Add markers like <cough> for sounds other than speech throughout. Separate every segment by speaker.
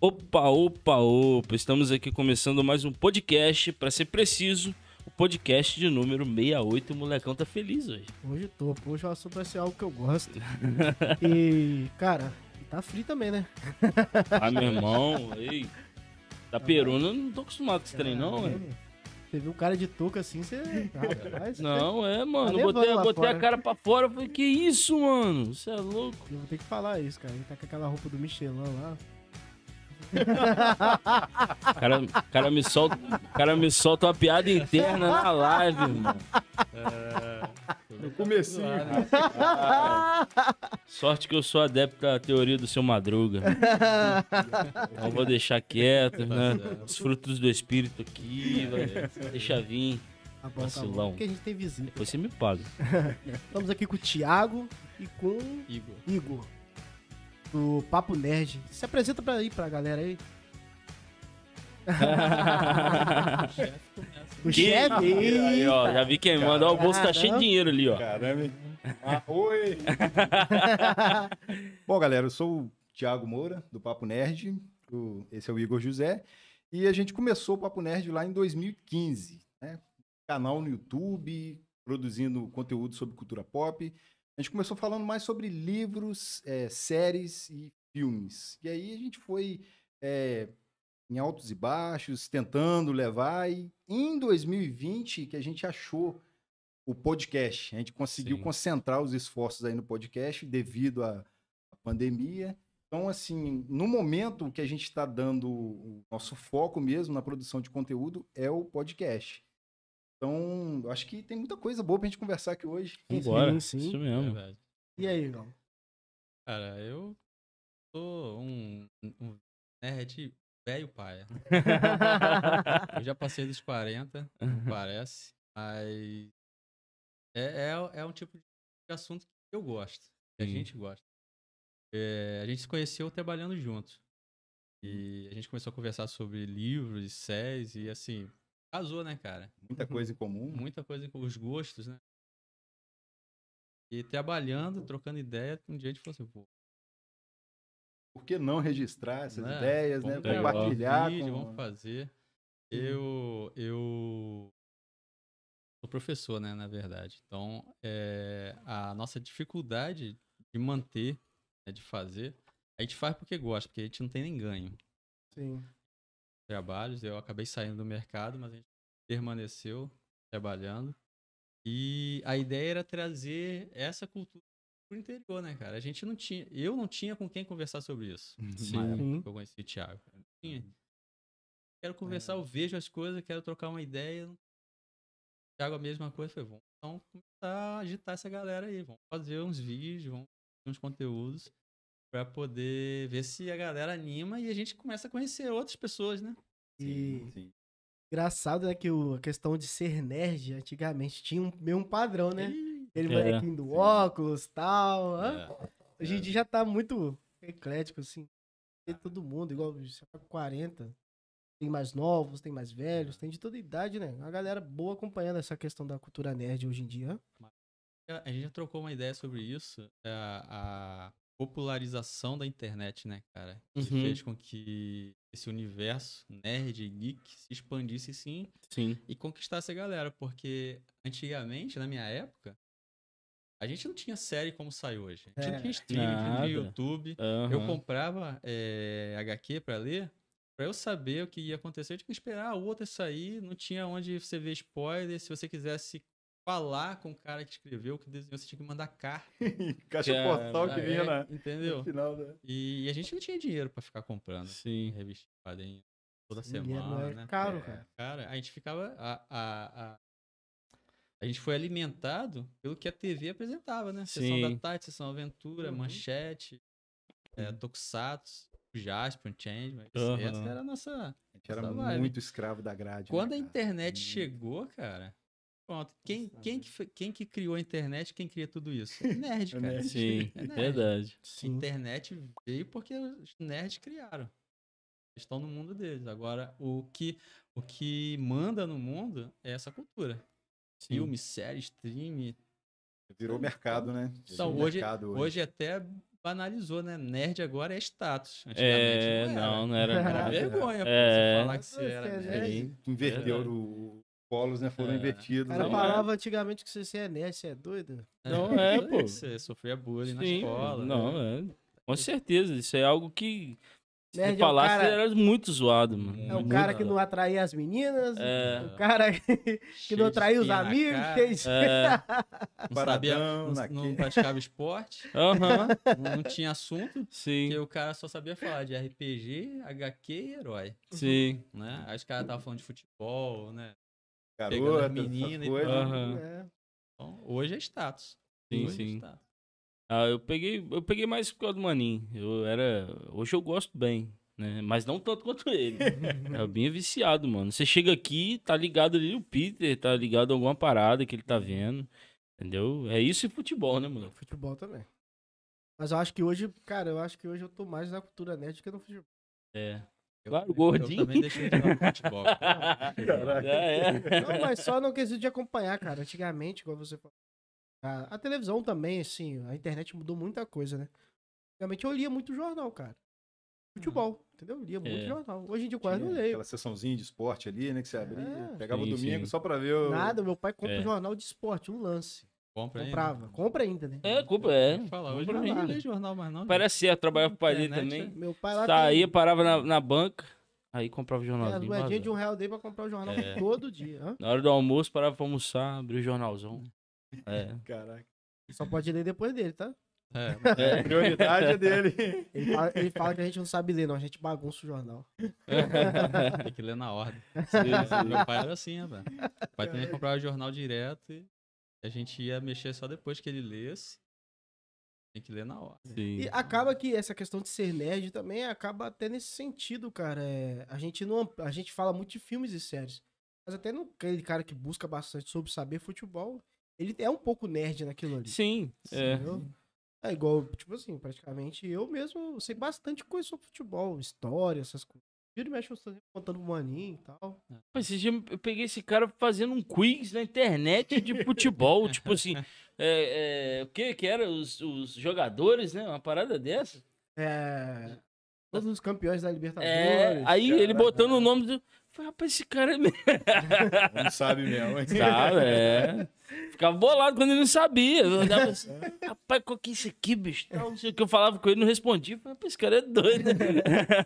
Speaker 1: Opa, opa, opa! Estamos aqui começando mais um podcast, pra ser preciso, o podcast de número 68. O molecão tá feliz
Speaker 2: <laughs>
Speaker 1: hoje.
Speaker 2: Hoje tô, pô, hoje o assunto vai ser algo que
Speaker 1: <laughs>
Speaker 2: eu gosto. e, cara, tá frio também, né?
Speaker 1: Ah, meu irmão, ei. Da
Speaker 2: Tá
Speaker 1: peruna, eu não tô acostumado com esse trem, não,
Speaker 2: Caralho,
Speaker 1: ué.
Speaker 2: Você viu um cara de touca
Speaker 1: <laughs>
Speaker 2: assim, você. Rapaz,
Speaker 1: Não, é,
Speaker 2: Tá
Speaker 1: mano. Eu
Speaker 2: levando
Speaker 1: botei,
Speaker 2: lá
Speaker 1: botei a
Speaker 2: fora.
Speaker 1: cara pra fora. eu Falei, que isso, mano? Você é louco?
Speaker 2: Eu vou ter que falar isso, cara. Ele tá com aquela roupa do Michelin lá.
Speaker 1: O cara, o cara, me solta, o cara me solta uma piada interna na live, mano.
Speaker 3: No comecinho.
Speaker 1: Sorte que eu sou adepto da teoria do seu Madruga. Então vou deixar quieto, né? Os frutos do espírito aqui, vai- deixa vir.
Speaker 2: Tá bom, tá
Speaker 1: Vacilão.
Speaker 2: bom. Porque a gente tem visita.
Speaker 1: Depois você me paga.
Speaker 2: Estamos aqui com o Thiago e com o
Speaker 3: Igor.
Speaker 2: Igor. Do Papo Nerd. Se apresenta pra aí pra galera aí. o
Speaker 1: Que-
Speaker 2: chefe? <laughs>
Speaker 1: Aí, ó, já vi quem manda. Ó, o bolso tá cheio de dinheiro ali, ó.
Speaker 3: Caramba. hein? Ah, oi. Bom, galera, eu sou o Thiago Moura, do Papo Nerd. O- Esse é o Igor José. E a gente começou o Papo Nerd lá em 2015. Né? Canal no YouTube, produzindo conteúdo sobre cultura pop. A gente começou falando mais sobre livros, eh, séries e filmes. E aí a gente foi eh, em altos e baixos, tentando levar. E em 2020 que a gente achou o podcast. A gente conseguiu
Speaker 1: Sim.
Speaker 3: concentrar os esforços aí no podcast devido à, à pandemia. Então, assim, no momento o que a gente está dando o nosso foco mesmo na produção de conteúdo é o podcast. Então, eu acho que tem muita coisa boa pra gente conversar aqui hoje.
Speaker 1: Vambora.
Speaker 2: Sim, sim.
Speaker 1: Isso
Speaker 4: <laughs>
Speaker 1: mesmo.
Speaker 4: É Verdade.
Speaker 2: E aí, Igão?
Speaker 4: Cara, eu sou um, um nerd velho paia. Eu já passei dos 40, não parece, mas é, é, é um tipo de assunto que eu gosto, que a
Speaker 1: Sim.
Speaker 4: gente gosta. É, a gente se conheceu trabalhando junto. E a gente começou a conversar sobre livros, e séries e assim, casou, né, cara?
Speaker 3: Muita coisa em comum.
Speaker 4: muita coisa com os gostos, né? E trabalhando, trocando ideia, um dia a gente falou assim, pô,
Speaker 3: Por que não registrar essas
Speaker 4: né?
Speaker 3: ideias, né?
Speaker 4: Vamos gravar um
Speaker 3: Compartilhar.
Speaker 4: vídeo, <laughs>
Speaker 3: com- Uhum.
Speaker 4: Vamos fazer. Eu, eu sou professor, né, na verdade. Então, é, a nossa dificuldade de manter, né, de fazer, a gente faz porque gosta, porque a gente não tem nem ganho.
Speaker 2: Sim.
Speaker 4: trabalhos. Eu acabei saindo do mercado, mas a gente permaneceu trabalhando. E a ideia era trazer essa cultura pro interior, né, cara? A gente não tinha, eu não tinha com quem conversar sobre isso.
Speaker 1: Sim.
Speaker 4: Na época
Speaker 2: Sim.
Speaker 4: que Eu conheci o Thiago. Eu não tinha. Quero conversar, eu vejo as coisas, quero trocar uma ideia. O Thiago a mesma coisa, foi bom. Então, começar a agitar essa galera aí, vamos fazer uns vídeos, vamos fazer uns conteúdos para poder ver se a galera anima e a gente começa a conhecer outras pessoas, né?
Speaker 2: E
Speaker 3: Sim, sim.
Speaker 2: engraçado, né, que o- a questão de ser nerd antigamente tinha um, meio um padrão, né?
Speaker 1: É.
Speaker 2: Ele manequim do
Speaker 3: Sim.
Speaker 2: óculos tal. hã?
Speaker 4: É.
Speaker 2: Hoje em dia já tá muito eclético, assim. Tem todo mundo, igual você tá com 40. Tem mais novos, tem mais velhos, tem de toda idade, né? Uma galera boa acompanhando essa questão da cultura nerd hoje em dia.
Speaker 4: É, A a gente já trocou uma ideia sobre isso, é, a, a popularização da internet, né, cara? Que
Speaker 1: Uhum.
Speaker 4: fez com que esse universo nerd e geek se expandisse sim
Speaker 1: Sim.
Speaker 4: e conquistasse a galera, porque antigamente, na minha época, a gente não tinha série como sai hoje. A gente
Speaker 2: É.
Speaker 4: não tinha streaming, a gente não
Speaker 1: Nada.
Speaker 4: tinha YouTube. Eu
Speaker 1: Aham.
Speaker 4: comprava eh, HQ pra ler, pra eu saber o que ia acontecer, eu tinha que esperar a outra sair, não tinha onde você ver spoiler, se você quisesse falar com o cara que escreveu, que desenhou, você tinha que mandar carta.
Speaker 3: Caixa
Speaker 1: Cara,
Speaker 3: postal que
Speaker 4: É,
Speaker 3: vinha né? na- no <laughs>
Speaker 4: Entendeu?
Speaker 3: final da.
Speaker 4: E, a gente não tinha dinheiro pra ficar comprando assim,
Speaker 1: Sim.
Speaker 4: revista de quadrinho toda
Speaker 2: Dinheiro
Speaker 4: semana,
Speaker 2: é
Speaker 4: né?
Speaker 2: caro,
Speaker 3: É.
Speaker 2: cara.
Speaker 4: Cara, a gente ficava. A, a, a, a gente foi alimentado pelo que a TV apresentava, né? Sessão
Speaker 1: Sim. Uhum.
Speaker 4: da tarde, sessão aventura,
Speaker 2: Uhum.
Speaker 4: manchete, é, Tokusatsu, Jasper, Change.
Speaker 1: Aham.
Speaker 4: Essa era a nossa.
Speaker 3: A gente era
Speaker 4: Essa vibe.
Speaker 3: muito escravo da grade. né,
Speaker 4: Quando a
Speaker 3: cara?
Speaker 4: internet
Speaker 3: Muito.
Speaker 4: chegou, cara. Pronto. Quem, quem, que, foi- quem que criou a internet? Quem cria
Speaker 1: <laughs>
Speaker 4: tudo isso? É Nerd,
Speaker 3: É
Speaker 4: cara.
Speaker 3: nerd.
Speaker 1: Sim.
Speaker 4: É nerd.
Speaker 1: Verdade.
Speaker 4: A internet veio porque os nerds criaram. Eles estão no mundo deles. Agora, o que, o que manda no mundo é essa cultura. Filme, série, stream.
Speaker 3: Virou mercado, né?
Speaker 4: Então,
Speaker 3: Virou
Speaker 4: hoje,
Speaker 3: mercado
Speaker 4: hoje até banalizou, né? Nerd agora é status.
Speaker 1: É,
Speaker 4: Antigamente
Speaker 1: não, não
Speaker 4: era.
Speaker 1: era.
Speaker 4: Era
Speaker 1: nada.
Speaker 4: vergonha pô,
Speaker 1: É.
Speaker 4: você falar que você
Speaker 2: Você é
Speaker 4: era nerd.
Speaker 2: nerd.
Speaker 3: Aí inverteram o- os polos, né? Foram
Speaker 4: É.
Speaker 2: O
Speaker 3: invertidos.
Speaker 2: cara
Speaker 3: aí.
Speaker 2: falava antigamente que você é nerd, você é doido.
Speaker 1: Não, é, pô.
Speaker 4: <laughs> Você sofria bullying na
Speaker 1: Sim,
Speaker 4: escola. né?
Speaker 1: Não, é. Com certeza, isso é algo que se
Speaker 2: Nerd é
Speaker 1: você
Speaker 2: o
Speaker 1: falasse
Speaker 2: cara-
Speaker 1: era muito zoado, mano.
Speaker 2: É o
Speaker 1: Muito
Speaker 2: cara que
Speaker 1: zoado.
Speaker 2: não atraía as meninas,
Speaker 1: É.
Speaker 2: o cara que
Speaker 4: Cheio
Speaker 2: não
Speaker 4: de
Speaker 2: atraía os
Speaker 4: espinha na
Speaker 2: amigos,
Speaker 4: cara,
Speaker 2: cheio de-
Speaker 1: É,
Speaker 4: não sabia,
Speaker 3: Paradão,
Speaker 4: não,
Speaker 3: naquele.
Speaker 4: não praticava esporte,
Speaker 1: aham,
Speaker 4: não tinha assunto,
Speaker 1: sim,
Speaker 2: <laughs>
Speaker 4: porque o cara só sabia falar de RPG, HQ e herói,
Speaker 1: sim.
Speaker 4: né? Aí os caras estavam falando de futebol, né? Pegando
Speaker 3: Garota,
Speaker 4: as meninas
Speaker 3: essas
Speaker 4: e
Speaker 3: coisas.
Speaker 4: tal.
Speaker 1: Aham.
Speaker 2: É.
Speaker 4: Então, hoje é status.
Speaker 1: Sim,
Speaker 4: Hoje é
Speaker 1: sim.
Speaker 4: status.
Speaker 1: Ah, eu peguei, eu peguei mais por causa do Maninho. Eu era, hoje eu gosto bem, né? Mas não tanto quanto
Speaker 2: <laughs>
Speaker 1: ele. é bem viciado, mano. Você chega aqui, tá ligado ali o Peter, tá ligado a alguma parada que ele tá vendo. Entendeu? É isso e futebol, né, moleque?
Speaker 2: Futebol também. Mas eu acho que hoje, cara, eu acho que hoje eu tô mais na cultura nerd que
Speaker 1: <laughs>
Speaker 2: no futebol.
Speaker 1: É.
Speaker 4: Eu
Speaker 1: Claro,
Speaker 4: também-
Speaker 1: gordinho.
Speaker 4: Eu também deixei de jogar futebol.
Speaker 1: Caraca. <laughs> É, é.
Speaker 2: Não, mas só no quesito de acompanhar, cara. Antigamente, igual você falou. A, a televisão também, assim, a internet mudou muita coisa, né? Antigamente eu lia muito jornal, cara. Futebol, entendeu? Eu lia muito
Speaker 1: É.
Speaker 2: jornal. Hoje em dia eu quase não
Speaker 3: Tinha
Speaker 2: leio.
Speaker 3: Aquela sessãozinha de esporte ali, né? Que você abria.
Speaker 2: É.
Speaker 3: Pegava o
Speaker 1: Sim,
Speaker 3: domingo
Speaker 1: sim.
Speaker 3: só pra ver o.
Speaker 2: Nada, meu pai compra
Speaker 1: É.
Speaker 2: jornal de esporte, um lance.
Speaker 4: Compra ainda.
Speaker 2: Comprava. Compra ainda, né?
Speaker 1: É, culpa, é.
Speaker 4: Fala,
Speaker 1: Vamos
Speaker 4: hoje
Speaker 1: pra
Speaker 4: eu
Speaker 1: mim.
Speaker 4: não leio jornal mais não.
Speaker 1: Parece ser, eu trabalhava pro pai dele
Speaker 4: Internet, é
Speaker 1: também.
Speaker 2: Meu pai lá
Speaker 1: Saía,
Speaker 2: tem
Speaker 1: parava na, na banca, aí comprava o
Speaker 2: é, as
Speaker 1: jornalzinho.
Speaker 2: moedinhas de
Speaker 1: vazava.
Speaker 2: um real dele pra comprar o jornal
Speaker 1: É.
Speaker 2: todo dia. hã?
Speaker 1: Na hora do almoço, parava pra almoçar, abria o jornalzão. É.
Speaker 3: Caraca.
Speaker 2: Só pode ler depois dele, tá?
Speaker 4: É,
Speaker 3: A prioridade é dele.
Speaker 2: Ele fala, ele fala que a gente não sabe ler, não. A gente bagunça o jornal.
Speaker 4: é,
Speaker 1: <laughs>
Speaker 4: Tem que ler na ordem.
Speaker 1: sim.
Speaker 4: Meu pai era assim, rapaz. O pai também comprava jornal direto e a gente ia mexer só depois que ele lesse. Tem que ler na hora.
Speaker 1: Sim.
Speaker 2: E acaba que essa questão de ser nerd também acaba até nesse sentido, cara. É, a, gente não, ampli- a gente fala muito de filmes e séries. Mas até no, aquele cara que busca bastante sobre saber futebol, ele é um pouco nerd naquilo ali.
Speaker 1: Sim, é.
Speaker 2: entendeu? É igual, tipo assim, praticamente eu mesmo sei bastante coisa sobre futebol, história, essas coisas. Vira e mexe eu tô contando pro maninho e tal.
Speaker 1: Mas esse dia eu peguei esse cara fazendo um quiz na internet de futebol, <laughs> tipo assim, é, é, o que que era os, os jogadores, né? Uma parada dessa.
Speaker 2: É. Todos os campeões da Libertadores.
Speaker 1: É, aí ele
Speaker 3: cara.
Speaker 1: botando o nome do... Falei, rapaz, esse cara é mesmo.
Speaker 3: Não sabe mesmo, hein?
Speaker 1: Sabe, é. Ficava bolado quando ele não sabia. Eu andava assim, rapaz, qual que é isso aqui, bicho? Não sei o que eu falava com ele, não respondia. Falei, rapaz, esse cara é doido.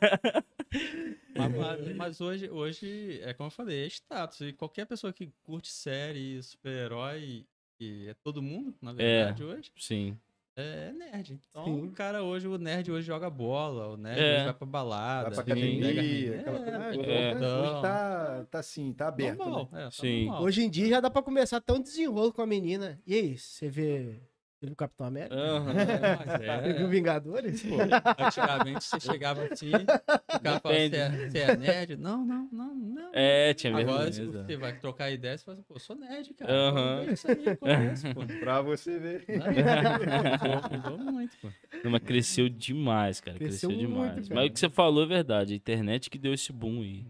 Speaker 1: <laughs>
Speaker 4: Mas, mas- mas hoje, hoje, é como eu falei, é status. E qualquer pessoa que curte série, super-herói, que é todo mundo, na verdade, hoje,
Speaker 1: Sim.
Speaker 4: é nerd. Então,
Speaker 2: Sim.
Speaker 4: o cara hoje, o nerd hoje joga bola, o nerd
Speaker 1: É.
Speaker 4: hoje vai pra balada,
Speaker 3: Vai pra
Speaker 4: sim, pega
Speaker 3: academia,
Speaker 4: menina.
Speaker 3: aquela coisa.
Speaker 4: É,
Speaker 3: toda.
Speaker 1: é.
Speaker 3: Hoje tá, tá assim, tá aberto. né?
Speaker 4: normal, é, tá
Speaker 1: Sim.
Speaker 4: normal.
Speaker 2: Hoje em dia já dá pra começar até um desenrolo com a menina. E aí, você vê. Você viu o Capitão América?
Speaker 1: Aham.
Speaker 4: É, mas
Speaker 2: Você
Speaker 3: <laughs>
Speaker 4: é-
Speaker 2: viu Vingadores?
Speaker 4: Pô, antigamente você chegava assim, o cara falava, você é, você é nerd? Não, não, não, não.
Speaker 1: É, tinha
Speaker 4: Agora se
Speaker 1: mesmo.
Speaker 4: você vai trocar ideia, você fala assim, pô, eu sou nerd, cara.
Speaker 1: Aham.
Speaker 4: Eu isso aí, eu conheço,
Speaker 1: <laughs>
Speaker 4: pô.
Speaker 3: Pra você ver.
Speaker 4: Não, Mudou <laughs> muito, pô.
Speaker 1: Não, mas cresceu demais, cara. Cresceu,
Speaker 2: Cresceu muito,
Speaker 1: demais.
Speaker 2: cara.
Speaker 1: Mas o que você falou é verdade. A internet que deu esse boom aí.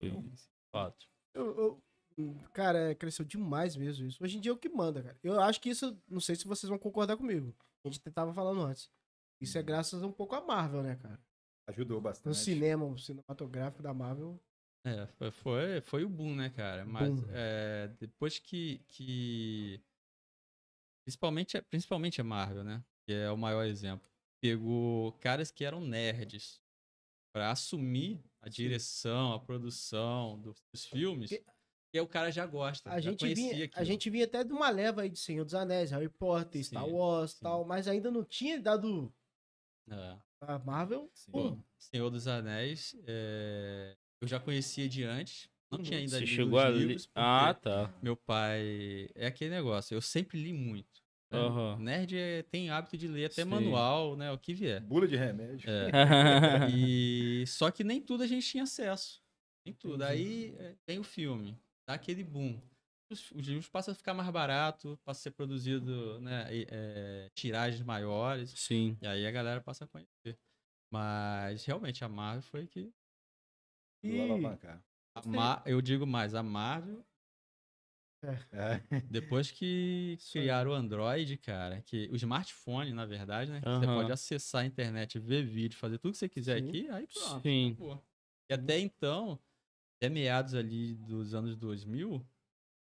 Speaker 1: Foi fato.
Speaker 2: <laughs> Eu- eu- cara, é, cresceu demais mesmo isso. Hoje em dia é o que manda, cara. Eu acho que isso, não sei se vocês vão concordar comigo. A gente tava falando antes. Isso é
Speaker 4: Uhum.
Speaker 2: graças um pouco à Marvel, né, cara?
Speaker 3: Ajudou
Speaker 2: No
Speaker 3: bastante.
Speaker 2: cinema, o cinematográfico da Marvel.
Speaker 4: É, foi, foi, foi o boom, né, cara? Mas
Speaker 2: Boom.
Speaker 4: é, depois que. que... Principalmente, principalmente a Marvel, né? Que é o maior exemplo. Pegou caras que eram nerds pra assumir a direção, a produção dos, dos filmes.
Speaker 2: Porque-
Speaker 4: E aí o cara já gosta,
Speaker 2: A
Speaker 4: já
Speaker 2: gente,
Speaker 4: conhecia
Speaker 2: vinha, a
Speaker 4: aquilo.
Speaker 2: gente vinha até de uma leva aí de Senhor dos Anéis, Harry Potter, Star
Speaker 4: Sim,
Speaker 2: Wars
Speaker 4: sim.
Speaker 2: tal, mas ainda não tinha dado
Speaker 4: É.
Speaker 2: a Marvel.
Speaker 3: Sim.
Speaker 4: Pô, Senhor dos Anéis, é, eu já conhecia de antes. Não tinha ainda
Speaker 1: Uhum. Você
Speaker 4: lido
Speaker 1: chegou
Speaker 4: os
Speaker 1: ali.
Speaker 4: livros, porque
Speaker 1: Ah,
Speaker 2: <laughs>
Speaker 1: tá.
Speaker 4: Meu pai. É aquele negócio, eu sempre li muito. né?
Speaker 1: Aham.
Speaker 4: Nerd é- tem hábito de ler até
Speaker 1: Sim.
Speaker 4: manual, né? O que vier.
Speaker 3: Bula de remédio.
Speaker 1: <laughs>
Speaker 4: É. e só que nem tudo a gente tinha acesso. Nem tudo. Aí é, tem o filme, dá aquele boom. Os, os livros passam a ficar mais barato, passa a ser produzido, né? e- é, tiragens maiores.
Speaker 1: Sim.
Speaker 4: E aí a galera passa a conhecer. Mas realmente a Marvel foi que.
Speaker 3: Bula alavancar.
Speaker 4: a Ma- Eu digo mais, a Marvel
Speaker 3: É.
Speaker 4: Depois que
Speaker 2: Isso aí.
Speaker 4: criaram o Android, cara, que o smartphone, na verdade, né? que Você
Speaker 1: Aham.
Speaker 4: pode acessar a internet, ver vídeo, fazer tudo que você quiser
Speaker 2: Sim.
Speaker 4: aqui, aí pronto.
Speaker 1: Sim.
Speaker 4: acabou. E até então, até meados ali dos anos 2000,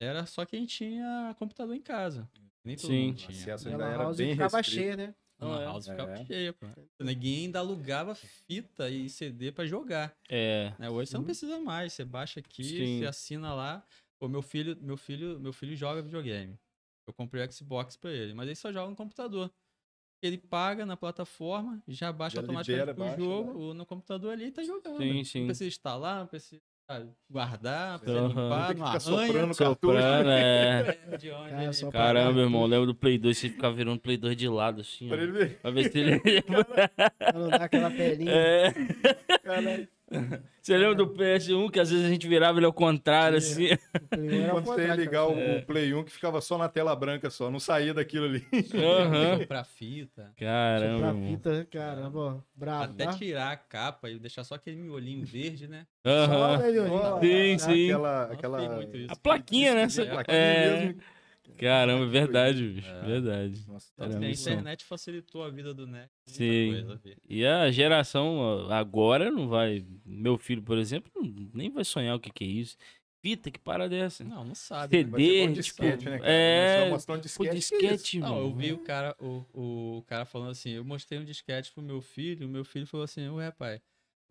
Speaker 4: era só quem tinha computador em casa. Nem todo
Speaker 1: Sim.
Speaker 4: mundo
Speaker 3: O
Speaker 4: tinha.
Speaker 2: E
Speaker 3: acesso
Speaker 2: a
Speaker 3: ainda
Speaker 2: lan
Speaker 3: era
Speaker 2: house
Speaker 3: bem
Speaker 2: ficava
Speaker 3: restrito.
Speaker 2: cheia, né?
Speaker 4: A
Speaker 1: Não,
Speaker 4: lan
Speaker 1: é.
Speaker 4: house ficava
Speaker 3: É.
Speaker 4: cheia, pô. Ninguém ainda alugava fita e CD pra jogar.
Speaker 1: É.
Speaker 4: né? Hoje você não
Speaker 2: Sim.
Speaker 4: precisa mais, você baixa aqui,
Speaker 1: Sim.
Speaker 4: você assina lá. Pô, meu filho, meu filho, meu filho joga videogame. Eu comprei o Xbox pra ele, mas ele só joga no computador. Ele paga na plataforma, já baixa
Speaker 3: Já
Speaker 4: automaticamente
Speaker 3: libera,
Speaker 4: o
Speaker 3: baixa,
Speaker 4: jogo ou no computador ali e tá jogando.
Speaker 1: Sim, sim.
Speaker 4: Não precisa instalar, não precisa guardar, não precisa
Speaker 1: Aham.
Speaker 3: Não
Speaker 4: limpar,
Speaker 3: tem que
Speaker 4: não
Speaker 3: ficar
Speaker 4: arranha.
Speaker 3: soprando o cartucho
Speaker 1: Soprano,
Speaker 2: <laughs>
Speaker 1: é.
Speaker 4: É, de onde
Speaker 2: Cara,
Speaker 4: ele-
Speaker 2: só pra-
Speaker 1: Caramba, irmão, lembra do Play 2, você ficava virando o Play 2 de lado, assim, ó.
Speaker 3: pra ele ver.
Speaker 1: Pra ver se ele...
Speaker 2: Pra não dar aquela pelinha.
Speaker 1: É.
Speaker 3: Caralho.
Speaker 1: Você lembra do PS1, que às vezes a gente virava ele ao contrário, assim?
Speaker 2: Eu era ao
Speaker 3: Quando você ia
Speaker 2: contrário,
Speaker 3: ligar
Speaker 2: cara.
Speaker 3: o, o Play 1 que ficava só na tela branca só, não saía daquilo ali.
Speaker 1: Aham.
Speaker 4: comprar fita,
Speaker 1: Caramba,
Speaker 2: Soprar
Speaker 1: irmão.
Speaker 2: fita, caramba, ó. Bravo,
Speaker 4: até
Speaker 2: tá?
Speaker 4: tirar a capa e deixar só aquele miolinho verde, né?
Speaker 1: Aham.
Speaker 2: Só, velho, ó.
Speaker 1: Sim, sim.
Speaker 3: Aquela,
Speaker 4: Não
Speaker 3: aquela
Speaker 4: tem muito isso.
Speaker 1: A plaquinha, né?
Speaker 3: Isso,
Speaker 1: Essa-
Speaker 3: é, plaquinha
Speaker 1: É.
Speaker 3: mesmo.
Speaker 1: Caramba, é verdade, bicho.
Speaker 4: É.
Speaker 1: Verdade.
Speaker 3: Nossa,
Speaker 1: Era
Speaker 3: tá
Speaker 4: Assim, a
Speaker 1: muito som.
Speaker 4: internet facilitou a vida do Neto. muita
Speaker 1: é um Sim.
Speaker 4: coisa, vi.
Speaker 1: E a geração ó, agora não vai. Meu filho, por exemplo, não- nem vai sonhar o que, que é isso. Fita, que parada é essa?
Speaker 4: Não, não sabe.
Speaker 1: CD,
Speaker 4: né?
Speaker 3: Vai ser bom
Speaker 1: tipo,
Speaker 3: disquete, né, cara?
Speaker 1: é,
Speaker 3: Só mostrando
Speaker 1: Pô,
Speaker 3: disquete, que é isso?
Speaker 1: disquete,
Speaker 4: Não,
Speaker 1: mano.
Speaker 4: eu vi o cara, o, o cara falando assim, eu mostrei um disquete pro meu filho, o meu filho falou assim, ué, pai,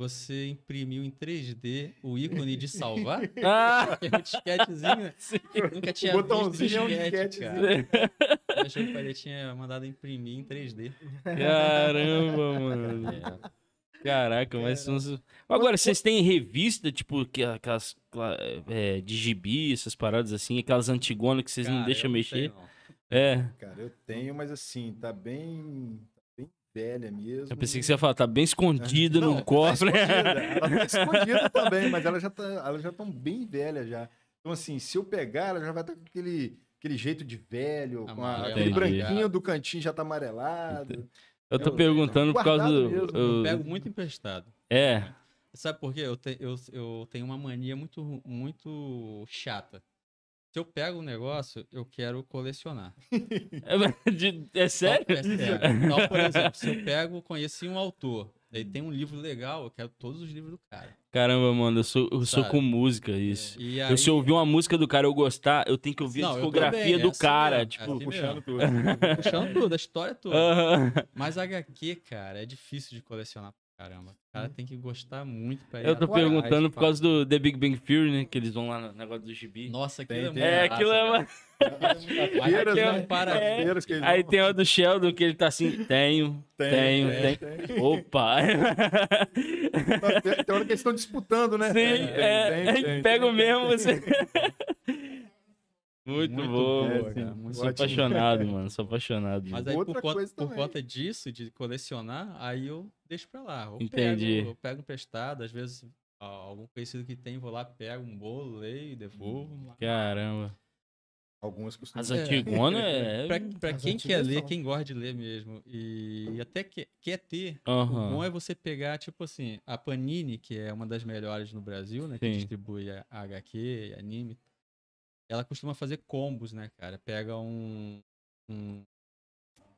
Speaker 4: você imprimiu em 3D o ícone de salvar? <laughs>
Speaker 1: Ah!
Speaker 4: Que é um disquetezinho, né? Eu Nunca tinha visto
Speaker 3: Botãozinho é um
Speaker 4: disquete,
Speaker 3: disquetezinho.
Speaker 4: cara. Eu achei que o pai tinha mandado imprimir em 3D.
Speaker 1: Caramba, mano.
Speaker 4: É.
Speaker 1: Caraca, mas são. Agora, vocês têm revista, tipo, que- aquelas cla- é, de gibi, essas paradas assim, aquelas antigonas que vocês
Speaker 4: Cara,
Speaker 1: não deixam
Speaker 4: eu não sei,
Speaker 1: mexer?
Speaker 4: não.
Speaker 1: É.
Speaker 3: Cara, eu tenho, mas assim, tá bem, tá bem velha mesmo.
Speaker 1: Eu pensei que você ia falar, tá bem escondida
Speaker 3: Não,
Speaker 1: num cofre.
Speaker 3: Tá
Speaker 1: <laughs>
Speaker 3: escondida.
Speaker 4: é.
Speaker 3: Ela tá escondida também, mas elas já tá, elas já estão bem velhas já. Então, assim, se eu pegar, ela já vai estar com aquele, aquele jeito de velho, com a-
Speaker 4: Amarelo,
Speaker 3: aquele
Speaker 1: Entendi.
Speaker 3: branquinho do cantinho já tá amarelado.
Speaker 1: Eu tô
Speaker 3: Eu-
Speaker 1: perguntando por causa do.
Speaker 3: Guardado mesmo,
Speaker 1: eu-
Speaker 4: Eu pego muito emprestado.
Speaker 1: É.
Speaker 4: Sabe por quê? Eu, te- eu- eu tenho uma mania muito, ru- muito chata. Se eu pego um negócio, eu quero colecionar.
Speaker 1: É, <laughs> de- é sério?
Speaker 4: Então, é sério.
Speaker 1: <laughs>
Speaker 4: Então, por exemplo, se eu pego, conheci um autor, daí tem um livro legal, eu quero todos os livros do cara.
Speaker 1: Caramba, mano, eu sou, eu sou
Speaker 4: Sabe?
Speaker 1: com música, isso.
Speaker 4: Tá. É. E
Speaker 1: Eu, um se eu ouvir uma música do cara e eu gostar, eu tenho que ouvir a
Speaker 4: Não, eu
Speaker 1: discografia
Speaker 4: também, é
Speaker 1: do
Speaker 4: assim
Speaker 1: cara.
Speaker 4: mesmo, é
Speaker 1: tipo.
Speaker 4: assim
Speaker 3: Puxando
Speaker 4: Puxando
Speaker 3: tudo.
Speaker 1: <laughs>
Speaker 4: puxando tudo, a história toda.
Speaker 1: Aham.
Speaker 4: Mas HQ, cara, é difícil de colecionar pra caramba. O cara tem que gostar muito pra ir
Speaker 1: Eu tô
Speaker 4: atrás,
Speaker 1: perguntando por
Speaker 4: pra-
Speaker 1: causa do The Big Bang Theory, né? Que eles vão lá no negócio do gibi.
Speaker 4: Nossa, aquilo
Speaker 3: Tem, tem.
Speaker 4: é muito
Speaker 1: é,
Speaker 4: massa,
Speaker 1: aquilo é.
Speaker 4: cara. <laughs>
Speaker 1: uma-
Speaker 3: Feiras,
Speaker 1: Aqui é-
Speaker 3: né?
Speaker 4: para-
Speaker 3: As feiras que eles
Speaker 1: Aí
Speaker 3: vão-
Speaker 1: tem a do Sheldon que ele tá assim: tenho, tenho,
Speaker 3: tem,
Speaker 1: tenho. Opa!
Speaker 3: Tá, Tem, tem hora que eles estão disputando, né?
Speaker 1: Sim,
Speaker 3: Tem, tem,
Speaker 1: é,
Speaker 3: tem, tem,
Speaker 1: pega o
Speaker 3: tem.
Speaker 1: mesmo. Você... Muito,
Speaker 4: Muito
Speaker 1: bom,
Speaker 4: bom,
Speaker 1: mano.
Speaker 4: cara, muito
Speaker 1: sou
Speaker 3: ótimo.
Speaker 1: apaixonado, mano. Sou apaixonado.
Speaker 4: Mas
Speaker 1: mano.
Speaker 4: aí,
Speaker 3: Outra
Speaker 4: por conta,
Speaker 3: coisa
Speaker 4: por
Speaker 3: também.
Speaker 4: conta disso, de colecionar, aí eu deixo pra lá. Eu
Speaker 1: Entendi.
Speaker 4: Pego, eu pego emprestado, às vezes ó, algum conhecido que tem, vou lá, pego um bolo, leio,
Speaker 1: Hum.
Speaker 4: devolvo.
Speaker 1: Caramba.
Speaker 3: Algumas costumam.
Speaker 1: As antigonas é.
Speaker 4: Pra, pra
Speaker 2: As
Speaker 4: quem quer
Speaker 2: antigas
Speaker 4: ler,
Speaker 2: são.
Speaker 4: quem gosta de ler mesmo, e até que, quer ter, o
Speaker 1: Aham.
Speaker 4: bom é você pegar, tipo assim, a Panini, que é uma das melhores no Brasil, né? Que
Speaker 1: Sim.
Speaker 4: distribui a a HQ, anime. Ela costuma fazer combos, né, cara? Pega um- um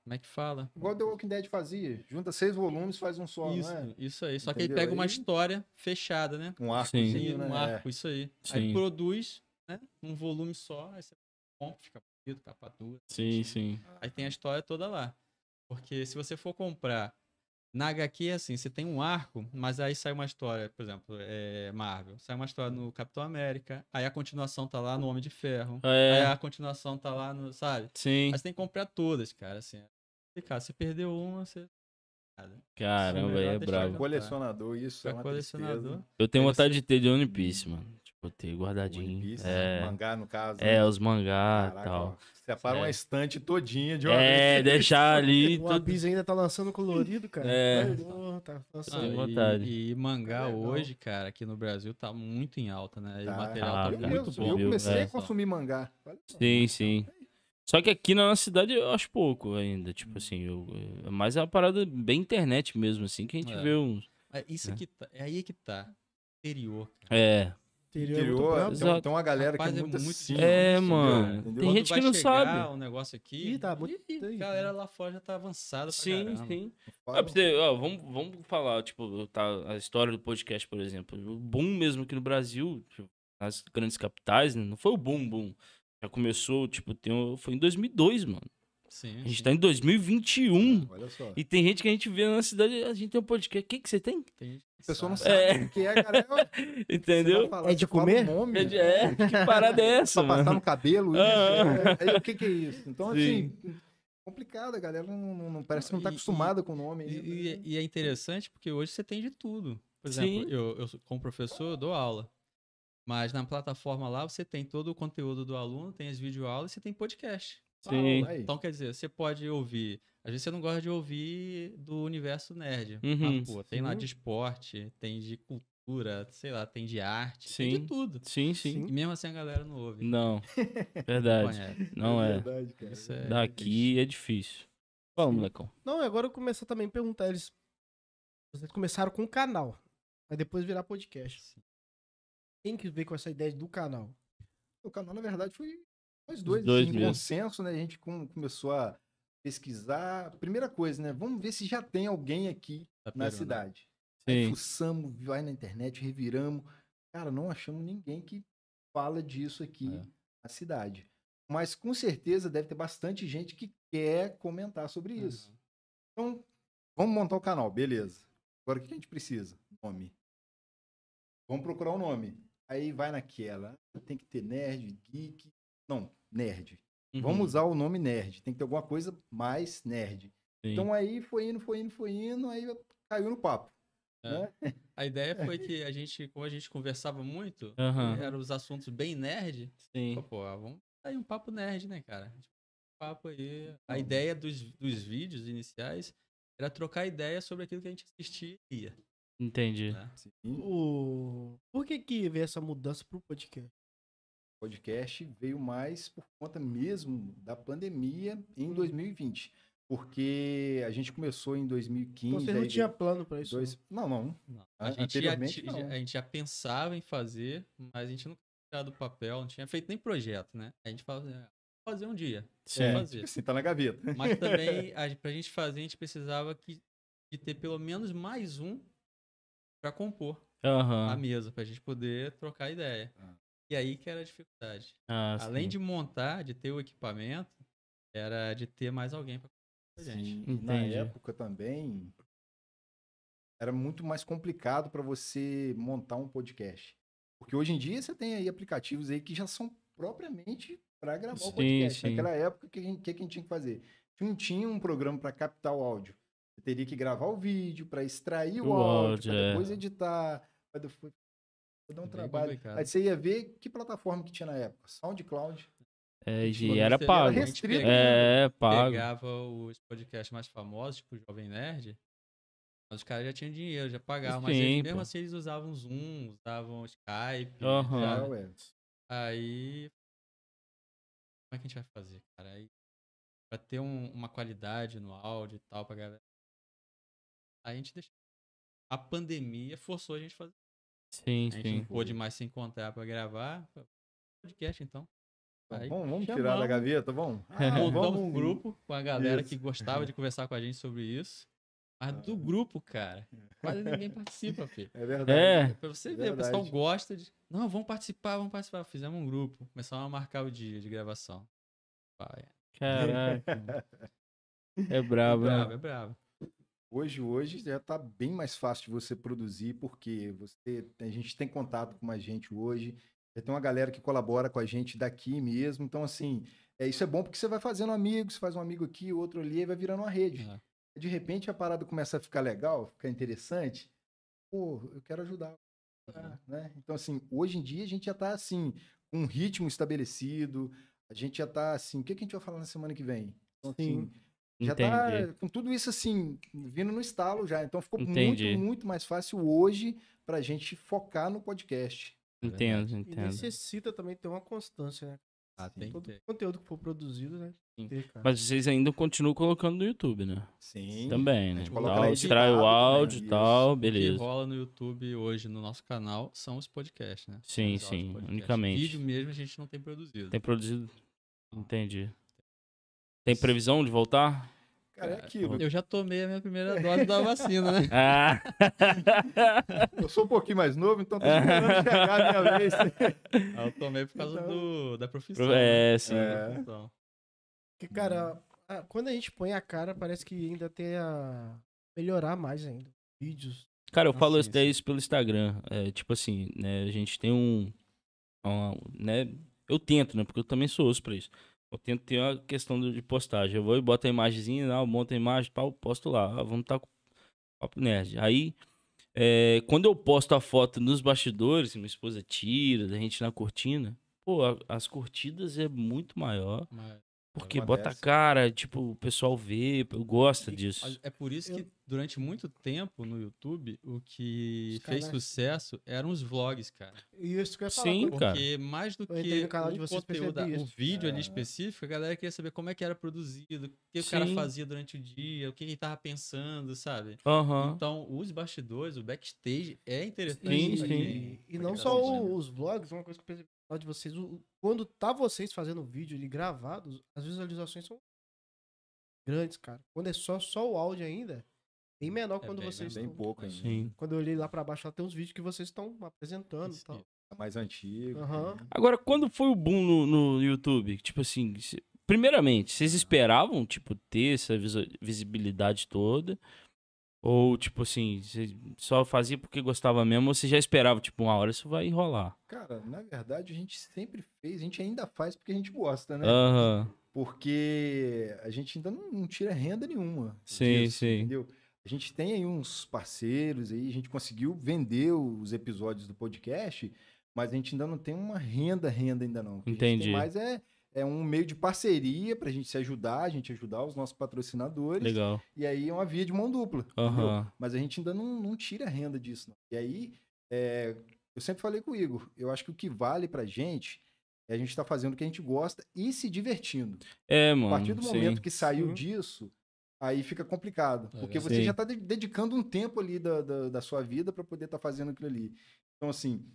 Speaker 4: como é que fala?
Speaker 3: Igual The Walking Dead fazia. Junta seis volumes, faz um só,
Speaker 4: Isso,
Speaker 3: não é?
Speaker 4: isso aí. Só que ele
Speaker 3: Entendeu?
Speaker 4: pega uma
Speaker 3: Aí-
Speaker 4: história fechada, né?
Speaker 3: Um
Speaker 1: Sim.
Speaker 3: arcozinho,
Speaker 4: Sim,
Speaker 3: né?
Speaker 4: um
Speaker 3: É.
Speaker 4: arco, isso aí.
Speaker 1: Sim.
Speaker 4: Aí produz, né? Um volume só, aí você compra, fica bonito, capa dura.
Speaker 1: Sim, sim.
Speaker 4: Aí tem a história toda lá. Porque se você for comprar na HQ, é assim, você tem um arco, mas aí sai uma história, por exemplo, é Marvel. Sai uma história no Capitão América, aí a continuação tá lá no Homem de Ferro, aí
Speaker 1: É,
Speaker 4: a continuação tá lá no, sabe?
Speaker 1: sim.
Speaker 4: Aí você tem que comprar todas, cara, assim. É complicado. Você perdeu uma, você...
Speaker 1: Caramba, aí é
Speaker 4: melhor deixar
Speaker 1: brabo.
Speaker 3: Colecionador, isso. É
Speaker 4: Pra
Speaker 3: uma
Speaker 4: colecionador...
Speaker 3: tristeza.
Speaker 1: Eu tenho
Speaker 4: Aí
Speaker 1: vontade de ter de One Piece, mano. Tipo, ter guardadinho.
Speaker 3: One Piece,
Speaker 1: é.
Speaker 3: mangá, no caso.
Speaker 1: é,
Speaker 3: né?
Speaker 1: os mangá e
Speaker 3: Caraca, ó,
Speaker 1: tal.
Speaker 3: Separa uma
Speaker 1: É.
Speaker 3: estante todinha de uma
Speaker 1: É,
Speaker 3: vez.
Speaker 1: deixar ali.
Speaker 4: um
Speaker 2: O
Speaker 1: tudo.
Speaker 2: Abis ainda tá lançando colorido, cara.
Speaker 1: É.
Speaker 2: Tá louco, Tá
Speaker 1: Tem
Speaker 2: lançando.
Speaker 1: Sim. vontade.
Speaker 4: Ah, E, e mangá
Speaker 3: Legal.
Speaker 4: hoje, cara, aqui no Brasil tá muito em alta, né? E
Speaker 3: Tá.
Speaker 4: o material
Speaker 1: Ah,
Speaker 4: tá
Speaker 3: Eu,
Speaker 1: cara,
Speaker 4: muito
Speaker 3: mesmo,
Speaker 4: bom.
Speaker 3: eu
Speaker 1: viu?
Speaker 3: comecei
Speaker 1: É.
Speaker 3: a consumir mangá. Olha só.
Speaker 1: Sim, sim. Só que aqui na nossa cidade eu acho pouco ainda.
Speaker 4: Hum.
Speaker 1: Tipo assim, eu, é mais uma parada bem internet mesmo, assim, que a gente
Speaker 4: É.
Speaker 1: vê uns.
Speaker 4: É isso
Speaker 1: né?
Speaker 4: que tá, é aí que tá. Interior, cara.
Speaker 1: É.
Speaker 2: Interior, é muito
Speaker 3: interior,
Speaker 2: brabo.
Speaker 3: tem, um-
Speaker 1: Exato.
Speaker 3: tem uma galera que
Speaker 4: Rapaz,
Speaker 3: é
Speaker 4: é
Speaker 3: muito
Speaker 4: muito
Speaker 3: assim.
Speaker 4: difícil.
Speaker 1: É,
Speaker 3: entendeu?
Speaker 1: mano.
Speaker 3: Entendeu?
Speaker 1: Tem
Speaker 4: Quando
Speaker 1: gente
Speaker 4: vai
Speaker 1: que não
Speaker 4: chegar
Speaker 1: sabe.
Speaker 4: O negócio aqui.
Speaker 2: Ih, tá muito-
Speaker 4: Ih, a galera lá fora já tá avançada. pra
Speaker 1: Sim,
Speaker 4: caramba. um
Speaker 1: sim.
Speaker 3: Fala.
Speaker 1: Ah, pra você- ó, vamos, vamos falar, tipo, tá, a história do podcast, por exemplo. O boom mesmo aqui no Brasil, tipo, nas grandes capitais, né, não foi o boom, boom. Já começou, tipo, tem, um- foi em 2002, mano.
Speaker 4: Sim,
Speaker 1: A gente
Speaker 4: sim.
Speaker 1: tá em 2021.
Speaker 3: Olha só.
Speaker 1: E tem gente que a gente vê na cidade, a gente tem um podcast. O que, que você tem?
Speaker 4: Tem gente que
Speaker 3: A pessoa não
Speaker 4: sabe.
Speaker 3: sabe o que é, cara. é- você vai
Speaker 1: Entendeu?
Speaker 3: falar,
Speaker 2: É de
Speaker 3: você fala o
Speaker 2: comer?
Speaker 3: nome,
Speaker 1: É, de- é, que parada é essa,
Speaker 3: pra passar
Speaker 1: mano?
Speaker 3: no cabelo, isso.
Speaker 1: Ah.
Speaker 3: é, aí o que, que é isso? Então,
Speaker 1: Sim.
Speaker 3: assim, complicado, a galera não, não- não- parece que não tá
Speaker 4: E-
Speaker 3: acostumada com o nome.
Speaker 4: E,
Speaker 3: ainda. né?
Speaker 4: e- e é interessante porque hoje você tem de tudo. Por exemplo,
Speaker 1: Sim.
Speaker 4: eu, eu sou- como professor eu dou aula. Mas na plataforma lá você tem todo o conteúdo do aluno, tem as videoaulas e você tem podcast.
Speaker 1: <laughs> Sim.
Speaker 3: Aí.
Speaker 4: Então, quer dizer, você pode ouvir. Às vezes você não gosta de ouvir do universo nerd.
Speaker 1: Uhum.
Speaker 4: Mas, pô, tem lá
Speaker 2: Sim.
Speaker 4: de esporte, tem de cultura, sei lá, tem de arte, tem
Speaker 1: Sim.
Speaker 4: de tudo.
Speaker 1: Sim, sim.
Speaker 4: E mesmo assim a galera não ouve.
Speaker 1: Não.
Speaker 4: não
Speaker 1: Verdade.
Speaker 4: conhece.
Speaker 1: Não é.
Speaker 3: verdade, cara.
Speaker 4: Isso é-
Speaker 1: Daqui é difícil. Vamos, molecão.
Speaker 2: Não, e agora eu começar também a perguntar eles. Vocês começaram com o canal, mas depois virar podcast.
Speaker 4: Sim.
Speaker 2: Quem que veio com essa ideia do canal?
Speaker 3: O canal, na verdade, foi nós dois,
Speaker 1: dois
Speaker 3: assim, em
Speaker 1: mesmo.
Speaker 3: consenso, né? A gente com- começou a pesquisar. Primeira coisa, né? Vamos ver se já tem alguém aqui
Speaker 4: Tá
Speaker 3: na
Speaker 4: pegando.
Speaker 3: cidade. Aí
Speaker 1: Sim.
Speaker 3: fuçamos, vai na internet, reviramos. Cara, não achamos ninguém que fala disso aqui
Speaker 4: É.
Speaker 3: na cidade. Mas com certeza deve ter bastante gente que quer comentar sobre
Speaker 4: Uhum.
Speaker 3: isso. Então, vamos montar o canal, beleza. Agora o que a gente precisa? Nome. Vamos procurar o nome. Aí vai naquela. Tem que ter nerd, geek. Não, nerd.
Speaker 1: Uhum.
Speaker 3: Vamos usar o nome nerd. Tem que ter alguma coisa mais nerd.
Speaker 1: Sim.
Speaker 3: Então aí foi indo, foi indo, foi indo, aí caiu no papo.
Speaker 4: É.
Speaker 3: Né?
Speaker 4: A ideia foi que a gente, como a gente conversava muito,
Speaker 1: Aham.
Speaker 4: eram os assuntos bem nerd.
Speaker 1: Sim.
Speaker 4: Pô, pô, vamos dar aí um papo nerd, né, cara? Tipo, um papo aí.
Speaker 1: Uhum.
Speaker 4: A ideia dos, dos vídeos iniciais era trocar ideia sobre aquilo que a gente assistia. e lia,
Speaker 1: Entendi.
Speaker 4: né?
Speaker 3: Sim,
Speaker 2: O... Por que que veio essa mudança pro podcast?
Speaker 3: o podcast veio mais por conta mesmo da pandemia em 2020. Porque a gente começou em 2015.
Speaker 2: Vocês Então, não
Speaker 3: aí
Speaker 2: tinham plano pra isso? né?
Speaker 3: dois... Não, não.
Speaker 4: Não,
Speaker 3: A-
Speaker 4: A, gente já,
Speaker 3: anteriormente,
Speaker 4: ti-
Speaker 3: não.
Speaker 4: já- a gente já pensava em fazer, mas a gente não tinha tirado do papel, não tinha feito nem projeto, né? A gente falava, "Ah, vou fazer um dia.
Speaker 1: Sim.
Speaker 4: Vou
Speaker 3: É,
Speaker 4: fazer.
Speaker 3: tipo assim, tá na gaveta.
Speaker 4: Mas também, a, pra gente fazer, a gente precisava que, de ter pelo menos mais um pra compor. a
Speaker 1: Aham.
Speaker 4: mesa pra gente poder trocar ideia.
Speaker 3: Ah.
Speaker 4: E aí que era a dificuldade.
Speaker 1: Ah, sim.
Speaker 4: Além de montar, de ter o equipamento, era de ter mais alguém pra conversar com a
Speaker 3: Sim,
Speaker 4: gente.
Speaker 3: é, e Na
Speaker 1: Entendi.
Speaker 3: época também era muito mais complicado para você montar um podcast. Porque hoje em dia você tem aí aplicativos aí que já são propriamente para gravar o
Speaker 1: Sim,
Speaker 3: podcast.
Speaker 1: sim.
Speaker 3: Naquela época, o que, a gente- o que a gente tinha que fazer? A gente não tinha um programa para captar o áudio. Você teria que gravar o vídeo para extrair o,
Speaker 1: O áudio,
Speaker 3: áudio, para
Speaker 1: é.
Speaker 3: depois editar, para depois pra dar um
Speaker 4: É Bem
Speaker 3: trabalho.
Speaker 4: complicado.
Speaker 3: Aí você ia ver que plataforma que tinha na época. SoundCloud.
Speaker 1: É,
Speaker 4: Tipo,
Speaker 1: e era
Speaker 4: você
Speaker 1: pago.
Speaker 4: a gente
Speaker 3: Restrito.
Speaker 4: pegava-
Speaker 1: É, pago.
Speaker 4: Pegava os podcasts mais famosos, tipo o Jovem Nerd, mas os caras já tinham dinheiro, já pagavam. mas
Speaker 1: Sim,
Speaker 4: eles,
Speaker 1: pô.
Speaker 4: mesmo assim eles usavam Zoom, usavam Skype.
Speaker 1: Aham.
Speaker 4: sabe?
Speaker 3: É, ué.
Speaker 4: Aí. Como é que a gente vai fazer, cara? Aí, pra ter um- uma qualidade no áudio e tal pra galera. Aí a gente deixou. A pandemia forçou a gente a fazer.
Speaker 1: Sim,
Speaker 4: A gente não
Speaker 1: sim.
Speaker 4: pôde mais se encontrar pra gravar. Podcast, então. Aí
Speaker 3: Vamos, Tá vamos tirar da
Speaker 4: chamamos.
Speaker 3: gaveta,
Speaker 4: <laughs>
Speaker 3: vamos? Ah,
Speaker 4: Montamos um
Speaker 3: sim.
Speaker 4: grupo com a galera que
Speaker 3: Isso. Ah.
Speaker 4: gostava de conversar com a gente sobre isso. Mas do grupo, cara, quase ninguém participa, filho.
Speaker 3: É verdade.
Speaker 1: É,
Speaker 4: Pra você ver, o pessoal
Speaker 3: É. Verdade.
Speaker 4: gosta de. Não, vamos participar, vamos participar. Fizemos um grupo, começamos a marcar o dia de gravação. É Pai,
Speaker 1: caraca. É brabo,
Speaker 4: <laughs> é brabo,
Speaker 1: né?
Speaker 4: é brabo.
Speaker 3: Hoje, hoje já está bem mais fácil de você produzir, porque você, a gente tem contato com a gente hoje, já tem uma galera que colabora com a gente daqui mesmo. Então, assim, é, isso é bom porque você vai fazendo amigos, faz um amigo aqui, outro ali, e vai virando uma rede.
Speaker 4: É.
Speaker 3: De repente a parada começa a ficar legal, ficar interessante. Pô, eu quero ajudar.
Speaker 4: Uhum.
Speaker 3: né? Então, assim, hoje em dia a gente já está assim, com um ritmo estabelecido, a gente já está assim, o que, que a gente vai falar na semana que vem? Então, assim,
Speaker 2: Sim.
Speaker 3: já
Speaker 1: Entendi.
Speaker 3: tá com tudo isso assim, vindo no estalo já. Então ficou
Speaker 1: Entendi.
Speaker 3: muito, muito mais fácil hoje pra gente focar no podcast.
Speaker 1: Entendo,
Speaker 2: E
Speaker 1: entendo.
Speaker 2: necessita também ter uma constância, né?
Speaker 3: Ah, tem
Speaker 4: Tem que
Speaker 2: Todo
Speaker 4: ter.
Speaker 2: conteúdo que for produzido, né?
Speaker 1: Sim.
Speaker 2: Ter, cara.
Speaker 1: Mas vocês ainda continuam colocando no YouTube, né?
Speaker 3: Sim.
Speaker 1: Também,
Speaker 3: A
Speaker 1: né?
Speaker 3: gente coloca
Speaker 1: Tal,
Speaker 3: lá
Speaker 1: extrai o
Speaker 3: editado
Speaker 1: áudio e
Speaker 3: também, né?
Speaker 1: tal,
Speaker 4: O que
Speaker 1: beleza.
Speaker 4: rola no YouTube hoje no nosso canal são os podcasts, né?
Speaker 1: Sim,
Speaker 4: Os áudios
Speaker 1: sim,
Speaker 4: podcasts.
Speaker 1: unicamente.
Speaker 4: Vídeo mesmo a gente não tem produzido.
Speaker 1: Tem produzido. Entendi. Tem previsão de voltar?
Speaker 3: Cara, é aquilo.
Speaker 4: Eu já tomei a minha primeira dose da vacina,
Speaker 3: <laughs>
Speaker 4: né?
Speaker 1: Ah!
Speaker 3: Eu sou um pouquinho mais
Speaker 1: <laughs>
Speaker 3: novo, então tô esperando chegar a minha vez.
Speaker 4: Ah, Eu tomei por causa
Speaker 2: Então-
Speaker 4: do, da profissão. né? Então,
Speaker 1: é, sim.
Speaker 3: É.
Speaker 4: Da profissão.
Speaker 2: Porque,
Speaker 4: Uhum.
Speaker 2: cara, a- quando a gente põe a cara, parece que ainda tem a melhorar mais ainda. Vídeos.
Speaker 1: Cara, eu falo
Speaker 2: Assim,
Speaker 1: até
Speaker 2: assim.
Speaker 1: isso pelo Instagram. É, tipo assim, né? A gente tem um. uma- né, eu tento, né? Porque eu também sou osso pra isso. Eu tento ter uma questão do- de postagem. Eu vou e boto a imagenzinha, lá, eu monto a imagem, pau, posto lá. Ah, vamos estar com Papo Nerd. Aí, é, quando eu posto a foto nos bastidores, minha esposa tira, da gente na cortina, pô, a- as curtidas é muito maior.
Speaker 4: Mas-
Speaker 1: Porque
Speaker 3: Acontece.
Speaker 1: bota a cara, tipo, o pessoal vê, gosta disso.
Speaker 4: mas é por isso que durante muito tempo no YouTube o que
Speaker 2: Os canais.
Speaker 4: fez sucesso eram os vlogs, cara.
Speaker 2: E isso que eu ia falar.
Speaker 1: Sim,
Speaker 2: quando-
Speaker 1: cara.
Speaker 4: Porque mais do
Speaker 2: Eu entrei
Speaker 4: que
Speaker 2: no canal de
Speaker 4: o
Speaker 2: vocês,
Speaker 4: conteúdo,
Speaker 2: percebi
Speaker 4: o
Speaker 2: isso.
Speaker 4: vídeo ali específico, a galera queria saber como é que era produzido, o que o
Speaker 1: Sim.
Speaker 4: cara fazia durante o dia, o que ele tava pensando, sabe?
Speaker 1: Aham.
Speaker 4: Então, os bastidores, o backstage é interessante.
Speaker 1: Sim,
Speaker 2: e,
Speaker 4: pra
Speaker 1: sim.
Speaker 4: quem-
Speaker 2: E
Speaker 4: pra
Speaker 2: não
Speaker 4: quem
Speaker 2: só
Speaker 4: assiste, né?
Speaker 2: o- os vlogs, uma coisa que eu percebi lá de vocês, o- quando tá vocês fazendo vídeo e gravados, as visualizações são grandes, cara. Quando é só, só o áudio ainda, bem menor
Speaker 4: É
Speaker 2: quando
Speaker 4: bem-
Speaker 2: vocês
Speaker 3: <laughs> Bem
Speaker 2: estão.
Speaker 3: pouco ainda.
Speaker 1: Sim.
Speaker 2: Quando eu olhei lá pra baixo, lá tem uns vídeos que vocês estão apresentando e
Speaker 4: Isso.
Speaker 2: tal.
Speaker 3: Tá Mais antigo.
Speaker 2: Aham.
Speaker 1: Agora, quando foi o boom no, no YouTube? Tipo assim, cê- primeiramente, vocês esperavam, tipo, ter essa visu- visibilidade toda? Ou, tipo assim, cê só fazia porque gostava mesmo? Ou você já esperava, tipo, uma hora isso vai enrolar?
Speaker 3: Cara, na verdade, a gente sempre fez, a gente ainda faz porque a gente gosta, né?
Speaker 1: Aham,
Speaker 3: Porque a gente ainda não, não tira renda nenhuma.
Speaker 1: Sim, sim.
Speaker 3: Entendeu? A gente tem aí uns parceiros aí, a gente conseguiu vender os episódios do podcast, mas a gente ainda não tem uma renda, renda ainda não. O que a gente tem
Speaker 1: Entendi.
Speaker 3: mais é, é um meio de parceria pra gente se ajudar, a gente ajudar os nossos patrocinadores.
Speaker 1: legal.
Speaker 3: E aí é uma via de mão dupla. entendeu?
Speaker 1: Aham,
Speaker 3: Mas a gente ainda não, não tira renda disso. não. E aí, é, eu sempre falei com o Igor, eu acho que o que vale pra gente é a gente estar fazendo o que a gente gosta e se divertindo.
Speaker 1: É, mano,
Speaker 3: a
Speaker 4: Hum,
Speaker 3: partir do
Speaker 1: sim.
Speaker 3: momento que saiu
Speaker 2: Sim.
Speaker 3: disso, aí fica complicado.
Speaker 4: É
Speaker 1: verdade.
Speaker 3: porque você
Speaker 1: Sim.
Speaker 3: já tá de- dedicando um tempo ali da, da, da sua vida pra poder estar fazendo aquilo ali. Então, assim,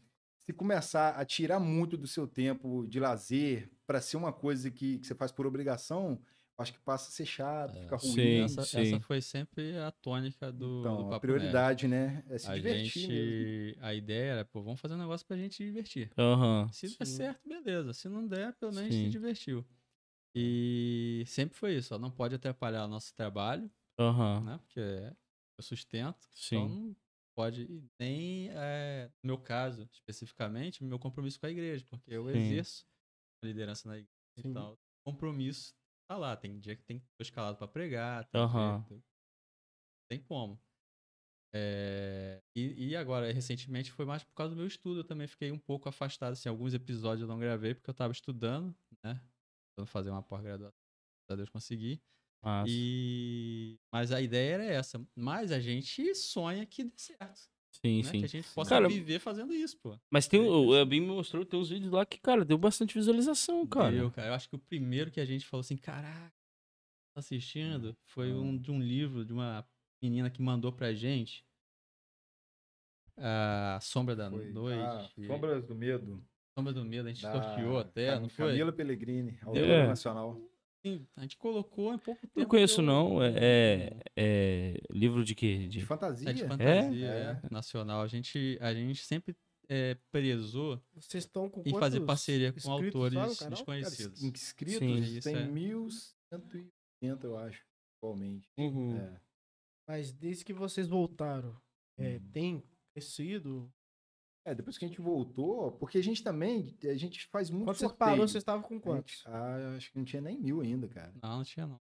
Speaker 3: se começar a tirar muito do seu tempo de lazer pra ser uma coisa que, que você faz por obrigação, acho que passa a ser chato,
Speaker 4: É,
Speaker 3: fica ruim. né?
Speaker 1: Sim,
Speaker 4: essa,
Speaker 1: sim.
Speaker 4: essa foi sempre a tônica do, do
Speaker 3: Então,
Speaker 4: Papo
Speaker 3: a
Speaker 4: Nerd.
Speaker 3: prioridade, né? É se
Speaker 4: A
Speaker 3: divertir mesmo.
Speaker 4: gente, a ideia era, pô, vamos fazer um negócio pra gente divertir.
Speaker 1: Aham,
Speaker 4: Se
Speaker 2: Sim.
Speaker 4: der certo, beleza. Se não der, pelo menos
Speaker 1: Sim.
Speaker 4: se divertiu. E sempre foi isso, ó, não pode atrapalhar o nosso trabalho,
Speaker 1: aham,
Speaker 4: né? Porque é o sustento. Então
Speaker 1: sim.
Speaker 4: não pode, e nem é, no meu caso especificamente, meu compromisso com a igreja, porque eu
Speaker 1: Sim.
Speaker 4: exerço a liderança na igreja
Speaker 2: Sim.
Speaker 4: e tal. O compromisso tá lá, tem dia que tem tô escalado para pregar, tem,
Speaker 1: Aham.
Speaker 4: dia que tem- tem como. É, e, e agora, recentemente foi mais por causa do meu estudo, eu também fiquei um pouco afastado, assim, alguns episódios eu não gravei porque eu tava estudando, né? Tentando fazer uma pós-graduação, graças a Deus consegui.
Speaker 1: Massa.
Speaker 4: E... Mas a ideia era essa. Mas a gente sonha que dê certo.
Speaker 1: Sim,
Speaker 4: Né?
Speaker 1: sim.
Speaker 4: Que a gente possa
Speaker 1: Cara-
Speaker 4: viver fazendo isso, pô.
Speaker 1: Mas tem, o o Ebin me mostrou, tem uns vídeos lá que, cara, deu bastante visualização, cara.
Speaker 4: Deu, cara. Eu acho que o primeiro que a gente falou assim, caraca,
Speaker 1: Uhum.
Speaker 4: tá assistindo, foi um de um livro de uma menina que mandou pra gente. A Sombra da
Speaker 3: Foi.
Speaker 4: Noite.
Speaker 3: Ah, Sombras do
Speaker 4: <laughs>
Speaker 3: Medo.
Speaker 4: Sombra do Medo, a gente
Speaker 3: da
Speaker 4: sorteou até,
Speaker 3: Cam-
Speaker 4: não foi?
Speaker 3: Camila Pellegrini, autora
Speaker 1: É.
Speaker 3: nacional.
Speaker 4: Sim, a gente colocou em pouco tempo.
Speaker 1: Não conheço,
Speaker 4: deu-
Speaker 1: não. É, é- é livro de quê?
Speaker 3: De
Speaker 1: De...
Speaker 3: fantasia.
Speaker 4: É de fantasia, é,
Speaker 3: É.
Speaker 4: nacional. A gente, a gente sempre é, prezou
Speaker 2: Vocês estão com
Speaker 4: e fazer
Speaker 2: quantos
Speaker 4: parceria com
Speaker 2: inscritos
Speaker 4: autores
Speaker 2: lá no canal?
Speaker 3: Cara,
Speaker 4: desconhecidos.
Speaker 3: inscritos
Speaker 1: Sim,
Speaker 4: isso
Speaker 3: tem
Speaker 4: é.
Speaker 3: 1.180, eu acho, atualmente.
Speaker 4: Uhum.
Speaker 2: Hum.
Speaker 3: É.
Speaker 2: Mas desde que vocês voltaram, é, tem crescido?
Speaker 3: É, depois que a gente voltou, porque a gente também, a gente faz muito
Speaker 2: Quando você
Speaker 3: sorteio.
Speaker 2: parou, vocês estavam com
Speaker 3: A gente-
Speaker 2: quantos?
Speaker 3: Ah, acho que não tinha nem mil ainda, cara.
Speaker 4: Não, não tinha não.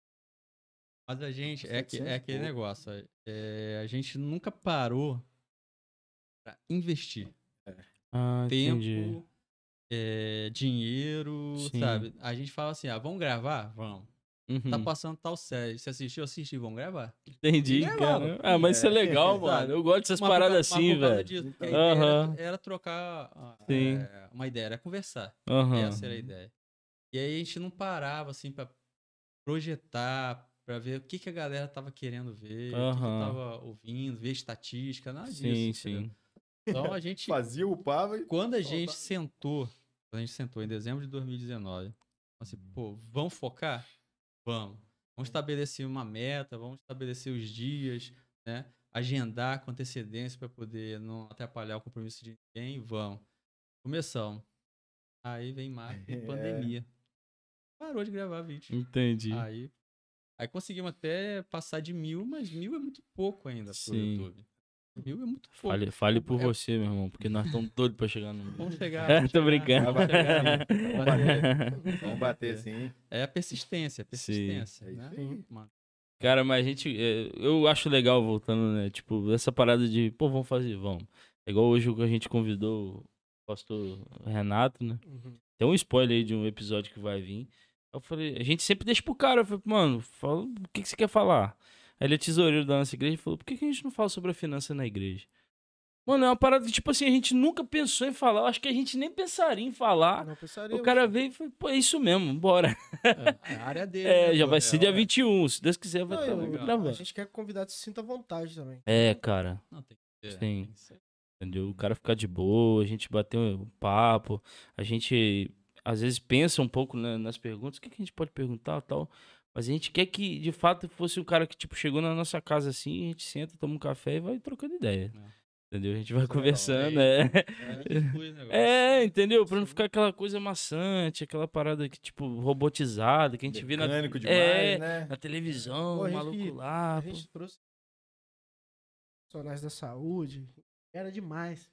Speaker 4: Mas a gente, é, que,
Speaker 3: 700 e
Speaker 4: é aquele
Speaker 3: pouco.
Speaker 4: negócio. é, a gente nunca parou pra investir.
Speaker 1: Ah, entendi.
Speaker 4: Tempo, é, dinheiro,
Speaker 1: Sim.
Speaker 4: sabe? A gente fala assim, ah, vamos gravar? Vamos.
Speaker 1: Uhum.
Speaker 4: Tá passando tal série. Se assistiu, assistiu, vamos gravar.
Speaker 1: Entendi,
Speaker 4: Ninguém
Speaker 1: cara.
Speaker 4: lava.
Speaker 1: Ah, mas isso é
Speaker 3: É,
Speaker 1: legal,
Speaker 4: exato.
Speaker 1: mano. Eu gosto dessas
Speaker 4: Mas por
Speaker 1: paradas
Speaker 4: causa- mas
Speaker 1: assim,
Speaker 4: por causa
Speaker 1: velho.
Speaker 4: disso, porque a
Speaker 1: Então.
Speaker 4: ideia era-
Speaker 1: Aham.
Speaker 4: era, trocar ah,
Speaker 1: Sim.
Speaker 4: é, uma ideia, era conversar.
Speaker 1: Aham.
Speaker 4: Essa era a ideia. E aí a gente não parava, assim, pra projetar, pra ver o que, que a galera tava querendo ver, o que, que
Speaker 1: Aham.
Speaker 4: tava ouvindo, ver estatística, nada disso.
Speaker 1: Sim,
Speaker 4: entendeu?
Speaker 1: sim.
Speaker 4: Então a gente
Speaker 3: Fazia, upava
Speaker 4: <laughs>
Speaker 3: e.
Speaker 4: quando a
Speaker 3: Então,
Speaker 4: gente
Speaker 3: tá.
Speaker 4: sentou, quando a gente sentou em dezembro de 2019, assim,
Speaker 1: Uhum.
Speaker 4: pô, vamos focar? Vamos. Vamos estabelecer uma meta, vamos estabelecer os dias, né? Agendar com antecedência para poder não atrapalhar o compromisso de ninguém, vamos. Começamos. Aí vem março,
Speaker 1: <laughs>
Speaker 3: É.
Speaker 4: pandemia. Parou de gravar vídeo.
Speaker 1: Entendi.
Speaker 4: Aí, aí conseguimos até passar de mil, mas mil é muito pouco ainda pro
Speaker 1: Sim.
Speaker 4: YouTube. Mil é muito pouco.
Speaker 1: Fale, fale por
Speaker 4: é-
Speaker 1: você, meu irmão, porque nós estamos doidos pra chegar
Speaker 4: <laughs>
Speaker 1: no. <laughs>
Speaker 4: Vamos chegar.
Speaker 1: É,
Speaker 4: vamos
Speaker 1: Tô
Speaker 4: chegar,
Speaker 1: brincando.
Speaker 4: vamos chegar.
Speaker 3: Vamos bater. Vamos bater sim.
Speaker 4: É a persistência, a persistência.
Speaker 3: É isso
Speaker 4: né?
Speaker 3: aí.
Speaker 4: Mano,
Speaker 1: <laughs> Cara, mas a gente. é, Eu acho legal voltando, né? Tipo, essa parada de, pô, vamos fazer, vamos. É igual hoje que a gente convidou o pastor Renato, né?
Speaker 2: Uhum.
Speaker 1: Tem um spoiler aí de um episódio que vai vir. Eu falei, a gente sempre deixa pro cara, eu falei, mano, fala, o que, que você quer falar? Aí ele é tesoureiro da nossa igreja e falou, por que, que a gente não fala sobre a finança na igreja? Mano, é uma parada que, tipo assim, a gente nunca pensou em falar, eu acho que a gente nem pensaria em falar.
Speaker 2: Não pensaria.
Speaker 1: Ah, O cara veio e falou, pô, é isso mesmo, bora.
Speaker 4: é a área dele.
Speaker 1: <laughs> É,
Speaker 4: né,
Speaker 1: já
Speaker 4: pô?
Speaker 1: vai ser
Speaker 4: É,
Speaker 1: dia
Speaker 4: ó,
Speaker 1: 21, se Deus quiser, vai
Speaker 2: Não,
Speaker 1: estar
Speaker 2: eu-
Speaker 4: legal.
Speaker 2: a
Speaker 1: gravando.
Speaker 2: gente quer que o convidado se sinta à vontade também.
Speaker 1: É, cara.
Speaker 4: Não, tem que ser.
Speaker 1: Sim.
Speaker 4: tem que ser. é,
Speaker 1: Entendeu? O cara ficar de boa, a gente bater um papo, a gente às vezes pensa um pouco na- nas perguntas, o que, que a gente pode perguntar e tal. Mas a gente quer que, de fato, fosse o cara que, tipo, chegou na nossa casa assim, a gente senta, toma um café e vai trocando ideia.
Speaker 4: É.
Speaker 1: Entendeu? A gente vai
Speaker 3: Isso é
Speaker 1: conversando,
Speaker 4: legal.
Speaker 1: é.
Speaker 4: É, que flui o negócio. né?
Speaker 1: É, entendeu? Pra não ficar aquela coisa maçante, aquela parada que, tipo, robotizada, que a gente vê na,
Speaker 3: Mecânico demais,
Speaker 1: é,
Speaker 3: né?
Speaker 1: na televisão,
Speaker 2: Pô, a
Speaker 1: o
Speaker 2: gente
Speaker 1: maluco
Speaker 2: que-
Speaker 1: lá.
Speaker 2: a
Speaker 1: Ah, pô.
Speaker 2: gente trouxe profissionais da saúde. Era demais.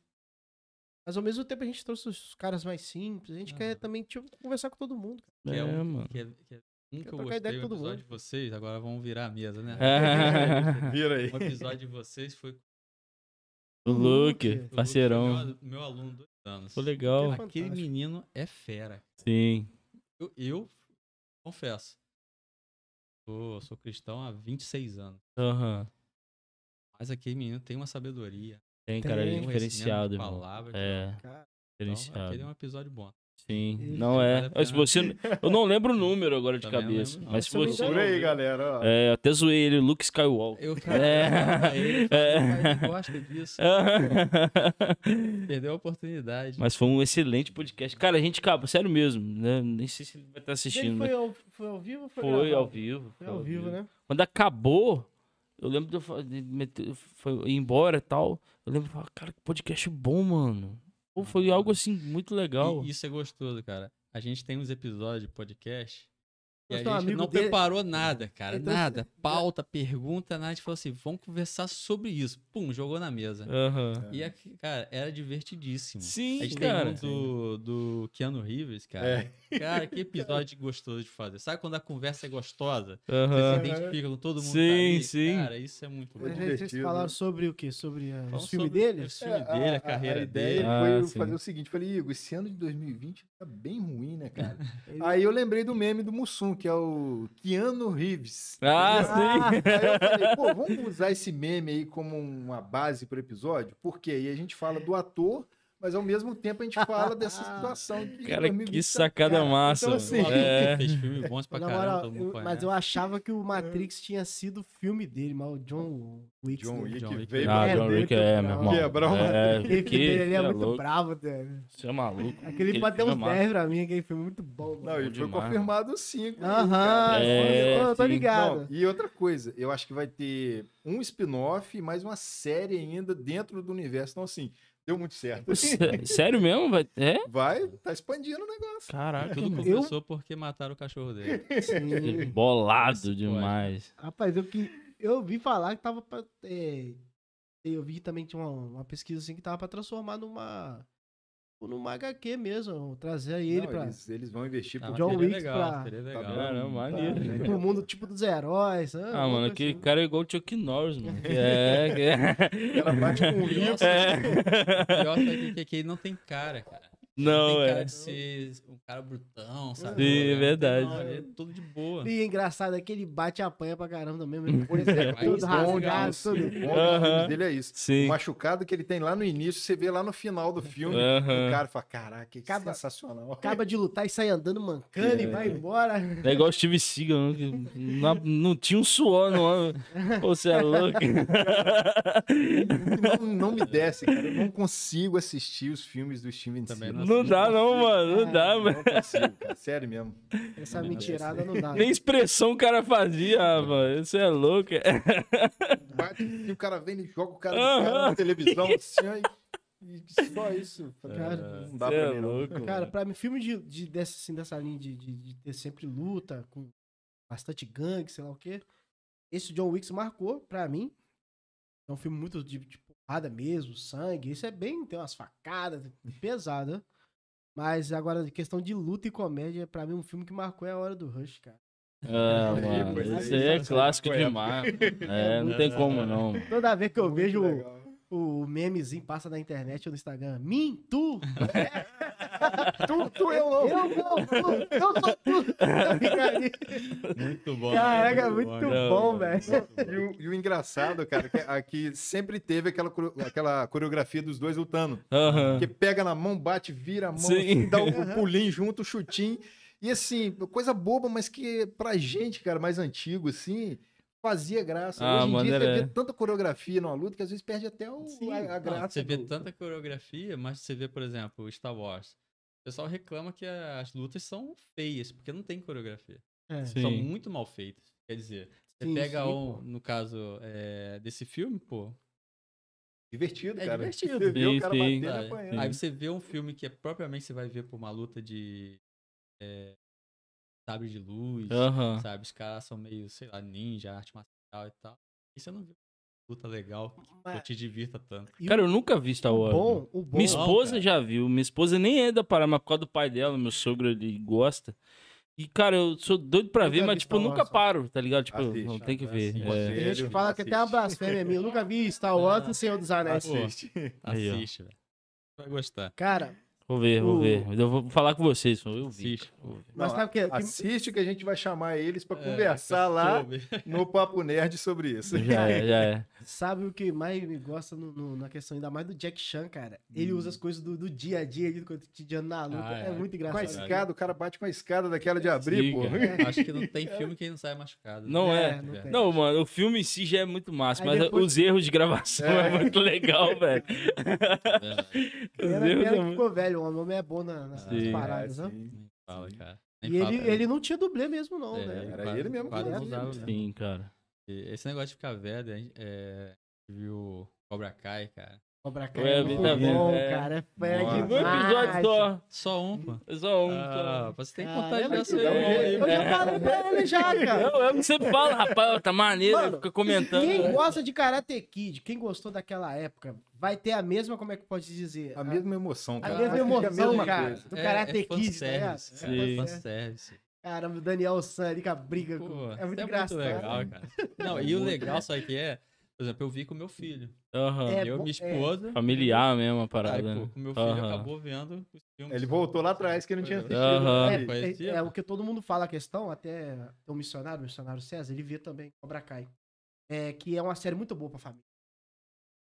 Speaker 2: Mas ao mesmo tempo a gente trouxe os caras mais simples. A gente quer
Speaker 4: Aham.
Speaker 2: também tipo, conversar com todo mundo. cara.
Speaker 4: Que
Speaker 1: É,
Speaker 4: é um-
Speaker 1: mano.
Speaker 4: Que é, que é um que eu
Speaker 2: trocar
Speaker 4: gostei
Speaker 2: ideia
Speaker 4: do
Speaker 2: com todo
Speaker 4: episódio
Speaker 2: mundo.
Speaker 4: de vocês, agora vamos virar a mesa, né?
Speaker 1: É.
Speaker 3: Vira aí.
Speaker 4: Um episódio de vocês foi com
Speaker 1: O Luke,
Speaker 4: o
Speaker 1: parceirão.
Speaker 4: Meu, meu aluno dois anos.
Speaker 1: Foi legal.
Speaker 2: Aquele
Speaker 4: Aquele
Speaker 2: fantástico.
Speaker 4: menino é fera.
Speaker 1: Sim.
Speaker 4: Eu, eu confesso. Sou, sou cristão há 26 anos.
Speaker 1: Aham.
Speaker 4: Mas aquele menino tem uma sabedoria.
Speaker 1: Tem, cara, ele é
Speaker 2: Tem.
Speaker 4: um conhecimento de
Speaker 1: diferenciado, irmão.
Speaker 4: palavras,
Speaker 1: É,
Speaker 2: Cara,
Speaker 4: Então,
Speaker 1: diferenciado.
Speaker 4: aquele é um episódio bom.
Speaker 1: Sim,
Speaker 2: Ele
Speaker 1: não
Speaker 4: vale
Speaker 1: é.
Speaker 4: a
Speaker 1: Eu, se
Speaker 4: pena.
Speaker 1: você, eu não lembro o número agora de
Speaker 4: Também não
Speaker 1: cabeça,
Speaker 4: lembro, não.
Speaker 1: mas se
Speaker 2: Também
Speaker 1: você...
Speaker 2: não.
Speaker 3: Por aí, galera. ó.
Speaker 1: É, eu até zoei ele, Luke Skywalker.
Speaker 4: <laughs>
Speaker 1: É.
Speaker 4: Eu cara, ele
Speaker 1: É.
Speaker 4: fala, "Pai, eu gosto disso. Perdeu a oportunidade.
Speaker 1: <laughs> mas foi um excelente podcast. Cara, a gente acaba, sério mesmo, né? Nem sei se ele vai estar assistindo,
Speaker 2: Ele
Speaker 1: mas
Speaker 2: foi, ao, foi ao vivo ou foi
Speaker 1: foi
Speaker 2: gravado?
Speaker 1: ao vivo.
Speaker 2: Foi ao vivo, né?
Speaker 1: Quando acabou, eu lembro de eu fa- de meter- foi ir embora e tal. Eu lembro de falar, cara, que podcast bom, mano. Pô, foi algo assim muito legal.
Speaker 4: E isso é gostoso, cara. A gente tem uns episódios de podcast e
Speaker 2: Eu
Speaker 4: a
Speaker 2: sou um
Speaker 4: gente
Speaker 2: amigo
Speaker 4: não
Speaker 2: dele.
Speaker 4: preparou nada, cara.
Speaker 2: Então,
Speaker 4: nada. Pauta, pergunta, nada. A gente falou assim, vamos conversar sobre isso. Pum, jogou na mesa.
Speaker 1: Aham.
Speaker 4: E, aqui, cara, era divertidíssimo. a
Speaker 1: É. Sim,
Speaker 4: gente
Speaker 1: cara. É.
Speaker 4: tem um do, do Keanu Reeves, cara. Cara, que episódio gostoso de fazer. Sabe quando a conversa é gostosa?
Speaker 1: Aham.
Speaker 4: Você se identifica com todo mundo. que tá
Speaker 1: Sim,
Speaker 4: ali?
Speaker 1: sim.
Speaker 4: Cara, isso é muito bom.
Speaker 2: Mas aí vocês
Speaker 3: divertido. né?
Speaker 2: falaram sobre o quê? Sobre ah,
Speaker 4: Falamos
Speaker 2: os filmes É.
Speaker 4: sobre
Speaker 2: dele?
Speaker 4: Os filmes dele, a, carreira
Speaker 3: ideia
Speaker 4: dele.
Speaker 1: Ah,
Speaker 3: foi eu
Speaker 1: sim.
Speaker 3: fazer o seguinte, falei, Igor, esse ano de 2020 tá bem ruim, né, cara?
Speaker 2: Ele-
Speaker 3: Aí eu lembrei do meme do Mussum, que é o Keanu Reeves.
Speaker 1: Ah,
Speaker 3: Entendeu?
Speaker 1: sim.
Speaker 3: Aí eu
Speaker 1: <laughs>
Speaker 3: falei, pô, vamos usar esse meme aí como uma base pro episódio? Porque aí a gente fala do ator, mas ao mesmo tempo a gente
Speaker 1: <laughs>
Speaker 3: fala dessa situação. Que
Speaker 1: Cara,
Speaker 3: 2020
Speaker 1: que
Speaker 3: tá-
Speaker 1: sacada
Speaker 3: cara,
Speaker 1: massa.
Speaker 3: Então,
Speaker 1: mano.
Speaker 3: assim,
Speaker 1: é.
Speaker 4: Fez filmes bons pra
Speaker 2: Na
Speaker 4: caramba,
Speaker 2: moral,
Speaker 4: todo mundo
Speaker 2: eu- mas
Speaker 4: conhece.
Speaker 2: eu achava que
Speaker 3: É.
Speaker 2: o Matrix tinha sido o filme dele, mas o John Wick.
Speaker 3: John
Speaker 2: né?
Speaker 3: Wick
Speaker 4: John Wick.
Speaker 3: veio...
Speaker 1: Ah,
Speaker 2: É,
Speaker 1: John
Speaker 2: dele
Speaker 1: Wick
Speaker 2: que
Speaker 1: é,
Speaker 2: eu
Speaker 1: meu
Speaker 2: falo.
Speaker 1: irmão.
Speaker 3: Quebrar uma
Speaker 1: É,
Speaker 2: Aquele filme
Speaker 1: que-
Speaker 2: dele ele é
Speaker 1: você
Speaker 2: muito
Speaker 1: louco,
Speaker 2: bravo, velho.
Speaker 1: Você é maluco.
Speaker 2: Aquele bateu um
Speaker 1: filme
Speaker 2: uns
Speaker 1: é massa.
Speaker 2: 10 pra mim, aquele filme muito bom.
Speaker 3: Não,
Speaker 2: mano.
Speaker 3: e foi
Speaker 1: é demais, Ah,
Speaker 3: confirmado cinco. aí,
Speaker 2: Aham,
Speaker 3: cara.
Speaker 1: É,
Speaker 2: eu tô
Speaker 1: sim.
Speaker 3: Bom,
Speaker 2: ligado.
Speaker 3: e outra coisa, eu acho que vai ter um spin-off e mais uma série ainda dentro do universo. Então, assim, deu muito certo.
Speaker 1: Sé- Sério mesmo? Vai... É?
Speaker 3: Vai, tá expandindo o negócio.
Speaker 1: Caraca.
Speaker 4: Tudo
Speaker 1: mano.
Speaker 2: Eu-
Speaker 4: começou porque mataram o cachorro
Speaker 2: <laughs>
Speaker 4: dele.
Speaker 1: Ele <laughs>
Speaker 2: Sim.
Speaker 1: Bolado demais.
Speaker 2: Rapaz, eu, que, eu vi falar que tava pra. é, eu vi que também tinha uma, uma pesquisa assim que tava pra transformar numa. numa HQ mesmo. Trazer ele
Speaker 3: Não,
Speaker 2: pra. Tá
Speaker 3: eles, eles vão investir pro
Speaker 4: Ah, mas
Speaker 2: John
Speaker 4: seria
Speaker 2: Wick
Speaker 4: legal,
Speaker 2: pra-
Speaker 4: seria
Speaker 3: Tá
Speaker 4: legal.
Speaker 3: bom,
Speaker 1: Caramba,
Speaker 3: tá
Speaker 1: maneiro.
Speaker 3: <laughs> legal.
Speaker 2: Pro mundo tipo dos heróis. né?
Speaker 1: Ah,
Speaker 2: Alguma
Speaker 1: mano,
Speaker 2: coisa
Speaker 1: aquele
Speaker 2: assim.
Speaker 1: cara é igual o Chuck Norris, mano. Que É, que é.
Speaker 3: O cara bate com um livro.
Speaker 1: É.
Speaker 4: O pior é que, que, que ele não tem cara, cara. tem
Speaker 1: Não,
Speaker 4: cara
Speaker 1: é.
Speaker 4: de ser um cara brutão, sabe?
Speaker 1: Sim, é verdade.
Speaker 4: é tudo de boa.
Speaker 2: E é engraçado é que ele bate e apanha pra caramba mesmo. Ele põe
Speaker 4: <laughs> é,
Speaker 2: tudo Ah,
Speaker 4: mas
Speaker 2: rasgado,
Speaker 4: bom,
Speaker 2: tudo.
Speaker 3: O ponto dos
Speaker 1: Aham.
Speaker 3: filmes dele é isso.
Speaker 1: Sim.
Speaker 3: O machucado que ele tem lá no início, você vê lá no final do filme.
Speaker 1: Aham.
Speaker 3: O cara fala, caraca, que
Speaker 2: Acaba-
Speaker 3: sensacional.
Speaker 2: Acaba de lutar e sai andando mancando e
Speaker 3: É.
Speaker 2: vai embora.
Speaker 1: É igual o Steve Seagal, né, que não, não tinha um suor no ano. Pô, você é louco.
Speaker 3: Não, não me desce, cara. Eu não consigo assistir os filmes do Steven
Speaker 4: Também
Speaker 3: Seagal.
Speaker 4: não
Speaker 1: Não dá não, mano. Não dá,
Speaker 3: Não
Speaker 1: mano.
Speaker 3: consigo, cara. Sério mesmo.
Speaker 4: É,
Speaker 2: Essa
Speaker 3: Não,
Speaker 2: mentirada não
Speaker 3: Ah.
Speaker 2: dá.
Speaker 1: Nem expressão o cara fazia, ah, mano. Você é louco.
Speaker 3: Bate, e o cara vem e joga o cara, do
Speaker 1: Aham.
Speaker 3: cara na televisão assim, aí, e só isso. Cara, não dá
Speaker 1: Cê
Speaker 3: pra
Speaker 1: é
Speaker 3: mim, não.
Speaker 1: louco,
Speaker 2: Cara,
Speaker 1: mano.
Speaker 2: <laughs> pra mim, filme de, de- dessa, assim, dessa linha de, de- de ter sempre luta, com bastante gangue, sei lá o quê. Esse John Wicks marcou, pra mim. É um filme muito de, de porrada mesmo, sangue. Isso é bem, tem umas facadas, pesada. Mas agora, questão de luta e comédia, pra mim, um filme que marcou é a hora do Rush, cara.
Speaker 1: Ah, mano. Isso aí é
Speaker 2: né?
Speaker 1: clássico demais. É, não tem como não.
Speaker 2: Toda vez que eu
Speaker 3: Muito
Speaker 2: vejo o,
Speaker 3: legal.
Speaker 2: o memezinho passa na internet ou no Instagram, mim, tu, <laughs>
Speaker 3: Tu, tu, eu
Speaker 2: eu
Speaker 3: amo.
Speaker 2: não, tu, eu sou tu. Eu fico ali.
Speaker 4: Muito bom.
Speaker 2: Caraca,
Speaker 4: né?
Speaker 2: muito
Speaker 1: Não,
Speaker 2: bom,
Speaker 1: mano.
Speaker 2: velho.
Speaker 3: E o, e o engraçado, cara, que aqui sempre teve aquela, coreo- aquela coreografia dos dois lutando.
Speaker 1: Aham.
Speaker 3: Que pega na mão, bate, vira a mão,
Speaker 1: Sim.
Speaker 3: assim, dá o pulinho junto, o chutinho. E assim, coisa boba, mas que pra gente, cara, mais antigo, assim, fazia graça.
Speaker 1: Ah,
Speaker 3: Hoje em dia
Speaker 1: maneiro,
Speaker 3: você
Speaker 1: é.
Speaker 3: vê tanta coreografia numa luta que às vezes perde até o, a, a
Speaker 4: Não,
Speaker 3: graça.
Speaker 4: você vê
Speaker 3: do-
Speaker 4: tanta coreografia, mas você vê, por exemplo, Star Wars. O pessoal reclama que as lutas são feias, porque não tem coreografia.
Speaker 2: É.
Speaker 1: Sim.
Speaker 4: São muito mal feitas. Quer dizer, você
Speaker 2: Sim,
Speaker 4: pega
Speaker 2: sim,
Speaker 4: um,
Speaker 2: pô.
Speaker 4: no caso é, desse filme, pô.
Speaker 3: Divertido,
Speaker 4: É
Speaker 3: cara.
Speaker 4: divertido.
Speaker 3: Você vê
Speaker 1: Sim,
Speaker 3: o cara
Speaker 1: sim.
Speaker 3: batendo e
Speaker 4: sabe?
Speaker 3: apanhando.
Speaker 4: Aí você vê um filme que é propriamente você vai ver por uma luta de é, sabre de luz,
Speaker 1: Aham.
Speaker 4: sabe? Os caras são meio, sei lá, ninja, arte marcial e tal. E você não vê uma luta legal que
Speaker 2: Mas-
Speaker 4: eu te divirta tanto.
Speaker 2: E
Speaker 1: Cara,
Speaker 2: o
Speaker 1: eu nunca vi Star Wars. mano.
Speaker 2: bom, o bom.
Speaker 1: Minha esposa
Speaker 4: cara.
Speaker 1: já viu. Minha esposa nem é da Pará, mas por causa do pai dela, meu sogro, ele gosta. E, cara, eu sou doido pra
Speaker 2: Eu
Speaker 1: ver,
Speaker 2: já
Speaker 1: mas,
Speaker 2: vi
Speaker 1: tipo, eu
Speaker 2: Star
Speaker 1: nunca
Speaker 2: Wars, ó.
Speaker 1: paro, tá ligado? Tipo,
Speaker 3: Assiste,
Speaker 1: não tem que
Speaker 4: assiste.
Speaker 1: ver.
Speaker 3: Assiste.
Speaker 1: É.
Speaker 2: Tem gente
Speaker 3: Sério?
Speaker 2: que fala que até é uma
Speaker 3: Assiste.
Speaker 2: blasfêmia minha. Eu nunca vi Star Wars e Senhor dos Anéis.
Speaker 3: Assiste.
Speaker 1: Ah, Aí, ó.
Speaker 4: Assiste, velho. Vai gostar.
Speaker 2: Cara,
Speaker 1: Vou ver, vou
Speaker 2: O-
Speaker 1: ver. Eu vou falar com vocês. Eu vi.
Speaker 4: Assiste.
Speaker 1: Vou ver.
Speaker 2: mas
Speaker 3: Não,
Speaker 2: sabe o que? que-
Speaker 3: Assiste que a gente vai chamar eles pra
Speaker 4: É,
Speaker 3: conversar
Speaker 4: eu
Speaker 3: lá
Speaker 4: soube.
Speaker 3: no Papo Nerd sobre isso.
Speaker 1: Já é, já é.
Speaker 2: Sabe o que mais me gosta no- no- na questão, ainda mais do Jack Chan, cara? Ele usa as coisas do, do dia a dia, ali, do cotidiano na luta.
Speaker 4: Ah,
Speaker 2: é.
Speaker 4: é.
Speaker 2: muito
Speaker 3: Com a
Speaker 2: engraçado.
Speaker 4: Quase-
Speaker 3: escada, o cara bate com a escada daquela de abrir,
Speaker 1: Sim,
Speaker 3: pô.
Speaker 1: cara.
Speaker 4: Acho que não tem filme que ele não sai machucado. né?
Speaker 1: Não é.
Speaker 2: não tem.
Speaker 1: Não, mano, o filme em si já é muito massa,
Speaker 2: Aí
Speaker 1: mas
Speaker 2: depois-
Speaker 1: os erros de gravação é, muito
Speaker 2: <laughs>
Speaker 1: legal, velho.
Speaker 4: É verdade.
Speaker 1: Os
Speaker 2: Pena,
Speaker 1: erros
Speaker 2: pena
Speaker 1: é
Speaker 2: que
Speaker 1: muito...
Speaker 2: ficou velho, o homem é bom na- nas
Speaker 1: Sim.
Speaker 2: paradas,
Speaker 3: É,
Speaker 2: né?
Speaker 3: sim.
Speaker 4: Fala, cara. Nem
Speaker 2: E
Speaker 4: fala,
Speaker 2: ele,
Speaker 4: cara.
Speaker 2: ele não tinha dublê mesmo, não,
Speaker 4: É,
Speaker 2: né?
Speaker 3: Era
Speaker 4: quase-
Speaker 3: ele mesmo que
Speaker 4: quase
Speaker 3: fazia,
Speaker 4: usava,
Speaker 3: né?
Speaker 4: né?
Speaker 1: Sim, cara.
Speaker 4: E Esse negócio de ficar velho, a gente, é, viu Cobra Kai, cara.
Speaker 2: Cobra Kai
Speaker 1: Ué,
Speaker 2: é
Speaker 1: eu vi
Speaker 2: muito
Speaker 1: também,
Speaker 2: bom,
Speaker 1: é.
Speaker 2: cara. É fera
Speaker 3: Nossa.
Speaker 1: Um
Speaker 2: demais.
Speaker 1: episódio só.
Speaker 4: Só um, pô.
Speaker 1: Só um. só.
Speaker 4: Ah, você tem que
Speaker 2: Cara,
Speaker 4: contar de
Speaker 2: lembra
Speaker 4: nossa
Speaker 2: que
Speaker 4: aí,
Speaker 3: dá um
Speaker 4: irmão, aí,
Speaker 2: Eu já
Speaker 4: cara.
Speaker 2: falei pra ele já, cara.
Speaker 1: Não, é o que você fala, rapaz. Tá maneiro,
Speaker 2: Mano,
Speaker 1: fica comentando.
Speaker 2: Quem gosta de Karate Kid, quem gostou daquela época, vai ter a mesma, como é que pode dizer?
Speaker 3: A mesma emoção,
Speaker 2: a
Speaker 3: cara.
Speaker 2: mesma
Speaker 3: Acho que é a
Speaker 2: emoção,
Speaker 3: mesma
Speaker 2: cara.
Speaker 3: coisa.
Speaker 2: Do Karate Kid, tá
Speaker 4: É, fanservice,
Speaker 1: ligado?
Speaker 4: é
Speaker 1: Sim.
Speaker 4: fanservice.
Speaker 2: Caramba, o Daniel San ali com a briga.
Speaker 4: Pô,
Speaker 2: com...
Speaker 4: isso
Speaker 2: É muito
Speaker 4: é
Speaker 2: engraçado.
Speaker 4: muito legal, cara. Não, e o legal só que é, por exemplo, eu vi com meu filho.
Speaker 1: Aham.
Speaker 2: É
Speaker 4: eu,
Speaker 2: bom-
Speaker 4: minha esposa.
Speaker 1: Familiar mesmo a
Speaker 4: Aí,
Speaker 1: parada. né?
Speaker 4: pô, com meu filho
Speaker 1: Aham.
Speaker 4: acabou vendo os filmes.
Speaker 3: Ele voltou lá atrás que não tinha assistido.
Speaker 1: Aham.
Speaker 3: né?
Speaker 4: Mas
Speaker 2: É,
Speaker 4: esse
Speaker 2: é-
Speaker 4: é-
Speaker 2: é o que todo mundo fala a questão, até o missionário, o missionário César, ele vê também Cobra Kai. É, que é uma série muito boa pra família.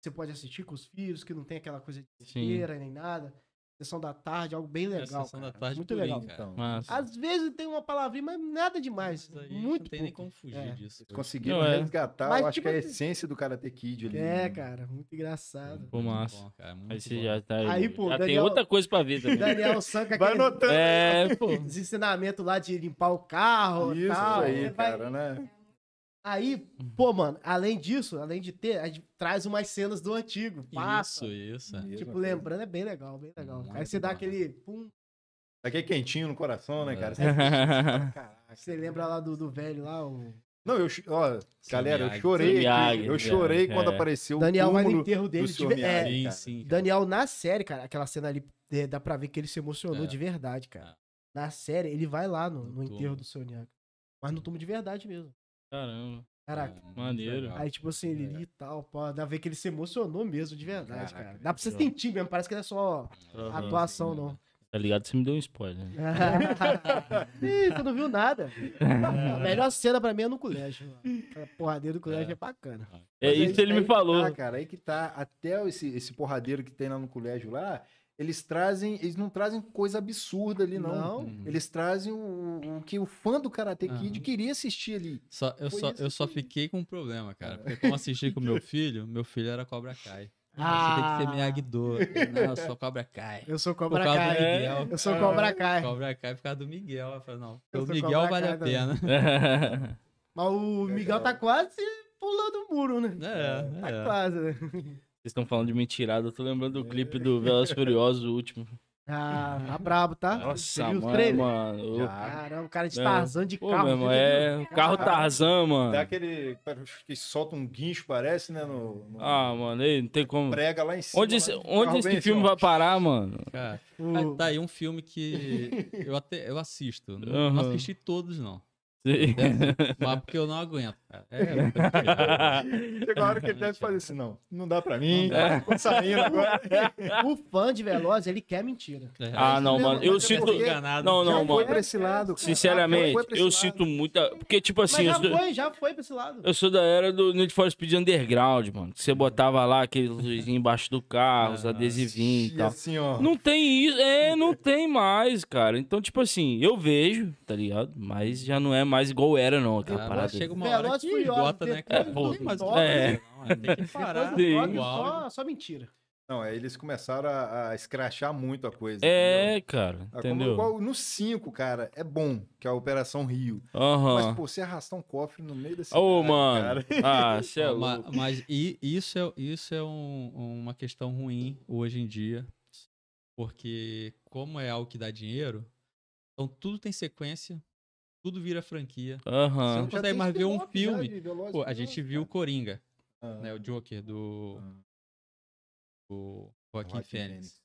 Speaker 2: Você pode assistir com os filhos, que não tem aquela coisa de
Speaker 1: Sim.
Speaker 2: feira nem nada. Sessão da tarde, algo bem
Speaker 4: É a
Speaker 2: legal.
Speaker 4: sessão
Speaker 2: cara.
Speaker 4: da tarde
Speaker 2: muito
Speaker 4: purinha,
Speaker 2: legal. então.
Speaker 4: cara.
Speaker 1: Massa.
Speaker 2: Às vezes tem uma palavrinha, mas nada demais.
Speaker 4: Isso aí
Speaker 2: muito
Speaker 4: Não tem nem
Speaker 2: pouco.
Speaker 4: como fugir
Speaker 2: É.
Speaker 4: disso.
Speaker 3: Eles conseguiram
Speaker 1: Não, é.
Speaker 3: resgatar,
Speaker 2: Mas,
Speaker 3: eu acho
Speaker 2: tipo
Speaker 3: que é a
Speaker 2: assim-
Speaker 3: essência do Karate Kid ali.
Speaker 2: É,
Speaker 3: né?
Speaker 2: cara, muito engraçado.
Speaker 1: Pô, massa.
Speaker 4: Bom, cara, muito
Speaker 1: Aí você
Speaker 4: bom.
Speaker 1: já tá.
Speaker 2: Aí, pô,
Speaker 1: já tem
Speaker 2: Daniel-
Speaker 1: outra coisa pra ver também.
Speaker 2: Daniel Sanca,
Speaker 3: Vai
Speaker 2: aquele
Speaker 3: notando
Speaker 1: É, pô.
Speaker 2: ensinamento lá de limpar o carro e
Speaker 3: isso
Speaker 2: tal. Você
Speaker 3: aí,
Speaker 2: vai-
Speaker 3: cara, né?
Speaker 2: Aí,
Speaker 4: Uhum.
Speaker 2: pô, mano, além disso, além de ter, a gente traz umas cenas do antigo. Passa.
Speaker 4: Isso, isso.
Speaker 3: Mesma
Speaker 2: Tipo,
Speaker 3: coisa.
Speaker 2: lembrando, é bem legal, bem legal.
Speaker 4: Muito
Speaker 2: Aí você dá
Speaker 4: bom.
Speaker 2: aquele pum,
Speaker 3: Aquele é quentinho no coração, né,
Speaker 4: É.
Speaker 3: cara? Você fala, "Caraca."
Speaker 2: <laughs> você lembra lá do, do velho lá, o
Speaker 4: É
Speaker 3: Não, eu, cho- ó, galera, eu
Speaker 4: Miyagi.
Speaker 3: chorei
Speaker 1: Seu
Speaker 3: aqui.
Speaker 1: Miyagi,
Speaker 3: eu chorei
Speaker 1: é.
Speaker 3: quando apareceu o
Speaker 2: Daniel vai no
Speaker 3: túmulo
Speaker 2: enterro dele.
Speaker 3: do
Speaker 2: De,
Speaker 3: Sr.
Speaker 2: ver- é,
Speaker 3: Miyagi,
Speaker 4: Sim,
Speaker 3: cara.
Speaker 4: sim. cara.
Speaker 2: Daniel na série, cara, aquela cena ali, é, dá pra ver que ele se emocionou
Speaker 4: É.
Speaker 2: de verdade, cara.
Speaker 4: É.
Speaker 2: Na série, ele vai lá no,
Speaker 4: No
Speaker 2: no enterro
Speaker 4: túmulo.
Speaker 2: do seu Niago. Mas no túmulo de verdade mesmo.
Speaker 1: Caramba.
Speaker 2: Caraca.
Speaker 4: Muito
Speaker 1: Maneiro.
Speaker 4: legal.
Speaker 2: Aí, tipo assim, ele
Speaker 4: É.
Speaker 2: ri e tal, pô, dá pra ver que ele se emocionou mesmo, de verdade,
Speaker 3: Caraca,
Speaker 2: cara. Dá pra você
Speaker 1: legal.
Speaker 2: sentir mesmo, parece que não é só
Speaker 1: Aham.
Speaker 2: atuação, não.
Speaker 1: Tá ligado? Você me deu um spoiler. né?
Speaker 2: <laughs> Ih, você não viu nada. A melhor cena pra mim é no colégio. mano. Aquela porradeira do colégio é, bacana.
Speaker 1: É
Speaker 3: Mas aí-
Speaker 1: isso que ele
Speaker 3: aí
Speaker 1: me
Speaker 3: que
Speaker 1: falou.
Speaker 3: Tá, cara, aí que tá. Até esse, esse porradeiro que tem lá no colégio lá, eles trazem. Eles não trazem coisa absurda ali, não.
Speaker 1: Uhum.
Speaker 2: Não.
Speaker 3: Eles trazem o, o que o fã do Karate Kid
Speaker 4: Aham.
Speaker 3: queria assistir ali.
Speaker 4: Só, eu
Speaker 3: Foi
Speaker 4: só,
Speaker 3: isso
Speaker 4: eu só
Speaker 3: que-
Speaker 4: fiquei com um problema, cara. Porque como eu assisti com meu filho, meu filho era Cobra Kai. Ah, Você tem que ser
Speaker 2: Ah.
Speaker 4: Miyagi-Do. Não, eu sou Cobra Kai.
Speaker 2: Eu sou
Speaker 4: Por
Speaker 2: Cobra
Speaker 4: causa do
Speaker 2: Kai.
Speaker 4: Miguel. É.
Speaker 2: Eu sou Cobra Kai.
Speaker 4: Cobra Kai por causa do Miguel. Eu falei, não,
Speaker 2: É. Eu
Speaker 4: o
Speaker 2: sou
Speaker 4: Miguel
Speaker 2: Cobra
Speaker 4: vale
Speaker 2: Kai
Speaker 4: a
Speaker 2: também.
Speaker 4: pena.
Speaker 1: <laughs>
Speaker 2: Mas o Miguel tá quase pulando o muro, né? Tá
Speaker 4: <laughs> É, é.
Speaker 2: quase, né?
Speaker 1: Vocês estão falando de mentirada, eu tô lembrando
Speaker 3: É.
Speaker 1: do clipe do Velas Furiosos, o último.
Speaker 2: Ah, tá brabo, tá? Você
Speaker 1: Nossa,
Speaker 2: viu o
Speaker 1: mano,
Speaker 2: trailer?
Speaker 1: mano. ô.
Speaker 3: Já.
Speaker 2: Caramba, o cara de
Speaker 1: É.
Speaker 2: Tarzan de
Speaker 1: Pô,
Speaker 2: carro.
Speaker 1: meu irmão, é o carro Tarzan,
Speaker 3: Dá
Speaker 1: mano.
Speaker 3: aquele. que solta um guincho, parece, né? No, no-
Speaker 1: Ah, mano, aí não tem como.
Speaker 3: prega lá em cima.
Speaker 1: Onde esse,
Speaker 3: lá,
Speaker 1: onde
Speaker 3: carro
Speaker 1: esse
Speaker 3: bem assim,
Speaker 1: filme
Speaker 3: ó.
Speaker 1: vai parar, mano?
Speaker 4: Cara,
Speaker 2: O-
Speaker 4: tá aí um filme que eu até eu assisto. Não, não
Speaker 1: Aham.
Speaker 4: assisti todos, não.
Speaker 1: Sim.
Speaker 4: Mas porque eu não aguento, cara. É,
Speaker 3: Chega a hora que ele deve fazer assim, não. Não dá pra mim. <laughs> Tô saindo agora.
Speaker 2: O fã de Veloz, ele quer mentira.
Speaker 1: <laughs> Ah, não,
Speaker 3: mesmo,
Speaker 1: mano. Eu
Speaker 3: mas é
Speaker 1: sinto.
Speaker 3: porque-
Speaker 1: <laughs>
Speaker 4: enganado.
Speaker 1: Não, não,
Speaker 3: Já foi
Speaker 1: mano.
Speaker 3: pra esse lado, cara. Já
Speaker 1: Sinceramente,
Speaker 3: foi pra esse
Speaker 1: eu
Speaker 3: lado.
Speaker 1: sinto muita. Porque, tipo
Speaker 2: Mas
Speaker 1: assim, eu
Speaker 2: já
Speaker 1: sou,
Speaker 2: foi, já foi pra esse lado.
Speaker 1: eu sou da era do Need for Speed Underground, mano. Que você botava lá aquele luzinho embaixo do carro, os
Speaker 4: Ah,
Speaker 1: adesivinhos e
Speaker 3: E
Speaker 1: tal.
Speaker 3: assim, ó.
Speaker 1: Não tem isso,
Speaker 3: <laughs>
Speaker 1: é, não tem mais, cara. Então, tipo assim, eu vejo, tá ligado? Mas já não é mais igual era, não, aquela
Speaker 4: Ah,
Speaker 1: parada.
Speaker 4: mas chega uma
Speaker 2: Veloz
Speaker 4: hora que
Speaker 2: e Furioso,
Speaker 4: esgota, né?
Speaker 2: depois
Speaker 4: cara?
Speaker 1: do
Speaker 4: Não tem mais o que
Speaker 1: Top,
Speaker 4: fazer,
Speaker 1: né?
Speaker 4: não, é, Tem que parar.
Speaker 2: Depois do
Speaker 1: Sim.
Speaker 2: toque,
Speaker 4: o áudio.
Speaker 2: só, só mentira.
Speaker 3: Não, aí eles começaram a, a escrachar muito a coisa. entendeu?
Speaker 1: É, cara,
Speaker 3: um Ah, como-
Speaker 1: entendeu?
Speaker 3: igual no 5, cara, é bom, que é a Operação Rio. Mas,
Speaker 4: Ah.
Speaker 1: Aham.
Speaker 3: pô, você arrastar um cofre no meio desse.
Speaker 1: Ô,
Speaker 3: cara,
Speaker 1: mano.
Speaker 3: cara.
Speaker 1: Ah,
Speaker 3: <laughs>
Speaker 1: cê é
Speaker 4: Ó, ma-
Speaker 1: louco.
Speaker 4: Mas, i- isso é, isso é um- uma questão ruim hoje em dia, porque como é algo que dá dinheiro, então tudo tem sequência, tudo vira franquia. Você
Speaker 1: Aham.
Speaker 4: não
Speaker 3: Já
Speaker 4: consegue
Speaker 3: tem
Speaker 4: mais ver um
Speaker 3: spin-off já
Speaker 4: filme.
Speaker 3: de Ah. Velozes
Speaker 4: Pô, a
Speaker 3: e
Speaker 4: gente
Speaker 3: Furiosos,
Speaker 4: viu o Coringa,
Speaker 3: cara.
Speaker 4: né, o Joker
Speaker 3: um
Speaker 4: do,
Speaker 3: é Ah.
Speaker 4: do Joaquim
Speaker 3: Joaquin
Speaker 4: Fênix.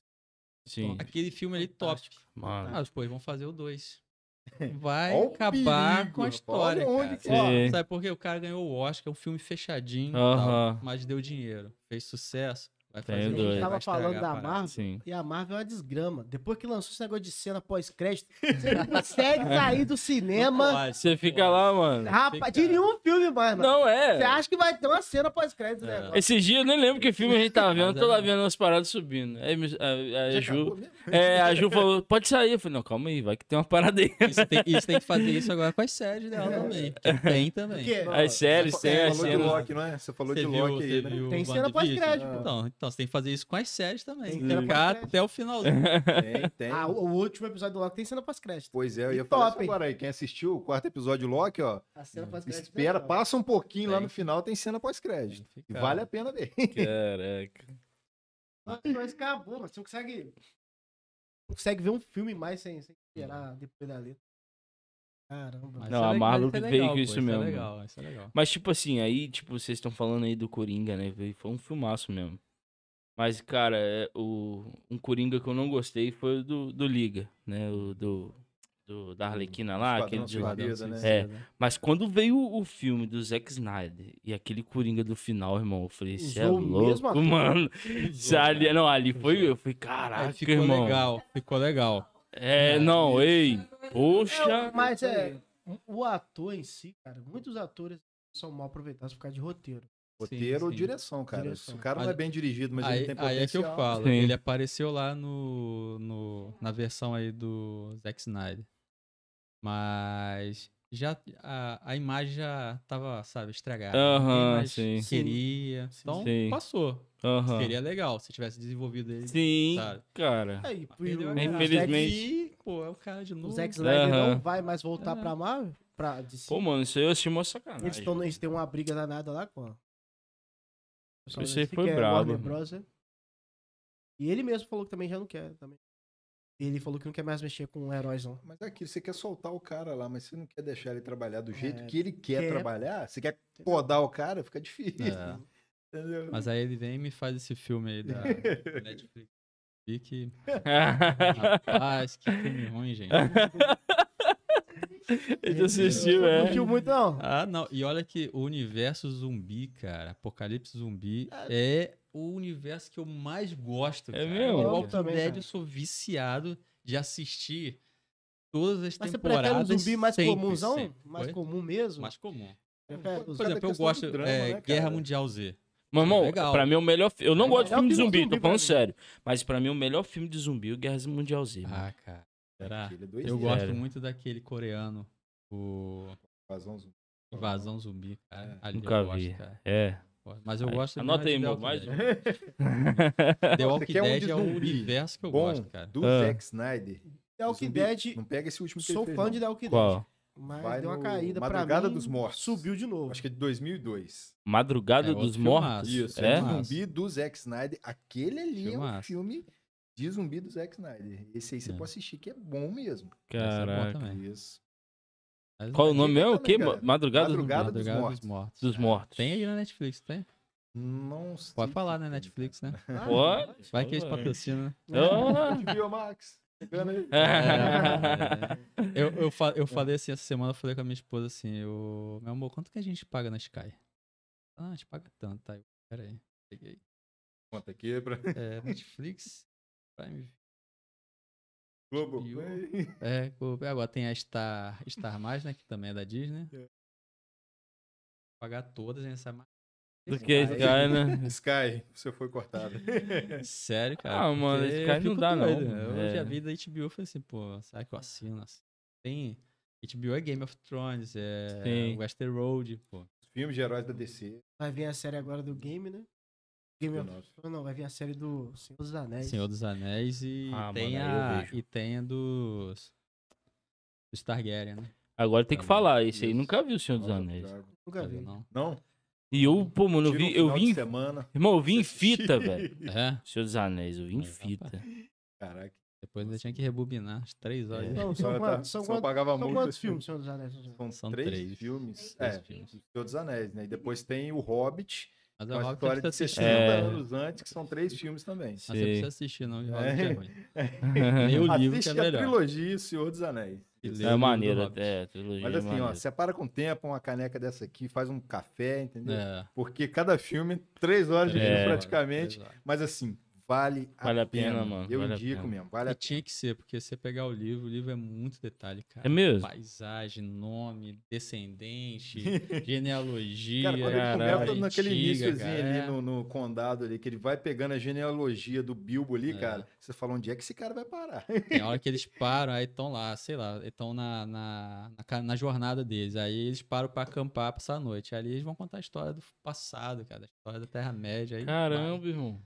Speaker 1: Sim.
Speaker 4: Aquele filme ali top.
Speaker 2: Fantástico.
Speaker 1: Mano.
Speaker 4: Ah, pô, vamos fazer o 2. Vai
Speaker 3: Olha o
Speaker 4: acabar
Speaker 3: perigo,
Speaker 4: com a
Speaker 3: rapaz.
Speaker 4: história,
Speaker 3: Olha
Speaker 4: cara. É,
Speaker 3: onde que-
Speaker 1: Sim.
Speaker 4: Ó, Sabe por quê? O cara ganhou o Oscar, um filme fechadinho, e tal,
Speaker 1: Aham.
Speaker 4: mas deu dinheiro, fez sucesso, vai
Speaker 1: Tem
Speaker 4: fazer
Speaker 1: dois.
Speaker 4: o
Speaker 1: A
Speaker 4: quê?
Speaker 1: gente
Speaker 4: Vai
Speaker 2: tava
Speaker 4: estragar
Speaker 2: falando
Speaker 4: a
Speaker 2: da
Speaker 4: parada.
Speaker 2: Marvel.
Speaker 1: Sim.
Speaker 2: E a Marvel é uma desgrama. Depois que lançou esse negócio de cena pós-crédito, <laughs> você não consegue sair do
Speaker 4: É. Não
Speaker 2: cinema.
Speaker 4: pode, né?
Speaker 1: Você
Speaker 4: não
Speaker 1: fica
Speaker 4: pode.
Speaker 1: lá, mano.
Speaker 2: Rapaz, de nenhum filme mais, mano.
Speaker 1: Não
Speaker 2: Você
Speaker 1: é.
Speaker 2: acha que vai ter uma cena pós-crédito, né?
Speaker 4: É.
Speaker 2: agora?
Speaker 1: Esses dias eu nem lembro que filme a gente tava vendo,
Speaker 4: Mas
Speaker 1: tô lá
Speaker 4: é-
Speaker 1: vendo as paradas subindo. Aí me- a, a
Speaker 3: Já
Speaker 1: Ju.
Speaker 3: acabou mesmo?
Speaker 1: É, a Ju falou, pode sair. Eu falei, não, calma aí, vai que tem uma parada aí.
Speaker 4: Isso tem, isso tem que fazer isso agora com as séries
Speaker 2: É.
Speaker 4: dela
Speaker 1: <laughs>
Speaker 4: também. Que tem também.
Speaker 2: Porque-
Speaker 1: As
Speaker 4: é,
Speaker 1: séries
Speaker 3: Você
Speaker 1: tem as
Speaker 3: falou de
Speaker 1: cenas.
Speaker 3: Loki, não é? Você falou de Loki aí, né?
Speaker 2: Tem cena
Speaker 4: WandaVision?
Speaker 2: pós-crédito,
Speaker 3: pô.
Speaker 4: Não, então você tem que fazer isso com as séries também.
Speaker 2: Tem
Speaker 4: Tem
Speaker 2: cena
Speaker 4: que ficar
Speaker 2: pós-crédito.
Speaker 4: até
Speaker 2: <laughs>
Speaker 4: o finalzinho.
Speaker 1: <laughs>
Speaker 3: Tem,
Speaker 4: é.
Speaker 3: tem.
Speaker 2: Ah, o, o último episódio do Loki tem cena pós-crédito.
Speaker 3: Pois é, eu
Speaker 2: E
Speaker 3: ia falar
Speaker 2: top,
Speaker 3: isso agora aí. Quem assistiu o quarto episódio de Loki, ó,
Speaker 2: A cena pós-crédito.
Speaker 3: espera,
Speaker 2: é legal.
Speaker 3: passa um pouquinho lá
Speaker 4: Tem.
Speaker 3: no final, tem cena pós-crédito.
Speaker 4: Tem que
Speaker 3: E
Speaker 4: ficar.
Speaker 3: vale a pena ver.
Speaker 1: Caraca.
Speaker 2: Mas acabou, mas você não consegue. Não consegue ver um filme mais sem, sem esperar depois da letra. Caramba.
Speaker 4: Mas
Speaker 1: Não,
Speaker 4: isso
Speaker 1: a
Speaker 4: é le-
Speaker 1: Marvel
Speaker 4: mas isso é
Speaker 1: veio
Speaker 4: legal,
Speaker 1: com
Speaker 4: pô,
Speaker 1: isso
Speaker 4: é
Speaker 1: mesmo.
Speaker 4: legal, isso é legal.
Speaker 1: Mas, tipo assim, aí, tipo, vocês estão falando aí do Coringa, né? velho? Foi um filmaço mesmo. Mas, cara, é, o, um Coringa que eu não gostei foi o do, do Liga, né? O do, do- da Arlequina lá, aquele
Speaker 3: Esquadrão
Speaker 1: de
Speaker 3: Suicida,
Speaker 4: Esquadrão
Speaker 3: né?
Speaker 4: Suicida,
Speaker 1: É. Mas quando veio o filme do Zack Snyder e aquele Coringa do final, irmão, eu falei, você é
Speaker 2: Usou o mesmo
Speaker 1: louco,
Speaker 2: ator.
Speaker 1: mano. Cê ali, não, ali foi,
Speaker 4: Usou.
Speaker 1: eu falei,
Speaker 4: Aí
Speaker 1: caraca,
Speaker 4: É, ficou
Speaker 1: É, irmão.
Speaker 4: legal, ficou legal.
Speaker 1: É, não, ei,
Speaker 2: É,
Speaker 1: poxa.
Speaker 2: mas é. O ator em si, cara, muitos atores são mal aproveitados por causa de roteiro.
Speaker 3: Roteiro
Speaker 4: Sim,
Speaker 3: ou
Speaker 4: sim.
Speaker 3: direção, cara. Se
Speaker 2: Direção.
Speaker 3: o cara não é
Speaker 4: Mas-
Speaker 3: bem dirigido, mas ele
Speaker 4: Aí,
Speaker 3: tem
Speaker 4: aí
Speaker 3: potencial.
Speaker 4: é que eu falo.
Speaker 1: Sim.
Speaker 4: Ele apareceu lá no, no- na versão aí do Zack Snyder. Mas já a, a imagem já tava, sabe, estragada. Ninguém
Speaker 1: Aham,
Speaker 4: mais
Speaker 1: sim.
Speaker 4: Queria. Então
Speaker 1: Sim.
Speaker 4: passou.
Speaker 1: Aham.
Speaker 4: Seria legal se tivesse desenvolvido ele.
Speaker 1: Sim,
Speaker 4: Sabe?
Speaker 1: cara.
Speaker 2: Aí, pro-
Speaker 4: Perdeu a
Speaker 2: o
Speaker 4: graça.
Speaker 1: Infelizmente.
Speaker 4: E, pô, é o cara de
Speaker 2: O
Speaker 4: novo.
Speaker 2: Zack Snyder
Speaker 1: Aham.
Speaker 2: não vai mais voltar
Speaker 4: É.
Speaker 2: pra Marvel? Pra DC.
Speaker 1: Pô, mano, isso aí eu achei uma sacanagem.
Speaker 2: eles, tão, eles têm uma briga danada lá com. a- Pessoal,
Speaker 1: Isso aí
Speaker 2: que
Speaker 1: foi
Speaker 2: é
Speaker 1: brabo,
Speaker 2: Warner
Speaker 1: mano.
Speaker 2: Bros, né? E ele mesmo falou que também já não quer. Também. Ele falou que não quer mais mexer com heróis, não.
Speaker 3: Mas é aquilo, você quer soltar o cara lá, mas você não quer deixar ele trabalhar do jeito
Speaker 2: É,
Speaker 3: que ele quer
Speaker 2: quer-
Speaker 3: trabalhar. Você quer podar o cara, fica difícil.
Speaker 4: É.
Speaker 3: <laughs> Entendeu?
Speaker 4: Mas aí ele vem e me faz esse filme aí da Netflix. E que, <laughs> rapaz, que filme ruim, gente.
Speaker 1: <laughs> Ele assistiu,
Speaker 2: Não
Speaker 1: é.
Speaker 2: curtiu muito, não.
Speaker 4: Ah, não. E olha que o universo zumbi, cara, Apocalipse zumbi, é o universo que eu mais gosto.
Speaker 1: É
Speaker 4: cara.
Speaker 1: mesmo?
Speaker 4: O
Speaker 1: Eu
Speaker 4: Walking
Speaker 2: também,
Speaker 4: Dead
Speaker 2: cara.
Speaker 4: eu sou viciado. de assistir todas as
Speaker 2: Mas você prefere um
Speaker 4: temporadas.
Speaker 2: zumbi mais
Speaker 4: sempre,
Speaker 2: comunzão?
Speaker 4: sempre.
Speaker 2: Mais
Speaker 4: Oi?
Speaker 2: comum mesmo?
Speaker 4: Mais comum.
Speaker 2: Prefere os-
Speaker 4: Por exemplo, eu
Speaker 3: questão
Speaker 4: gosto
Speaker 3: do drama,
Speaker 4: é,
Speaker 3: né,
Speaker 4: Guerra
Speaker 3: cara?
Speaker 4: Mundial Z.
Speaker 1: Meu irmão,
Speaker 4: Legal.
Speaker 1: pra mim o melhor. fi- Eu não
Speaker 2: É
Speaker 1: gosto de
Speaker 2: legal
Speaker 1: filme de
Speaker 2: filme
Speaker 1: zumbi,
Speaker 2: de zumbi
Speaker 1: tô
Speaker 2: pra
Speaker 1: falando
Speaker 2: mim.
Speaker 1: sério. Mas pra mim o melhor filme de zumbi é o Guerra Mundial Z. mano.
Speaker 4: Ah, cara. Será?
Speaker 3: Aquele é dois
Speaker 4: Eu
Speaker 3: dias.
Speaker 4: gosto
Speaker 1: Sério.
Speaker 4: muito daquele coreano, o
Speaker 3: Invasão zumbi.
Speaker 4: Invasão Zumbi, cara. Ali eu
Speaker 1: Nunca
Speaker 4: gosto,
Speaker 1: vi.
Speaker 4: cara.
Speaker 1: É.
Speaker 4: Mas eu
Speaker 1: Aí,
Speaker 4: gosto
Speaker 1: anota aí,
Speaker 4: de The
Speaker 1: meu,
Speaker 4: Walking
Speaker 1: mais
Speaker 4: Dead. <laughs> The Walking
Speaker 3: quer um de
Speaker 4: Dead é o
Speaker 3: zumbi?
Speaker 4: universo que eu
Speaker 3: Bom,
Speaker 4: gosto, cara.
Speaker 3: do
Speaker 1: Ah.
Speaker 3: Zack Snyder.
Speaker 2: The Walking
Speaker 3: Zumbi.
Speaker 2: Dead,
Speaker 3: Não pega esse último que
Speaker 2: sou
Speaker 3: ele fez,
Speaker 2: fã
Speaker 3: não.
Speaker 2: de The Walking Dead.
Speaker 1: Qual?
Speaker 2: Mas
Speaker 3: Vai
Speaker 2: deu uma
Speaker 3: no
Speaker 2: caída pra
Speaker 3: Madrugada
Speaker 2: mim.
Speaker 3: dos Mortos.
Speaker 2: Subiu de novo.
Speaker 3: Acho que é de 2002.
Speaker 1: Madrugada
Speaker 4: É outro
Speaker 1: dos Mortos.
Speaker 4: filmaço.
Speaker 3: Isso, é,
Speaker 1: é?
Speaker 3: de
Speaker 4: Filmaço.
Speaker 3: zumbi do Zack Snyder. Aquele ali é um
Speaker 4: Filmaço.
Speaker 3: filme de zumbi do Zack Snyder. Esse aí você
Speaker 4: É.
Speaker 3: pode assistir, que é bom mesmo.
Speaker 4: Essa é boa
Speaker 1: Caraca.
Speaker 4: também.
Speaker 3: Isso.
Speaker 4: Mas- é
Speaker 1: Qual o nome mesmo? O
Speaker 3: também,
Speaker 1: quê?
Speaker 3: cara.
Speaker 1: Madrugada,
Speaker 3: Madrugada
Speaker 1: dos
Speaker 3: dos
Speaker 4: Madrugada
Speaker 3: Mortos.
Speaker 4: dos Mortos.
Speaker 1: Dos
Speaker 4: É.
Speaker 1: Mortos.
Speaker 4: Tem aí na Netflix, tem?
Speaker 3: Não sei.
Speaker 4: Pode falar,
Speaker 3: se
Speaker 4: né,
Speaker 3: tem,
Speaker 4: Netflix, né?
Speaker 2: Ah,
Speaker 1: Ó.
Speaker 4: Vai que eles
Speaker 1: Vai.
Speaker 4: patrocinam,
Speaker 1: <laughs>
Speaker 4: né?
Speaker 3: <laughs>
Speaker 1: Ah.
Speaker 3: cara. Biomax. Engana aí.
Speaker 4: É, eu, eu, fa- eu falei assim, essa semana eu falei com a minha esposa assim, eu, meu amor, quanto que a gente paga na Sky? Ah, a gente paga tanto, tá? Eu, Pera aí, peguei.
Speaker 3: Conta aqui pra
Speaker 4: É, Netflix, Prime
Speaker 3: Globo.
Speaker 4: HBO. É, o- agora tem a Star, Star Mais, né? Que também é da Disney.
Speaker 3: É.
Speaker 4: Pagar todas nessa mais.
Speaker 1: Do que esse cara, né?
Speaker 3: <laughs> Sky, você foi
Speaker 1: <laughs>
Speaker 3: cortado.
Speaker 4: É Sério, cara.
Speaker 1: Ah, mano,
Speaker 4: porque
Speaker 1: esse cara
Speaker 4: eu
Speaker 1: não
Speaker 4: fico
Speaker 1: dá, não,
Speaker 4: doido.
Speaker 1: mano.
Speaker 4: Eu já
Speaker 1: É.
Speaker 4: vi da HBO e falei assim, pô, será que eu assino? assim? Tem. HBO é Game of Thrones, é
Speaker 1: Sim.
Speaker 4: Westworld, pô.
Speaker 3: Filmes de heróis da DC.
Speaker 2: Vai vir a série agora do game, né? Game of Thrones, não, vai vir a série do Senhor dos Anéis.
Speaker 4: Senhor dos Anéis e
Speaker 1: Ah,
Speaker 4: tem
Speaker 1: mano, aí eu
Speaker 4: a.
Speaker 1: vejo.
Speaker 4: E tem a dos. Dos Targaryen, né?
Speaker 1: Agora tem que
Speaker 3: Também.
Speaker 1: falar. Esse aí
Speaker 3: Isso.
Speaker 1: nunca viu o Senhor dos
Speaker 3: House of
Speaker 1: Anéis.
Speaker 3: Dragon.
Speaker 2: Nunca vi.
Speaker 4: Não.
Speaker 3: Não?
Speaker 1: E eu, pô, mano, eu
Speaker 3: Tira um
Speaker 1: vi, eu
Speaker 3: final
Speaker 1: vi
Speaker 3: de
Speaker 1: em,
Speaker 3: semana.
Speaker 1: irmão, eu vi em fita, velho.
Speaker 4: É.
Speaker 1: Senhor dos Anéis, eu vi em
Speaker 4: É,
Speaker 1: fita.
Speaker 3: <laughs> Caraca.
Speaker 4: Depois ainda tinha que rebobinar as três horas.
Speaker 3: É.
Speaker 4: de-
Speaker 2: Não, são
Speaker 3: Só
Speaker 2: quantos-
Speaker 3: tá-
Speaker 2: são
Speaker 3: só
Speaker 2: quantos-
Speaker 3: pagava
Speaker 2: São
Speaker 3: muito
Speaker 2: quantos
Speaker 3: esse
Speaker 2: filmes, Senhor dos Anéis? Senhor dos Anéis?
Speaker 3: São,
Speaker 4: São
Speaker 3: três,
Speaker 4: três.
Speaker 3: filmes.
Speaker 4: Três
Speaker 3: é,
Speaker 4: filmes.
Speaker 3: do Senhor dos Anéis, né? E depois tem o Hobbit,
Speaker 4: Mas
Speaker 3: com a
Speaker 4: a
Speaker 3: história
Speaker 4: Hobbit
Speaker 3: de
Speaker 4: você
Speaker 3: 60
Speaker 4: precisa assistir.
Speaker 1: É.
Speaker 3: anos antes, que são três filmes também.
Speaker 4: Mas você precisa assistir, não. de Hobbit
Speaker 3: É.
Speaker 4: é ruim. Lê o livro que
Speaker 3: Assiste
Speaker 4: é
Speaker 3: a
Speaker 4: melhor.
Speaker 3: trilogia Senhor dos Anéis.
Speaker 4: E lê o
Speaker 1: É
Speaker 4: livro
Speaker 1: maneiro
Speaker 4: do Hobbit.
Speaker 1: até, a trilogia
Speaker 3: Mas
Speaker 1: é
Speaker 3: assim, ó,
Speaker 1: maneira.
Speaker 3: separa com o tempo uma caneca dessa aqui, faz um café, entendeu?
Speaker 4: É.
Speaker 3: Porque cada filme, três horas de
Speaker 1: É.
Speaker 3: filme praticamente.
Speaker 4: Três horas.
Speaker 3: Mas assim, vale,
Speaker 1: Vale a pena, mano,
Speaker 3: Eu
Speaker 1: vale a
Speaker 3: indico
Speaker 1: pena.
Speaker 3: mesmo, vale a
Speaker 4: E tinha que ser, porque você pegar o livro, o livro é muito detalhe, cara.
Speaker 1: É mesmo?
Speaker 4: Paisagem, nome, descendente, genealogia.
Speaker 3: Cara, quando
Speaker 1: Caralho.
Speaker 3: ele começa naquele
Speaker 4: antiga,
Speaker 3: iníciozinho
Speaker 4: cara, é.
Speaker 3: ali no, no condado ali, que ele vai pegando a genealogia do Bilbo ali,
Speaker 4: É.
Speaker 3: cara, você fala onde é que esse cara vai parar.
Speaker 4: Tem hora que eles param, aí estão lá, sei lá, estão na, na, na, ca- na jornada deles. Aí eles param pra acampar, passar a noite. Aí eles vão contar a história do passado, cara, a história da Terra-média. aí vai.
Speaker 1: Caramba, irmão.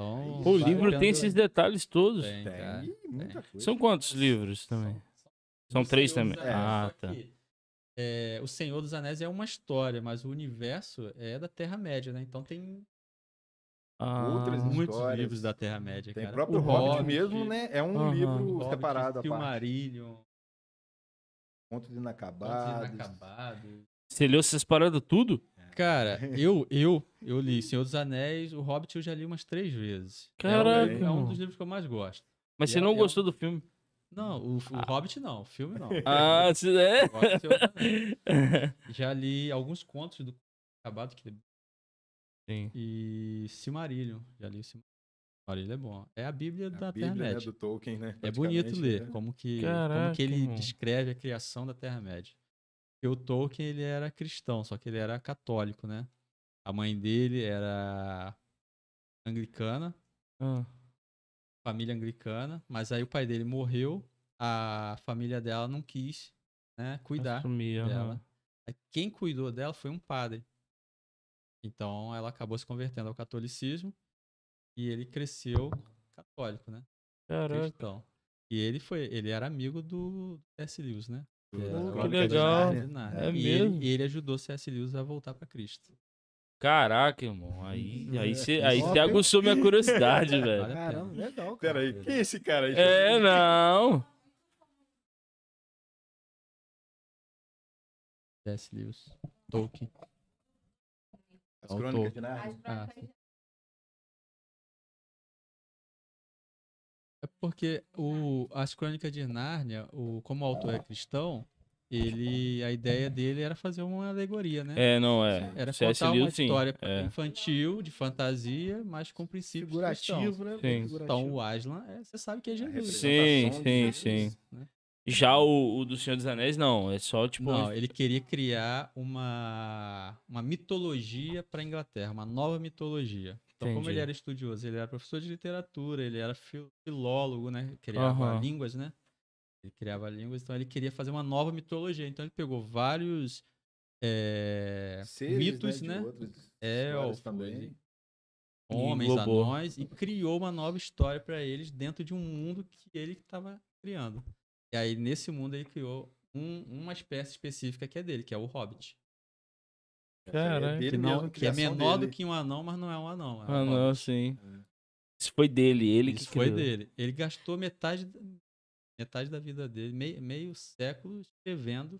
Speaker 4: Então,
Speaker 1: O
Speaker 3: Vale
Speaker 1: livro
Speaker 4: ficando-
Speaker 1: tem esses detalhes todos.
Speaker 4: Tem, cara.
Speaker 3: <laughs> Tem muita coisa.
Speaker 1: São quantos livros também? São três também.
Speaker 4: Anéis,
Speaker 1: Ah,
Speaker 4: só
Speaker 1: tá.
Speaker 4: que, é, o Senhor dos Anéis é uma história, mas o universo é da Terra-média, né? Então tem
Speaker 1: Ah,
Speaker 3: Outras As
Speaker 4: muitos
Speaker 3: histórias.
Speaker 4: livros da Terra-média,
Speaker 3: Tem
Speaker 4: cara.
Speaker 3: o próprio
Speaker 4: O
Speaker 3: Hobbit,
Speaker 4: Hobbit,
Speaker 3: mesmo, né? É um
Speaker 1: Aham.
Speaker 3: livro
Speaker 4: Hobbit,
Speaker 3: separado a parte.
Speaker 4: Silmarillion,
Speaker 3: Contos
Speaker 4: Contos
Speaker 3: inacabados.
Speaker 4: Inacabados.
Speaker 1: Você leu essas paradas tudo?
Speaker 4: Cara, eu, eu, eu li Senhor dos Anéis, o Hobbit eu já li umas três vezes. É um-
Speaker 1: Caraca,
Speaker 4: É um
Speaker 1: irmão.
Speaker 4: dos livros que eu mais gosto.
Speaker 1: Mas
Speaker 4: E
Speaker 1: você
Speaker 4: é-
Speaker 1: não
Speaker 4: é um-
Speaker 1: gostou do
Speaker 4: <laughs>
Speaker 1: filme?
Speaker 4: Não, o, o Hobbit não, o
Speaker 3: <laughs>
Speaker 4: filme não.
Speaker 1: Ah, você é?
Speaker 4: Eu gosto do Senhor dos Anéis. Já li alguns contos do Acabado que
Speaker 1: Sim.
Speaker 4: E Silmarillion. Já li o Silmarillion. Silmarillion é bom. É a Bíblia
Speaker 3: A
Speaker 4: da
Speaker 3: Bíblia, né, do
Speaker 4: Terra-média.
Speaker 3: Tolkien, né?
Speaker 4: é bonito
Speaker 3: praticamente,
Speaker 4: ler
Speaker 3: né?
Speaker 4: como, que, como
Speaker 1: Caraca,
Speaker 4: que ele
Speaker 1: irmão.
Speaker 4: descreve a criação da Terra-média. Porque o Tolkien ele era cristão, só que ele era católico, né? A mãe dele era anglicana,
Speaker 1: Ah,
Speaker 4: família anglicana, mas aí o pai dele morreu, a família dela não quis né, cuidar
Speaker 1: assumi, aham.
Speaker 4: dela. Aí Quem cuidou dela foi um padre. Então ela acabou se convertendo ao catolicismo e ele cresceu católico, né?
Speaker 1: Caraca.
Speaker 4: Cristão. E ele foi, ele era amigo do C.S. Lewis, né?
Speaker 3: Do-
Speaker 4: É,
Speaker 3: da
Speaker 1: que
Speaker 3: Crônica de
Speaker 1: legal.
Speaker 3: Nárnia.
Speaker 1: É
Speaker 4: É e ele-
Speaker 1: mesmo?
Speaker 4: e ele ajudou C.S. Lewis a voltar para Cristo.
Speaker 1: Caraca, irmão. Aí,
Speaker 4: Uhum.
Speaker 1: aí, você, aí você
Speaker 2: Ó,
Speaker 4: é um
Speaker 2: viu?
Speaker 1: aguçou minha
Speaker 4: <laughs>
Speaker 1: curiosidade, velho.
Speaker 4: Vale a pena.
Speaker 2: Caramba, legal, cara.
Speaker 3: Pera aí, quem é esse cara aí?
Speaker 1: É, não.
Speaker 4: C.S. Lewis, Tolkien.
Speaker 3: As Crônicas de Nárnia.
Speaker 4: Ah, sim. É porque o, as Crônicas de Nárnia, o, como o autor é cristão, Ele, a ideia dele era fazer uma alegoria, né?
Speaker 1: É, não, é.
Speaker 4: Era
Speaker 1: C.S.
Speaker 4: contar uma
Speaker 1: Lewis, sim.
Speaker 4: história
Speaker 1: É.
Speaker 4: infantil, de fantasia, mas com princípios cristãos.
Speaker 2: Figurativo, né?
Speaker 1: Sim.
Speaker 4: Então
Speaker 2: Figurativo.
Speaker 4: o Aslan, é, você sabe
Speaker 3: Uhum.
Speaker 4: que é Jesus.
Speaker 1: Sim,
Speaker 3: Representação de
Speaker 1: sim,
Speaker 3: Jesus.
Speaker 1: sim.
Speaker 4: né?
Speaker 1: Já o, o do Senhor dos Anéis, não. É só, tipo.
Speaker 4: Não,
Speaker 1: um-
Speaker 4: ele queria criar uma, uma mitologia para a Inglaterra, uma nova mitologia. Então, como
Speaker 1: Entendi.
Speaker 4: ele era estudioso, ele era professor de literatura, ele era fil- filólogo, né? Criava
Speaker 1: Aham.
Speaker 4: línguas, né? Ele criava línguas, então ele queria fazer uma nova mitologia. Então ele pegou vários eh,
Speaker 3: Seres,
Speaker 4: mitos,
Speaker 3: de
Speaker 4: né?
Speaker 3: outras
Speaker 4: Elfos,
Speaker 3: histórias também.
Speaker 1: E
Speaker 4: homens,
Speaker 1: englobou.
Speaker 4: anões, e criou uma nova história para eles dentro de um mundo que ele estava criando. E aí, nesse mundo, ele criou um- uma espécie específica que é dele, que é o Hobbit. É,
Speaker 1: Caraca.
Speaker 3: dele
Speaker 4: Que, não-
Speaker 3: mesmo, a
Speaker 4: que é
Speaker 3: criação
Speaker 4: menor
Speaker 3: dele.
Speaker 4: do que um anão, mas não é um anão. É um
Speaker 1: Ah,
Speaker 4: hobbit.
Speaker 1: não, sim. Isso foi dele, ele
Speaker 4: Isso
Speaker 1: que
Speaker 4: foi
Speaker 1: criou.
Speaker 4: dele. Ele gastou metade, da- metade da vida dele, meio, meio século escrevendo.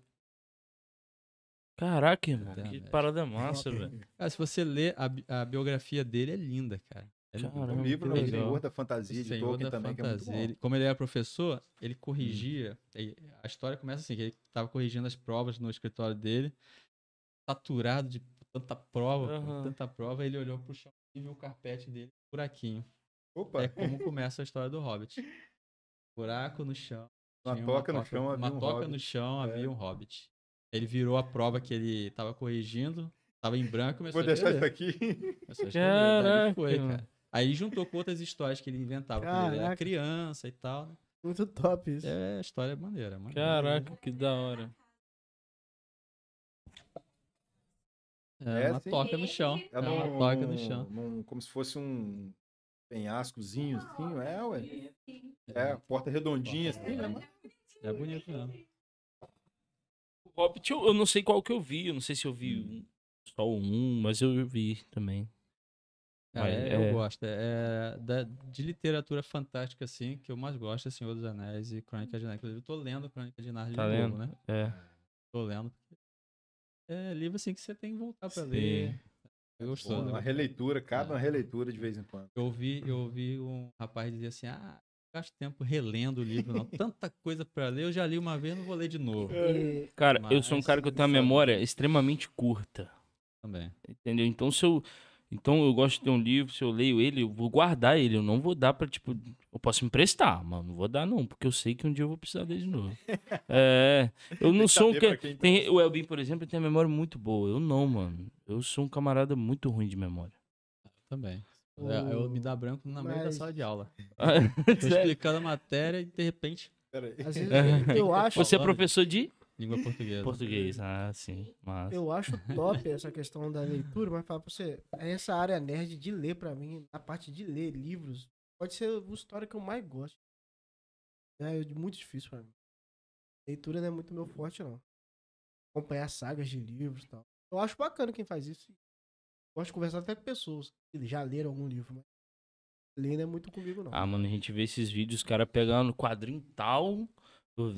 Speaker 1: Caraca, irmão. Que
Speaker 4: Internet.
Speaker 1: parada massa, velho.
Speaker 4: Cara, se você ler a, bi- a biografia dele, é linda, cara. É linda.
Speaker 1: Caramba.
Speaker 3: O um livro
Speaker 1: que
Speaker 3: não, o
Speaker 1: um legal.
Speaker 3: Senhor da
Speaker 4: O
Speaker 3: Fantasia de
Speaker 4: Senhor
Speaker 3: Tolkien
Speaker 4: da
Speaker 3: também, que é muito
Speaker 4: Fantasia.
Speaker 3: bom. Hum.
Speaker 4: Ele- como ele era professor, ele corrigia. ele- a história começa assim: que ele estava corrigindo as provas no escritório dele, saturado de tanta prova, pô,
Speaker 1: Aham.
Speaker 4: tanta prova. Ele olhou pro chão e viu o carpete dele, buraquinho.
Speaker 3: Opa,
Speaker 4: É como começa a história do Hobbit. Buraco no chão.
Speaker 3: uma
Speaker 4: tinha
Speaker 3: toca no chão havia
Speaker 4: Uma
Speaker 3: um
Speaker 4: toca
Speaker 3: hobbit.
Speaker 4: no chão havia
Speaker 3: É.
Speaker 4: um Hobbit. Ele virou a prova que ele estava corrigindo, estava em branco e começou
Speaker 3: Vou deixar
Speaker 4: a
Speaker 3: isso
Speaker 4: escrever.
Speaker 3: aqui.
Speaker 4: Começou a escrever. Daí ele foi,
Speaker 1: Caraca, mano.
Speaker 4: cara. Aí ele juntou com outras histórias que ele inventava quando ele era
Speaker 2: Caraca.
Speaker 4: criança e tal. Né?
Speaker 2: Muito top isso.
Speaker 4: É, a história é maneira, mano.
Speaker 1: Caraca, que da hora.
Speaker 4: É,
Speaker 3: É,
Speaker 4: uma
Speaker 3: sim.
Speaker 4: toca no chão. É,
Speaker 3: É
Speaker 4: uma
Speaker 3: num-
Speaker 4: toca no chão.
Speaker 3: num- como se fosse um penhascozinho, assim, é, ué. É, porta redondinha, assim, né? mano?
Speaker 4: É bonito, não.
Speaker 1: O Hobbit, eu, eu não sei qual que eu vi. Eu não sei se eu vi um- só um, mas eu vi também.
Speaker 4: Cara,
Speaker 1: Mas
Speaker 4: é-
Speaker 1: é-
Speaker 4: eu gosto. É, é da- de literatura fantástica, assim, que eu mais gosto é Senhor dos Anéis e Crônica de Narnia. Inclusive, eu tô lendo Crônica de Narnia
Speaker 1: Tá
Speaker 4: de
Speaker 1: lendo?
Speaker 4: novo, né?
Speaker 1: É.
Speaker 4: Tô lendo. É livro, assim, que você tem que voltar pra
Speaker 1: Sim.
Speaker 4: ler. Eu
Speaker 3: Pô,
Speaker 4: gostoso.
Speaker 3: Uma
Speaker 4: né?
Speaker 3: releitura, cabe
Speaker 4: É.
Speaker 3: uma releitura de vez em quando.
Speaker 4: Eu ouvi, eu ouvi um rapaz dizer assim, ah, não gasto tempo relendo o livro, não. Tanta coisa pra ler, eu já li uma vez, não vou ler de novo.
Speaker 1: É.
Speaker 2: E-
Speaker 1: Cara, eu sou um
Speaker 4: Mas-
Speaker 1: cara que eu tenho uma memória extremamente curta.
Speaker 4: Também.
Speaker 1: Entendeu? Então, se eu. Então, eu gosto de ter um livro, se eu leio ele, eu vou guardar ele. Eu não vou dar pra, tipo. Eu posso emprestar, mano. Não vou dar, não, porque eu sei que um dia eu vou precisar dele de
Speaker 3: <laughs>
Speaker 1: novo. É. Eu não sou um.
Speaker 3: saber pra
Speaker 1: Que...
Speaker 3: quem tá
Speaker 1: Tem... O Elbin, por exemplo, tem uma memória muito boa. Eu não, mano. Eu sou um camarada muito ruim de memória.
Speaker 4: Também. Eu, eu me dá branco na meio da
Speaker 2: Mas-
Speaker 4: sala
Speaker 1: <laughs>
Speaker 4: de aula. Tô
Speaker 1: Sério.
Speaker 4: explicando a matéria e de repente,
Speaker 3: Pera aí.
Speaker 2: Às vezes
Speaker 1: É.
Speaker 2: eu acho,
Speaker 1: Você é professor de
Speaker 4: língua portuguesa.
Speaker 1: português. Ah, sim. Mas.
Speaker 2: eu acho
Speaker 3: <laughs>
Speaker 2: top essa questão da leitura, mas falar pra você, é essa área nerd de ler pra mim, a parte de ler livros, pode ser uma história que eu mais gosto. É é muito difícil pra mim. Leitura não é muito meu forte, não. Acompanhar sagas de livros e tal. Eu acho bacana quem faz isso. Gosto de conversar até com pessoas que já leram algum livro, mas ler não é muito comigo, não.
Speaker 1: Ah, mano, a gente vê esses vídeos, os caras pegando quadrinho tal,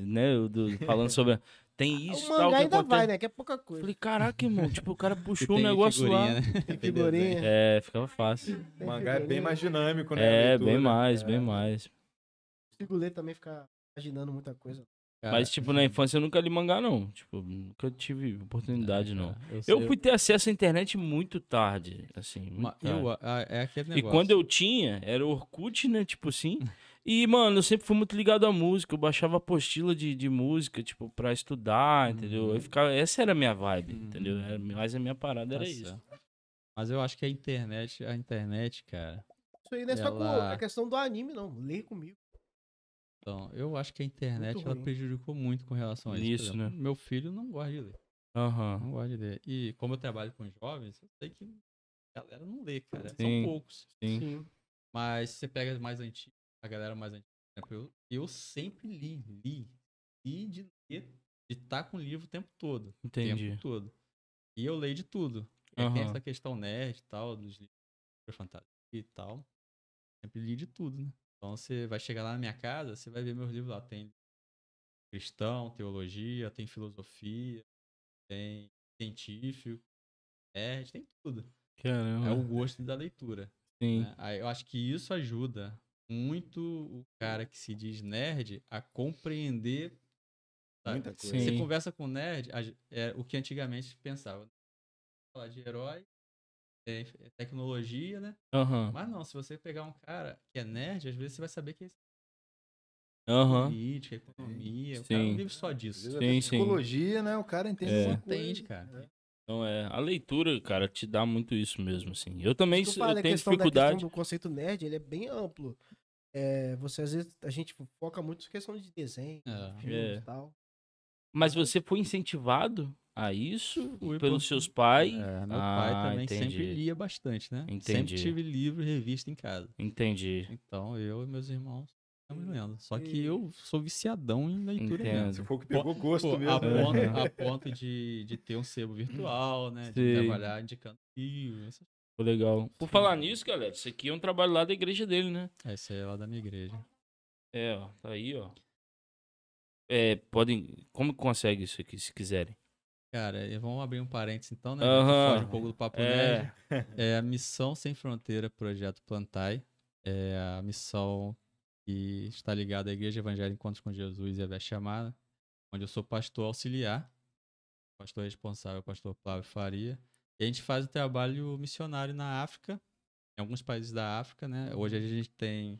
Speaker 1: né? do- falando sobre. Tem
Speaker 2: Ah, o
Speaker 1: isso, tal,
Speaker 2: mangá
Speaker 1: que
Speaker 2: ainda
Speaker 1: acontece.
Speaker 2: vai, né? Que é pouca
Speaker 1: Eu
Speaker 2: coisa.
Speaker 1: Falei, caraca, irmão, tipo, o cara
Speaker 4: E
Speaker 1: puxou um
Speaker 4: tem
Speaker 1: negócio lá.
Speaker 4: figurinha, né? Tem
Speaker 2: figurinha.
Speaker 4: desenho.
Speaker 1: É, ficava fácil.
Speaker 3: O mangá é bem mais dinâmico, né? a
Speaker 1: É,
Speaker 3: leitura.
Speaker 1: bem mais, bem
Speaker 3: É.
Speaker 1: mais.
Speaker 2: consigo ler também, ficar imaginando muita coisa.
Speaker 4: Cara,
Speaker 1: Mas, tipo, na infância eu nunca li mangá, não. Tipo, nunca tive oportunidade, não.
Speaker 4: cara,
Speaker 1: Eu
Speaker 4: é, sei-
Speaker 1: fui ter acesso à internet muito tarde, assim. muito
Speaker 4: Ma-
Speaker 1: tarde.
Speaker 4: eu- ah, é aquele
Speaker 1: E
Speaker 4: negócio.
Speaker 1: quando eu tinha, era Orkut, né? Tipo assim. E, mano, eu sempre fui muito ligado à música. Eu baixava apostila de, de música, tipo, pra estudar,
Speaker 4: Hum.
Speaker 1: entendeu? Eu ficava... Essa era a minha vibe,
Speaker 4: Uhum.
Speaker 1: entendeu? Era... Mas a minha parada era
Speaker 4: Tá
Speaker 1: isso.
Speaker 4: certo. Mas eu acho que a internet, a internet, cara.
Speaker 2: Isso aí não é só com
Speaker 4: Ela-
Speaker 2: a questão do anime, não. Lê comigo.
Speaker 4: Então, eu acho que a internet
Speaker 2: Muito
Speaker 4: ela
Speaker 2: ruim.
Speaker 4: prejudicou muito com relação a isso. Por
Speaker 1: Isso,
Speaker 4: exemplo,
Speaker 1: né?
Speaker 4: Meu filho não gosta de ler.
Speaker 1: Aham.
Speaker 4: Não gosta de ler. E como eu trabalho com jovens, eu sei que a galera não lê, cara.
Speaker 1: Sim.
Speaker 4: São poucos.
Speaker 1: Sim.
Speaker 4: Mas se você pega as mais antigas, a galera mais antiga, por exemplo, eu, eu sempre li, li. Li de ler, de estar com o livro o tempo todo. o
Speaker 1: Entendi.
Speaker 4: tempo todo. E eu leio de tudo. E aí Tem
Speaker 1: Aham.
Speaker 4: essa questão nerd e tal, dos livros de fantasia e tal. Sempre li de tudo, né? Então você vai chegar lá na minha casa, você vai ver meus livros lá. Tem cristão, teologia, tem filosofia, tem científico, nerd, tem tudo.
Speaker 1: Caramba.
Speaker 4: É o gosto da leitura.
Speaker 1: Sim.
Speaker 4: né? Aí eu acho que isso ajuda muito o cara que se diz nerd a compreender sabe?
Speaker 3: Muita coisa.
Speaker 1: Sim.
Speaker 4: Você conversa com o nerd, a ge- é o que antigamente pensava. Falar de herói, é, é tecnologia, né?
Speaker 1: Aham.
Speaker 4: Mas não, se você pegar um cara que é nerd, às vezes você vai saber que é
Speaker 1: Aham.
Speaker 4: política, economia. O cara
Speaker 1: Sim.
Speaker 4: não vive só
Speaker 3: Às
Speaker 4: disso.
Speaker 3: vezes
Speaker 1: Sim,
Speaker 3: até
Speaker 1: sim.
Speaker 3: psicologia, né? O cara entende
Speaker 1: É.
Speaker 3: alguma coisa.
Speaker 4: Entende, cara.
Speaker 1: Então é, a leitura, cara, te dá muito isso mesmo, assim. Eu também
Speaker 2: Isso
Speaker 1: s-
Speaker 2: que eu
Speaker 4: é
Speaker 2: falo,
Speaker 1: eu
Speaker 2: a
Speaker 1: tenho
Speaker 2: questão da- a questão
Speaker 1: dificuldade.
Speaker 2: do conceito nerd, ele é bem amplo. É, você, às vezes, a gente foca muito em questão de desenho,
Speaker 4: É.
Speaker 2: filmes
Speaker 1: É.
Speaker 2: e tal.
Speaker 1: Mas você foi incentivado a isso
Speaker 4: Fui,
Speaker 1: pelos
Speaker 4: pô.
Speaker 1: seus pais?
Speaker 4: É, meu
Speaker 1: Ah,
Speaker 4: pai também sempre
Speaker 1: entendi.
Speaker 4: lia bastante, né?
Speaker 1: Entendi.
Speaker 4: Sempre tive livro e revista em casa.
Speaker 1: Entendi.
Speaker 4: Então, eu e meus irmãos estamos lendo. Só que
Speaker 2: E-
Speaker 4: eu sou viciadão em leitura mesmo.
Speaker 1: Entendo.
Speaker 3: Se for o que pegou gosto
Speaker 4: Pô,
Speaker 3: mesmo.
Speaker 4: a
Speaker 3: né?
Speaker 4: ponto, a ponto de, de ter um sebo virtual, né? De
Speaker 1: Sim.
Speaker 4: trabalhar indicando livro. essas-
Speaker 1: Pô, Legal. Por falar nisso, galera, isso aqui é um trabalho lá da igreja dele, né?
Speaker 4: É, isso aí é lá da minha igreja.
Speaker 1: É, ó, tá aí, ó. É, podem. Como consegue isso aqui, se quiserem?
Speaker 4: Cara, e vamos abrir um parênteses então, né?
Speaker 1: Aham.
Speaker 4: Que foge um pouco do papo
Speaker 1: É.
Speaker 4: nerd. É a Missão Sem Fronteira, Projeto Plantai. É a missão que está ligada à Igreja Evangélica Encontros com Jesus e a Veste Chamada, onde eu sou pastor auxiliar, pastor responsável, pastor Flávio Faria. E a gente faz o trabalho missionário na África, em alguns países da África, né? Hoje a gente tem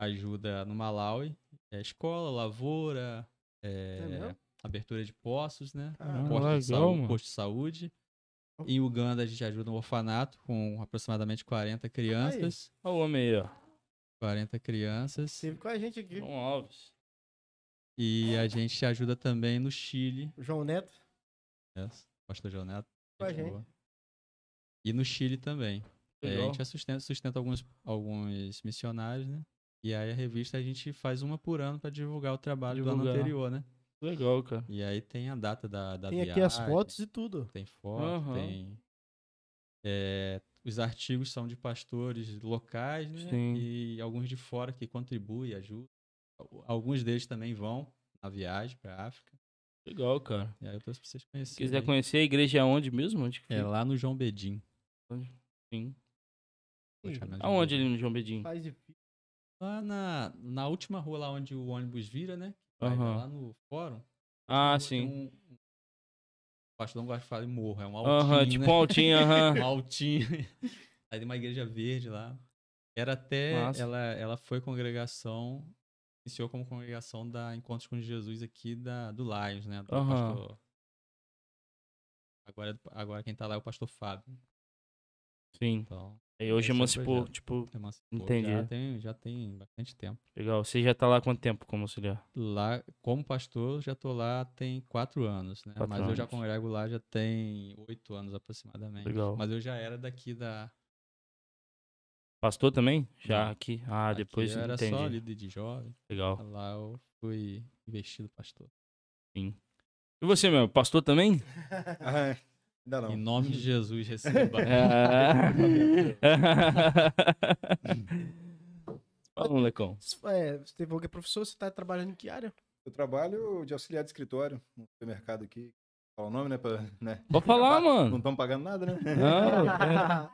Speaker 4: ajuda no Malawi, é escola, lavoura, é,
Speaker 2: É mesmo? Ah,
Speaker 4: abertura de poços, né?
Speaker 3: Caramba,
Speaker 4: posto, de
Speaker 1: legal,
Speaker 4: saúde,
Speaker 1: mano.
Speaker 4: posto de saúde.
Speaker 2: Oh.
Speaker 4: Em Uganda a gente ajuda um orfanato com aproximadamente 40 crianças.
Speaker 1: Ó, o homem aí, ó.
Speaker 4: 40 crianças.
Speaker 2: Teve com a gente aqui.
Speaker 1: João Alves.
Speaker 4: E a gente ajuda também no Chile.
Speaker 2: João Neto.
Speaker 4: Né? Pastor Joneto.
Speaker 2: Com a gente.
Speaker 4: E no Chile também. É, a
Speaker 1: Legal.
Speaker 4: gente sustenta, sustenta alguns, alguns missionários, né? E aí a revista a gente faz uma por ano para divulgar o trabalho do
Speaker 1: Divulgar.
Speaker 4: ano anterior, né?
Speaker 1: Legal, cara.
Speaker 4: E aí tem a data da, da
Speaker 2: Tem
Speaker 4: viagem.
Speaker 2: aqui as fotos e tudo.
Speaker 4: Tem foto,
Speaker 1: Aham.
Speaker 4: tem. é, os artigos são de pastores locais, né?
Speaker 1: Sim.
Speaker 4: E alguns de fora que contribuem, ajudam. Al- Alguns deles também vão na viagem para África.
Speaker 1: Legal, cara.
Speaker 4: E aí eu trouxe pra vocês
Speaker 1: Se
Speaker 4: conhecerem.
Speaker 1: quiser
Speaker 4: aí.
Speaker 1: conhecer a igreja é onde mesmo? Onde que
Speaker 4: É lá no João Bedim.
Speaker 1: Sim.
Speaker 4: Vou
Speaker 2: Ih,
Speaker 4: chamar de João
Speaker 1: Aonde
Speaker 4: Bedim.
Speaker 1: ali no João Bedinho?
Speaker 2: Pais e filhos.
Speaker 4: Lá na, na última rua lá onde o ônibus vira, né? Vai
Speaker 1: Aham.
Speaker 4: Lá no fórum.
Speaker 1: Ah,
Speaker 4: Tem
Speaker 1: sim.
Speaker 4: Um, um- o pastor não gosta de falar em morro, é um altinho,
Speaker 1: Aham, tipo
Speaker 4: né?
Speaker 1: um altinho,
Speaker 4: <laughs>
Speaker 1: aham.
Speaker 4: um altinho. Aí tem uma igreja verde lá. Era até.
Speaker 1: Massa.
Speaker 4: Ela, ela foi congregação. Iniciou como congregação da Encontros com Jesus aqui da, do Lions, né? Do
Speaker 1: Aham.
Speaker 4: pastor. Agora, é do- agora quem tá lá é o pastor Fábio.
Speaker 1: Sim.
Speaker 4: Então,
Speaker 1: Aí hoje
Speaker 4: Esse é o
Speaker 1: emancipou,
Speaker 4: projeto.
Speaker 1: tipo,
Speaker 4: emancipou.
Speaker 1: Entendi.
Speaker 4: Já tem, já tem bastante tempo.
Speaker 1: legal. Você já tá lá há quanto tempo como auxiliar?
Speaker 4: Lá, como pastor, já tô lá tem quatro anos, né?
Speaker 1: Quatro
Speaker 4: Mas eu já
Speaker 1: anos.
Speaker 4: congrego lá já tem oito anos aproximadamente.
Speaker 1: Legal.
Speaker 4: Mas eu já era daqui da.
Speaker 1: Pastor também? Já
Speaker 4: Não.
Speaker 1: aqui. Ah,
Speaker 4: aqui
Speaker 1: depois
Speaker 4: eu era só Tá.
Speaker 1: entendi.
Speaker 4: líder de jovem.
Speaker 1: Legal.
Speaker 4: Lá eu fui investido pastor.
Speaker 1: E você, meu, pastor também?
Speaker 3: <laughs> Ah, ainda
Speaker 4: Em
Speaker 3: não.
Speaker 4: nome de
Speaker 3: <laughs>
Speaker 4: Jesus, receba.
Speaker 1: Ah.
Speaker 4: É.
Speaker 1: Fala, molecão.
Speaker 2: Se- É, você teve alguém professor, você tá trabalhando em que área?
Speaker 3: Eu trabalho de auxiliar de escritório no supermercado aqui. Qual o nome, né? Pra, né?
Speaker 1: Pode falar,
Speaker 3: Não
Speaker 1: mano.
Speaker 3: estão pagando nada, né?
Speaker 1: Não, é.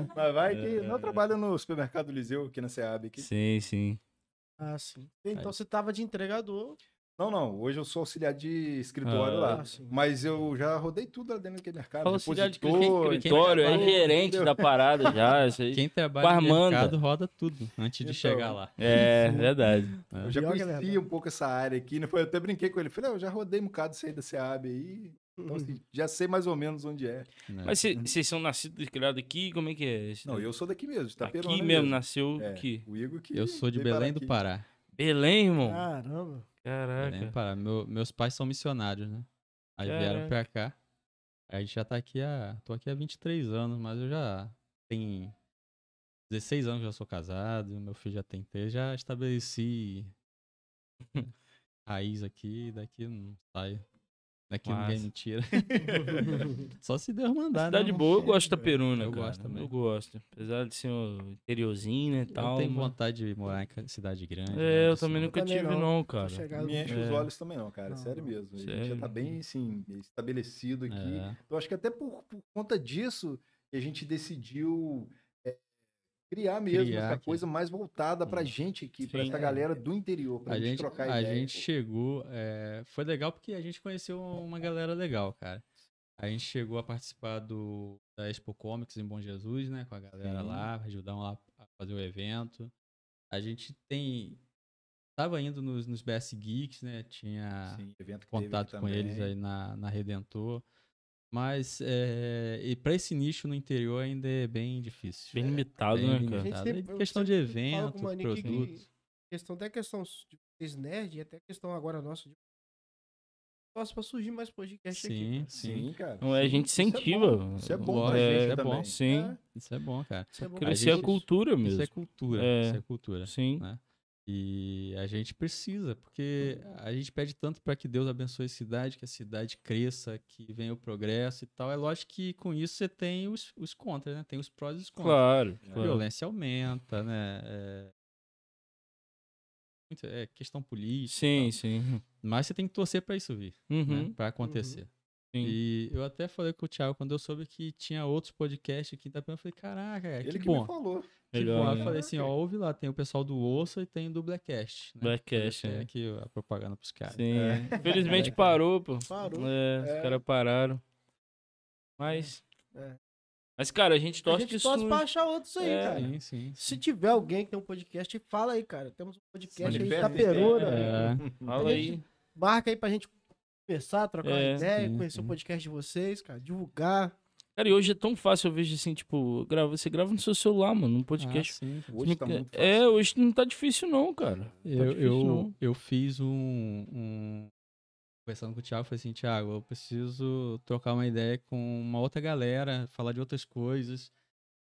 Speaker 1: é.
Speaker 3: <laughs> Mas vai que. Não, eu trabalho no supermercado Liseu, aqui na SEAB. Aqui.
Speaker 1: Sim, sim.
Speaker 2: ah, sim. Então você tava de entregador.
Speaker 3: Não, não. Hoje eu sou auxiliar de escritório
Speaker 1: Ah,
Speaker 3: lá.
Speaker 2: sim.
Speaker 3: Mas eu já rodei tudo lá dentro daquele mercado.
Speaker 1: Fala auxiliar de
Speaker 3: depositor,
Speaker 1: escritório, é
Speaker 3: entendeu?
Speaker 1: gerente da parada já. Isso aí.
Speaker 4: Quem trabalha no
Speaker 1: Barmanda.
Speaker 4: mercado roda tudo antes de
Speaker 3: Então.
Speaker 4: chegar lá.
Speaker 1: É, verdade.
Speaker 3: Eu já
Speaker 2: Pior que é
Speaker 3: conhecia
Speaker 2: verdade.
Speaker 3: um pouco essa área aqui, né? Foi- Eu até brinquei com ele. Falei, ah, eu já rodei um bocado sair da SEAB aí. Então,
Speaker 1: Uhum.
Speaker 3: assim, já sei mais ou menos onde é.
Speaker 4: né?
Speaker 1: Mas cê- vocês são nascidos e criados aqui? Como é que é? esse
Speaker 3: Não, eu sou daqui mesmo, de
Speaker 1: Aqui
Speaker 3: Itaperuna
Speaker 1: mesmo, nasceu
Speaker 3: É,
Speaker 1: aqui.
Speaker 3: O Igor que
Speaker 4: eu sou de
Speaker 3: veio parar
Speaker 4: Belém do
Speaker 3: aqui.
Speaker 4: Pará.
Speaker 1: Belém, irmão?
Speaker 2: Ah. Caramba.
Speaker 4: Belém é do
Speaker 1: Caraca.
Speaker 4: Pará. Né? Meu- meus pais são missionários, né? Aí vieram pra cá. Aí a gente já tá aqui há. tô aqui há 23 anos, mas eu já tenho 16 anos que eu sou casado, meu filho já tem 3,
Speaker 1: <laughs>
Speaker 4: já estabeleci né, raiz aqui, daqui não sai. Daqui ninguém
Speaker 1: Massa. <laughs>
Speaker 4: me tira. Só se Deus mandar, né?
Speaker 1: Cidade
Speaker 4: irmão?
Speaker 1: boa, eu gosto da Peruna,
Speaker 4: Eu
Speaker 1: cara.
Speaker 4: gosto também.
Speaker 1: Eu gosto. Apesar de ser um interiorzinho, né, e tal.
Speaker 4: Eu tenho
Speaker 1: mas-
Speaker 4: vontade de morar em ca- cidade grande.
Speaker 1: É,
Speaker 4: né,
Speaker 1: eu
Speaker 4: assim.
Speaker 1: também nunca
Speaker 2: também
Speaker 1: tive
Speaker 2: não.
Speaker 1: não, cara.
Speaker 2: Tô chegado.
Speaker 3: Não me enche os
Speaker 1: É.
Speaker 3: olhos também, não, cara.
Speaker 2: Não,
Speaker 3: sério
Speaker 2: não.
Speaker 3: mesmo. A gente já
Speaker 1: Sério.
Speaker 3: tá bem, assim, estabelecido aqui.
Speaker 4: É.
Speaker 3: Então, acho que até por, por conta disso, que a gente decidiu é, criar mesmo
Speaker 4: Criar,
Speaker 3: essa
Speaker 4: cara.
Speaker 3: coisa mais voltada pra gente aqui, pra
Speaker 1: Sim. é.
Speaker 3: essa galera do interior, pra
Speaker 4: A gente,
Speaker 3: trocar
Speaker 4: a
Speaker 3: ideia.
Speaker 4: gente chegou. é, foi legal porque a gente conheceu uma galera legal, cara. A gente chegou a participar do, da Expo Comics em Bom Jesus, né? Com a galera
Speaker 3: Sim.
Speaker 4: lá, ajudaram lá a fazer o evento. A gente tem. Tava indo nos, nos BS Geeks, né? Tinha
Speaker 3: Sim, evento que teve aqui
Speaker 4: contato com
Speaker 3: também.
Speaker 4: eles aí né? na, na Redentor. Mas é, e para esse nicho no interior ainda é bem difícil.
Speaker 1: Bem limitado,
Speaker 4: Bem
Speaker 1: né,
Speaker 4: limitado.
Speaker 1: cara?
Speaker 4: Tá, daí
Speaker 2: eu
Speaker 4: questão de
Speaker 2: sempre falo
Speaker 4: evento,
Speaker 2: com o Maninho que- que
Speaker 4: produtos.
Speaker 2: Questão até questão de vocês nerd e até questão agora nossa de posso pra surgir mais podcast aqui.
Speaker 4: Sim, sim.
Speaker 3: Sim, cara.
Speaker 1: Não é, a gente
Speaker 3: Isso é bom.
Speaker 1: incentiva.
Speaker 3: Isso é bom pra
Speaker 1: É,
Speaker 3: gente
Speaker 4: é bom.
Speaker 3: também.
Speaker 1: Sim.
Speaker 3: É.
Speaker 4: Isso é bom, cara.
Speaker 2: Isso é bom pra
Speaker 1: Crescer a
Speaker 2: gente.
Speaker 1: cultura mesmo.
Speaker 4: Isso é cultura.
Speaker 1: É.
Speaker 4: Isso é cultura.
Speaker 1: Sim.
Speaker 4: né? E a gente precisa, porque a gente pede tanto para que Deus abençoe a cidade, que a cidade cresça, que venha o progresso e tal. É lógico que com isso você tem os, os contras, né? Tem os prós e os contras.
Speaker 1: Claro.
Speaker 3: É.
Speaker 4: A
Speaker 1: claro.
Speaker 4: violência aumenta, né? É... muito- é questão política.
Speaker 1: Sim,
Speaker 4: e tal.
Speaker 1: sim.
Speaker 4: Mas você tem que torcer para isso vir,
Speaker 1: Uhum,
Speaker 4: né? Para acontecer.
Speaker 1: sim.
Speaker 4: E eu até falei com o Thiago quando eu soube que tinha outros podcasts aqui em Itapema. Eu falei, caraca, cara,
Speaker 3: É, Ele
Speaker 4: É que
Speaker 3: que
Speaker 4: bom.
Speaker 3: me falou.
Speaker 4: Que
Speaker 1: Melhor,
Speaker 4: bom.
Speaker 1: né?
Speaker 4: Eu falei assim, ó, ouve lá, tem o pessoal do Osso e tem do Blackcast. Né?
Speaker 1: Blackcast,
Speaker 4: Tem
Speaker 1: né?
Speaker 4: aqui a propaganda pros caras.
Speaker 1: Sim. é. Infelizmente parou, pô.
Speaker 2: Parou.
Speaker 1: É, os
Speaker 3: É.
Speaker 1: caras pararam. Mas.
Speaker 2: É.
Speaker 1: Mas, cara, a gente
Speaker 2: A
Speaker 1: torce
Speaker 2: gente
Speaker 1: que
Speaker 2: torce
Speaker 1: surja.
Speaker 2: pra achar outros aí,
Speaker 1: É.
Speaker 2: cara.
Speaker 4: Sim, sim.
Speaker 2: Se tiver alguém que tem um podcast, fala aí, cara. Temos um podcast aí de
Speaker 3: Manifesta
Speaker 2: Itaperuna.
Speaker 4: É,
Speaker 1: Fala aí. um
Speaker 2: Marca aí pra gente conversar, trocar
Speaker 1: É.
Speaker 2: uma ideia,
Speaker 4: Sim,
Speaker 2: conhecer
Speaker 4: sim.
Speaker 2: o podcast de vocês, cara. Divulgar.
Speaker 1: Cara, e hoje é tão fácil, eu vejo assim, tipo, grava, você grava no seu celular, mano, um
Speaker 4: ah,
Speaker 1: podcast.
Speaker 4: sim.
Speaker 3: Hoje tá muito fácil.
Speaker 1: é, hoje não tá difícil, não, cara.
Speaker 4: Eu,
Speaker 1: difícil,
Speaker 4: eu,
Speaker 1: não.
Speaker 4: eu fiz um, um- Conversando com o Thiago, eu falei assim, Thiago, eu preciso trocar uma ideia com uma outra galera, falar de outras coisas.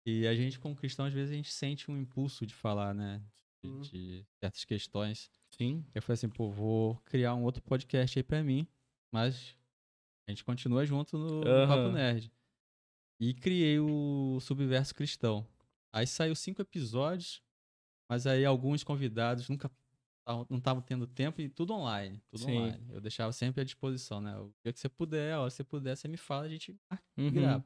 Speaker 4: E a gente, como cristão, às vezes a gente sente um impulso de falar, né? De,
Speaker 2: Uhum.
Speaker 4: de certas questões.
Speaker 1: Sim.
Speaker 4: Eu falei assim, pô, vou criar um outro podcast aí pra mim, mas a gente continua junto no, no Papo
Speaker 1: Aham.
Speaker 4: Nerd. E criei o Subverso Cristão. Aí saiu cinco episódios, mas aí alguns convidados nunca tavam- não estavam tendo tempo e tudo online, tudo
Speaker 1: Sim.
Speaker 4: online. Eu deixava sempre à disposição, né? O dia que você puder, a hora que você puder, você me fala, a gente
Speaker 1: Uhum.
Speaker 4: grava.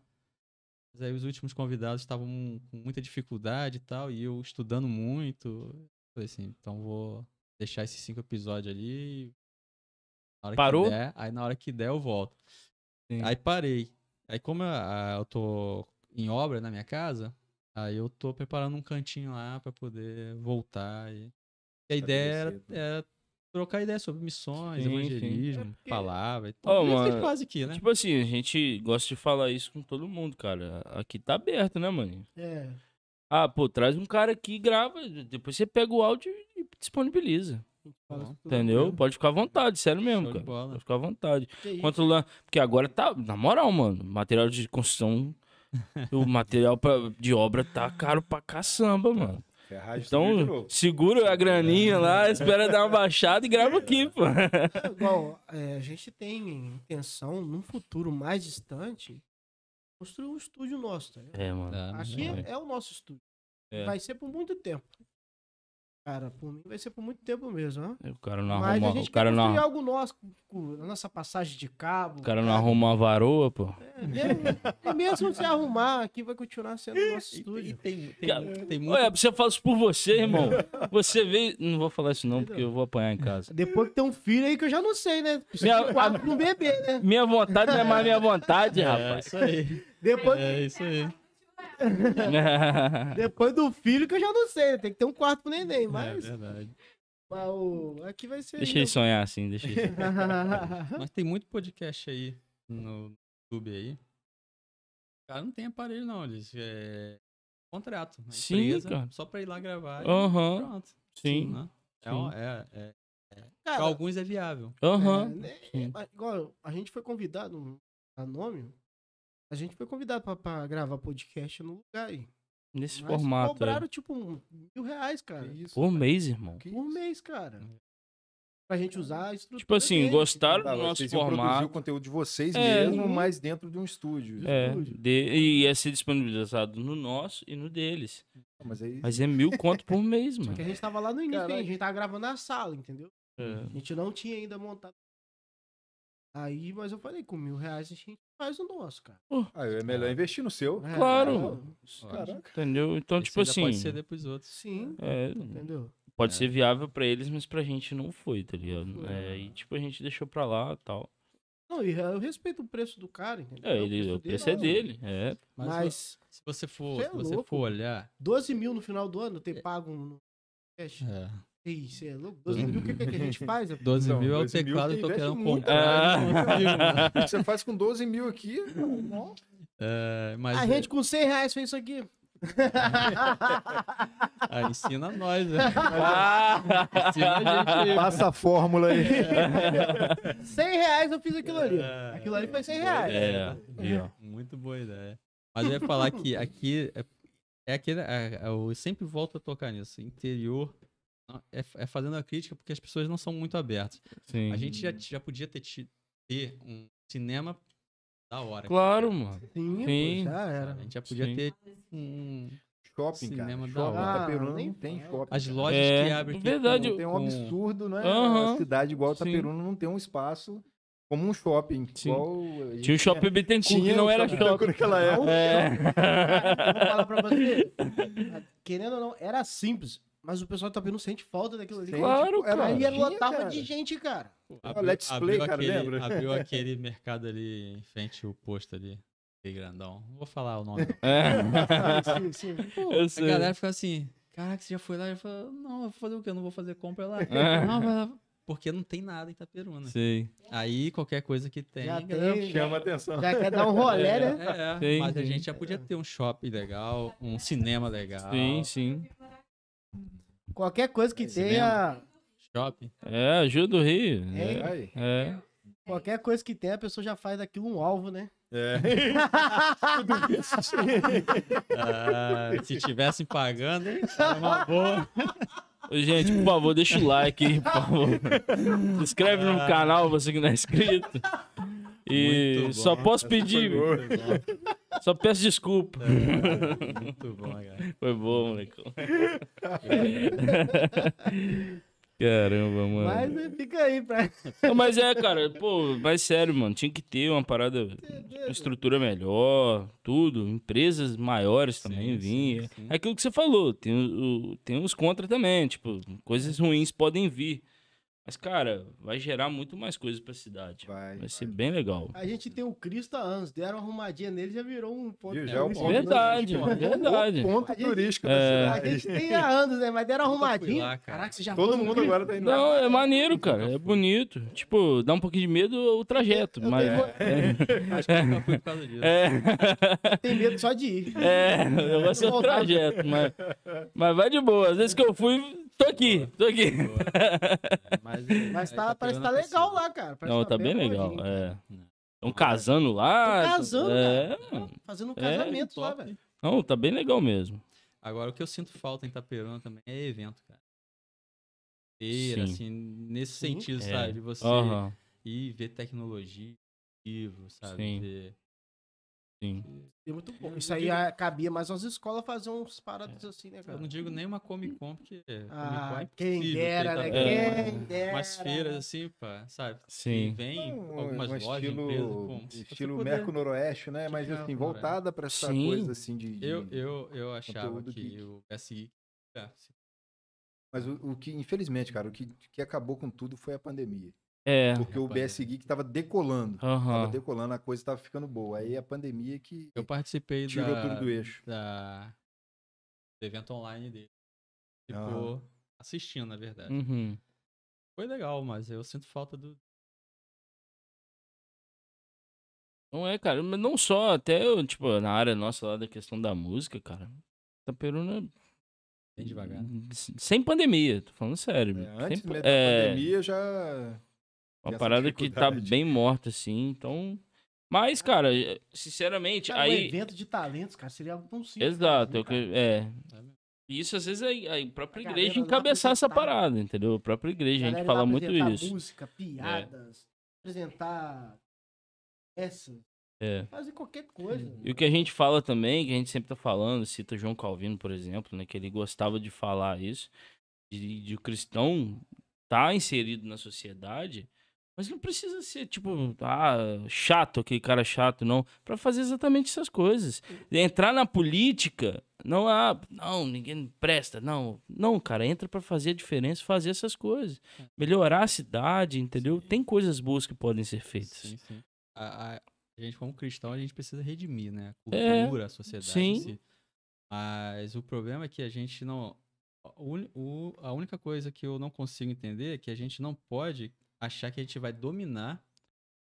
Speaker 4: Mas aí os últimos convidados estavam com muita dificuldade e tal, e eu estudando muito. Falei assim, então vou deixar esses cinco episódios ali. Na hora que
Speaker 1: Parou?
Speaker 4: der, aí na hora que der eu volto.
Speaker 1: Sim.
Speaker 4: Aí parei. Aí como eu, ah, eu tô em obra na minha casa, aí eu tô preparando um cantinho lá pra poder voltar. E, e a ideia era,
Speaker 3: Estabelecer, né?
Speaker 4: era trocar ideia sobre missões,
Speaker 1: Sim, sim.
Speaker 4: evangelismo,
Speaker 2: É porque-
Speaker 4: palavra e
Speaker 1: Ó,
Speaker 4: tal. Oh,
Speaker 1: mano,
Speaker 4: faz aqui, né?
Speaker 1: Tipo assim, a gente gosta de falar isso com todo mundo, cara. Aqui tá aberto, né, mano?
Speaker 2: É.
Speaker 1: Ah, pô, traz um cara aqui e grava. Depois você pega o áudio e disponibiliza.
Speaker 2: Fala
Speaker 4: Bom,
Speaker 2: isso tudo. né?
Speaker 1: Entendeu? Pode ficar à vontade, sério
Speaker 4: Show
Speaker 1: mesmo,
Speaker 4: de
Speaker 1: cara.
Speaker 4: bola.
Speaker 1: Pode ficar à vontade.
Speaker 2: Que isso.
Speaker 1: Quanto lá. Porque agora tá. Na moral, mano, material de
Speaker 4: <laughs>
Speaker 1: construção. o material pra- de obra tá caro pra
Speaker 4: Tá.
Speaker 1: caçamba, mano.
Speaker 3: Ferragem subiu de
Speaker 1: Então,
Speaker 3: novo.
Speaker 1: segura a graninha
Speaker 4: <laughs>
Speaker 1: lá, espera dar uma baixada e grava aqui, pô.
Speaker 2: É, igual, é, a gente tem intenção, num futuro mais distante, construir um estúdio nosso, tá ligado?
Speaker 1: É, mano.
Speaker 4: Tá,
Speaker 2: Aqui
Speaker 4: né?
Speaker 2: é, o nosso estúdio.
Speaker 1: É.
Speaker 2: Vai ser por muito tempo. Cara, por mim vai ser por muito tempo mesmo, né?
Speaker 1: O cara não
Speaker 2: Mas
Speaker 1: arruma.
Speaker 2: a gente
Speaker 1: O cara
Speaker 2: quer
Speaker 1: não,
Speaker 2: construir
Speaker 1: arru-
Speaker 2: algo nosso, com- com a nossa passagem de cabo.
Speaker 1: o cara não arruma uma varoa, pô.
Speaker 2: É, mesmo, e mesmo se arrumar, aqui vai continuar sendo o <laughs> nosso
Speaker 4: E tem, e
Speaker 2: estúdio.
Speaker 4: tem,
Speaker 1: Cara,
Speaker 4: tem, tem muito.
Speaker 1: Ué, você fala isso por você,
Speaker 4: <laughs>
Speaker 1: irmão. Você veio. Não vou falar isso, não, porque eu vou apanhar em casa.
Speaker 2: Depois que tem um filho aí que eu já não sei, né?
Speaker 1: <laughs> Minha-
Speaker 2: Precisa guarda com um bebê, né?
Speaker 1: Minha vontade não é mais minha vontade,
Speaker 4: É
Speaker 1: rapaz.
Speaker 4: isso aí.
Speaker 2: Depois,
Speaker 4: É isso aí.
Speaker 2: depois do filho que eu já não sei, né? Tem que ter um quarto pro neném, mas...
Speaker 4: É verdade.
Speaker 2: Mas o- Aqui vai
Speaker 1: <laughs>
Speaker 2: ser.
Speaker 1: deixa ele
Speaker 2: <laughs>
Speaker 1: sonhar assim, deixa ele.
Speaker 4: Mas tem muito podcast aí no YouTube aí. O cara não tem aparelho, não. Eles é contrato. a
Speaker 1: Sim,
Speaker 4: empresa,
Speaker 1: cara.
Speaker 4: Só pra ir lá gravar. e
Speaker 1: Aham.
Speaker 4: Pronto.
Speaker 1: Sim.
Speaker 4: Né? É,
Speaker 1: Sim.
Speaker 4: um- é, é-
Speaker 2: Cara,
Speaker 4: pra alguns é viável.
Speaker 1: Aham.
Speaker 2: é, né,
Speaker 1: sim.
Speaker 2: mas igual, a gente foi convidado, não dá nome, a gente foi convidado pra, pra gravar podcast no lugar aí.
Speaker 1: Nesse
Speaker 2: Mas
Speaker 1: formato. é.
Speaker 2: Cobraram, tipo, um- mil reais, cara.
Speaker 3: Que isso,
Speaker 1: Por
Speaker 4: né?
Speaker 3: cara.
Speaker 1: mês, irmão.
Speaker 3: Que
Speaker 2: Por
Speaker 3: isso.
Speaker 2: mês, cara. Pra gente usar a estrutura.
Speaker 1: É. Tipo assim,
Speaker 2: deles.
Speaker 1: gostaram
Speaker 3: Tá,
Speaker 1: do nosso
Speaker 3: vocês iam produzir o
Speaker 1: formato.
Speaker 3: conteúdo de vocês
Speaker 1: É.
Speaker 3: mesmo, mas dentro de um estúdio.
Speaker 1: É,
Speaker 2: estúdio.
Speaker 1: de- e ia ser disponibilizado no nosso e no deles.
Speaker 3: Mas aí
Speaker 1: Mas é mil conto por mês,
Speaker 2: Porque
Speaker 1: mano.
Speaker 2: a gente tava lá no início,
Speaker 3: Caraca.
Speaker 2: hein? a gente tava gravando na sala, entendeu?
Speaker 1: É.
Speaker 2: A gente não tinha ainda montado. Aí, mas eu falei, com mil reais a gente faz o nosso, cara.
Speaker 3: Ah, é melhor investir no seu.
Speaker 2: É,
Speaker 1: Claro.
Speaker 2: não,
Speaker 3: Caraca.
Speaker 1: Entendeu? Então,
Speaker 4: Esse
Speaker 1: tipo
Speaker 4: ainda
Speaker 1: assim.
Speaker 4: Pode ser depois outros.
Speaker 2: Sim,
Speaker 1: é,
Speaker 2: entendeu?
Speaker 1: pode
Speaker 3: É.
Speaker 1: ser viável pra eles, mas pra gente não foi, tá ligado?
Speaker 2: Foi.
Speaker 4: né?
Speaker 1: É, e tipo, a gente deixou pra lá e tal.
Speaker 2: Não, e eu respeito o preço do cara, entendeu?
Speaker 1: É, ele, o preço é
Speaker 2: não.
Speaker 1: dele.
Speaker 4: <laughs>
Speaker 1: É.
Speaker 4: Mas,
Speaker 2: Mas
Speaker 4: Se você for,
Speaker 2: Cê é
Speaker 4: se você
Speaker 2: louco.
Speaker 4: for olhar. é,
Speaker 2: 12 mil no final do ano, ter pago um no cash. Ei, você é louco? 12 mil, o que, que a gente faz? rapaz?
Speaker 4: 12
Speaker 3: Então,
Speaker 4: mil é o
Speaker 3: 12 mil
Speaker 4: teclado
Speaker 3: quem
Speaker 4: que eu
Speaker 3: investe
Speaker 4: quero
Speaker 3: muito,
Speaker 1: né?
Speaker 4: comprar. eu não consigo, mano.
Speaker 3: Você faz com 12 mil aqui. ó.
Speaker 4: <laughs> É, mas
Speaker 2: A gente com 100 reais fez isso aqui.
Speaker 4: ah, ensina
Speaker 2: <laughs>
Speaker 4: nós, né?
Speaker 1: Ah!
Speaker 4: Ensina a gente.
Speaker 3: Passa a fórmula aí. <laughs>
Speaker 2: 100 reais eu fiz aquilo ali.
Speaker 4: É.
Speaker 2: Aquilo ali foi 100
Speaker 4: Boa
Speaker 2: reais.
Speaker 1: É, viu?
Speaker 4: Muito boa ideia. Mas eu ia falar que aqui é, é aquele. é- é- eu sempre volto a tocar nisso. Interior não, é, f- é fazendo a crítica porque as pessoas não são muito abertas.
Speaker 1: Sim.
Speaker 4: A gente já, já podia ter, ti- ter um cinema da hora.
Speaker 1: Claro, mano.
Speaker 2: Sim, pô,
Speaker 1: Sim.
Speaker 2: já
Speaker 4: sabe?
Speaker 2: era.
Speaker 4: A gente já podia
Speaker 1: Sim.
Speaker 4: ter um.
Speaker 3: Shopping,
Speaker 4: Cinema
Speaker 3: cara.
Speaker 4: da
Speaker 3: Shopping.
Speaker 2: hora.
Speaker 3: Itaperuna
Speaker 2: Ah, nem
Speaker 3: não tem
Speaker 2: fala.
Speaker 3: shopping.
Speaker 4: As
Speaker 3: cara.
Speaker 4: lojas
Speaker 1: É,
Speaker 4: que abrem. aqui
Speaker 1: verdade,
Speaker 4: com-
Speaker 3: Não tem um
Speaker 4: com-
Speaker 3: absurdo, né?
Speaker 1: Aham.
Speaker 3: A cidade igual
Speaker 1: Sim.
Speaker 3: Itaperuna não tem um espaço como um shopping.
Speaker 1: Sim.
Speaker 3: Igual a gente
Speaker 1: Tinha o Shopping Bittencourt que não
Speaker 3: o
Speaker 1: era
Speaker 3: Itaperuna
Speaker 1: shopping.
Speaker 3: naquela época.
Speaker 2: Não,
Speaker 1: É.
Speaker 2: Cara, eu vou falar pra você. Ah, Querendo ou não, era simples. Mas o pessoal tá vendo sente falta daquilo ali.
Speaker 3: Tem,
Speaker 1: Claro,
Speaker 3: era
Speaker 1: cara.
Speaker 2: Aí
Speaker 3: lojinha,
Speaker 2: era lotava
Speaker 3: cara.
Speaker 2: de
Speaker 3: <laughs>
Speaker 2: gente, cara.
Speaker 4: abriu-
Speaker 3: Let's Play, cara,
Speaker 4: aquele,
Speaker 3: lembra?
Speaker 4: Abriu aquele mercado ali em frente ao posto ali. Bem grandão. Não vou falar o nome.
Speaker 1: É. <laughs>
Speaker 2: Sim, sim. Pô,
Speaker 1: Eu
Speaker 4: A
Speaker 1: sei.
Speaker 4: galera fica assim, caraca, você já foi lá? Eu falo, não, eu vou fazer o quê? Eu não vou fazer compra lá.
Speaker 1: <laughs> É.
Speaker 4: Não, vai lá. Porque não tem nada em Itaperuna.
Speaker 1: Sei.
Speaker 4: Aí qualquer coisa que tem.
Speaker 2: já
Speaker 4: galera,
Speaker 2: tem. Já,
Speaker 3: Chama atenção.
Speaker 2: já quer dar um rolé, né?
Speaker 4: É,
Speaker 1: Sim,
Speaker 4: mas a
Speaker 1: sim.
Speaker 4: gente já podia ter um shopping legal, um cinema legal.
Speaker 1: Sim, sim.
Speaker 2: Qualquer coisa que tenha. <laughs>
Speaker 4: Shopping.
Speaker 1: É, ajuda o Rio.
Speaker 2: É.
Speaker 3: Aí.
Speaker 1: É. é.
Speaker 2: Qualquer coisa que tenha, a pessoa já faz daquilo um alvo, né?
Speaker 3: É.
Speaker 4: Ah, se tivessem pagando, hein, era uma boa.
Speaker 1: Ô, Gente, por favor, deixa o like aí, por favor. Se inscreve no canal, você que não é inscrito. E
Speaker 4: Muito bom.
Speaker 1: só posso pedir,
Speaker 4: Muito bom,
Speaker 1: só peço desculpa.
Speaker 4: muito bom, cara.
Speaker 1: Foi bom, moleque. Caramba, mano.
Speaker 2: Mas né, fica aí pra.
Speaker 1: Não, mas é, cara, pô, mas sério, mano, tinha que ter uma parada, uma estrutura melhor, tudo, empresas maiores também
Speaker 4: sim,
Speaker 1: vinha.
Speaker 4: sim.
Speaker 1: É aquilo que você falou, tem, o- o- tem uns contra também, tipo, coisas ruins podem vir. Mas, cara, vai gerar muito mais coisas pra cidade. Vai,
Speaker 3: Vai.
Speaker 1: ser bem legal.
Speaker 2: A gente tem o Cristo há anos, deram uma arrumadinha nele já virou um ponto.
Speaker 3: Viu? Já é
Speaker 2: turístico.
Speaker 3: o ponto
Speaker 1: né? Verdade, é
Speaker 3: turístico, mano.
Speaker 1: verdade.
Speaker 3: O
Speaker 4: tá
Speaker 3: ponto
Speaker 4: né,
Speaker 3: turístico
Speaker 1: É.
Speaker 3: da
Speaker 2: A
Speaker 3: cidade.
Speaker 2: gente tem há anos, né? Mas deram uma
Speaker 4: Nunca fui
Speaker 2: arrumadinha.
Speaker 4: lá, cara.
Speaker 2: Caraca, você já
Speaker 3: Todo
Speaker 2: foi no
Speaker 3: mundo
Speaker 2: Cristo?
Speaker 3: agora tá indo.
Speaker 1: Não, é maneiro, cara, é bonito. Tipo, dá um pouquinho de medo o trajeto,
Speaker 2: Eu
Speaker 1: mas...
Speaker 4: Acho que eu nunca fui por causa disso.
Speaker 1: <laughs> É...
Speaker 2: Tem medo só de ir.
Speaker 1: É, o negócio é o
Speaker 2: Voltar.
Speaker 1: trajeto, mas, mas vai de boa. Às vezes que eu fui, tô aqui, tô aqui.
Speaker 4: Mas,
Speaker 2: Mas
Speaker 4: aí
Speaker 2: tá, parece que tá
Speaker 4: Itaperuna
Speaker 2: legal
Speaker 4: precisa.
Speaker 2: lá, cara. Parece
Speaker 1: Não,
Speaker 2: que
Speaker 1: tá bem legal,
Speaker 2: arrumadinho.
Speaker 1: é. Estão casando lá.
Speaker 2: Tão casando,
Speaker 1: é.
Speaker 2: Fazendo um
Speaker 1: É,
Speaker 2: casamento lá,
Speaker 4: Top.
Speaker 2: velho.
Speaker 1: Não, tá bem legal mesmo.
Speaker 4: Agora, o que eu sinto falta em Itaperuna também é evento, cara. Feira,
Speaker 1: Sim.
Speaker 4: assim, nesse
Speaker 2: Sim.
Speaker 4: sentido,
Speaker 1: É.
Speaker 4: sabe? De você
Speaker 1: Aham,
Speaker 4: ir ver tecnologia, livro, sabe?
Speaker 1: Sim.
Speaker 4: Ver-
Speaker 1: sim.
Speaker 2: É muito bom. Isso aí ah, cabia mais umas escolas fazer uns paradas
Speaker 1: É.
Speaker 2: assim, né,
Speaker 4: Eu não
Speaker 2: cara?
Speaker 4: digo nem uma Comic Con, porque Comic Con
Speaker 2: Ah,
Speaker 4: é
Speaker 2: quem
Speaker 4: impossível
Speaker 2: dera,
Speaker 4: ter
Speaker 2: né?
Speaker 4: Itaperuna.
Speaker 1: É.
Speaker 2: Quem dera. Tá é
Speaker 4: Mas feiras, assim, pá, sabe? E
Speaker 1: Sim.
Speaker 4: vem
Speaker 3: Um-
Speaker 4: algumas
Speaker 3: um
Speaker 4: lojas,
Speaker 3: estilo, um
Speaker 4: empresas, como... se você
Speaker 3: estilo
Speaker 4: puder.
Speaker 3: Merco Noroeste, né? Mas
Speaker 4: Estilo
Speaker 3: assim,
Speaker 4: Merco
Speaker 3: voltada pra essa
Speaker 1: Sim.
Speaker 3: coisa assim de. de-
Speaker 4: Eu, eu, eu achava
Speaker 3: Conteúdo
Speaker 4: que
Speaker 3: geek.
Speaker 4: o SI... é, se-
Speaker 3: Mas o, o que, infelizmente, cara, o que, que acabou com tudo foi a pandemia.
Speaker 1: É.
Speaker 3: Porque o
Speaker 4: pandemia.
Speaker 3: BS Geek tava decolando. Tava
Speaker 1: Aham.
Speaker 3: decolando, a coisa tava ficando boa. Aí a pandemia que
Speaker 4: Eu participei
Speaker 3: tirou
Speaker 4: da...
Speaker 3: tudo do eixo.
Speaker 4: da... do evento online dele. Tipo,
Speaker 3: Aham.
Speaker 4: assistindo, na verdade.
Speaker 1: Uhum.
Speaker 4: Foi legal, mas eu sinto falta do.
Speaker 1: Não é, cara, mas não só, até, tipo, na área nossa lá da questão da música, cara. Taperuna.
Speaker 4: Bem devagar.
Speaker 1: Hum, Sem pandemia, tô falando sério.
Speaker 3: É,
Speaker 1: sem,
Speaker 3: antes
Speaker 1: pa-
Speaker 3: mesmo da
Speaker 1: é,
Speaker 3: pandemia já.
Speaker 1: Uma
Speaker 3: essa
Speaker 1: parada que tá
Speaker 3: dificuldade.
Speaker 1: bem morta, assim, então. Mas, cara, é, sinceramente,
Speaker 2: Cara, Um
Speaker 1: aí.
Speaker 2: evento de talentos, cara, seria algo tão simples.
Speaker 1: Exato,
Speaker 2: fazer,
Speaker 1: é o
Speaker 2: cara.
Speaker 1: que- é.
Speaker 4: Tá mesmo.
Speaker 1: E Isso às vezes é a própria
Speaker 2: A galera
Speaker 1: igreja
Speaker 2: lá
Speaker 1: encabeçar essa
Speaker 2: apresentar.
Speaker 1: parada, entendeu? A própria igreja, a gente
Speaker 2: Galera ir lá tá
Speaker 1: fala muito
Speaker 2: apresentar
Speaker 1: isso.
Speaker 2: música, piadas, apresentar essa,
Speaker 1: É.
Speaker 2: fazer qualquer coisa.
Speaker 1: E o que a gente fala também, que a gente sempre tá falando, cita o João Calvino, por exemplo, né, que ele gostava de falar isso, de, de o cristão tá inserido na sociedade, Mas não precisa ser, tipo, ah, chato, aquele cara chato, não. Pra fazer exatamente essas coisas.
Speaker 4: Hum.
Speaker 1: Entrar na política, não ah, não, ninguém presta, não. Não, cara, entra pra fazer a diferença, fazer essas coisas. Melhorar a cidade, entendeu?
Speaker 4: É. Sim.
Speaker 1: Tem coisas boas que podem ser feitas.
Speaker 4: Sim, sim. A, a- a gente, como cristão, a gente precisa redimir, né? A
Speaker 1: É,
Speaker 4: cultura, a sociedade. em
Speaker 1: sim.
Speaker 4: si. Mas o problema é que a gente não. a uni- o- a única coisa que eu não consigo entender é que a gente não pode achar que a gente vai dominar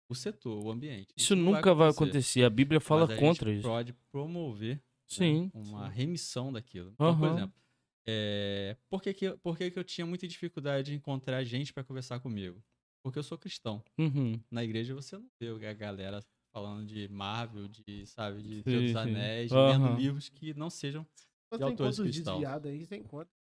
Speaker 4: o setor, o ambiente.
Speaker 1: Isso nunca vai acontecer. A Bíblia fala
Speaker 4: Mas a gente
Speaker 1: contra isso.
Speaker 4: pode promover né,
Speaker 1: Sim.
Speaker 4: uma remissão daquilo. Então, por
Speaker 1: Aham.
Speaker 4: exemplo, é, por, que, que, eu- por que, que eu tinha muita dificuldade de encontrar gente para conversar comigo? Porque eu sou cristão
Speaker 1: Uhum.
Speaker 4: na igreja você não vê a galera falando de Marvel, de, sabe, de
Speaker 1: Sim,
Speaker 4: Deus dos
Speaker 1: sim.
Speaker 4: Anéis,
Speaker 1: Aham.
Speaker 4: lendo livros que não sejam.
Speaker 2: Quando
Speaker 4: De
Speaker 2: tem
Speaker 4: autores
Speaker 2: encontro
Speaker 4: cristãos.
Speaker 2: desviado aí, você encontra.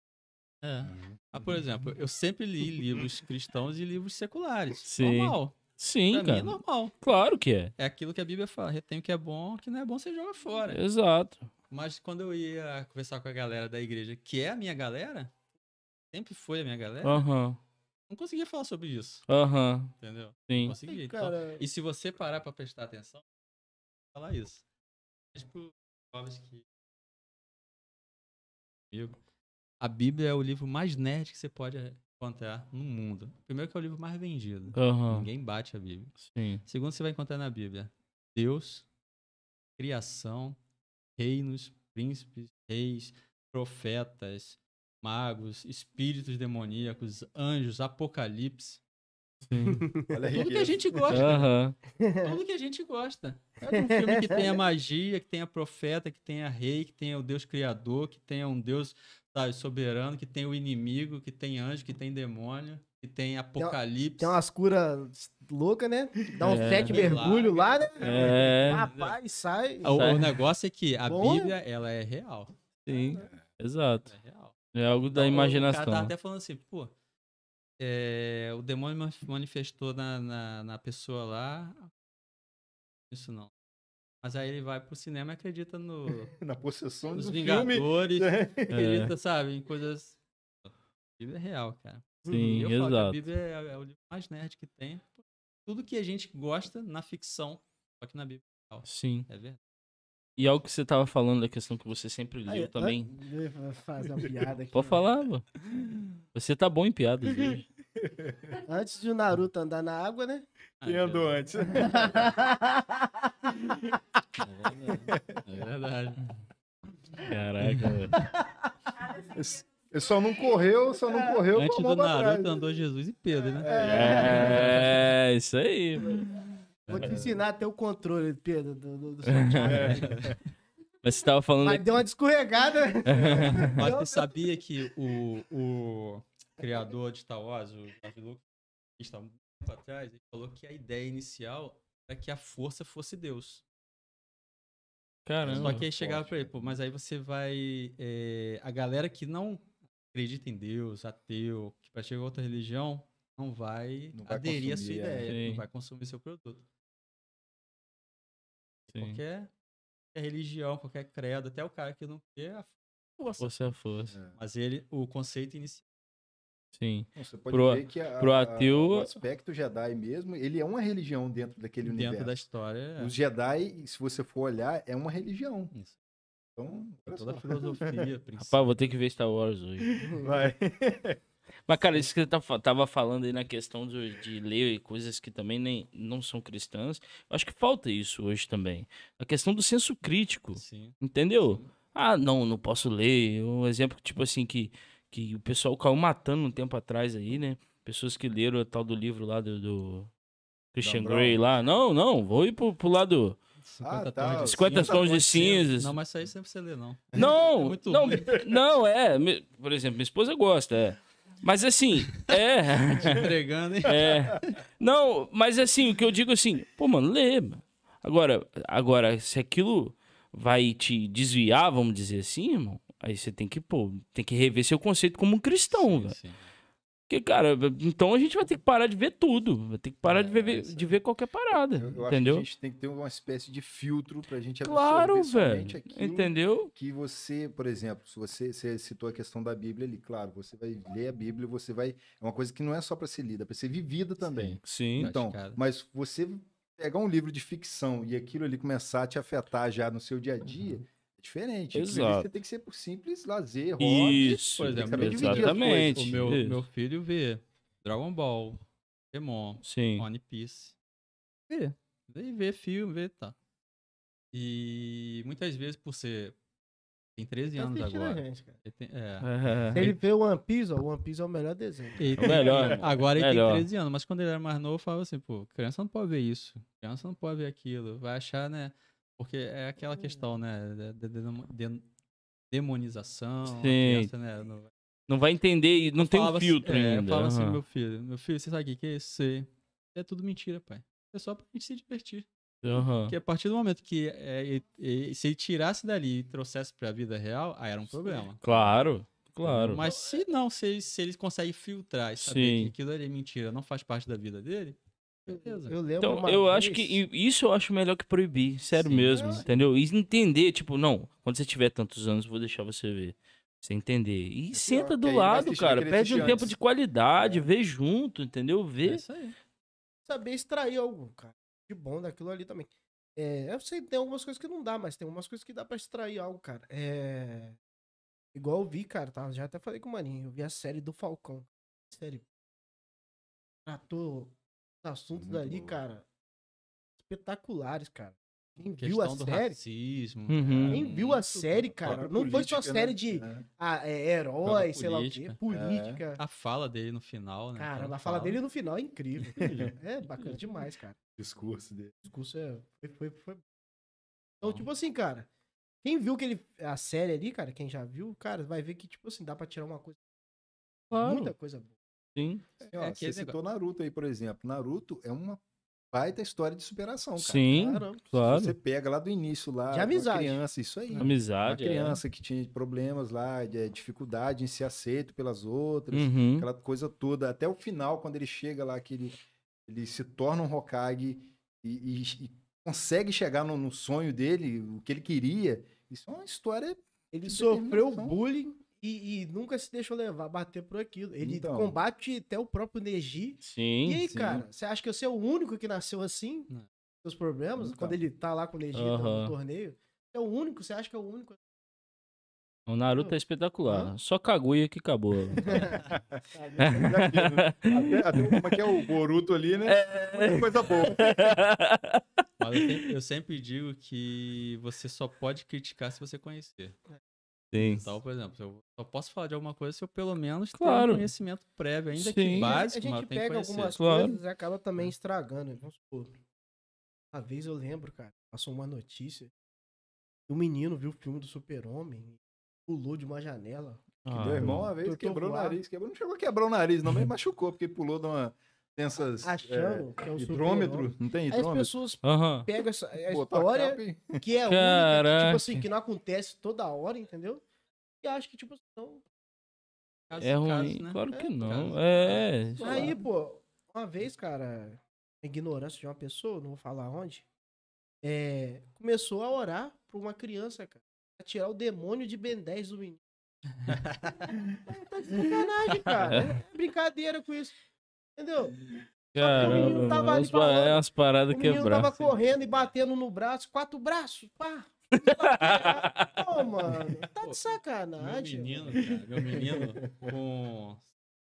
Speaker 4: Ah, por exemplo, eu sempre li livros cristãos e livros seculares.
Speaker 1: Sim.
Speaker 4: Normal.
Speaker 1: Sim,
Speaker 4: pra mim
Speaker 1: cara.
Speaker 4: é normal.
Speaker 1: Claro que é.
Speaker 4: É aquilo que a Bíblia fala. Retém o que é bom, o que não é bom você joga fora.
Speaker 1: Exato.
Speaker 4: Mas quando eu ia conversar com a galera da igreja, que é a minha galera, sempre foi a minha galera,
Speaker 1: Aham.
Speaker 4: não conseguia falar sobre isso.
Speaker 1: Aham.
Speaker 4: Entendeu?
Speaker 1: Sim.
Speaker 4: Não conseguia. Então,
Speaker 2: Cara,
Speaker 4: E se você parar pra prestar atenção, falar isso. Mas pro jovens que. Comigo, A Bíblia é o livro mais nerd que você pode encontrar no mundo. Primeiro que é o livro mais vendido.
Speaker 1: Aham.
Speaker 4: Ninguém bate a Bíblia.
Speaker 1: Sim.
Speaker 4: Segundo, você vai encontrar na Bíblia Deus, criação, reinos, príncipes, reis, profetas, magos, espíritos demoníacos, anjos, apocalipse.
Speaker 1: Sim.
Speaker 3: Olha a
Speaker 4: <laughs> Tudo que a
Speaker 3: riqueza.
Speaker 4: gente gosta.
Speaker 1: Aham.
Speaker 4: Tudo que a gente gosta. É um filme que tenha magia, que tenha profeta, que tenha rei, que tenha o Deus criador, que tenha um Deus sabe, soberano, que tenha o inimigo, que tem anjo, que tem demônio, que tem apocalipse.
Speaker 2: tem umas curas loucas, né? Dá um
Speaker 1: É.
Speaker 2: sete mergulho lá, né?
Speaker 1: É. Ah,
Speaker 2: Rapaz, sai.
Speaker 4: O, o negócio é que a
Speaker 2: Bom.
Speaker 4: Bíblia, ela é real.
Speaker 1: Sim.
Speaker 4: ela
Speaker 1: Exato.
Speaker 4: É real.
Speaker 1: É algo da
Speaker 4: Então, o- O
Speaker 1: imaginação.
Speaker 4: cara tá até falando assim, pô, é, o demônio ma- manifestou na, na, na pessoa lá. Isso não. Mas aí ele vai pro cinema e acredita <laughs> no,
Speaker 3: Na possessão
Speaker 4: nos
Speaker 3: do filme.
Speaker 4: Vingadores,
Speaker 1: É.
Speaker 4: acredita, sabe, em coisas. A Bíblia é real, cara. E
Speaker 1: Sim,
Speaker 4: eu falo que a
Speaker 1: exato.
Speaker 4: Bíblia é, é o livro mais nerd que tem. Tudo que a gente gosta na ficção, só que na Bíblia
Speaker 1: Sim.
Speaker 4: é verdade.
Speaker 1: E algo que você tava falando da questão que você sempre leu
Speaker 2: Aí,
Speaker 1: também.
Speaker 2: ah, Faz uma piada aqui.
Speaker 1: Pode falar, pô.
Speaker 4: <laughs>
Speaker 1: Você tá bom em piadas hoje.
Speaker 2: Antes de o Naruto andar na
Speaker 1: <laughs>
Speaker 2: água, né?
Speaker 4: Ah,
Speaker 3: Quem
Speaker 4: é
Speaker 3: andou
Speaker 4: verdade.
Speaker 3: antes?
Speaker 4: É verdade.
Speaker 1: Caraca,
Speaker 4: <laughs>
Speaker 1: velho.
Speaker 3: Ele só não correu, só não correu. com a
Speaker 4: É. Antes
Speaker 3: mão
Speaker 4: do
Speaker 3: pra trás.
Speaker 4: Naruto andou Jesus e Pedro, né?
Speaker 1: É, isso aí. velho.
Speaker 2: Vou te ensinar a ter o controle, Pedro, do,
Speaker 1: <laughs>
Speaker 2: do, do seu time.
Speaker 4: né?
Speaker 1: Mas você tava falando.
Speaker 2: Mas deu uma descorregada.
Speaker 4: <laughs> Mas você sabia que o, o criador de Star Wars, o George Lucas, está muito tempo atrás, ele falou que a ideia inicial era que a força fosse Deus.
Speaker 1: Caramba.
Speaker 4: Só que aí chegava pra ele,
Speaker 3: né?"
Speaker 4: pô, mas aí você vai. é, a galera que não acredita em Deus, ateu, que vai chegar a outra religião, não vai,
Speaker 3: Não vai
Speaker 4: aderir à sua
Speaker 3: consumir, é.
Speaker 4: ideia,
Speaker 1: Sim.
Speaker 4: não vai consumir seu produto.
Speaker 1: Sim.
Speaker 4: Qualquer, qualquer religião, qualquer credo, até o cara que não quer a força.
Speaker 1: Força é força.
Speaker 4: Mas ele, o conceito inicial.
Speaker 1: Sim.
Speaker 3: Não, Você pode
Speaker 1: Pro-
Speaker 3: ver que a-
Speaker 1: pro
Speaker 3: a-
Speaker 1: ateu-
Speaker 3: o aspecto Jedi mesmo, ele é uma religião dentro daquele
Speaker 4: Dentro
Speaker 3: universo.
Speaker 4: da história. é.
Speaker 3: Os Jedi, se você for olhar, é uma religião.
Speaker 4: Isso.
Speaker 3: Então, olha
Speaker 4: Toda a
Speaker 3: só.
Speaker 4: filosofia, princípio.
Speaker 1: Rapaz, vou ter que ver Star Wars hoje.
Speaker 3: vai.
Speaker 1: Mas, cara, isso que você tá fa- tava falando aí na questão de, de ler coisas que também nem, não são cristãs, eu acho que falta isso hoje também. A questão do senso crítico,
Speaker 4: Sim.
Speaker 1: entendeu? Ah, não, não posso ler. Um exemplo, tipo assim, que, que o pessoal caiu matando um tempo atrás aí, né? Pessoas que leram o tal do livro lá do, do Christian
Speaker 3: Dan Brown.
Speaker 1: Grey lá. Não, não, vou ir pro, pro
Speaker 4: <laughs>
Speaker 1: lado
Speaker 4: 50
Speaker 3: tá,
Speaker 4: tons de
Speaker 1: 50
Speaker 4: cinza.
Speaker 1: tons de cinzas.
Speaker 4: Não, mas isso aí sempre você lê, não.
Speaker 1: Não,
Speaker 4: É muito
Speaker 1: não,
Speaker 4: ruim.
Speaker 1: não, é. me- Por exemplo, minha esposa gosta, é. Mas assim,
Speaker 4: <laughs>
Speaker 1: é.
Speaker 4: Te Tá entregando, hein?
Speaker 1: É. Não, mas assim, o que eu digo assim, pô, mano, lê. mano. Agora, agora, se aquilo vai te desviar, vamos dizer assim, irmão, aí você tem que, pô, tem que rever seu conceito como um cristão, velho.
Speaker 4: Sim, sim.
Speaker 1: Porque Porque, cara, então a gente vai ter que parar de ver tudo. Vai ter que parar
Speaker 3: É,
Speaker 1: de, ver-
Speaker 3: é isso
Speaker 1: de ver qualquer parada.
Speaker 3: Eu, eu acho que a
Speaker 1: entendeu?
Speaker 3: gente tem que ter uma espécie de filtro pra gente absorver
Speaker 1: Claro,
Speaker 3: somente
Speaker 1: velho.
Speaker 3: aquilo
Speaker 1: Entendeu?
Speaker 3: que você, por exemplo, se você, você citou a questão da Bíblia ali, claro, você vai ler a Bíblia, você vai. É uma coisa que não é só para ser lida, é para ser vivida também.
Speaker 1: Sim.
Speaker 3: Então,
Speaker 4: Praticada.
Speaker 3: mas você pegar um livro de ficção e aquilo ali começar a te afetar já no seu dia a dia, é diferente. Aquilo ali
Speaker 1: Uhum. Exato.
Speaker 3: Você tem que ser por simples lazer, hobby.
Speaker 1: Isso.
Speaker 4: por exemplo,
Speaker 3: saber dividir as
Speaker 1: exatamente.
Speaker 4: O meu,
Speaker 1: Isso.
Speaker 4: meu filho vê Dragon Ball, Demon,
Speaker 1: Sim.
Speaker 4: One Piece. Vê. Vê, vê filme, vê, tá. E muitas vezes por ser. Tem 13
Speaker 2: Tá
Speaker 4: anos
Speaker 2: assistindo a
Speaker 4: agora.
Speaker 2: gente, cara.
Speaker 4: Ele tem- é.
Speaker 2: Se ele vê o One Piece, ó, o One Piece é o melhor desenho.
Speaker 4: Ele tem-
Speaker 1: melhor, irmão.
Speaker 4: agora ele
Speaker 1: Melhor.
Speaker 4: tem 13 anos, mas quando ele era mais novo, eu falava assim, pô, criança não pode ver isso, criança não pode ver aquilo, vai achar, né? Porque é aquela questão, né? da- da denoma- den- demonização, a
Speaker 1: Sim.
Speaker 4: criança, né? não-
Speaker 1: Não vai entender, e não tem um
Speaker 4: falava assim-
Speaker 1: filtro
Speaker 4: é,
Speaker 1: ainda.
Speaker 4: Eu falava assim,
Speaker 1: aham.
Speaker 4: meu filho, meu filho, você sabe o que que é isso? Isso É tudo mentira, pai. É só pra gente se divertir.
Speaker 1: Aham.
Speaker 4: Porque a partir do momento que é, e- e- se ele tirasse dali e trouxesse pra vida real, aí era um problema.
Speaker 1: Claro, claro.
Speaker 4: Mas se não, se, ele- se eles conseguem filtrar e saber
Speaker 1: Sim.
Speaker 4: que aquilo ali é mentira, não faz parte da vida dele, beleza.
Speaker 2: Eu lembro.
Speaker 1: Então,
Speaker 2: é uma
Speaker 1: eu acho
Speaker 2: vez-
Speaker 1: que i- isso eu acho melhor que proibir, sério
Speaker 4: Sim.
Speaker 1: mesmo,
Speaker 3: É.
Speaker 1: entendeu? E entender, tipo, não, quando você tiver tantos anos, vou deixar você ver. Você entender. E senta
Speaker 3: que aí
Speaker 1: do
Speaker 3: ele vai
Speaker 1: lado,
Speaker 3: assistir
Speaker 1: cara.
Speaker 3: aquele
Speaker 1: Perde um
Speaker 3: assistir
Speaker 1: tempo
Speaker 3: antes.
Speaker 1: de qualidade, vê junto, entendeu?
Speaker 4: É
Speaker 1: Vê.
Speaker 4: isso aí.
Speaker 2: saber extrair algo, cara, de bom daquilo ali também. É, eu sei, tem algumas coisas que não dá, mas tem algumas coisas que dá pra extrair algo, cara. É. Igual eu vi, cara, tá? já até falei com o Maninho, eu vi a série do Falcão. Série. Tratou os assuntos
Speaker 3: Muito
Speaker 2: ali,
Speaker 3: boa.
Speaker 2: cara, espetaculares, cara. Quem viu a
Speaker 4: Questão do
Speaker 2: série,
Speaker 4: racismo. né?
Speaker 1: Uhum.
Speaker 4: cara,
Speaker 2: quem viu a
Speaker 4: muito-
Speaker 2: série, cara,
Speaker 3: Própria
Speaker 2: não foi só
Speaker 3: política, né?
Speaker 2: série de
Speaker 3: É.
Speaker 2: ah, é, herói, sei lá o
Speaker 4: política. Ah,
Speaker 2: quê, política.
Speaker 4: A fala dele no final, né?
Speaker 2: Cara,
Speaker 4: Aquela
Speaker 2: a fala dele no final é incrível. é bacana demais, cara.
Speaker 3: Discurso dele.
Speaker 2: discurso é, foi, foi, foi- Então, tipo assim, cara, quem viu que ele, a série ali, cara, quem já viu, cara, vai ver que, tipo assim, dá pra tirar uma coisa,
Speaker 1: Claro.
Speaker 2: muita coisa boa.
Speaker 1: Sim.
Speaker 3: Assim, ó,
Speaker 4: É
Speaker 3: você
Speaker 4: aquele
Speaker 3: citou Naruto aí, por exemplo. Naruto é uma baita história de superação, cara.
Speaker 1: Sim,
Speaker 2: Caramba.
Speaker 1: claro.
Speaker 3: Você pega lá do início, lá.
Speaker 2: De
Speaker 3: uma
Speaker 2: amizade.
Speaker 3: criança, isso aí. Uma
Speaker 1: Amizade. é.
Speaker 3: criança que tinha problemas lá, de- é, dificuldade em ser aceito pelas outras,
Speaker 1: Uhum.
Speaker 3: aquela coisa toda. Até o final, quando ele chega lá, que ele, ele se torna um Hokage e, e- e consegue chegar no, no sonho dele, o que ele queria. Isso é uma <laughs> história.
Speaker 2: Ele
Speaker 3: Que
Speaker 2: sofreu
Speaker 3: determinação.
Speaker 2: bullying e, e nunca se deixou levar, bater por aquilo. Ele
Speaker 3: Então.
Speaker 2: combate até o próprio Neji.
Speaker 1: Sim.
Speaker 2: e aí,
Speaker 3: sim.
Speaker 2: cara, você acha que você é o único que nasceu assim?
Speaker 4: Não.
Speaker 2: Seus problemas?
Speaker 3: Então.
Speaker 2: Quando ele tá lá com o Neji tá
Speaker 1: Aham.
Speaker 2: no torneio? É o único, você acha que é o único?
Speaker 1: O Naruto é espetacular. Só Kaguya que acabou.
Speaker 3: até, até como é que é o Boruto ali, né? Muita coisa <laughs> boa.
Speaker 4: Mas eu sempre, eu sempre digo que você só pode criticar se você conhecer.
Speaker 1: Sim.
Speaker 4: Então, por exemplo, eu só posso falar de alguma coisa se eu pelo menos tenho
Speaker 1: Claro.
Speaker 4: um conhecimento prévio, ainda
Speaker 1: Sim.
Speaker 4: que
Speaker 2: a
Speaker 4: básico, mas
Speaker 2: gente
Speaker 4: eu tenho que
Speaker 2: pega
Speaker 4: conhecer.
Speaker 2: algumas
Speaker 1: Claro. É.
Speaker 2: coisas e acaba também estragando. né? Vamos supor. Uma vez eu lembro, cara, passou uma notícia. Um menino viu o filme do Super-Homem, pulou de uma janela.
Speaker 1: Ah,
Speaker 3: Meu irmão, uma vez,
Speaker 2: Tentou
Speaker 3: quebrou o
Speaker 2: voar.
Speaker 3: nariz. Quebrou, não chegou a quebrar o nariz, não, mas machucou, porque pulou de uma. Dessas,
Speaker 2: Achando que é um
Speaker 3: é, hidrômetro,
Speaker 2: super-herói.
Speaker 3: não tem
Speaker 2: Aí as
Speaker 3: hidrômetro? tá
Speaker 2: pessoas
Speaker 1: Aham.
Speaker 2: pegam essa a
Speaker 3: Botar a
Speaker 2: história
Speaker 3: capa e-
Speaker 2: que é única, que,
Speaker 1: Caraca.
Speaker 2: tipo assim, que não acontece toda hora, entendeu? E acho que, tipo, assim, não.
Speaker 4: Casos
Speaker 1: É
Speaker 4: e casos,
Speaker 1: ruim?
Speaker 4: né?
Speaker 1: Claro que
Speaker 4: É, casos
Speaker 1: não.
Speaker 4: e
Speaker 1: É.
Speaker 4: casos.
Speaker 2: Aí, pô, uma vez, cara, a ignorância de uma pessoa, não vou falar onde, é, começou a orar pra uma criança, cara. A tirar o demônio de Ben 10 do
Speaker 4: <laughs>
Speaker 2: menino. tá de sacanagem, cara. É brincadeira com isso. Entendeu? o menino
Speaker 1: Caramba,
Speaker 2: tava
Speaker 1: mano,
Speaker 2: ali
Speaker 1: umas pa-
Speaker 2: falando.
Speaker 1: é umas paradas
Speaker 2: o menino
Speaker 1: quebradas.
Speaker 2: tava correndo e batendo no braço, quatro braços,
Speaker 4: <laughs>
Speaker 2: pá. Pô, mano, tá de
Speaker 4: Meu
Speaker 2: sacanagem.
Speaker 4: menino, cara, meu menino
Speaker 2: <laughs>
Speaker 4: com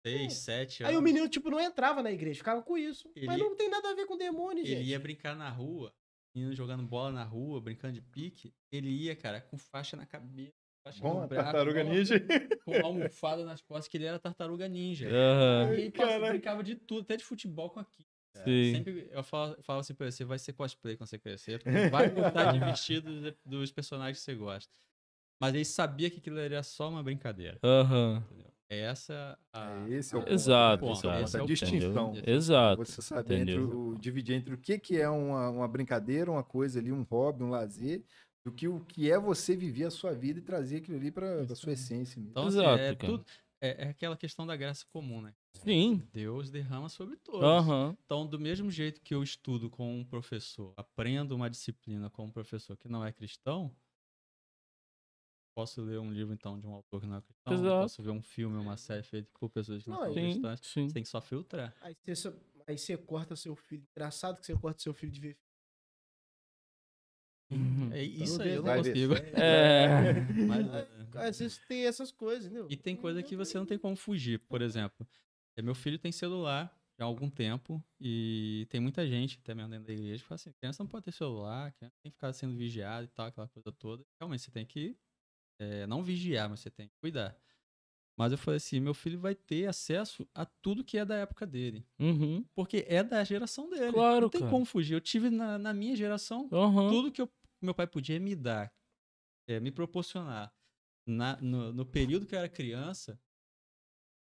Speaker 4: 6, 7 anos,
Speaker 2: Aí o menino, tipo, não entrava na igreja, ficava com isso. Mas
Speaker 4: Ele-
Speaker 2: não tem nada a ver com demônio, gente.
Speaker 4: ele ia brincar na rua, menino jogando bola na rua, brincando de pique, ele ia, cara, com faixa na cabeça, faixa
Speaker 3: Bom,
Speaker 4: no
Speaker 3: a
Speaker 2: tá
Speaker 4: braço,
Speaker 3: tartaruga
Speaker 4: bola-
Speaker 3: ninja.
Speaker 4: com uma almofada nas costas, que ele era tartaruga ninja.
Speaker 1: <laughs> É. Aham,
Speaker 4: E ele passa-
Speaker 3: Caraca.
Speaker 4: brincava de tudo, até de futebol com aqui.
Speaker 1: sim.
Speaker 4: Sempre eu falo, falo assim pra ele, você vai ser cosplay quando você crescer, porque vai gostar de vestido de- dos personagens que você gosta. Mas ele sabia que aquilo era só uma brincadeira.
Speaker 1: Aham.
Speaker 4: É essa a...
Speaker 3: É, esse é o
Speaker 4: a-
Speaker 3: ponto.
Speaker 1: Exato,
Speaker 4: Bom,
Speaker 3: Esse é o
Speaker 1: exato.
Speaker 3: ponto,
Speaker 4: esse é
Speaker 3: a
Speaker 4: o
Speaker 3: distinção.
Speaker 4: ponto.
Speaker 1: Exato.
Speaker 3: Você saber entre
Speaker 1: Entendeu?
Speaker 3: o, dividir entre o que, que é uma, uma brincadeira, uma coisa ali, um hobby, um lazer, do que o que é você viver a sua vida e trazer aquilo ali para a sua essência mesmo.
Speaker 4: Então, assim,
Speaker 1: Exato,
Speaker 4: é,
Speaker 1: cara.
Speaker 4: tudo, é, é aquela questão da graça comum, né?
Speaker 1: Sim.
Speaker 4: Deus derrama sobre todos.
Speaker 1: Aham.
Speaker 4: Então, do mesmo jeito que eu estudo com um professor, aprendo uma disciplina com um professor que não é cristão, posso ler um livro, então, de um autor que não é cristão,
Speaker 1: Exato.
Speaker 4: posso ver um filme, uma série feita por pessoas que não,
Speaker 2: Não,
Speaker 4: são
Speaker 2: e-
Speaker 1: Sim.
Speaker 4: cristãs.
Speaker 1: Sim.
Speaker 4: Você é tem que só filtrar.
Speaker 2: Aí você, só- aí você corta seu filho. Engraçado que você corta seu filho de ver.
Speaker 1: Uhum.
Speaker 4: É isso
Speaker 2: Então,
Speaker 4: aí, eu não
Speaker 3: vai ver
Speaker 4: consigo.
Speaker 1: É.
Speaker 4: <laughs> Mas,
Speaker 2: Às vezes tem essas coisas, entendeu?
Speaker 1: tá,
Speaker 4: E tem coisa que você não tem como fugir. Por exemplo, eh, meu filho tem celular já há algum tempo e tem muita gente, até mesmo dentro da igreja, que fala assim, criança não pode ter celular, criança tem que ficar sendo vigiada e tal, aquela coisa toda. Realmente, você tem que eh, não vigiar, mas você tem que cuidar. Mas eu falei assim, meu filho vai ter acesso a tudo que é da época dele.
Speaker 1: Uhum.
Speaker 4: Porque é da geração dele.
Speaker 1: Claro,
Speaker 4: não tem
Speaker 1: cara.
Speaker 4: como fugir. Eu tive na, na minha geração
Speaker 1: Aham.
Speaker 4: tudo né? que eu- meu pai podia me dar, é, me proporcionar na- no, no período que eu era criança,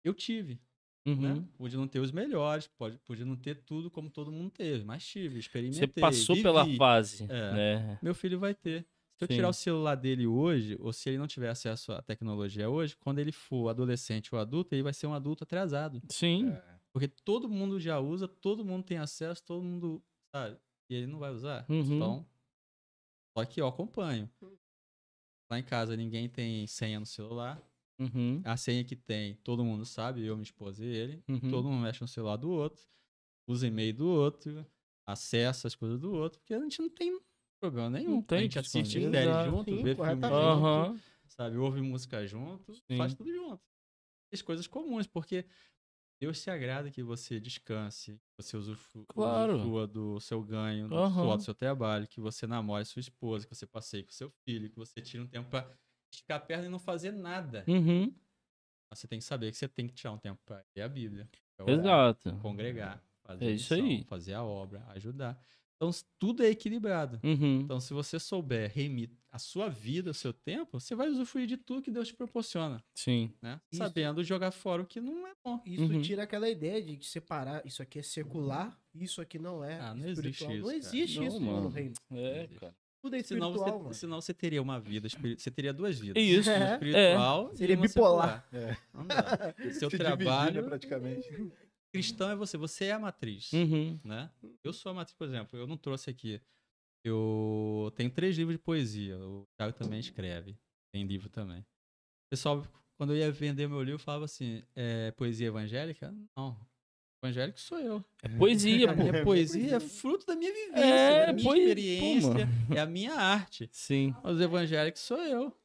Speaker 4: eu tive.
Speaker 1: Uhum.
Speaker 4: Né? Pude não ter os melhores, pode, pude não ter tudo como todo mundo teve, mas tive,
Speaker 1: Você
Speaker 4: experimentei.
Speaker 1: passou
Speaker 4: vivi.
Speaker 1: pela fase,
Speaker 4: É.
Speaker 1: né?
Speaker 4: Meu filho vai ter. Se eu
Speaker 1: Sim.
Speaker 4: tirar o celular dele hoje, ou se ele não tiver acesso à tecnologia hoje, quando ele for adolescente ou adulto, ele vai ser um adulto atrasado.
Speaker 1: Sim.
Speaker 3: É.
Speaker 4: Porque todo mundo já usa, todo mundo tem acesso, todo mundo sabe. E ele não vai usar.
Speaker 1: Uhum.
Speaker 4: Então, só que eu acompanho.
Speaker 2: Uhum.
Speaker 4: Lá em casa ninguém tem senha no celular.
Speaker 1: Uhum.
Speaker 4: A senha que tem, todo mundo sabe, eu, minha esposa e ele.
Speaker 1: Uhum.
Speaker 4: Todo mundo mexe no celular do outro, usa e-mail do outro, acessa as coisas do outro, porque a gente não tem problema nenhum.
Speaker 1: Não tem
Speaker 4: a gente
Speaker 1: que
Speaker 4: assiste
Speaker 1: esconder.
Speaker 4: série
Speaker 1: Exato.
Speaker 4: junto,
Speaker 2: Sim,
Speaker 4: vê filme
Speaker 2: corretamente.
Speaker 4: tá junto,
Speaker 1: Aham.
Speaker 4: sabe? Ouve música junto,
Speaker 1: Sim.
Speaker 4: faz tudo junto. As coisas comuns, porque Deus se agrada que você descanse, que você usufru-
Speaker 1: Claro.
Speaker 4: usufrua do seu ganho, do
Speaker 1: Aham.
Speaker 4: suor do seu trabalho, que você namore sua esposa, que você passeie com seu filho, que você tire um tempo pra esticar a perna e não fazer nada.
Speaker 1: Uhum.
Speaker 4: Mas você tem que saber que você tem que tirar um tempo pra ler a Bíblia. pra orar,
Speaker 1: Exato.
Speaker 4: Congregar, fazer
Speaker 1: É
Speaker 4: a
Speaker 1: isso
Speaker 4: missão,
Speaker 1: aí.
Speaker 4: fazer a obra, ajudar. Então, s- tudo é equilibrado.
Speaker 1: Uhum.
Speaker 4: Então, se você souber remir a sua vida, o seu tempo, você vai usufruir de tudo que Deus te proporciona,
Speaker 1: Sim.
Speaker 4: né?
Speaker 2: Isso.
Speaker 4: Sabendo jogar fora o que não é bom.
Speaker 2: Isso
Speaker 1: Uhum.
Speaker 2: tira aquela ideia de separar isso aqui é secular, isso aqui não é.
Speaker 4: Ah, não
Speaker 2: espiritual.
Speaker 4: existe
Speaker 2: Não
Speaker 4: isso, cara.
Speaker 2: existe
Speaker 1: Não,
Speaker 2: isso
Speaker 1: mano.
Speaker 2: no reino.
Speaker 1: É, cara.
Speaker 2: Tudo é
Speaker 4: Senão
Speaker 2: espiritual, mano.
Speaker 4: você, senão você teria uma vida, espiri- você teria duas vidas.
Speaker 1: Isso.
Speaker 4: Uma
Speaker 2: É.
Speaker 4: espiritual
Speaker 2: Seria
Speaker 4: e uma
Speaker 2: bipolar.
Speaker 4: secular.
Speaker 2: <laughs>
Speaker 4: Não dá. Seu
Speaker 3: Se dividir, né,
Speaker 4: trabalho
Speaker 3: praticamente.
Speaker 4: cristão é você, você é a matriz.
Speaker 1: Uhum.
Speaker 4: né? Eu sou a matriz, por exemplo, eu não trouxe aqui. Eu tenho três livros de poesia. O Thiago também escreve. Tem livro também. O pessoal, quando eu ia vender meu livro, falava assim: é poesia evangélica? Não. Evangélico sou eu.
Speaker 1: É poesia,
Speaker 4: A
Speaker 1: pô.
Speaker 4: minha poesia é fruto da minha vivência,
Speaker 1: É,
Speaker 4: da minha
Speaker 1: pois- pô,
Speaker 4: experiência, é a minha arte.
Speaker 1: Sim.
Speaker 4: Mas Os evangélicos sou eu.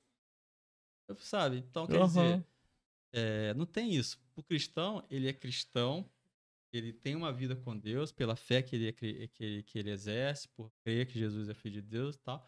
Speaker 4: Eu- Sabe? Então, quer dizer,
Speaker 1: Aham.
Speaker 4: é, não tem isso. O cristão, ele é cristão, ele tem uma vida com Deus, pela fé que ele, é cri- que ele, que ele exerce, por crer que Jesus é filho de Deus e tal.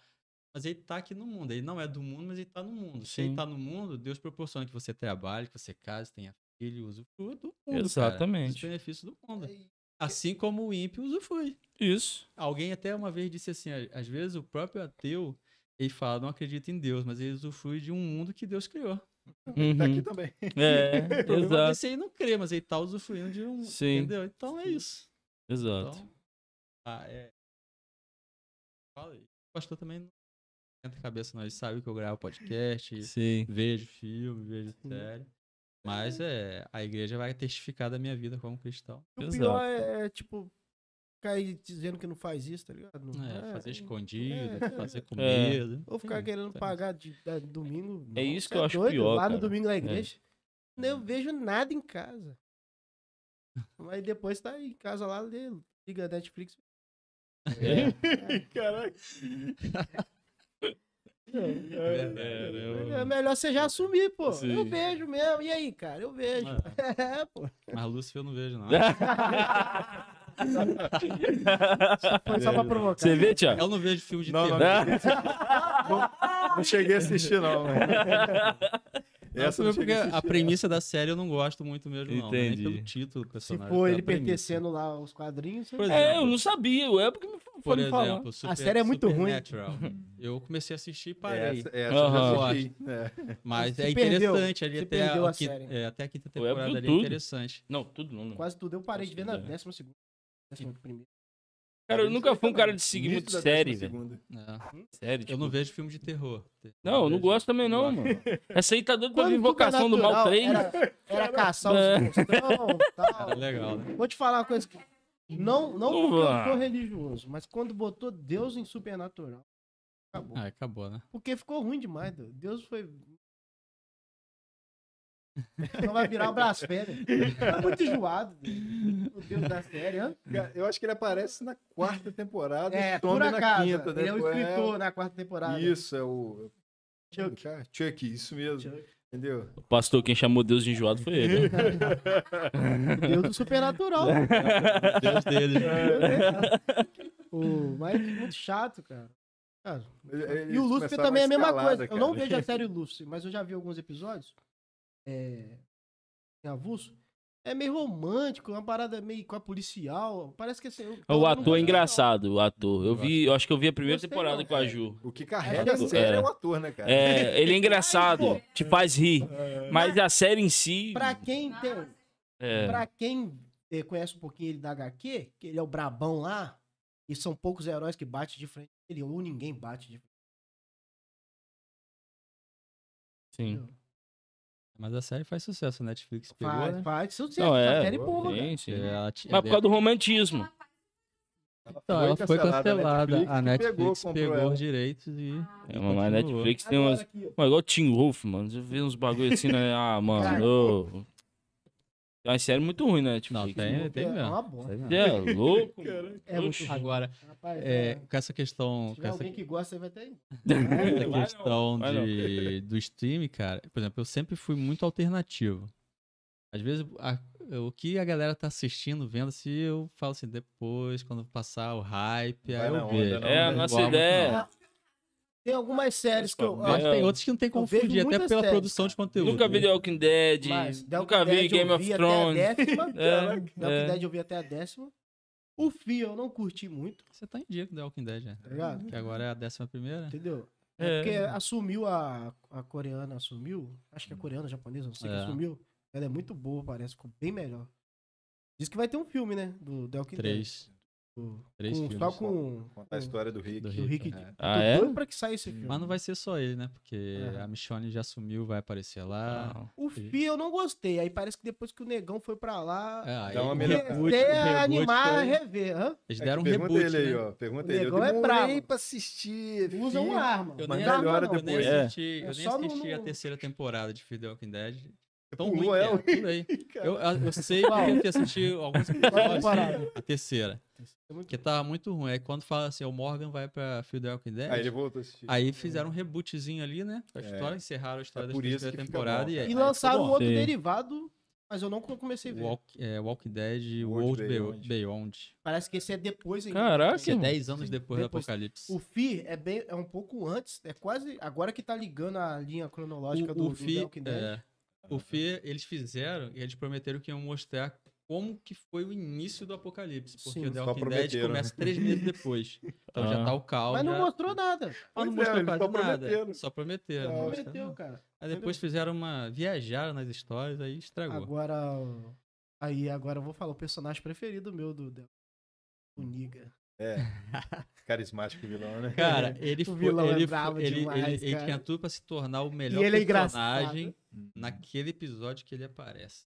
Speaker 4: Mas ele tá aqui no mundo. Ele não é do mundo, mas ele tá no mundo. Se
Speaker 1: Sim.
Speaker 4: ele tá no mundo, Deus proporciona que você trabalhe, que você case, tenha filho, usufrua do mundo. Cara,
Speaker 1: Exatamente.
Speaker 4: dos benefícios do mundo.
Speaker 2: Aí,
Speaker 4: Assim como o ímpio usufrui.
Speaker 1: Isso.
Speaker 4: Alguém até uma vez disse assim: "Às- às vezes o próprio ateu, ele fala, não acredita em Deus, mas ele usufrui de um mundo que Deus criou.
Speaker 3: Tá aqui
Speaker 1: Uhum.
Speaker 3: também.
Speaker 2: <laughs>
Speaker 1: É,
Speaker 4: <laughs> O problema
Speaker 1: exato.
Speaker 4: desse aí não crê, mas ele tá usufruindo de um.
Speaker 1: Sim.
Speaker 4: Entendeu? Então é isso.
Speaker 1: Exato.
Speaker 4: Então, ah, é. Fala aí. O pastor também não entra a cabeça, não. Ele sabe que eu gravo podcast,
Speaker 1: Sim.
Speaker 4: vejo filme, vejo
Speaker 2: Sim.
Speaker 4: série. Mas é, a igreja vai testificar da minha vida como cristão.
Speaker 2: o
Speaker 1: Exato.
Speaker 2: pior é, tipo, cair dizendo que não faz isso, tá ligado?
Speaker 4: É, fazer escondido,
Speaker 2: é.
Speaker 4: fazer com
Speaker 1: É.
Speaker 4: medo.
Speaker 2: Ou ficar querendo pagar de, da- domingo.
Speaker 1: É
Speaker 2: Não,
Speaker 1: isso
Speaker 2: cê
Speaker 1: que eu acho
Speaker 2: doido,
Speaker 1: pior,
Speaker 2: Lá
Speaker 1: cara. É.
Speaker 2: no domingo na igreja. Eu vejo nada em
Speaker 1: <laughs>
Speaker 2: casa. Mas depois tá em casa lá, lê, liga a Netflix.
Speaker 1: É.
Speaker 3: Caraca.
Speaker 4: É, né, eu-
Speaker 2: É melhor você já assumir, pô. Eu
Speaker 1: Sim.
Speaker 2: vejo mesmo. E aí, cara? Eu vejo. <laughs> É, pô.
Speaker 4: Mas Lúcifer eu não vejo, não.
Speaker 1: É.
Speaker 2: Foi só pra
Speaker 1: <laughs>
Speaker 2: provocar. né?
Speaker 1: Você vê, Thiago?
Speaker 4: Eu não vejo filme de
Speaker 3: Não, não,
Speaker 4: terror.
Speaker 3: Não cheguei a assistir,
Speaker 1: <laughs>
Speaker 3: não. mano.
Speaker 4: Não,
Speaker 3: Essa eu não
Speaker 4: porque
Speaker 3: cheguei a
Speaker 4: a
Speaker 3: assistir.
Speaker 4: premissa da série eu não gosto muito mesmo, não. não é Nem
Speaker 1: Entendi.
Speaker 4: pelo título do
Speaker 2: Se
Speaker 1: né?
Speaker 4: personagem.
Speaker 1: Tá
Speaker 2: for
Speaker 4: pela
Speaker 2: ele
Speaker 4: premissa.
Speaker 2: pertencendo lá aos quadrinhos, você-
Speaker 4: Por
Speaker 1: É,
Speaker 4: exemplo,
Speaker 1: eu não sabia. O época me foi
Speaker 4: por
Speaker 1: me falar.
Speaker 4: exemplo, Super,
Speaker 2: série é muito ruim. <laughs>
Speaker 4: Supernatural. Eu comecei a assistir e parei.
Speaker 3: Essa, essa eu
Speaker 1: Aham.
Speaker 3: já assisti. É.
Speaker 4: Mas
Speaker 2: Se
Speaker 4: é
Speaker 2: perdeu.
Speaker 4: interessante ali
Speaker 2: Se
Speaker 4: até
Speaker 2: perdeu
Speaker 4: a,
Speaker 2: a
Speaker 4: quinta,
Speaker 2: série.
Speaker 4: é, até a quinta
Speaker 1: Foi pro
Speaker 4: temporada ali é
Speaker 1: tudo.
Speaker 4: interessante.
Speaker 1: é. Não, tudo não. não.
Speaker 2: quase tudo. Eu parei de ver na
Speaker 1: Nossa, é.
Speaker 2: décima segunda. Décima primeira.
Speaker 1: Cara, eu nunca fui um cara de seguir
Speaker 3: Início
Speaker 1: muito
Speaker 3: da
Speaker 1: série,
Speaker 3: décima
Speaker 1: velho.
Speaker 3: segunda.
Speaker 4: É.
Speaker 1: Sério,
Speaker 4: Eu
Speaker 1: tipo...
Speaker 4: não vejo filme de terror.
Speaker 1: Não, eu não
Speaker 4: vejo.
Speaker 1: gosto também não, mano. Essa aí tá dando pra
Speaker 2: Quando
Speaker 1: vir Invocação do Mal
Speaker 2: Supernatural
Speaker 1: 3.
Speaker 2: Era, era caçar os
Speaker 1: É.
Speaker 2: monstrão tal.
Speaker 4: Era legal, né?
Speaker 2: Vou te falar uma coisa. que- Não, não
Speaker 1: Vamos
Speaker 2: porque eu
Speaker 1: lá.
Speaker 2: sou religioso, mas quando botou Deus em Supernatural, acabou.
Speaker 4: Ah,
Speaker 1: <laughs>
Speaker 4: acabou, né?
Speaker 2: Porque ficou ruim demais. doido. Deus foi. <laughs> Não vai virar uma blasfêmia. Tá muito enjoado. doido. O Deus da série, hã?
Speaker 3: Cara, Eu acho que ele aparece na quarta temporada
Speaker 2: É,
Speaker 3: e some
Speaker 2: por
Speaker 3: na
Speaker 2: acaso.
Speaker 3: quinta.
Speaker 2: ele é o
Speaker 3: depois.
Speaker 2: escritor na quarta temporada.
Speaker 3: Isso, é o.
Speaker 2: Chuck.
Speaker 3: Cara, Chuck, isso mesmo.
Speaker 2: Chuck.
Speaker 3: Entendeu?
Speaker 1: O pastor, quem chamou Deus de enjoado foi ele.
Speaker 2: <laughs>
Speaker 1: né?
Speaker 2: O Deus do Supernatural. né?
Speaker 3: <laughs>
Speaker 4: Deus né? dele.
Speaker 2: o, mas muito chato, cara. Cara,
Speaker 3: Eles
Speaker 2: E o Lúcifer
Speaker 3: começaram
Speaker 2: também é a
Speaker 3: uma
Speaker 2: mesma
Speaker 3: escalada,
Speaker 2: coisa. Eu não
Speaker 3: cara.
Speaker 2: vejo a
Speaker 3: <laughs>
Speaker 2: série Lúcifer, mas eu já vi alguns episódios. É... Em avulso. É meio romântico, uma parada meio com a policial. Parece que assim, eu-
Speaker 1: O
Speaker 2: eu não
Speaker 1: ator é
Speaker 2: gosto,
Speaker 1: engraçado, o ator. Eu vi, eu acho que eu vi a primeira
Speaker 2: Gostei
Speaker 1: temporada
Speaker 2: não,
Speaker 1: com a
Speaker 2: cara.
Speaker 1: Ju.
Speaker 3: O que carrega a
Speaker 2: É.
Speaker 3: série é o ator, né, cara?
Speaker 1: É, ele é engraçado, te faz rir. Mas a série em si.
Speaker 2: não. É. Pra quem tem,
Speaker 1: é,
Speaker 2: pra quem eh, conhece um pouquinho ele da HQ, que ele é o brabão lá, e são poucos heróis que batem de frente com ele, ou ninguém bate de frente.
Speaker 1: sim.
Speaker 4: Mas a série faz sucesso. A Netflix pegou,
Speaker 2: Faz,
Speaker 4: né?
Speaker 2: faz. Se eu disser,
Speaker 1: Não,
Speaker 2: essa
Speaker 1: é.
Speaker 2: série bomba, cara.
Speaker 1: sim, sim.
Speaker 4: É, ela ti-
Speaker 1: Mas por causa do romantismo.
Speaker 4: Então, ela foi cancelada. A Netflix,
Speaker 3: comprou
Speaker 4: pegou
Speaker 3: ela.
Speaker 4: os direitos e.
Speaker 1: É, mano, a
Speaker 4: continuou.
Speaker 1: Netflix tem
Speaker 2: Agora
Speaker 1: umas.
Speaker 2: aqui, ó.
Speaker 1: Mano, igual o Tim Wolf, mano. Você vê uns bagulho assim, né?
Speaker 2: <laughs>
Speaker 1: Ah, mano. ô. Tem uma série muito ruim, né? Netflix.
Speaker 4: Não, tem, tem
Speaker 2: É
Speaker 4: mesmo.
Speaker 2: uma bosta.
Speaker 1: Você é louco? mano.
Speaker 2: É muito
Speaker 1: Oxe.
Speaker 4: Agora,
Speaker 2: Rapaz,
Speaker 4: é,
Speaker 2: é,
Speaker 4: com essa questão.
Speaker 2: se
Speaker 4: Com
Speaker 2: tiver
Speaker 4: essa
Speaker 2: alguém que gosta, aí vai até.
Speaker 4: Essa
Speaker 1: Vai não,
Speaker 4: questão
Speaker 1: vai não.
Speaker 4: de, do stream, cara, por exemplo, eu sempre fui muito alternativo. Às vezes, a- o que a galera tá assistindo, vendo, se eu falo assim, depois, quando passar o hype,
Speaker 3: Vai
Speaker 4: aí
Speaker 3: na
Speaker 4: eu
Speaker 3: onda,
Speaker 4: vejo.
Speaker 2: né?
Speaker 3: na
Speaker 1: É a
Speaker 4: Não
Speaker 1: nossa
Speaker 4: igual muito,
Speaker 1: ideia.
Speaker 4: não.
Speaker 2: Tem algumas séries que eu.
Speaker 1: Nossa,
Speaker 4: Mas
Speaker 1: É.
Speaker 4: tem outros que não tem como
Speaker 2: Eu vejo
Speaker 4: fugir, até
Speaker 2: muitas
Speaker 4: pela
Speaker 2: séries,
Speaker 4: produção de conteúdo. né?
Speaker 1: Nunca vi The Walking Dead.
Speaker 2: Mas The
Speaker 1: nunca
Speaker 2: Walking
Speaker 1: vi
Speaker 2: Dead
Speaker 1: Game
Speaker 2: eu
Speaker 1: of
Speaker 2: vi até
Speaker 1: Thrones.
Speaker 2: A décima,
Speaker 1: <laughs> É,
Speaker 2: Da
Speaker 1: é.
Speaker 2: Walking Dead eu vi até a décima. O Fio eu não curti muito,
Speaker 4: Você tá em dia com The Walking Dead, né?
Speaker 2: tá ligado?
Speaker 4: Que agora é a décima primeira.
Speaker 2: Entendeu?
Speaker 1: É.
Speaker 2: É. Porque assumiu a, a coreana, assumiu. Acho que a coreana, a japonesa, não sei
Speaker 4: É.
Speaker 2: quem assumiu. Ela é muito boa, parece, ficou bem melhor. Diz que vai ter um filme, né? Do The Walking Dead.
Speaker 4: Três.
Speaker 2: Do-
Speaker 4: Três
Speaker 2: com- só
Speaker 4: filmes.
Speaker 2: com,
Speaker 3: Contar a
Speaker 2: com
Speaker 3: história do Rick.
Speaker 4: Do
Speaker 2: o Rick.
Speaker 4: Rick, né?
Speaker 1: Ah,
Speaker 2: Tô
Speaker 1: é?
Speaker 2: doido pra que saia esse filme.
Speaker 4: Mas não vai ser só ele, né? Porque
Speaker 2: É.
Speaker 4: a Michonne já sumiu, vai aparecer lá.
Speaker 1: Ah,
Speaker 2: O Fio eu não gostei. Aí parece que depois que o negão foi pra lá.
Speaker 4: É, aí
Speaker 3: Dá uma
Speaker 4: o
Speaker 3: melhorada.
Speaker 4: reboot-
Speaker 2: Até
Speaker 4: o reboot
Speaker 2: animar a
Speaker 4: foi-
Speaker 2: rever. Hã?
Speaker 4: Eles
Speaker 3: É,
Speaker 4: deram um
Speaker 3: pergunta
Speaker 4: reboot,
Speaker 3: ele aí,
Speaker 4: né?
Speaker 3: ó. Pergunta
Speaker 2: O
Speaker 3: ele. Eu
Speaker 2: negão é
Speaker 3: demorei
Speaker 2: brabo.
Speaker 3: pra assistir.
Speaker 2: Usa
Speaker 3: filho.
Speaker 2: uma arma.
Speaker 4: Eu
Speaker 2: Mas
Speaker 4: nem
Speaker 2: não é
Speaker 3: melhora
Speaker 2: arma, não.
Speaker 4: Eu nem
Speaker 3: depois.
Speaker 1: É.
Speaker 4: assisti, eu
Speaker 2: É
Speaker 4: nem
Speaker 2: só no-
Speaker 4: assisti a
Speaker 2: no-
Speaker 4: terceira temporada de Fear the Walking Dead. Tão ruim
Speaker 3: Pulou
Speaker 4: que é,
Speaker 3: ela.
Speaker 4: tudo aí.
Speaker 3: <laughs>
Speaker 4: Eu, eu sei porque eu
Speaker 2: <laughs>
Speaker 4: assisti alguns
Speaker 2: Qual
Speaker 4: episódios, <laughs>
Speaker 2: temporada?
Speaker 4: a terceira.
Speaker 2: É muito-
Speaker 4: Porque tava muito ruim. Aí quando fala assim, o Morgan vai pra Fear the Walking Dead,
Speaker 3: Aí ele
Speaker 4: aí,
Speaker 3: voltou a assistir.
Speaker 4: fizeram um rebootzinho ali, né? A história, encerraram a história
Speaker 3: É
Speaker 4: da
Speaker 3: por isso
Speaker 4: terceira
Speaker 3: que fica
Speaker 4: temporada.
Speaker 3: bom,
Speaker 4: e, é
Speaker 3: cara.
Speaker 4: aí-
Speaker 2: E
Speaker 4: aí
Speaker 2: lançaram
Speaker 4: ficou bom.
Speaker 2: outro
Speaker 1: Sim.
Speaker 2: derivado, mas eu não comecei a ver.
Speaker 4: Walk, é, Walking Dead
Speaker 3: World
Speaker 4: World,
Speaker 3: Beyond.
Speaker 4: Beyond. Beyond.
Speaker 2: Parece que esse é depois ainda.
Speaker 1: Caraca,
Speaker 2: Esse é
Speaker 1: irmão.
Speaker 4: 10 anos depois, do
Speaker 2: Depois-
Speaker 4: Apocalipse.
Speaker 2: O FI é, bem, é um pouco antes, é quase agora que tá ligando a linha cronológica do, do
Speaker 4: FI,
Speaker 2: The Walking Dead.
Speaker 4: é, o FI, eles fizeram e eles prometeram que iam mostrar como que foi o início do apocalipse. Porque
Speaker 2: Sim.
Speaker 4: o The
Speaker 3: Só
Speaker 4: Walking Dead
Speaker 3: prometeram,
Speaker 4: começa três meses depois. Então já
Speaker 1: Ah.
Speaker 4: tá o caos.
Speaker 2: Mas não
Speaker 4: já-
Speaker 2: mostrou nada.
Speaker 4: Mas não
Speaker 3: Pois é,
Speaker 4: mostrou
Speaker 3: eles
Speaker 4: quase
Speaker 3: só
Speaker 4: nada.
Speaker 3: prometeram.
Speaker 4: Só prometeram.
Speaker 3: Só
Speaker 4: É, não mostraram
Speaker 2: Prometeu,
Speaker 4: nada.
Speaker 2: cara.
Speaker 4: Aí depois fizeram uma. Viajaram nas histórias, aí estragou.
Speaker 2: Agora. o- Aí, agora eu vou falar o personagem preferido meu do The O Niga.
Speaker 3: É. Carismático vilão, né? <laughs>
Speaker 4: Cara, ele
Speaker 2: O
Speaker 4: foi.
Speaker 2: vilão é
Speaker 4: ele,
Speaker 2: brabo
Speaker 4: foi ele,
Speaker 2: demais,
Speaker 4: ele- ele
Speaker 2: cara.
Speaker 4: tinha tudo pra se tornar o melhor
Speaker 2: ele é
Speaker 4: personagem
Speaker 2: engraçado.
Speaker 4: naquele episódio que ele aparece.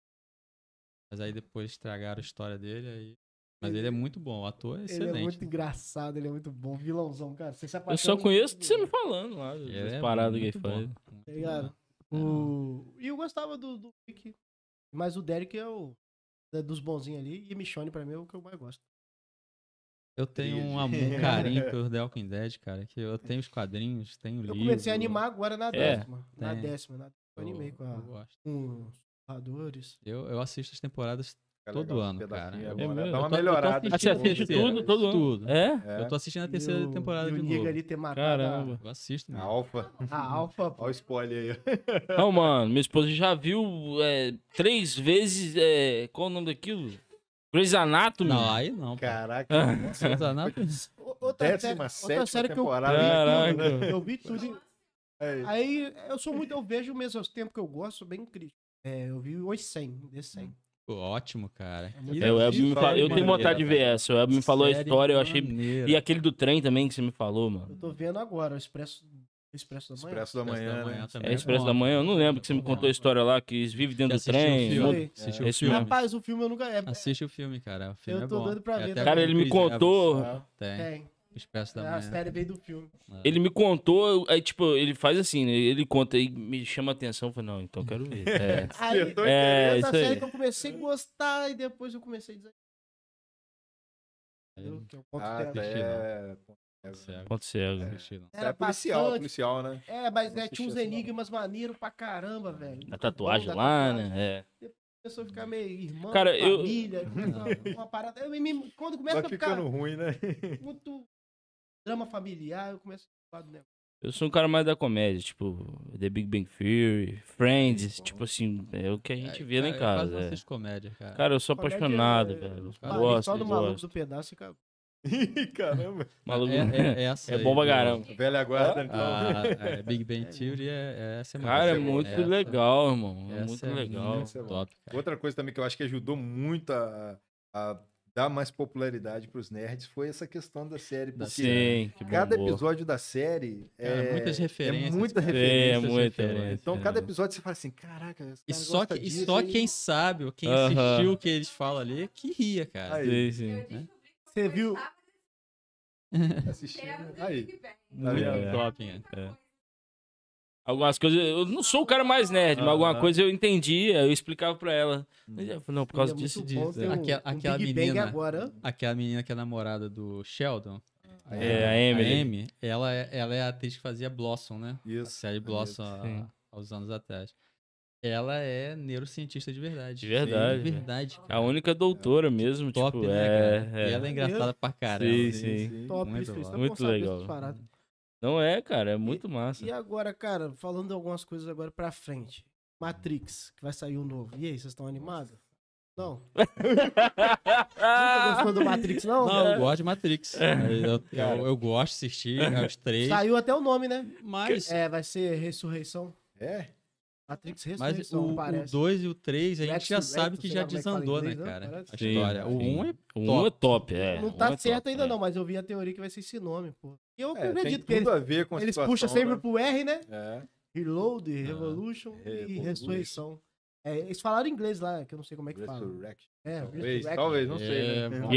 Speaker 4: Mas aí depois estragaram a história dele. aí- Mas ele é muito bom, o ator é excelente.
Speaker 2: Ele é muito engraçado, ele é muito bom. Vilãozão, cara. Você se
Speaker 1: Eu só
Speaker 2: apaixona-
Speaker 1: conheço você me falando lá.
Speaker 4: Ele
Speaker 1: As
Speaker 4: é
Speaker 1: paradas que ele
Speaker 4: muito bom,
Speaker 1: faz.
Speaker 4: muito
Speaker 2: Tá ligado?
Speaker 4: bom.
Speaker 2: O... E eu gostava do, do Rick. Mas o Derek é o. da- Dos bonzinhos ali. E Michonne, pra mim, é o que eu mais gosto.
Speaker 4: Eu tenho um amor,
Speaker 2: <laughs>
Speaker 4: um carinho pelo The Walking Dead, cara. Que eu tenho os quadrinhos, tenho
Speaker 2: Eu
Speaker 4: livro.
Speaker 2: comecei a animar agora na
Speaker 1: É,
Speaker 2: décima. na
Speaker 4: tem.
Speaker 2: décima. Na... Eu animei com,
Speaker 4: Eu
Speaker 2: a...
Speaker 4: gosto.
Speaker 2: com os narradores.
Speaker 4: Eu, eu assisto as temporadas. todo ano, cara.
Speaker 3: É
Speaker 4: É
Speaker 3: bom, né?
Speaker 1: mesmo.
Speaker 3: Dá uma
Speaker 4: Eu tô- eu tô
Speaker 3: melhorada. né?
Speaker 1: Ah, você
Speaker 4: assistindo
Speaker 1: assiste
Speaker 4: terceira.
Speaker 1: tudo, todo ano?
Speaker 4: Tudo.
Speaker 1: É?
Speaker 3: É.
Speaker 4: Eu tô assistindo a
Speaker 2: E
Speaker 4: terceira
Speaker 2: o-
Speaker 4: temporada
Speaker 2: e
Speaker 4: de
Speaker 2: o Niga
Speaker 4: novo.
Speaker 2: ali ter matado
Speaker 1: Caramba.
Speaker 4: Eu assisto.
Speaker 3: A
Speaker 4: mesmo.
Speaker 3: Alfa.
Speaker 2: a, a Alfa. pô.
Speaker 3: Olha o spoiler aí.
Speaker 1: Não, mano, minha esposa já viu é, três vezes. é, qual o nome daquilo? Grey's Anatomy.
Speaker 4: Não, aí não. pô.
Speaker 3: Caraca.
Speaker 4: Você não tá nada-
Speaker 2: O- Outra série,
Speaker 3: Décima
Speaker 2: outra série
Speaker 3: sétima
Speaker 2: que eu, né?
Speaker 3: temporada.
Speaker 1: Caraca.
Speaker 2: eu vi tudo. em- é
Speaker 3: Aí,
Speaker 2: Aí eu sou muito. Eu vejo mesmo os tempos que eu gosto, bem crítico. É, eu vi os 100, The 100.
Speaker 4: Pô, ótimo, cara.
Speaker 2: É muito
Speaker 4: Que
Speaker 1: É, o Elber me
Speaker 3: Isso,
Speaker 1: fa-
Speaker 3: olha,
Speaker 1: eu tenho
Speaker 3: maneiro,
Speaker 1: vontade de ver essa. O Elber me falou a
Speaker 4: série
Speaker 1: história, eu achei.
Speaker 4: maneira.
Speaker 1: E aquele do trem também que você me falou,
Speaker 2: Eu
Speaker 1: mano.
Speaker 2: tô vendo agora, o Expresso, Expresso da Manhã.
Speaker 3: Expresso da manhã.
Speaker 4: Expresso da Manhã
Speaker 3: né?
Speaker 4: também
Speaker 1: É Expresso da Manhã, eu não lembro que você me contou a história lá, que eles vivem dentro do
Speaker 4: Você assistiu
Speaker 1: trem.
Speaker 4: o um filme?
Speaker 1: muda-
Speaker 2: Foi.
Speaker 4: Assiste
Speaker 1: É.
Speaker 4: o
Speaker 1: Esse
Speaker 4: filme.
Speaker 1: mesmo.
Speaker 2: Rapaz, o filme eu nunca. É,
Speaker 4: Assiste o filme, cara. O filme
Speaker 2: Eu
Speaker 4: é
Speaker 2: tô
Speaker 4: bom.
Speaker 2: doido pra
Speaker 4: É
Speaker 2: ver
Speaker 4: até É.
Speaker 2: também.
Speaker 1: Cara, ele me
Speaker 4: com Chris
Speaker 1: contou.
Speaker 2: Ah.
Speaker 4: Evans, Tem.
Speaker 2: tem.
Speaker 4: O Expresso da
Speaker 2: A
Speaker 4: Manhã.
Speaker 2: série veio do filme.
Speaker 1: Ele me contou, aí, tipo, ele faz assim, né? ele conta e me chama a atenção. Eu falei, não, então eu quero
Speaker 4: <laughs>
Speaker 1: ver. É.
Speaker 2: Aí,
Speaker 3: Despertou
Speaker 1: É,
Speaker 2: essa
Speaker 1: isso aí.
Speaker 2: série que eu comecei a gostar e depois eu comecei a dizer.
Speaker 4: É.
Speaker 2: Entendeu? Que eu conto
Speaker 3: Ah,
Speaker 2: tempo.
Speaker 3: tá,
Speaker 4: assisti,
Speaker 3: é...
Speaker 4: Cego.
Speaker 1: Ponto cego.
Speaker 2: Tá
Speaker 4: Assisti, não.
Speaker 3: é policial,
Speaker 2: bastante-
Speaker 3: policial, né?
Speaker 2: É, mas
Speaker 3: Não
Speaker 2: é, tinha uns
Speaker 3: assisti essa, não.
Speaker 2: enigmas maneiros pra caramba, velho.
Speaker 1: A tatuagem
Speaker 2: Bom, da
Speaker 1: lá,
Speaker 2: tatuagem.
Speaker 1: né?
Speaker 2: A pessoa fica meio irmã,
Speaker 1: Cara, eu- <laughs>
Speaker 2: família, uma, uma parada. Eu me- quando começa
Speaker 3: Vai
Speaker 2: a ficar
Speaker 3: ficando ruim,
Speaker 2: <laughs>
Speaker 3: né?
Speaker 2: muito drama familiar, eu começo a falar do negócio.
Speaker 1: É. Eu sou um cara mais da comédia, tipo, The Big Bang Theory, Friends, tipo assim, é o que a gente vê lá em
Speaker 4: Cara, Eu quase
Speaker 1: casa.
Speaker 4: não
Speaker 1: é.
Speaker 4: assisto comédia, cara.
Speaker 1: Cara, eu sou
Speaker 2: Comédia
Speaker 1: apaixonado,
Speaker 2: é-
Speaker 1: velho. Eu
Speaker 4: Cara,
Speaker 1: Gosto,
Speaker 2: só
Speaker 1: eu
Speaker 2: no maluco
Speaker 1: gosto.
Speaker 2: do pedaço fica.
Speaker 3: Ih, Caramba.
Speaker 1: Maluco.
Speaker 4: É, é, essa
Speaker 1: É
Speaker 4: aí,
Speaker 1: bom pra
Speaker 4: do-
Speaker 1: caramba.
Speaker 3: <laughs> Velha guarda, então.
Speaker 4: Ah, é, Big Bang Theory é, é essa
Speaker 1: Cara, é
Speaker 3: Essa-
Speaker 1: muito
Speaker 4: essa-
Speaker 1: legal, irmão. É
Speaker 4: essa
Speaker 1: muito
Speaker 4: é
Speaker 1: legal.
Speaker 4: muito
Speaker 3: Essa é boa.
Speaker 4: top,
Speaker 3: <laughs>
Speaker 4: cara.
Speaker 3: Outra coisa também que eu acho que ajudou muito a, a dar mais popularidade para os nerds foi essa questão da série.
Speaker 4: Da
Speaker 3: Porque
Speaker 1: Sim, que
Speaker 3: cada
Speaker 1: bombou.
Speaker 3: episódio da série
Speaker 4: Cara,
Speaker 3: é,
Speaker 4: muitas referências,
Speaker 3: É muita
Speaker 1: É,
Speaker 4: cara.
Speaker 3: referência.
Speaker 4: referências
Speaker 1: muito.
Speaker 4: diferentes.
Speaker 1: é.
Speaker 3: Então, cada episódio você fala assim: caraca, esse
Speaker 4: E
Speaker 3: cara
Speaker 4: só,
Speaker 3: gosta
Speaker 4: que, e
Speaker 3: disso,
Speaker 4: só
Speaker 3: aí-
Speaker 4: quem sabe, ou quem
Speaker 1: Aham.
Speaker 4: assistiu o que eles falam ali, que ria, cara.
Speaker 2: é
Speaker 3: Aí.
Speaker 1: Sim, sim.
Speaker 2: né? Você viu?
Speaker 3: assistindo. Aí.
Speaker 1: Muito
Speaker 4: Muito
Speaker 1: legal.
Speaker 4: top, cara.
Speaker 1: É. Algumas coisas. Eu não sou o cara mais nerd, mas alguma
Speaker 3: Aham.
Speaker 1: coisa eu entendia, eu explicava pra ela. Mas é ela falou, não, por causa
Speaker 2: Seria
Speaker 1: disso e
Speaker 2: muito
Speaker 1: disso.
Speaker 2: bom ter
Speaker 1: é.
Speaker 2: um-
Speaker 4: Aquela-
Speaker 2: um
Speaker 4: aquela
Speaker 2: Big Bang
Speaker 4: menina-
Speaker 2: agora.
Speaker 4: Aquela menina que é namorada do Sheldon.
Speaker 1: É, a Emily.
Speaker 4: Amy, ela, é, ela é a atriz que fazia Blossom, né? A
Speaker 3: Isso.
Speaker 4: série Blossom
Speaker 1: Sim.
Speaker 4: há, há uns anos atrás. Ela é neurocientista de verdade.
Speaker 1: De verdade,
Speaker 4: De verdade.
Speaker 1: A única doutora mesmo,
Speaker 4: Top,
Speaker 1: tipo,
Speaker 4: né, cara?
Speaker 1: é,
Speaker 4: E
Speaker 1: é.
Speaker 4: ela é engraçada pra caramba.
Speaker 1: Sim,
Speaker 4: né?
Speaker 1: sim.
Speaker 2: Top,
Speaker 4: muito
Speaker 2: isso,
Speaker 4: bom.
Speaker 2: isso, tá
Speaker 1: Muito
Speaker 2: bom saber
Speaker 1: legal.
Speaker 2: essas paradas.
Speaker 1: Não é, cara, é muito massa.
Speaker 2: E agora, cara, falando algumas coisas agora pra frente. Matrix, que vai sair um novo. E aí, vocês estão animados? Não.
Speaker 1: Ah!
Speaker 2: Nunca gostou do Matrix, não?
Speaker 4: Não, Ah, eu gosto
Speaker 1: <laughs>
Speaker 4: de Matrix.
Speaker 1: É.
Speaker 4: Eu, eu, eu gosto de assistir aos três.
Speaker 2: Saiu até o nome, né?
Speaker 4: Mas,
Speaker 2: É, vai ser Ressurreição.
Speaker 3: É?
Speaker 2: Matrix
Speaker 4: mas
Speaker 2: Ressurreição,
Speaker 4: o
Speaker 2: parece.
Speaker 4: 2 e o 3 a gente
Speaker 2: Rex-
Speaker 4: já
Speaker 2: Rex,
Speaker 4: sabe que
Speaker 2: sei
Speaker 4: já
Speaker 2: lá como é que fala em
Speaker 4: desandou, né,
Speaker 2: inglês, né?
Speaker 4: cara?
Speaker 2: Parece.
Speaker 4: A
Speaker 1: Sim,
Speaker 4: história. O
Speaker 1: sim.
Speaker 4: 1 um é
Speaker 1: Um
Speaker 4: top.
Speaker 1: é top, é.
Speaker 2: não
Speaker 1: um
Speaker 2: tá
Speaker 1: é
Speaker 2: certo
Speaker 1: top,
Speaker 2: ainda
Speaker 1: é.
Speaker 2: não, mas eu vi a teoria que vai ser esse nome, pô. E eu
Speaker 3: É, tem
Speaker 2: acredito que
Speaker 3: tudo
Speaker 2: eles,
Speaker 3: a ver com a
Speaker 2: eles
Speaker 3: situação,
Speaker 2: puxam sempre
Speaker 3: né?
Speaker 2: pro R, né?
Speaker 3: É.
Speaker 2: Reload,
Speaker 4: Ah,
Speaker 2: Revolution e
Speaker 3: Revolution.
Speaker 2: Ressurreição. É, eles falaram inglês lá, que eu não sei como é que fala.
Speaker 3: Resurrection.
Speaker 2: É,
Speaker 3: Talvez,
Speaker 2: Resurrection.
Speaker 3: talvez, não sei.
Speaker 4: É,
Speaker 3: né?
Speaker 4: bom.
Speaker 1: Que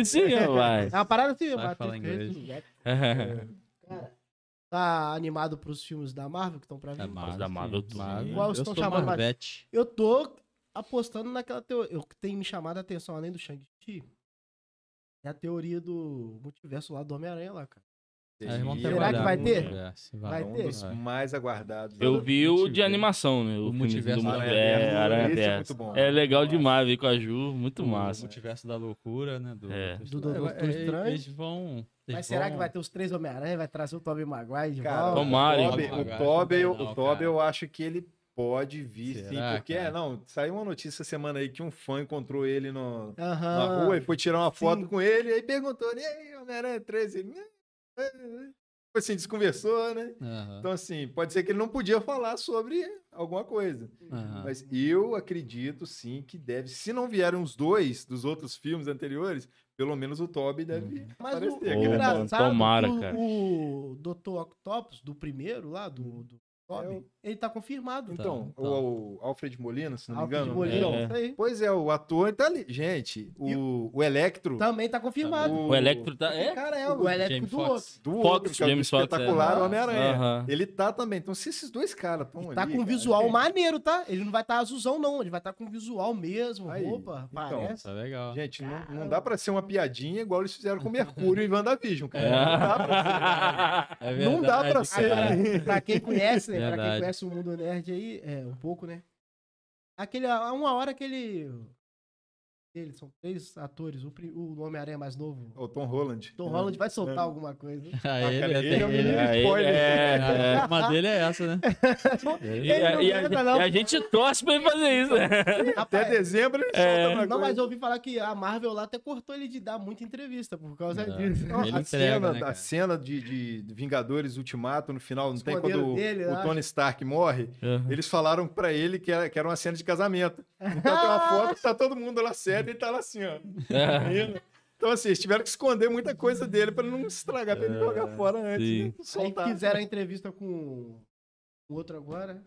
Speaker 1: isso, hein, rapaz?
Speaker 2: É uma parada assim,
Speaker 4: Sabe
Speaker 2: Matrix
Speaker 4: falar inglês.
Speaker 2: Resurrection.
Speaker 1: <laughs>
Speaker 2: Cara, tá animado pros filmes da Marvel que estão pra vir?
Speaker 4: É
Speaker 1: Mas da Marvel tudo.
Speaker 2: Igual
Speaker 4: eu
Speaker 2: estão
Speaker 4: sou
Speaker 2: chamando-
Speaker 4: Marvete.
Speaker 2: Eu tô apostando naquela teoria. O que tem me chamado a atenção, além do Shang-Chi, é a teoria do multiverso lá do Homem-Aranha lá, cara.
Speaker 3: é,
Speaker 4: Aí tá vão
Speaker 3: Seria
Speaker 2: Será que
Speaker 4: trabalhar
Speaker 2: vai
Speaker 4: no
Speaker 2: ter?
Speaker 4: multiverso,
Speaker 2: Vai
Speaker 3: um
Speaker 2: ter?
Speaker 3: dos mais aguardados.
Speaker 1: Eu vi o de
Speaker 4: Multiverso.
Speaker 1: animação, né? O,
Speaker 4: O
Speaker 1: filme
Speaker 4: multiverso
Speaker 1: do
Speaker 4: da
Speaker 1: Aranha
Speaker 4: Aranha
Speaker 1: é,
Speaker 3: Verso.
Speaker 1: Aranha
Speaker 3: Esse é
Speaker 1: Verso.
Speaker 3: muito bom.
Speaker 1: É legal
Speaker 3: Nossa.
Speaker 1: demais ver com a Ju, muito
Speaker 4: O
Speaker 1: massa.
Speaker 4: multiverso da loucura, né? Do,
Speaker 1: É.
Speaker 2: Do Doutor
Speaker 4: É, é,
Speaker 2: Estranho.
Speaker 4: Eles vão. eles
Speaker 2: Mas será
Speaker 4: vão-
Speaker 2: que vai ter os três Homem-Aranha? Vai trazer o Tobey Maguire de
Speaker 3: Cara,
Speaker 2: volta?
Speaker 1: Tomara,
Speaker 3: o Toby,
Speaker 1: hein?
Speaker 3: o Toby, eu-
Speaker 4: Não,
Speaker 3: o Toby
Speaker 4: cara.
Speaker 3: eu acho que ele pode vir, sim.
Speaker 4: Será,
Speaker 3: Porque,
Speaker 4: cara?
Speaker 3: é, não, saiu uma notícia essa semana aí que um fã encontrou ele no,
Speaker 2: Aham.
Speaker 3: na rua é e foi tirar uma
Speaker 2: sim.
Speaker 3: foto com ele, aí perguntou, e aí, Homem-Aranha 13? Ele, "Eh, eh, eh". Tipo assim, desconversou, né?
Speaker 4: Aham,
Speaker 3: Então, assim, pode ser que ele não podia falar sobre alguma coisa.
Speaker 1: Ah.
Speaker 4: aham.
Speaker 3: Mas eu acredito, sim, que deve. Se não vieram os dois dos outros filmes anteriores, pelo menos o Toby
Speaker 1: Uhum.
Speaker 3: deve
Speaker 2: Mas o,
Speaker 3: aparecer.
Speaker 2: o
Speaker 3: que
Speaker 1: Ô,
Speaker 3: graça.
Speaker 1: mano,
Speaker 2: engraçado é que
Speaker 1: tomara,
Speaker 2: o,
Speaker 1: cara.
Speaker 2: o Dr. Octopus, do primeiro lá, do, do Tobey,
Speaker 3: É o-
Speaker 2: ele tá confirmado.
Speaker 3: Então,
Speaker 4: Tá, tá.
Speaker 3: O, o Alfred Molina, se não me
Speaker 2: Alfred
Speaker 3: engano. né?
Speaker 2: Molina,
Speaker 1: É.
Speaker 2: isso aí.
Speaker 3: Pois é, o ator tá ali. Gente, o, o Electro.
Speaker 2: Também tá confirmado.
Speaker 1: O Electro tá.
Speaker 3: É,
Speaker 1: É?
Speaker 3: cara, é
Speaker 2: O
Speaker 3: o
Speaker 2: elétrico
Speaker 4: Jamie
Speaker 2: do
Speaker 4: Foxx.
Speaker 2: outro.
Speaker 3: do
Speaker 1: Fox,
Speaker 3: outro, que é o
Speaker 1: James Fox, é.
Speaker 3: espetacular Homem-Aranha.
Speaker 1: Aham.
Speaker 3: Ele tá também. Então, se esses dois caras estão
Speaker 2: E
Speaker 3: ali.
Speaker 2: tá com
Speaker 3: cara,
Speaker 2: visual
Speaker 3: gente,
Speaker 2: maneiro, tá? Ele não vai estar tá azulzão, não. Ele vai estar com visual mesmo,
Speaker 3: Aí,
Speaker 2: roupa,
Speaker 3: então.
Speaker 2: parece.
Speaker 4: Isso é legal.
Speaker 3: Gente, não, não dá pra ser uma piadinha igual eles fizeram com
Speaker 1: <laughs>
Speaker 3: Mercúrio e WandaVision, cara. É, Não dá pra ser.
Speaker 1: É.
Speaker 4: É
Speaker 3: não dá
Speaker 4: verdade,
Speaker 3: pra ser.
Speaker 4: cara.
Speaker 2: pra quem conhece, né? pra quem
Speaker 4: Verdade.
Speaker 2: conhece o mundo nerd aí, é, um pouco, né? Aquele, há uma hora aquele dele, são três atores. O, pri- o Homem-Aranha mais novo.
Speaker 3: O Tom Holland.
Speaker 2: Tom Holland vai soltar
Speaker 3: É.
Speaker 2: alguma
Speaker 3: <laughs>
Speaker 2: coisa.
Speaker 4: <laughs> Ah,
Speaker 3: Ah,
Speaker 4: ele,
Speaker 3: cara,
Speaker 4: ele,
Speaker 3: ele é um
Speaker 4: ele,
Speaker 3: menino
Speaker 1: Ah, ele-
Speaker 3: spoiler.
Speaker 1: é, é.
Speaker 2: <laughs>
Speaker 4: Uma dele é essa, né?
Speaker 1: <laughs> E,
Speaker 2: Ele não
Speaker 1: e a,
Speaker 2: aguenta, não.
Speaker 1: e a gente torce pra ele fazer isso. né?
Speaker 3: Até
Speaker 2: Rapaz,
Speaker 3: dezembro ele
Speaker 4: É,
Speaker 3: solta uma
Speaker 2: Não,
Speaker 3: coisa.
Speaker 2: mas eu ouvi falar que a Marvel lá até cortou ele de dar muita entrevista por causa
Speaker 4: Não.
Speaker 2: disso.
Speaker 3: Não,
Speaker 4: Ele
Speaker 3: a,
Speaker 4: entrega,
Speaker 3: cena,
Speaker 4: né,
Speaker 3: a
Speaker 4: cara?
Speaker 3: cena de, de Vingadores Ultimato no final, não tem
Speaker 2: Esconderam
Speaker 3: quando
Speaker 2: dele,
Speaker 3: o
Speaker 2: eu
Speaker 3: Tony Stark morre?
Speaker 1: É.
Speaker 3: Eles falaram pra ele que era, que era uma cena de casamento. Então tem uma foto que tá todo mundo lá sério e ele tá lá assim, ó. rindo. Então, assim, eles tiveram que esconder muita coisa dele pra não estragar,
Speaker 4: É,
Speaker 3: pra ele jogar fora antes.
Speaker 1: sim.
Speaker 3: né?
Speaker 2: Aí
Speaker 3: Soltar.
Speaker 2: fizeram a entrevista com o outro agora,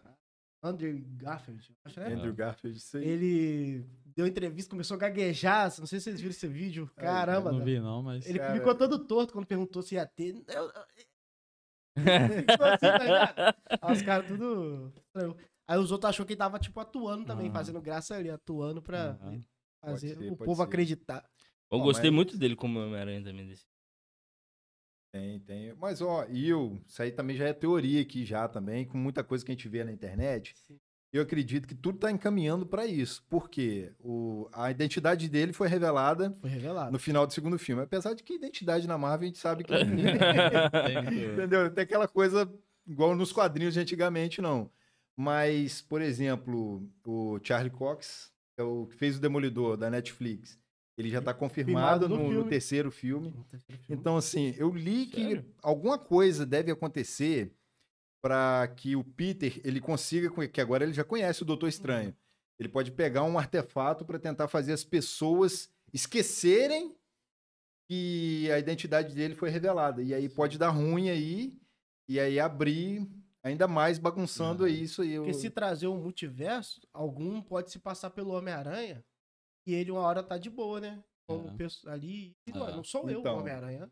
Speaker 2: Andrew Garfield. Acho, né?
Speaker 3: Andrew Garfield, isso aí.
Speaker 2: Ele deu entrevista, começou a gaguejar. Não sei se vocês viram esse vídeo. Caramba,
Speaker 4: Não
Speaker 2: né?
Speaker 4: vi, não, mas.
Speaker 2: Ele
Speaker 3: Cara.
Speaker 2: ficou todo torto quando perguntou se ia ter. Eu- eu-
Speaker 3: <laughs>
Speaker 2: Ficou assim, tá ligado? Aí os caras tudo. Aí os outros achou que ele tava, tipo, atuando também,
Speaker 4: Aham.
Speaker 2: fazendo graça ali, atuando pra
Speaker 4: Aham.
Speaker 2: fazer
Speaker 3: Pode ser,
Speaker 2: o
Speaker 3: pode
Speaker 2: povo
Speaker 3: ser.
Speaker 2: acreditar.
Speaker 1: Eu
Speaker 3: Ó,
Speaker 1: gostei
Speaker 3: mas-
Speaker 1: muito dele como Homem-Aranha também. Desse.
Speaker 3: Tem, tem. Mas, ó, e eu, isso aí também já é teoria aqui já também, com muita coisa que a gente vê na internet.
Speaker 2: Sim.
Speaker 3: Eu acredito que tudo tá encaminhando pra isso, porque o, a identidade dele foi revelada
Speaker 2: Foi revelado.
Speaker 3: no final do segundo filme. Apesar de que identidade na Marvel a gente sabe que é
Speaker 2: <laughs>
Speaker 3: <laughs>
Speaker 4: Tem
Speaker 2: É.
Speaker 4: que-
Speaker 3: Entendeu? Não tem aquela coisa igual nos quadrinhos de antigamente, não. Mas, por exemplo, o Charlie Cox, que é o que fez o Demolidor da Netflix, ele já está confirmado
Speaker 2: Confirmado no
Speaker 3: no, no
Speaker 2: filme.
Speaker 3: terceiro filme.
Speaker 2: No terceiro filme.
Speaker 3: Então, assim, eu li que
Speaker 1: Sério?
Speaker 3: alguma coisa deve acontecer para que o Peter ele consiga, co- que agora ele já conhece o Doutor
Speaker 2: Uhum.
Speaker 3: Estranho. Ele pode pegar um artefato para tentar fazer as pessoas esquecerem que a identidade dele foi revelada. E aí pode dar ruim aí, e aí abrir ainda mais bagunçando
Speaker 2: Ah,
Speaker 3: aí isso aí.
Speaker 2: Porque
Speaker 3: Eu-
Speaker 2: se trazer um multiverso, algum pode se passar pelo Homem-Aranha e ele uma hora tá de boa, né? Como
Speaker 4: É.
Speaker 2: pessoa ali. e, ué,
Speaker 4: É.
Speaker 2: não sou eu
Speaker 3: Então.
Speaker 2: o Homem-Aranha.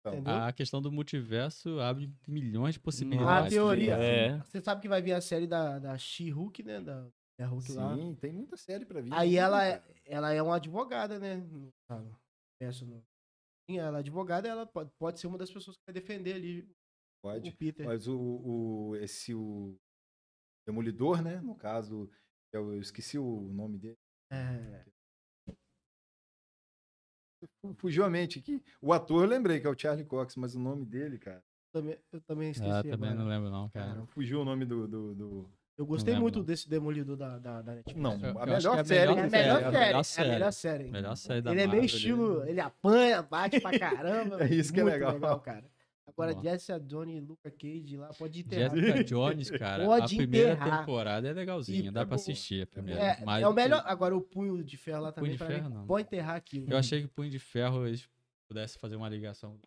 Speaker 3: Então.
Speaker 2: Entendeu?
Speaker 4: A questão do multiverso abre milhões de
Speaker 2: Ah, a
Speaker 4: possibilidades.
Speaker 1: Nossa,
Speaker 2: teoria.
Speaker 1: É.
Speaker 2: Você sabe que vai vir a série da, da She-Hulk, né? Da, da Hulk lá.
Speaker 3: Sim, tem muita série pra vir.
Speaker 2: Aí ela é-
Speaker 3: cara.
Speaker 2: Ela é uma advogada, né? no- tá, no- Peço no... Sim, Ela é advogada, ela pode, pode ser uma das pessoas que vai defender ali
Speaker 3: Pode.
Speaker 2: o Peter.
Speaker 3: Mas o, o- esse o Demolidor, né? No caso, eu eu esqueci o nome dele.
Speaker 2: É,
Speaker 3: Fugiu a mente aqui. O ator, eu lembrei que é o Charlie Cox, mas o nome dele, cara.
Speaker 2: também, eu também esqueci.
Speaker 4: Ah, também
Speaker 2: agora.
Speaker 4: não lembro, não, cara.
Speaker 3: Fugiu o nome do. do, do-
Speaker 2: Eu gostei
Speaker 4: lembro,
Speaker 2: muito
Speaker 4: não.
Speaker 2: desse Demolidor da, da, da Netflix.
Speaker 3: Não,
Speaker 4: Eu- eu
Speaker 3: a
Speaker 4: acho que é
Speaker 3: melhor
Speaker 4: a
Speaker 3: série.
Speaker 2: É a
Speaker 4: melhor
Speaker 3: que
Speaker 4: série,
Speaker 2: melhor
Speaker 3: tem.
Speaker 4: a
Speaker 2: série.
Speaker 4: melhor
Speaker 2: É
Speaker 4: série.
Speaker 2: a melhor série.
Speaker 4: Melhor série da
Speaker 2: Ele é
Speaker 4: Marvel.
Speaker 2: meio
Speaker 4: né?
Speaker 2: estilo, ele apanha, bate pra caramba.
Speaker 3: <laughs> É isso que é
Speaker 2: muito
Speaker 3: legal.
Speaker 2: cara. Agora,
Speaker 4: Boa.
Speaker 2: Jessica Johnny e Luca Cage lá, pode enterrar.
Speaker 4: Jessica Jones, cara.
Speaker 2: Pode
Speaker 4: a primeira
Speaker 2: enterrar. tá
Speaker 4: temporada é legalzinha,
Speaker 3: E
Speaker 4: dá
Speaker 3: é
Speaker 4: pra
Speaker 3: boa.
Speaker 4: assistir a primeira.
Speaker 2: É,
Speaker 4: mas
Speaker 2: é o
Speaker 4: o-
Speaker 2: melhor. Agora, o punho de ferro lá
Speaker 4: Punho
Speaker 2: também,
Speaker 4: de
Speaker 2: pra
Speaker 4: Ferro,
Speaker 2: mim,
Speaker 4: não.
Speaker 2: pode enterrar né? aquilo.
Speaker 4: Eu achei que o Punho de Ferro eles pudessem fazer uma ligação.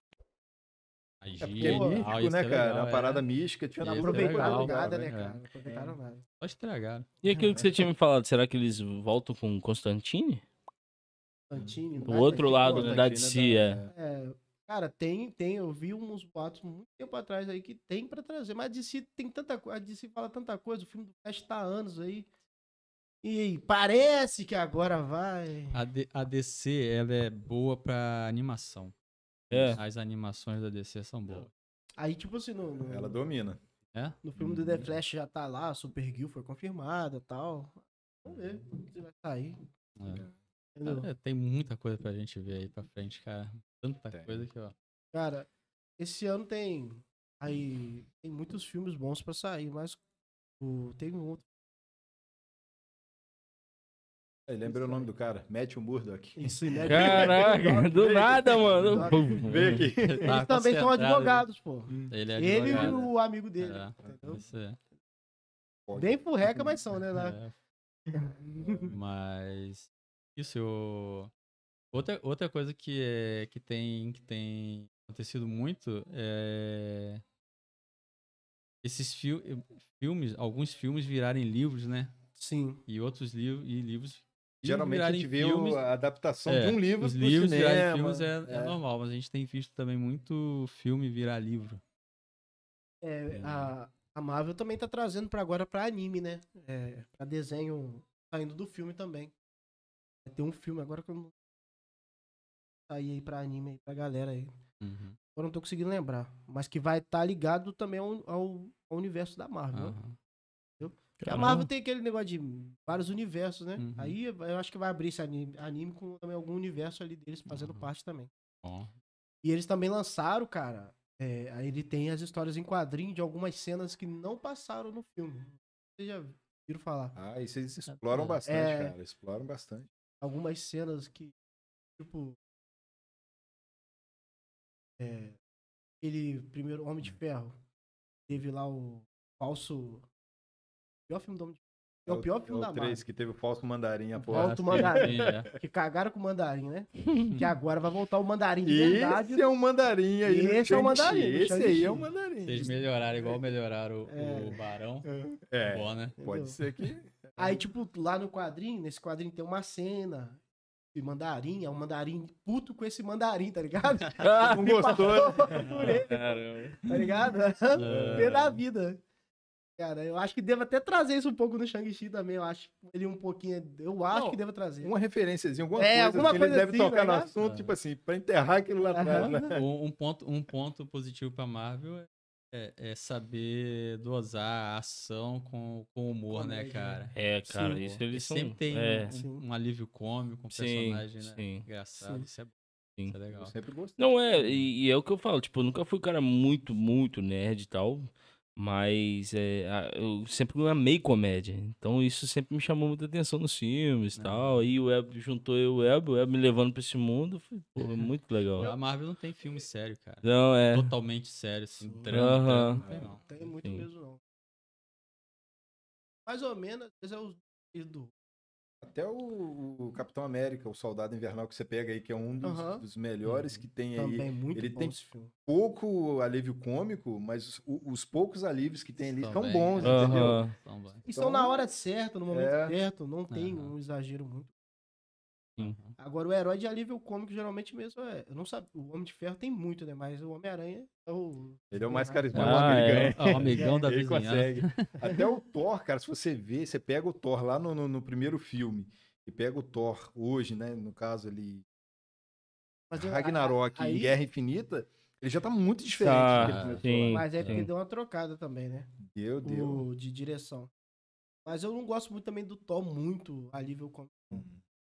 Speaker 4: A
Speaker 3: É porque
Speaker 4: gíria
Speaker 3: é
Speaker 4: e tal,
Speaker 3: místico,
Speaker 4: ia
Speaker 3: né,
Speaker 4: ser
Speaker 3: cara?
Speaker 4: legal,
Speaker 3: uma
Speaker 4: é.
Speaker 3: parada mística. Tinha
Speaker 2: Não
Speaker 4: Isso é
Speaker 2: aproveitaram
Speaker 4: legal,
Speaker 2: nada,
Speaker 4: né,
Speaker 2: né,
Speaker 4: cara?
Speaker 2: cara? Não aproveitaram nada.
Speaker 4: Só estragaram.
Speaker 1: E aquilo que você tinha me falado, será que eles voltam com o Constantine?
Speaker 2: Santini,
Speaker 1: Do
Speaker 2: nada,
Speaker 1: outro
Speaker 2: tipo,
Speaker 1: lado,
Speaker 2: né?
Speaker 1: né, da DC, é.
Speaker 2: É, cara, tem, tem. Eu vi uns boatos muito tempo atrás aí que tem pra trazer. Mas a DC tem tanta coisa. A DC fala tanta coisa. O filme do Flash tá há anos aí. E parece que agora vai.
Speaker 4: A, D- a DC, ela é boa pra animação.
Speaker 1: É.
Speaker 4: As animações da DC são boas.
Speaker 2: Aí, tipo assim, no, no,
Speaker 3: Ela domina.
Speaker 4: É?
Speaker 2: no filme do The Flash já tá lá, Super Girl foi confirmada e tal. Vamos ver se vai sair.
Speaker 4: É.
Speaker 2: Entendeu?
Speaker 4: É, tem muita coisa pra gente ver aí pra frente, cara. Tanta
Speaker 3: Tem.
Speaker 4: coisa
Speaker 2: <laughs>
Speaker 4: que, ó. Tá
Speaker 2: Cara, esse ano tem. Aí. Tem muitos filmes bons pra sair, mas. O, tem um outro.
Speaker 3: É, Lembra o nome do cara? Matthew Murdock. <laughs>
Speaker 2: Isso, né?
Speaker 1: Caraca, do nada, mano.
Speaker 3: Vê aqui.
Speaker 4: Tá
Speaker 2: Eles também são advogados, pô.
Speaker 4: Ele é
Speaker 2: Ele e
Speaker 4: né? advogado.
Speaker 2: o amigo dele.
Speaker 4: É,
Speaker 2: entendeu?
Speaker 4: isso é.
Speaker 2: Bem furreca, mas são, né? Lá.
Speaker 4: É. Mas isso eu... outra outra coisa que é que tem que tem acontecido muito é esses fil- filmes, alguns filmes virarem livros, né?
Speaker 2: Sim.
Speaker 4: E outros livros e livros
Speaker 3: Geralmente a
Speaker 4: virarem
Speaker 3: gente vê
Speaker 4: filmes.
Speaker 3: o- a adaptação
Speaker 4: É,
Speaker 3: de um livro
Speaker 4: Os
Speaker 3: pro
Speaker 4: livros
Speaker 3: cinema.
Speaker 4: virarem filmes é, é
Speaker 3: É.
Speaker 4: normal, mas a gente tem visto também muito filme virar livro.
Speaker 2: É,
Speaker 4: É.
Speaker 2: a, a Marvel também tá trazendo pra agora pra anime, né? É, pra desenho saindo do filme também. Tem um filme agora que eu não. Saí aí pra anime aí, pra galera aí. Agora não tô conseguindo tá
Speaker 4: Ah,
Speaker 2: lembrar. Mas que vai estar ligado também ao, ao- ao universo da Marvel.
Speaker 4: Aham.
Speaker 2: Porque a
Speaker 1: Caramba.
Speaker 2: Marvel tem aquele negócio de vários universos, né?
Speaker 4: Uhum.
Speaker 2: Aí eu acho que vai abrir esse anime, anime com também algum universo ali deles fazendo
Speaker 4: Uhum.
Speaker 2: parte também.
Speaker 4: Ó.
Speaker 2: E eles também lançaram, cara. é, aí ele tem as histórias em quadrinho de algumas cenas que não passaram no filme. Vocês já viram falar.
Speaker 3: Ah, e vocês exploram bastante,
Speaker 2: É.
Speaker 3: cara. Exploram bastante.
Speaker 2: Algumas cenas que, tipo. É, aquele primeiro Homem
Speaker 3: Hum.
Speaker 2: de Ferro. Teve lá o falso. Pior filme do Homem de Ferro. É o pior filme
Speaker 3: é
Speaker 2: da
Speaker 3: o 3,
Speaker 2: Marvel.
Speaker 3: que teve o falso mandarim, a
Speaker 2: Falso
Speaker 3: porra.
Speaker 2: Volta o
Speaker 4: sim,
Speaker 2: mandarim.
Speaker 4: sim, é.
Speaker 2: Que cagaram com o mandarim, né?
Speaker 3: <laughs>
Speaker 2: que agora vai voltar o mandarim de verdade.
Speaker 3: Esse é um mandarim aí. do
Speaker 2: Esse é um
Speaker 3: Shang-Chi.
Speaker 2: mandarim, do
Speaker 3: Esse aí
Speaker 2: Shang-Chi.
Speaker 3: é um mandarim.
Speaker 4: Eles melhoraram igual melhoraram o,
Speaker 2: É.
Speaker 4: o Barão.
Speaker 3: É,
Speaker 4: Bom, né?
Speaker 2: entendeu?
Speaker 3: pode ser
Speaker 2: <laughs>
Speaker 3: que.
Speaker 2: Aí, tipo, lá no quadrinho, nesse quadrinho tem uma cena de mandarim, é um mandarim puto com esse mandarim, tá ligado?
Speaker 3: <laughs> Não um gostou. né?
Speaker 2: Por ele,
Speaker 1: Caramba.
Speaker 2: tá ligado?
Speaker 1: É.
Speaker 2: Pé da vida. Cara, eu acho que devo até trazer isso um pouco no Shang-Chi também, eu acho ele um pouquinho, eu acho
Speaker 3: Não,
Speaker 2: que devo trazer.
Speaker 3: Uma referênciazinha, alguma
Speaker 2: É,
Speaker 3: coisa.
Speaker 2: alguma
Speaker 3: assim,
Speaker 2: coisa
Speaker 3: ele deve
Speaker 2: assim,
Speaker 3: tocar no
Speaker 2: né?
Speaker 3: assunto,
Speaker 1: É.
Speaker 4: Ah.
Speaker 3: tipo assim, pra enterrar aquilo lá atrás, né?
Speaker 2: Aham.
Speaker 4: Um, um ponto, um ponto positivo pra Marvel é, é saber dosar a ação com, com o humor, né,
Speaker 2: Comédia, né?
Speaker 4: cara?
Speaker 1: É, cara,
Speaker 2: Sim,
Speaker 1: isso eles são-
Speaker 4: sempre tem
Speaker 1: é,
Speaker 4: um-
Speaker 2: sim.
Speaker 4: um, alívio cômico, um
Speaker 1: Sim,
Speaker 4: personagem, né?
Speaker 1: sim,
Speaker 4: Engraçado.
Speaker 2: sim.
Speaker 4: Isso é,
Speaker 1: Sim.
Speaker 4: isso é legal.
Speaker 3: Eu sempre gostei.
Speaker 1: Não é, e, e é o que eu falo, tipo, eu nunca fui um cara muito, muito nerd e tal, mas é, a- eu sempre amei comédia, então isso sempre me chamou muita atenção nos filmes e
Speaker 4: É.
Speaker 1: tal, aí o Web juntou eu e o Web, o Web me levando pra esse mundo, foi, pô, é muito
Speaker 4: A
Speaker 1: legal.
Speaker 4: Marvel não tem filme sério, cara.
Speaker 1: Não, é,
Speaker 4: Totalmente sério, assim,
Speaker 2: Sim.
Speaker 4: drama, drama,
Speaker 1: Aham.
Speaker 4: não tem não.
Speaker 2: Não tem muito
Speaker 1: Sim.
Speaker 2: mesmo, não. Mais ou menos, às vezes é os dois do.
Speaker 3: Até o, o Capitão América, o Soldado Invernal que você pega aí, que é um dos,
Speaker 2: Aham.
Speaker 3: dos melhores que tem aí.
Speaker 2: Também muito
Speaker 3: ele
Speaker 2: bom
Speaker 3: tem-
Speaker 2: esse filme.
Speaker 3: Pouco alívio cômico, mas o- os poucos alívios que tem ali são
Speaker 4: Também,
Speaker 3: bons,
Speaker 4: né?
Speaker 3: entendeu?
Speaker 1: Aham.
Speaker 4: Então vai.
Speaker 2: E são
Speaker 3: Então,
Speaker 2: na hora certa, no momento
Speaker 3: é.
Speaker 2: certo, não tem
Speaker 4: Aham.
Speaker 2: um exagero muito.
Speaker 1: Sim.
Speaker 2: Agora, o herói de alívio cômico, geralmente mesmo, é. Eu não sabia. O Homem de Ferro tem muito, né? Mas o Homem-Aranha é o.
Speaker 3: Ele é o mais
Speaker 2: Ah,
Speaker 3: carismático
Speaker 1: Ah,
Speaker 3: que ele
Speaker 1: é.
Speaker 3: ganha.
Speaker 2: <laughs>
Speaker 4: Ah, o amigão da
Speaker 3: Ele
Speaker 4: vizinhança.
Speaker 3: consegue.
Speaker 4: <laughs>
Speaker 3: Até o Thor, cara, se você vê, você pega o Thor lá no, no- no primeiro filme e pega o Thor hoje, né? No caso ali,
Speaker 2: Mas eu-
Speaker 3: Ragnarok
Speaker 2: a- a-
Speaker 3: e
Speaker 2: aí-
Speaker 3: Guerra Infinita, ele já tá muito diferente
Speaker 1: Tá,
Speaker 3: do que ele começou
Speaker 1: sim. <laughs>
Speaker 3: lá.
Speaker 2: Mas é porque
Speaker 1: Sim.
Speaker 2: deu uma trocada também, né?
Speaker 3: Meu Deus.
Speaker 2: O, de direção. Mas eu não gosto muito também do Thor, muito alívio cômico.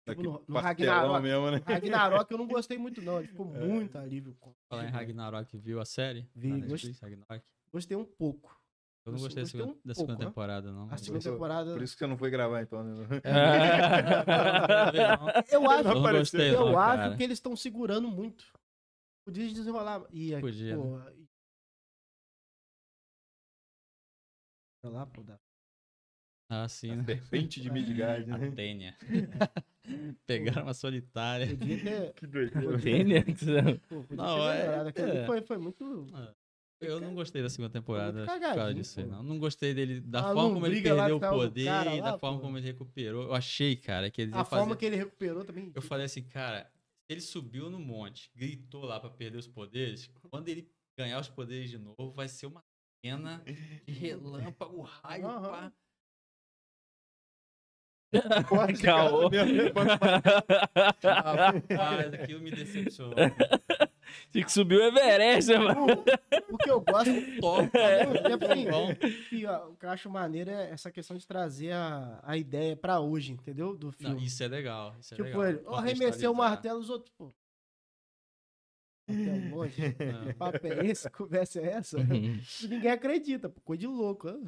Speaker 2: Tipo, no, no
Speaker 3: Tá pastelão
Speaker 2: Ragnarok.
Speaker 3: mesmo, né?
Speaker 2: Ragnarok eu não gostei muito, não. Ele
Speaker 4: <laughs>
Speaker 2: ficou
Speaker 4: É.
Speaker 2: muito alívio cômico.
Speaker 4: Falar em Ragnarok, viu a série?
Speaker 2: Vi,
Speaker 4: Na
Speaker 2: gostei.
Speaker 4: Netflix, Ragnarok.
Speaker 2: Gostei um pouco.
Speaker 4: Eu não
Speaker 2: Gostei-
Speaker 4: gostei, da
Speaker 2: gostei
Speaker 4: segunda,
Speaker 2: um
Speaker 4: da segunda
Speaker 2: pouco, né?
Speaker 4: temporada, não.
Speaker 2: A segunda
Speaker 3: gostou?
Speaker 2: temporada.
Speaker 3: Por isso que você não foi gravar, então, né?
Speaker 2: Eu acho,
Speaker 4: Eu
Speaker 2: <laughs>
Speaker 4: não
Speaker 3: apareceu.
Speaker 4: gostei,
Speaker 2: eu
Speaker 4: não,
Speaker 2: acho
Speaker 4: cara.
Speaker 2: que eles estão segurando muito. Podia desenrolar. E aqui,
Speaker 4: Podia, né?
Speaker 2: pô, e- Olha lá, pô, dá-
Speaker 4: Ah, sim, né?
Speaker 3: <laughs> Serpente de Midgard,
Speaker 4: A
Speaker 2: Uhum.
Speaker 3: né?
Speaker 4: <laughs>
Speaker 2: <laughs>
Speaker 4: Tênia. Pegaram uma solitária.
Speaker 2: Podia ter.
Speaker 3: Que doideira.
Speaker 1: Tem, né?
Speaker 2: Pô, podia
Speaker 4: Não,
Speaker 2: ter
Speaker 4: é-
Speaker 2: melhorado aquilo.
Speaker 4: é.
Speaker 2: Foi, foi muito.
Speaker 4: Eu não gostei da segunda temporada
Speaker 2: Tá muito
Speaker 4: por causa
Speaker 2: cagadinho,
Speaker 4: disso aí,
Speaker 2: pô.
Speaker 4: não. Não gostei dele, da
Speaker 2: A
Speaker 4: forma como ele
Speaker 2: lombriga lá
Speaker 4: perdeu o
Speaker 2: que tava do
Speaker 4: poder,
Speaker 2: cara
Speaker 4: da
Speaker 2: lá,
Speaker 4: forma
Speaker 2: pô.
Speaker 4: como ele recuperou. Eu achei, cara, que eles
Speaker 2: A
Speaker 4: iam fazer.
Speaker 2: forma que ele recuperou também.
Speaker 4: Eu falei assim, cara, ele subiu no monte, gritou lá pra perder os poderes. Quando ele ganhar os poderes de novo, vai ser uma cena de relâmpago, raio,
Speaker 2: Aham.
Speaker 4: pá.
Speaker 3: Corte de
Speaker 1: Caô.
Speaker 3: cara mesmo, né? levanta-
Speaker 4: Rapaz, aquilo me
Speaker 2: <laughs>
Speaker 4: decepcionou.
Speaker 1: <laughs> Tinha que subir o Everest, né, mano.
Speaker 2: O que eu gosto.
Speaker 4: Top,
Speaker 2: É, tipo assim,
Speaker 4: bom.
Speaker 2: que, ó, o que eu acho maneiro é essa questão de trazer a, a ideia pra hoje, entendeu? Do filme.
Speaker 4: Não, isso é legal. Isso é
Speaker 2: tipo,
Speaker 4: legal.
Speaker 2: ele ó, arremessei o
Speaker 4: Contextualizar.
Speaker 2: martelo, os outros, pô. Até
Speaker 4: <laughs>
Speaker 2: longe.
Speaker 4: Não,
Speaker 2: Que papo é esse? Que Conversa é
Speaker 4: <laughs>
Speaker 2: essa? Ninguém acredita, pô, coisa de louco. né?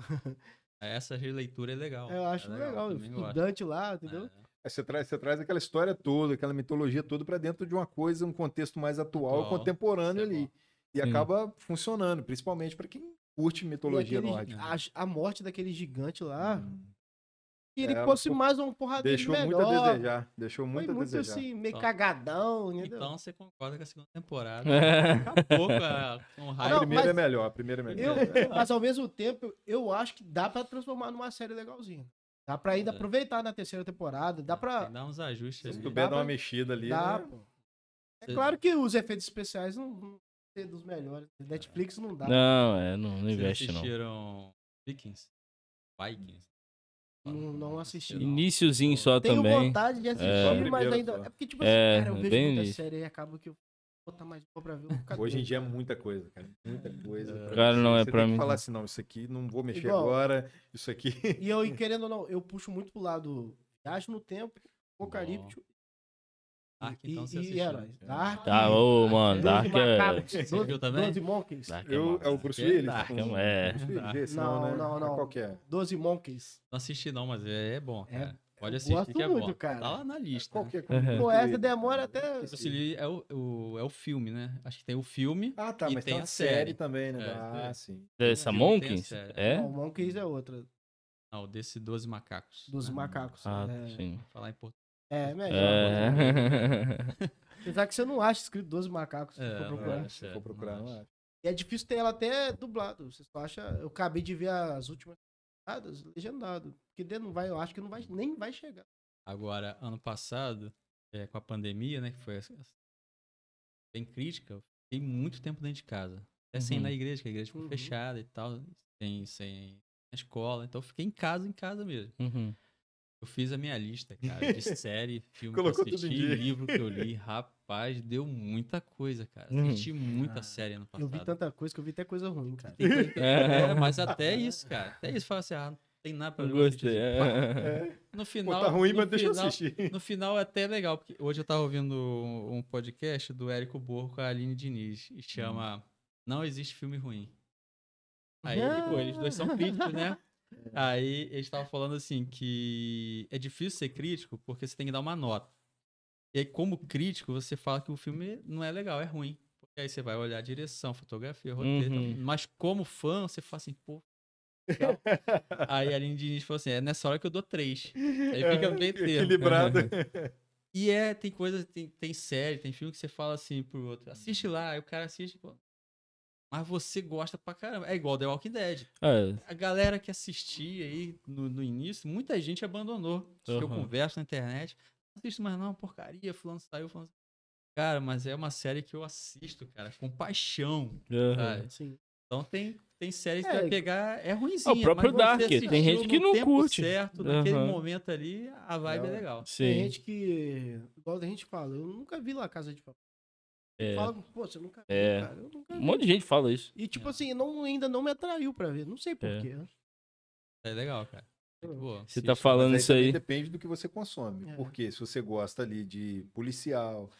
Speaker 4: Essa releitura é legal.
Speaker 2: Eu acho
Speaker 4: é
Speaker 2: legal.
Speaker 4: também gosto.
Speaker 2: Estudante lá, entendeu?
Speaker 4: É.
Speaker 3: Aí Você traz, você traz aquela história toda, aquela mitologia toda pra dentro de uma coisa, um contexto mais atual,
Speaker 4: Atual,
Speaker 3: contemporâneo
Speaker 4: isso é
Speaker 3: ali.
Speaker 4: bom.
Speaker 3: E
Speaker 1: Sim.
Speaker 3: acaba funcionando, principalmente pra quem curte
Speaker 2: E
Speaker 3: mitologia
Speaker 2: aquele-
Speaker 3: nórdica. né?
Speaker 2: a, a morte daquele gigante lá.
Speaker 4: Uhum.
Speaker 2: E ele
Speaker 3: É,
Speaker 2: fosse
Speaker 3: pô,
Speaker 2: mais um porradeiro
Speaker 3: Deixou
Speaker 2: melhor.
Speaker 3: muito a desejar. Deixou
Speaker 2: Foi
Speaker 3: muito a
Speaker 2: muito
Speaker 3: desejar.
Speaker 2: assim, meio
Speaker 4: Então-
Speaker 2: cagadão, entendeu?
Speaker 4: Então você concorda que a segunda
Speaker 1: <laughs>
Speaker 4: temporada
Speaker 2: É.
Speaker 4: acabou com, a, com o
Speaker 3: A
Speaker 4: raio.
Speaker 2: Ah, Não,
Speaker 3: primeira
Speaker 2: mas-
Speaker 3: é melhor, a primeira é melhor.
Speaker 2: Eu- mas ao mesmo tempo, eu- eu acho que dá pra transformar numa série legalzinha. Dá pra ainda
Speaker 4: É.
Speaker 2: aproveitar na terceira temporada, dá
Speaker 4: Tem
Speaker 2: pra.
Speaker 4: que dar uns ajustes.
Speaker 3: Se
Speaker 4: ali.
Speaker 3: souber
Speaker 2: dá
Speaker 3: dar uma
Speaker 2: pra-
Speaker 3: mexida ali,
Speaker 2: dá,
Speaker 3: né?
Speaker 2: pô. É
Speaker 4: Você-
Speaker 2: claro que os efeitos especiais não vão ser dos melhores. né? Netflix não dá.
Speaker 1: Não, é, não, não
Speaker 4: Vocês
Speaker 1: investe, não.
Speaker 4: assistiram Vikings? Vikings?
Speaker 2: Não- não um assisti.
Speaker 1: Iniciozinho só
Speaker 2: Tenho
Speaker 1: também.
Speaker 2: vontade de assistir,
Speaker 3: É.
Speaker 2: mas
Speaker 3: Primeiro
Speaker 2: ainda.
Speaker 3: só.
Speaker 2: É porque, tipo assim,
Speaker 1: É,
Speaker 2: cara, eu vejo
Speaker 1: bem
Speaker 2: muita
Speaker 1: isso.
Speaker 2: série e acaba que eu. botar mais roupa pra ver. um eu vou ficar
Speaker 3: Hoje em
Speaker 2: doido.
Speaker 3: dia é muita coisa, cara. Muita coisa. pra
Speaker 1: Cara,
Speaker 3: mexer.
Speaker 1: não é
Speaker 3: Você
Speaker 1: pra
Speaker 3: tem
Speaker 1: mim,
Speaker 3: que falar
Speaker 1: não.
Speaker 3: assim, não, isso aqui não vou mexer
Speaker 2: Igual.
Speaker 3: agora, isso aqui...
Speaker 2: E eu, e querendo ou não, eu puxo muito pro lado Viagem no Tempo, Apocalípse
Speaker 4: Dark,
Speaker 2: e,
Speaker 4: então, você
Speaker 2: e
Speaker 4: assistiu.
Speaker 2: heróis. Dark,
Speaker 1: Tá, ô, mano, Dark
Speaker 2: Doze
Speaker 1: é.
Speaker 2: Macabros,
Speaker 4: Você viu também?
Speaker 2: Doze Monkeys.
Speaker 1: Dark é
Speaker 3: Eu,
Speaker 1: massa.
Speaker 3: é o Bruce Aqui é Willis? Dark,
Speaker 1: é um- é.
Speaker 3: Bruce Willis, esse
Speaker 2: Não,
Speaker 3: né?
Speaker 2: não,
Speaker 3: É
Speaker 2: não.
Speaker 3: Qualquer.
Speaker 2: Doze Monkeys.
Speaker 4: Não assisti não, mas é, é bom,
Speaker 2: É,
Speaker 4: cara. Pode
Speaker 2: eu
Speaker 4: assistir
Speaker 2: gosto
Speaker 4: que é
Speaker 2: muito,
Speaker 4: bom.
Speaker 2: cara.
Speaker 4: Tá lá na lista.
Speaker 3: Qualquer
Speaker 1: Uhum.
Speaker 2: né? Pô, essa demora até-
Speaker 4: Bruce Lee
Speaker 2: assim.
Speaker 4: é o, o- é o filme, né? Acho que tem o filme.
Speaker 3: Ah, tá,
Speaker 4: E
Speaker 3: mas
Speaker 4: tem
Speaker 3: tem
Speaker 4: a
Speaker 3: uma série,
Speaker 4: série.
Speaker 3: também, né?
Speaker 4: É,
Speaker 3: ah,
Speaker 4: é.
Speaker 3: sim.
Speaker 1: Dessa
Speaker 4: Tem a
Speaker 1: Monkins?
Speaker 4: série.
Speaker 1: É?
Speaker 2: Não, Monkeys é outra.
Speaker 4: Não, desse 12 Macacos.
Speaker 2: Doze
Speaker 4: né?
Speaker 2: Macacos.
Speaker 1: Ah,
Speaker 2: é,
Speaker 1: sim.
Speaker 4: Falar em português.
Speaker 2: é melhor.
Speaker 4: né?
Speaker 1: É.
Speaker 2: Apesar que você não acha escrito Doze Macacos. se
Speaker 4: É,
Speaker 2: for
Speaker 4: não
Speaker 2: procurar.
Speaker 4: acho.
Speaker 3: Ah, Se eu for
Speaker 4: não
Speaker 3: procurar, não
Speaker 4: acho.
Speaker 3: acho.
Speaker 2: E um é difícil ter ela até dublado. Você só acha. Eu acabei de ver as últimas temporadas legendado. Porque daí não vai, eu acho que não vai, nem vai chegar.
Speaker 4: Agora, ano passado, é, com a pandemia, né? Que foi essa- essa- bem crítica, eu fiquei muito tempo dentro de casa. Até sem ir
Speaker 1: Uhum.
Speaker 4: na igreja, que a igreja ficou
Speaker 2: Uhum.
Speaker 4: fechada e tal. Sem, sem na escola. Então eu fiquei em casa, em casa mesmo.
Speaker 1: <laughs> Uhum.
Speaker 4: Eu fiz a minha lista, cara,
Speaker 3: <laughs>
Speaker 4: de série, filme
Speaker 3: Colocou
Speaker 4: que
Speaker 3: tudo
Speaker 4: eu
Speaker 3: em
Speaker 4: assisti,
Speaker 3: dia.
Speaker 4: livro que eu
Speaker 3: <laughs>
Speaker 4: li. Rapaz, deu muita coisa, cara.
Speaker 1: Uhum.
Speaker 4: Assisti muita
Speaker 2: Ah,
Speaker 4: série ano
Speaker 2: Eu
Speaker 4: passado.
Speaker 2: vi tanta coisa que eu vi até coisa ruim, cara.
Speaker 4: Tem coisa que-
Speaker 1: É.
Speaker 3: <laughs>
Speaker 4: é, mas até isso, cara. Até isso, fala assim, ah, não tem nada pra
Speaker 1: Eu
Speaker 4: ver. vou assistir
Speaker 1: gostei.
Speaker 4: isso.
Speaker 1: é.
Speaker 3: Pô,
Speaker 4: No final.
Speaker 3: tá ruim,
Speaker 4: no
Speaker 3: mas deixa eu
Speaker 4: final-
Speaker 3: assistir.
Speaker 4: No final é até legal, porque hoje eu tava ouvindo um um podcast do Érico Borco com a Aline Diniz, e chama Não Existe Filme Ruim. Aí, pô, eles dois são críticos, né? Aí eles estavam falando assim que é difícil ser crítico porque você tem que dar uma nota. E aí, como crítico, você fala que o filme não é legal, é ruim. Porque aí você vai olhar a direção, fotografia, roteiro.
Speaker 1: Uhum.
Speaker 4: tal. Mas como fã, você fala assim, pô. legal. aí a Aline Diniz falou assim: é nessa hora que eu dou três. Aí
Speaker 3: É,
Speaker 4: fica bem termo.
Speaker 3: Equilibrado.
Speaker 4: <laughs> E é, tem coisa, tem, tem série, tem filme que você fala assim pro outro, assiste
Speaker 1: Uhum.
Speaker 4: lá, aí o cara assiste, pô. Mas você gosta pra caramba. É igual The Walking Dead.
Speaker 1: <laughs> É,
Speaker 4: A galera que assistia aí no, no início, muita gente abandonou. Eu
Speaker 1: Aham.
Speaker 4: converso na internet, não assisto mais não, porcaria, fulano saiu, fulano saiu. Cara, mas é uma série que eu assisto, cara, com paixão.
Speaker 1: é.
Speaker 4: sabe?
Speaker 2: Sim.
Speaker 4: Então tem, tem séries que
Speaker 2: É,
Speaker 4: vai pegar, é ruimzinha.
Speaker 1: Ah, o próprio
Speaker 4: mas você
Speaker 1: Dark, tem
Speaker 4: assistiu
Speaker 1: gente que
Speaker 4: no
Speaker 1: não
Speaker 4: tempo
Speaker 1: curte.
Speaker 4: certo, naquele
Speaker 1: Aham.
Speaker 4: momento ali, a vibe é
Speaker 3: Não,
Speaker 4: legal.
Speaker 2: Tem
Speaker 1: Sim.
Speaker 2: gente que. Igual a gente fala, eu nunca vi lá Casa de Papel.
Speaker 1: É.
Speaker 2: Fala, pô, você nunca viu,
Speaker 1: É.
Speaker 2: cara. Eu nunca
Speaker 1: Um
Speaker 2: vi.
Speaker 1: monte de gente fala isso.
Speaker 2: E tipo assim, não, ainda não me atraiu pra ver. Não sei né? porquê.
Speaker 4: É legal, cara. Muito
Speaker 2: Hum.
Speaker 4: boa.
Speaker 1: Você tá
Speaker 4: Assiste.
Speaker 1: falando
Speaker 3: Mas
Speaker 1: isso
Speaker 3: também
Speaker 1: aí.
Speaker 3: Depende do que você consome.
Speaker 2: É.
Speaker 3: Porque se você gosta ali de policial,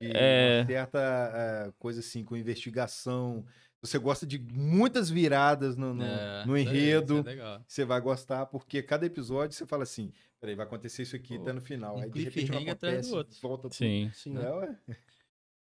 Speaker 3: de
Speaker 1: É.
Speaker 3: uma certa eh, coisa assim com investigação, você gosta de muitas viradas no, no,
Speaker 4: É,
Speaker 3: né? no
Speaker 4: isso é-
Speaker 3: enredo.
Speaker 4: isso é legal.
Speaker 3: Você vai gostar, porque cada episódio você fala assim: peraí, vai acontecer isso aqui,
Speaker 4: Pô,
Speaker 3: tá no final.
Speaker 4: um
Speaker 3: Aí de repente não
Speaker 4: cliffhanger atrás
Speaker 3: acontece,
Speaker 4: do outro.
Speaker 3: volta tudo.
Speaker 1: Sim.
Speaker 2: Sim.
Speaker 3: É, ué.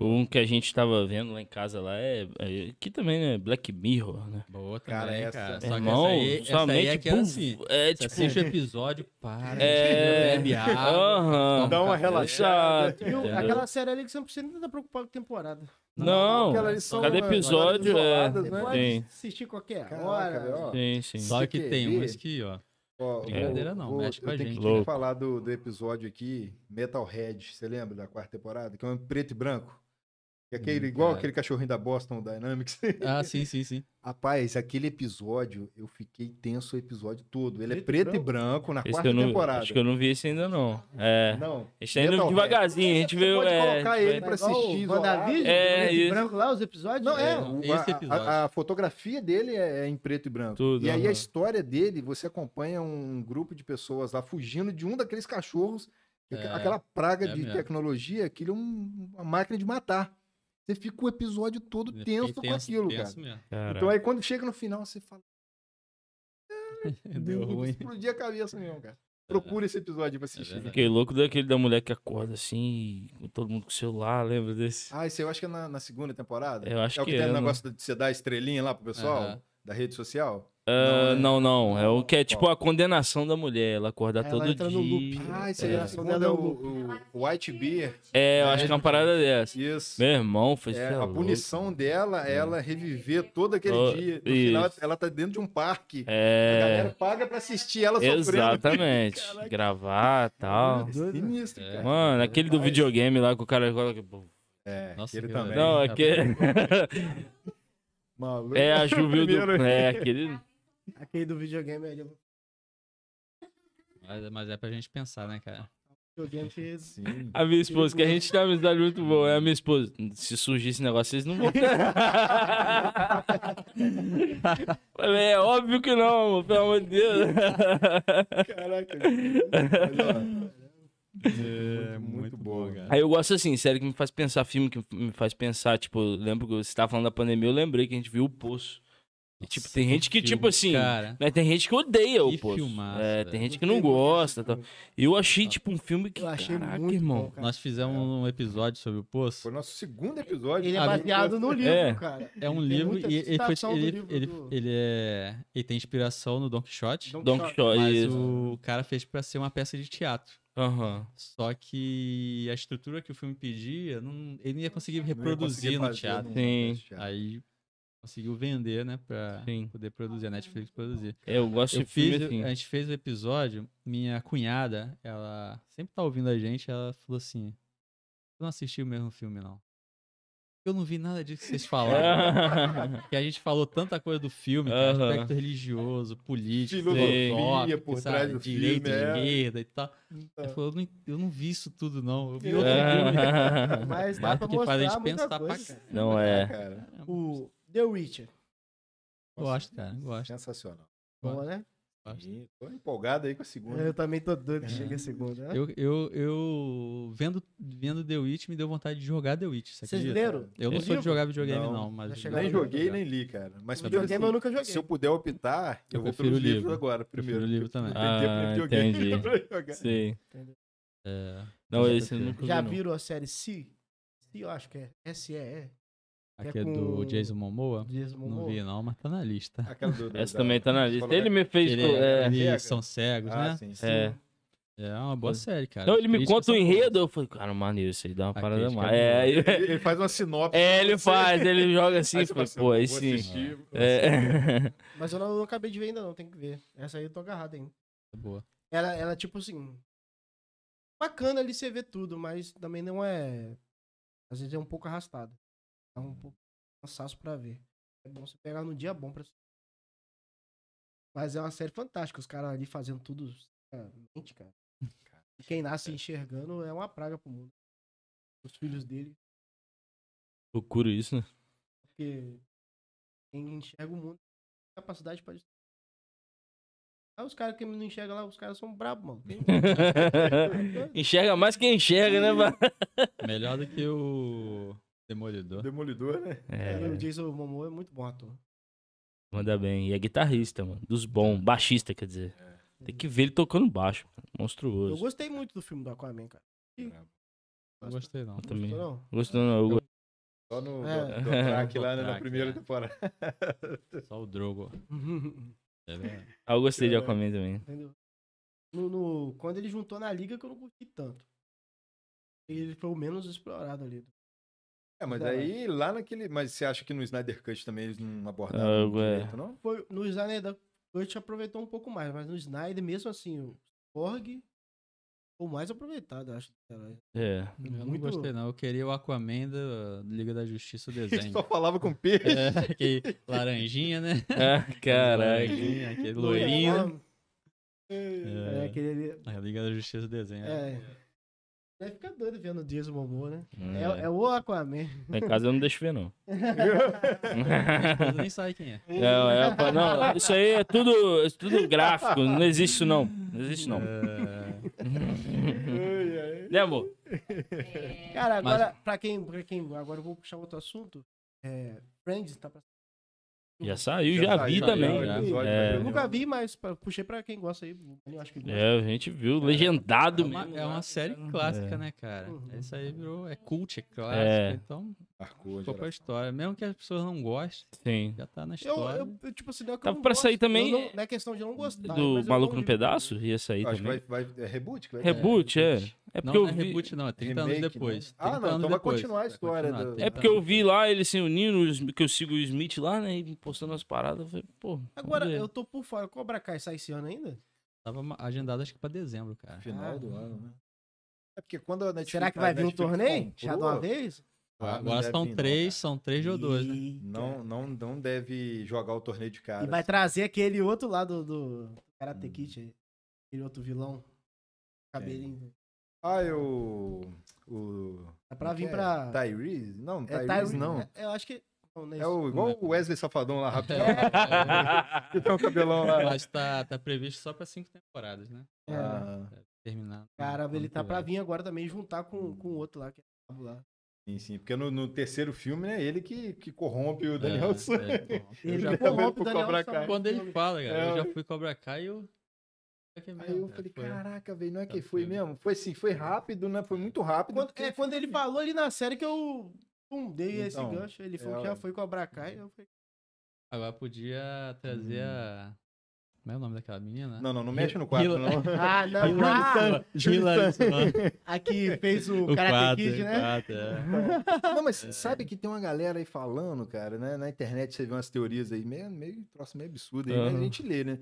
Speaker 1: Um que a gente tava vendo lá em casa lá é. é aqui também, né? Black Mirror, né?
Speaker 4: Boa também,
Speaker 3: Cara,
Speaker 4: cara.
Speaker 3: essa-
Speaker 4: É, Só
Speaker 1: Meu
Speaker 4: que
Speaker 1: irmão,
Speaker 4: essa aí, essa aí
Speaker 1: somente.
Speaker 4: é aquela
Speaker 1: buf,
Speaker 4: assim.
Speaker 1: é
Speaker 4: Você
Speaker 1: tipo.
Speaker 4: assiste o episódio, para,
Speaker 1: É.
Speaker 4: bebe
Speaker 1: <laughs>
Speaker 4: água.
Speaker 1: Aham.
Speaker 3: Dá uma
Speaker 4: cara,
Speaker 3: relaxada.
Speaker 1: Chato,
Speaker 2: Viu?
Speaker 1: entendeu?
Speaker 2: Aquela série ali que você não precisa nem estar preocupado com temporada.
Speaker 1: Não,
Speaker 3: Aquela ali são
Speaker 1: cada
Speaker 3: umas- umas
Speaker 1: episódio é-
Speaker 3: isoladas,
Speaker 2: Você
Speaker 3: né?
Speaker 2: pode
Speaker 1: Sim.
Speaker 2: assistir qualquer
Speaker 3: Caraca,
Speaker 2: hora.
Speaker 3: velho, ó.
Speaker 1: Sim, sim.
Speaker 4: Só
Speaker 3: Você
Speaker 4: que
Speaker 3: quer
Speaker 1: é
Speaker 4: tem
Speaker 3: ver?
Speaker 4: umas que, ó.
Speaker 3: Ó,
Speaker 4: Brincadeira não, mexe com
Speaker 3: eu
Speaker 4: a
Speaker 3: tenho
Speaker 4: gente.
Speaker 3: que
Speaker 1: Louco.
Speaker 3: falar do, do episódio aqui, Metalhead, você lembra da quarta temporada? Que é um preto e branco. Que é aquele,
Speaker 4: Hum,
Speaker 3: igual
Speaker 4: cara.
Speaker 3: aquele cachorrinho da Boston Dynamics. <laughs>
Speaker 4: Ah, sim, sim, sim.
Speaker 3: Rapaz, aquele episódio, eu fiquei tenso o episódio todo. Ele é
Speaker 2: Preto
Speaker 3: preto
Speaker 2: e
Speaker 3: e branco na
Speaker 1: Esse
Speaker 3: quarta
Speaker 1: eu não,
Speaker 3: temporada.
Speaker 1: Acho que eu não vi esse ainda, não. É.
Speaker 3: Não.
Speaker 1: A gente tá indo
Speaker 3: Metalhead.
Speaker 1: devagarzinho, a gente
Speaker 3: Você
Speaker 1: veio.
Speaker 3: pode
Speaker 1: é,
Speaker 3: colocar
Speaker 1: vai-
Speaker 3: ele
Speaker 2: Tá
Speaker 3: pra
Speaker 2: igual
Speaker 3: assistir
Speaker 2: O
Speaker 3: isolado.
Speaker 2: WandaVision,
Speaker 1: É,
Speaker 2: preto e
Speaker 1: isso.
Speaker 2: branco lá, os episódios.
Speaker 3: Não, é.
Speaker 4: É, não,
Speaker 3: o-
Speaker 4: esse
Speaker 3: a-
Speaker 4: episódio.
Speaker 3: A, a fotografia dele é, é em preto e branco.
Speaker 1: Tudo,
Speaker 3: e aí
Speaker 1: aham.
Speaker 3: a história dele, você acompanha um grupo de pessoas lá fugindo de um daqueles cachorros. que aqu-
Speaker 4: É,
Speaker 3: aquela praga
Speaker 4: é
Speaker 3: de
Speaker 4: mesmo.
Speaker 3: tecnologia, aquilo é um- uma máquina de matar. Você fica o episódio todo
Speaker 4: Eu
Speaker 3: tenso,
Speaker 4: fiquei
Speaker 3: com aquilo,
Speaker 4: tenso
Speaker 3: cara.
Speaker 4: mesmo.
Speaker 1: Caraca.
Speaker 3: Então aí quando chega no final, você fala,
Speaker 4: Deu ruim.
Speaker 3: explodir a cabeça mesmo, cara. Procura esse episódio pra assistir.
Speaker 4: verdade.
Speaker 1: Fiquei louco daquele da mulher que acorda assim, com todo mundo com o celular, lembra desse?
Speaker 3: ah, esse eu acho que é na, na segunda temporada.
Speaker 1: Eu acho
Speaker 3: é o
Speaker 1: que
Speaker 3: que,
Speaker 1: é,
Speaker 3: tem o
Speaker 1: não-
Speaker 3: negócio de você dar a estrelinha lá pro pessoal,
Speaker 4: Aham.
Speaker 3: da rede social.
Speaker 1: Ah, não, não, É o que é tipo
Speaker 3: Qual?
Speaker 1: a condenação da mulher, ela acordar
Speaker 2: Ela
Speaker 1: todo
Speaker 2: entra no
Speaker 1: dia.
Speaker 2: loop.
Speaker 3: Ah, isso aí
Speaker 1: É.
Speaker 3: é, na segunda, é o, o White Beer.
Speaker 1: É, eu acho que é uma parada dessa.
Speaker 3: Isso.
Speaker 1: Meu irmão, foi
Speaker 3: É, a punição dela é ela reviver todo aquele
Speaker 1: Oh,
Speaker 3: dia. No
Speaker 1: isso.
Speaker 3: final, ela tá dentro de um parque. A
Speaker 1: É,
Speaker 3: galera paga pra assistir ela sofrendo.
Speaker 1: exatamente.
Speaker 3: <laughs>
Speaker 1: Gravar tal.
Speaker 2: né?
Speaker 3: Sinistro,
Speaker 4: É.
Speaker 3: cara.
Speaker 1: Mano, aquele do
Speaker 3: Rapaz.
Speaker 1: videogame lá que o cara coloca.
Speaker 3: É,
Speaker 4: Nossa,
Speaker 3: ele
Speaker 4: que
Speaker 3: também.
Speaker 1: Não, é que.
Speaker 3: Maluco.
Speaker 1: é a Jubil do.
Speaker 3: Primeiro.
Speaker 1: É, aquele.
Speaker 2: Aquele do videogame é um ali.
Speaker 4: Mas, mas é pra gente é pensar, né, cara?
Speaker 2: videogame que
Speaker 5: Sim.
Speaker 1: A minha esposa, que a gente tem uma amizade muito boa. É a minha esposa. Se surgir esse negócio, vocês não vão. Falei, é óbvio que não, amor, pelo amor de Deus.
Speaker 5: Caraca.
Speaker 3: É,
Speaker 5: muito boa.
Speaker 1: Aí eu gosto assim, sério, que me faz pensar, filme que me faz pensar, tipo, eu lembro que você tava falando da pandemia, eu lembrei que a gente viu o Poço. E, tipo, tem gente que, tipo assim,
Speaker 4: Cara,
Speaker 1: né, tem gente que odeia o
Speaker 4: Que
Speaker 1: Poço.
Speaker 4: filmaço,
Speaker 1: é,
Speaker 4: velho.
Speaker 1: tem gente que não gosta. tá tal. Eu achei, tipo, um filme que,
Speaker 2: eu achei
Speaker 1: caraca,
Speaker 2: muito
Speaker 1: irmão.
Speaker 2: bom, cara.
Speaker 4: nós fizemos um episódio sobre o Poço.
Speaker 5: Foi o nosso segundo episódio.
Speaker 2: Ele é
Speaker 4: Ah,
Speaker 2: baseado no livro,
Speaker 1: É.
Speaker 2: cara.
Speaker 4: É um
Speaker 2: Tem
Speaker 4: livro
Speaker 2: muita
Speaker 4: e ele, foi,
Speaker 2: citação do
Speaker 4: ele,
Speaker 2: livro
Speaker 4: ele,
Speaker 2: do-
Speaker 4: ele é, ele tem inspiração no Don Quixote,
Speaker 1: Don Quixote,
Speaker 4: mas
Speaker 1: isso.
Speaker 4: o cara fez pra ser uma peça de teatro.
Speaker 1: Aham.
Speaker 4: Só que a estrutura que o filme pedia, não- ele não ia conseguir
Speaker 5: Não ia conseguir
Speaker 4: reproduzir no
Speaker 5: fazer
Speaker 4: teatro.
Speaker 3: né, um
Speaker 5: no-
Speaker 1: Sim.
Speaker 5: no teatro.
Speaker 4: Aí conseguiu vender, né, pra
Speaker 1: Sim.
Speaker 4: poder produzir, a Netflix produzir.
Speaker 1: É, eu gosto
Speaker 4: Eu
Speaker 1: de filme
Speaker 4: fiz, é,
Speaker 1: assim. <laughs>
Speaker 4: a gente fez o episódio, minha cunhada, ela sempre tá ouvindo a gente, ela falou assim, eu não assisti o mesmo filme, não. Eu não vi nada disso que vocês
Speaker 1: <laughs>
Speaker 4: falaram. que a gente falou tanta coisa do filme, cara,
Speaker 1: Aham.
Speaker 4: aspecto religioso, político,
Speaker 5: Filosofia
Speaker 4: filosófico,
Speaker 5: por
Speaker 4: sabe,
Speaker 5: trás do
Speaker 4: direito
Speaker 5: filme, é.
Speaker 4: de esquerda e tal. Ela falou, eu não, eu não vi isso tudo, não. Eu
Speaker 1: É.
Speaker 4: vi outro filme.
Speaker 1: Ah.
Speaker 2: Mas dá pra
Speaker 4: Mas porque faz a
Speaker 2: mostrar
Speaker 4: gente
Speaker 2: muita
Speaker 4: pensar pra
Speaker 2: coisa.
Speaker 4: caramba.
Speaker 1: não é.
Speaker 5: Cara,
Speaker 2: O The Witcher.
Speaker 4: Gosto, cara, gosto.
Speaker 5: sensacional.
Speaker 2: Boa, né?
Speaker 4: Gosto. É,
Speaker 5: Sim, Tô empolgado aí com a segunda.
Speaker 2: Eu também tô doido que chegue a segunda. né?
Speaker 4: Eu, eu, eu vendo, vendo The Witch, me deu vontade de jogar The Witch. Você
Speaker 2: Vocês
Speaker 4: acredita?
Speaker 2: leram?
Speaker 4: Eu não
Speaker 2: o
Speaker 4: sou de
Speaker 2: livro?
Speaker 4: jogar videogame,
Speaker 5: Não,
Speaker 4: não, mas.
Speaker 2: já
Speaker 5: Nem
Speaker 2: chegaram a
Speaker 5: joguei, nem li, cara. Mas se,
Speaker 4: Também
Speaker 2: Videogame eu nunca joguei.
Speaker 5: se eu puder optar, eu,
Speaker 4: Eu
Speaker 5: vou
Speaker 4: prefiro
Speaker 5: pelos
Speaker 4: o livro.
Speaker 5: livros agora,
Speaker 4: Primeiro
Speaker 5: primeiro.
Speaker 4: livro também.
Speaker 5: Tem tempo
Speaker 1: Ah,
Speaker 5: pra videogame
Speaker 1: entendi.
Speaker 5: pra
Speaker 2: <laughs>
Speaker 5: jogar.
Speaker 1: Sim.
Speaker 4: É,
Speaker 1: Não,
Speaker 4: Mas
Speaker 1: esse eu
Speaker 4: já
Speaker 1: nunca vi,
Speaker 2: Já
Speaker 1: não.
Speaker 2: viram a série Si? Si, eu acho que é. S-E-E.
Speaker 4: aqui é
Speaker 2: com
Speaker 4: do Jason Momoa.
Speaker 2: Jason
Speaker 4: Não
Speaker 2: Momoa.
Speaker 4: vi, não, mas tá na
Speaker 3: Ah,
Speaker 4: lista.
Speaker 5: <laughs> Aquela do- do-
Speaker 1: Essa
Speaker 5: da-
Speaker 1: também tá na
Speaker 5: você
Speaker 1: lista.
Speaker 5: falou,
Speaker 1: Ele me fez.
Speaker 4: Ele-
Speaker 1: é,
Speaker 4: eles
Speaker 5: Pega.
Speaker 4: são cegos,
Speaker 5: Ah,
Speaker 4: né?
Speaker 5: sim, sim.
Speaker 1: é.
Speaker 4: É uma boa
Speaker 1: Sim.
Speaker 4: série, cara.
Speaker 1: Não, Então ele me
Speaker 4: Críticas
Speaker 1: conta o
Speaker 4: são boas.
Speaker 1: enredo. Eu falei, cara, maneiro, isso aí dá uma
Speaker 4: A
Speaker 1: parada
Speaker 4: crítica é
Speaker 1: mais.
Speaker 4: boa.
Speaker 1: É, aí-
Speaker 5: Ele, ele faz uma sinopse.
Speaker 1: <laughs> é, ele
Speaker 5: Você-
Speaker 1: faz, ele joga assim.
Speaker 5: Aí
Speaker 1: eu
Speaker 5: você
Speaker 1: falei,
Speaker 5: fala assim,
Speaker 1: Pô, aí
Speaker 5: vou
Speaker 1: sim.
Speaker 5: assistir, vou
Speaker 1: É.
Speaker 2: Mas eu não, eu não acabei de ver ainda, não. Tem que ver. Essa aí eu tô agarrado ainda.
Speaker 4: É boa.
Speaker 2: Ela, ela tipo assim. Bacana ali você ver tudo, mas também não é. Às vezes é um pouco arrastado. É um pouco cansaço pra ver. É bom você pegar num dia bom pra. Mas é uma série fantástica, os caras ali fazendo tudo. é, Mente,
Speaker 4: <laughs>
Speaker 2: cara. E quem nasce enxergando é uma praga pro mundo. Os filhos dele,
Speaker 1: <laughs> Loucura isso, né? <laughs>
Speaker 2: porque quem enxerga o mundo tem capacidade pra. destruir. Ah, os caras que não enxergam lá, os caras são brabos, mano. Tem-
Speaker 1: enxerga mais que enxerga, né, mano?
Speaker 4: Melhor do que o Demolidor.
Speaker 5: Demolidor, né?
Speaker 2: O
Speaker 1: <laughs> É,
Speaker 2: Jason Momoa é muito bom ator.
Speaker 1: manda bem. E é guitarrista, mano. Dos bons. Baixista, quer dizer. Tem que ver ele tocando baixo. cara.
Speaker 2: Eu
Speaker 1: Monstruoso.
Speaker 2: gostei muito do filme do Aquaman, cara.
Speaker 5: né?
Speaker 4: Não gostei, não.
Speaker 1: Eu também.
Speaker 2: Gostou, não?
Speaker 1: Gostou, não? Eu gosto.
Speaker 5: Só no
Speaker 2: É.
Speaker 5: do- do Dothraki lá né,
Speaker 4: Dothraki,
Speaker 5: na primeira
Speaker 4: é.
Speaker 5: temporada.
Speaker 4: Só o Drogo. É verdade.
Speaker 1: Ah, eu gostei de Aquaman também.
Speaker 2: <laughs> Entendeu? No, no- quando ele juntou na liga que eu não curti tanto. Ele foi o menos explorado ali.
Speaker 5: É, mas
Speaker 2: Caralho.
Speaker 5: aí lá naquele. Mas você acha que no Snyder Cut também eles não
Speaker 1: Ah,
Speaker 5: abordaram
Speaker 1: é.
Speaker 5: direito,
Speaker 1: <laughs>
Speaker 5: não?
Speaker 2: Foi, no Snyder da Cut aproveitou um pouco mais, mas no Snyder, mesmo assim, o Borg foi o mais aproveitado, eu acho. cara.
Speaker 1: É.
Speaker 4: Eu não
Speaker 2: Muito-
Speaker 4: gostei, não. Eu queria o Aquaman da Liga da Justiça o
Speaker 5: Ele
Speaker 4: desenho.
Speaker 5: só falava com P.
Speaker 4: <laughs> É, aquele laranjinha, né?
Speaker 1: Ah, caraca.
Speaker 4: Laranjinha, Aquele loirinho.
Speaker 2: É, aquele ali.
Speaker 4: A Liga da Justiça desenha.
Speaker 2: É. Deve ficar doido vendo o Jason Momoa, né? É,
Speaker 1: É.
Speaker 2: é o Aquaman.
Speaker 1: Lá em casa eu não deixo ver, não.
Speaker 4: Mas nem sabe quem é.
Speaker 2: <laughs>
Speaker 1: Não, é pra- não, isso aí é tudo, é tudo gráfico, não existe isso não. Não existe
Speaker 4: É,
Speaker 1: não. né, amor?
Speaker 2: Cara,
Speaker 4: Mas-
Speaker 2: agora, pra, quem, pra quem. Agora eu vou puxar outro assunto. É, Friends tá pra.
Speaker 1: Já saiu, já, vi
Speaker 5: saiu,
Speaker 1: também.
Speaker 5: já,
Speaker 4: já.
Speaker 5: episódio,
Speaker 1: É.
Speaker 5: mas
Speaker 2: Eu nunca vi, mas pra- puxei pra quem gosta aí. Eu acho que gosta.
Speaker 1: É, a gente viu, legendado
Speaker 4: É uma,
Speaker 1: mesmo.
Speaker 4: é uma série clássica,
Speaker 1: É.
Speaker 4: né, cara?
Speaker 2: Uhum.
Speaker 4: É Isso aí virou. É cult, é clássico.
Speaker 1: É.
Speaker 4: Então,
Speaker 5: Marcou,
Speaker 4: ficou pra
Speaker 5: geral.
Speaker 4: história. Mesmo que as pessoas não gostem,
Speaker 1: Sim.
Speaker 4: já tá
Speaker 2: Eu,
Speaker 4: na história.
Speaker 2: eu- eu, tipo assim, não é que eu
Speaker 1: Tava
Speaker 2: não
Speaker 1: Tá pra
Speaker 2: gosto,
Speaker 1: sair também-
Speaker 2: eu Não, não é questão de eu não gostar.
Speaker 1: Do
Speaker 2: mas eu
Speaker 1: Maluco
Speaker 2: não-
Speaker 1: no Pedaço, ia sair
Speaker 5: Acho que vai,
Speaker 1: também.
Speaker 5: vai. É reboot? Que vai
Speaker 1: Reboot, é. É
Speaker 4: Não,
Speaker 1: porque
Speaker 4: não
Speaker 1: eu
Speaker 4: é
Speaker 1: vi...
Speaker 4: reboot, não. É 30
Speaker 5: Remake,
Speaker 4: anos
Speaker 5: né?
Speaker 4: depois.
Speaker 5: Ah,
Speaker 4: 30
Speaker 5: não,
Speaker 4: anos
Speaker 5: então vai
Speaker 4: depois.
Speaker 5: continuar a história
Speaker 4: continuar,
Speaker 5: do-
Speaker 4: 30
Speaker 1: É porque eu
Speaker 4: anos
Speaker 1: vi
Speaker 4: depois.
Speaker 1: lá ele sem o Nino, que eu sigo o Smith lá, né? E postando as paradas. Eu falei, pô. vamos
Speaker 2: Agora,
Speaker 1: ver.
Speaker 2: eu tô por fora. Cobra Kai sai esse ano ainda?
Speaker 4: Tava ma- agendado acho que pra dezembro,
Speaker 3: É.
Speaker 4: cara.
Speaker 3: Ah.
Speaker 5: Final do ano, né? É porque quando a Netflix.
Speaker 2: Será que
Speaker 5: a
Speaker 2: vai vir um
Speaker 5: Netflix
Speaker 2: torneio?
Speaker 5: comprou-
Speaker 2: Já de uma vez?
Speaker 5: Ah, não
Speaker 4: Agora
Speaker 5: deve vir,
Speaker 4: são
Speaker 5: não,
Speaker 4: três,
Speaker 5: cara.
Speaker 4: são três ou dois, né?
Speaker 3: É.
Speaker 5: Não, não, não deve jogar o torneio de cara.
Speaker 2: E vai trazer aquele outro
Speaker 3: Hum.
Speaker 2: lá do, do Karate Kid aí. Aquele outro vilão. Cabelinho.
Speaker 3: Ah, eu. O.
Speaker 2: Dá pra vir
Speaker 3: é?
Speaker 2: pra.
Speaker 3: Tyrese? Não,
Speaker 2: é,
Speaker 3: Tyrese né?
Speaker 2: Tyree-
Speaker 3: não.
Speaker 2: é- Eu acho que. Não, não é
Speaker 3: É
Speaker 2: isso.
Speaker 3: o, igual o Wesley Safadão lá, rapidão.
Speaker 4: É,
Speaker 3: <laughs> que tem um cabelão lá.
Speaker 4: mas tá, tá previsto só pra cinco temporadas, né?
Speaker 2: É,
Speaker 3: Ah,
Speaker 4: Terminar.
Speaker 2: Cara, ele tá pra
Speaker 4: vir.
Speaker 2: vir agora também juntar com com o outro lá. Que é o Pablo lá.
Speaker 3: sim, sim. Porque no, no terceiro filme é ele que, que corrompe o Daniel
Speaker 4: É,
Speaker 3: San.
Speaker 4: é, bom.
Speaker 3: Eu
Speaker 2: Ele
Speaker 3: já
Speaker 2: corrompe
Speaker 3: levei ele pro
Speaker 2: o Daniel
Speaker 3: Cobra
Speaker 2: Sam-
Speaker 3: Kai.
Speaker 4: Quando ele
Speaker 2: Filme.
Speaker 4: fala, cara,
Speaker 3: É.
Speaker 4: eu já fui Cobra Kai e eu. É que é
Speaker 3: Aí eu
Speaker 4: mesmo,
Speaker 3: falei,
Speaker 4: cara, foi-
Speaker 3: caraca, velho, não é que
Speaker 4: Tá
Speaker 3: foi
Speaker 4: feio.
Speaker 3: mesmo? Foi assim, foi rápido, né? Foi muito rápido.
Speaker 2: Quando,
Speaker 3: porque
Speaker 2: é, quando ele falou ali na série que eu pum, dei esse
Speaker 3: Então,
Speaker 2: gancho, ele falou que
Speaker 3: é,
Speaker 2: já
Speaker 3: ué.
Speaker 2: foi cobrar Kai. Eu falei,
Speaker 4: Agora podia trazer
Speaker 3: Hum.
Speaker 4: a. Como é o nome daquela menina?
Speaker 3: Não, não, não mexe no quarto,
Speaker 4: Hila-
Speaker 3: não.
Speaker 4: <laughs>
Speaker 2: <laughs> ah, não, ah,
Speaker 4: Hillary Hillary
Speaker 3: <laughs>
Speaker 4: Swan.
Speaker 2: aqui fez o,
Speaker 4: O
Speaker 2: Karate
Speaker 4: quatro,
Speaker 2: Kid,
Speaker 4: o
Speaker 3: Tá.
Speaker 2: né?
Speaker 4: quatro, é.
Speaker 3: Não, mas sabe que tem uma galera aí falando, cara, né? Na internet você vê umas teorias aí, meio, meio troço meio absurdo aí, mas a
Speaker 1: Aham.
Speaker 3: gente lê, né?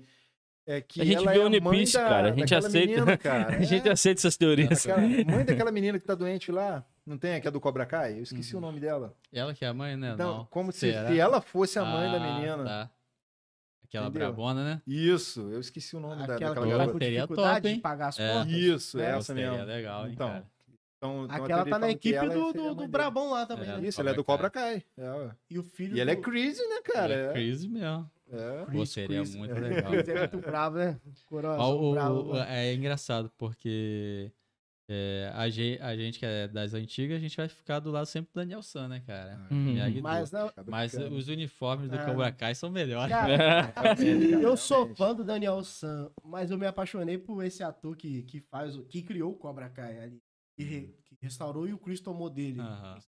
Speaker 3: É que
Speaker 1: A gente
Speaker 3: ela
Speaker 1: vê
Speaker 3: é
Speaker 1: One
Speaker 3: mãe
Speaker 1: Piece,
Speaker 3: da-
Speaker 1: cara, a gente
Speaker 3: daquela
Speaker 1: aceita.
Speaker 3: menina, cara.
Speaker 1: <laughs> A gente
Speaker 3: É,
Speaker 1: aceita essas
Speaker 3: <laughs>
Speaker 1: teorias.
Speaker 3: daquela- mãe daquela menina que tá doente lá, não tem? Que é do Cobra Kai? Eu esqueci o nome dela.
Speaker 4: Ela que é a mãe, né?
Speaker 3: Então,
Speaker 4: não.
Speaker 3: como se,
Speaker 4: Será?
Speaker 3: se ela fosse a mãe da
Speaker 4: Ah,
Speaker 3: menina.
Speaker 4: tá. Aquela
Speaker 3: Entendeu?
Speaker 4: brabona, né?
Speaker 3: Isso, eu esqueci o nome da,
Speaker 2: Aquela
Speaker 3: daquela
Speaker 2: que
Speaker 4: ela
Speaker 2: tá
Speaker 3: garota.
Speaker 2: com
Speaker 4: Seria
Speaker 2: dificuldade de
Speaker 4: top, hein?
Speaker 2: pagar as
Speaker 4: É.
Speaker 2: contas.
Speaker 3: Isso, é
Speaker 4: Ela
Speaker 3: essa
Speaker 4: seria
Speaker 3: mesmo.
Speaker 4: legal, hein,
Speaker 3: então,
Speaker 4: cara?
Speaker 3: então, tem uma
Speaker 2: Aquela
Speaker 3: teoria
Speaker 2: tá na
Speaker 3: falando que
Speaker 2: equipe
Speaker 3: ela
Speaker 2: do,
Speaker 3: seria
Speaker 2: do,
Speaker 3: a
Speaker 2: do
Speaker 3: mãe dele.
Speaker 2: Brabão lá também,
Speaker 4: É.
Speaker 2: né?
Speaker 3: Isso, ela é do Cobra Kai. É, ué.
Speaker 2: E o filho
Speaker 3: e ela é
Speaker 2: do-
Speaker 3: crazy, né,
Speaker 4: Ela
Speaker 3: cara?
Speaker 4: é
Speaker 3: É,
Speaker 4: crazy mesmo.
Speaker 3: é.
Speaker 4: Pô, seria
Speaker 2: Chris. <laughs>
Speaker 4: muito legal.
Speaker 2: Chris é
Speaker 4: cara.
Speaker 2: muito bravo, né?
Speaker 4: Ó,
Speaker 2: Coroazão
Speaker 4: o-
Speaker 2: bravo.
Speaker 4: o- é engraçado, porque é, a, gente, a gente que é das antigas, a gente vai ficar do lado sempre do Daniel San, né, cara?
Speaker 3: Ah,
Speaker 2: Hum.
Speaker 3: uhum.
Speaker 4: Miyagi-Do.
Speaker 2: Mas não,
Speaker 4: Mas
Speaker 3: Acaba <laughs>
Speaker 4: os uniformes do
Speaker 2: Ah.
Speaker 4: Cobra Kai são melhores.
Speaker 2: cara,
Speaker 4: <laughs>
Speaker 3: ficando-
Speaker 2: <laughs> eu sou fã do Daniel San, mas eu me apaixonei por esse ator que, que faz, o- que criou o Cobra Kai ali. Que, re- que restaurou e o Chris tomou dele.
Speaker 4: Uhum. Aham.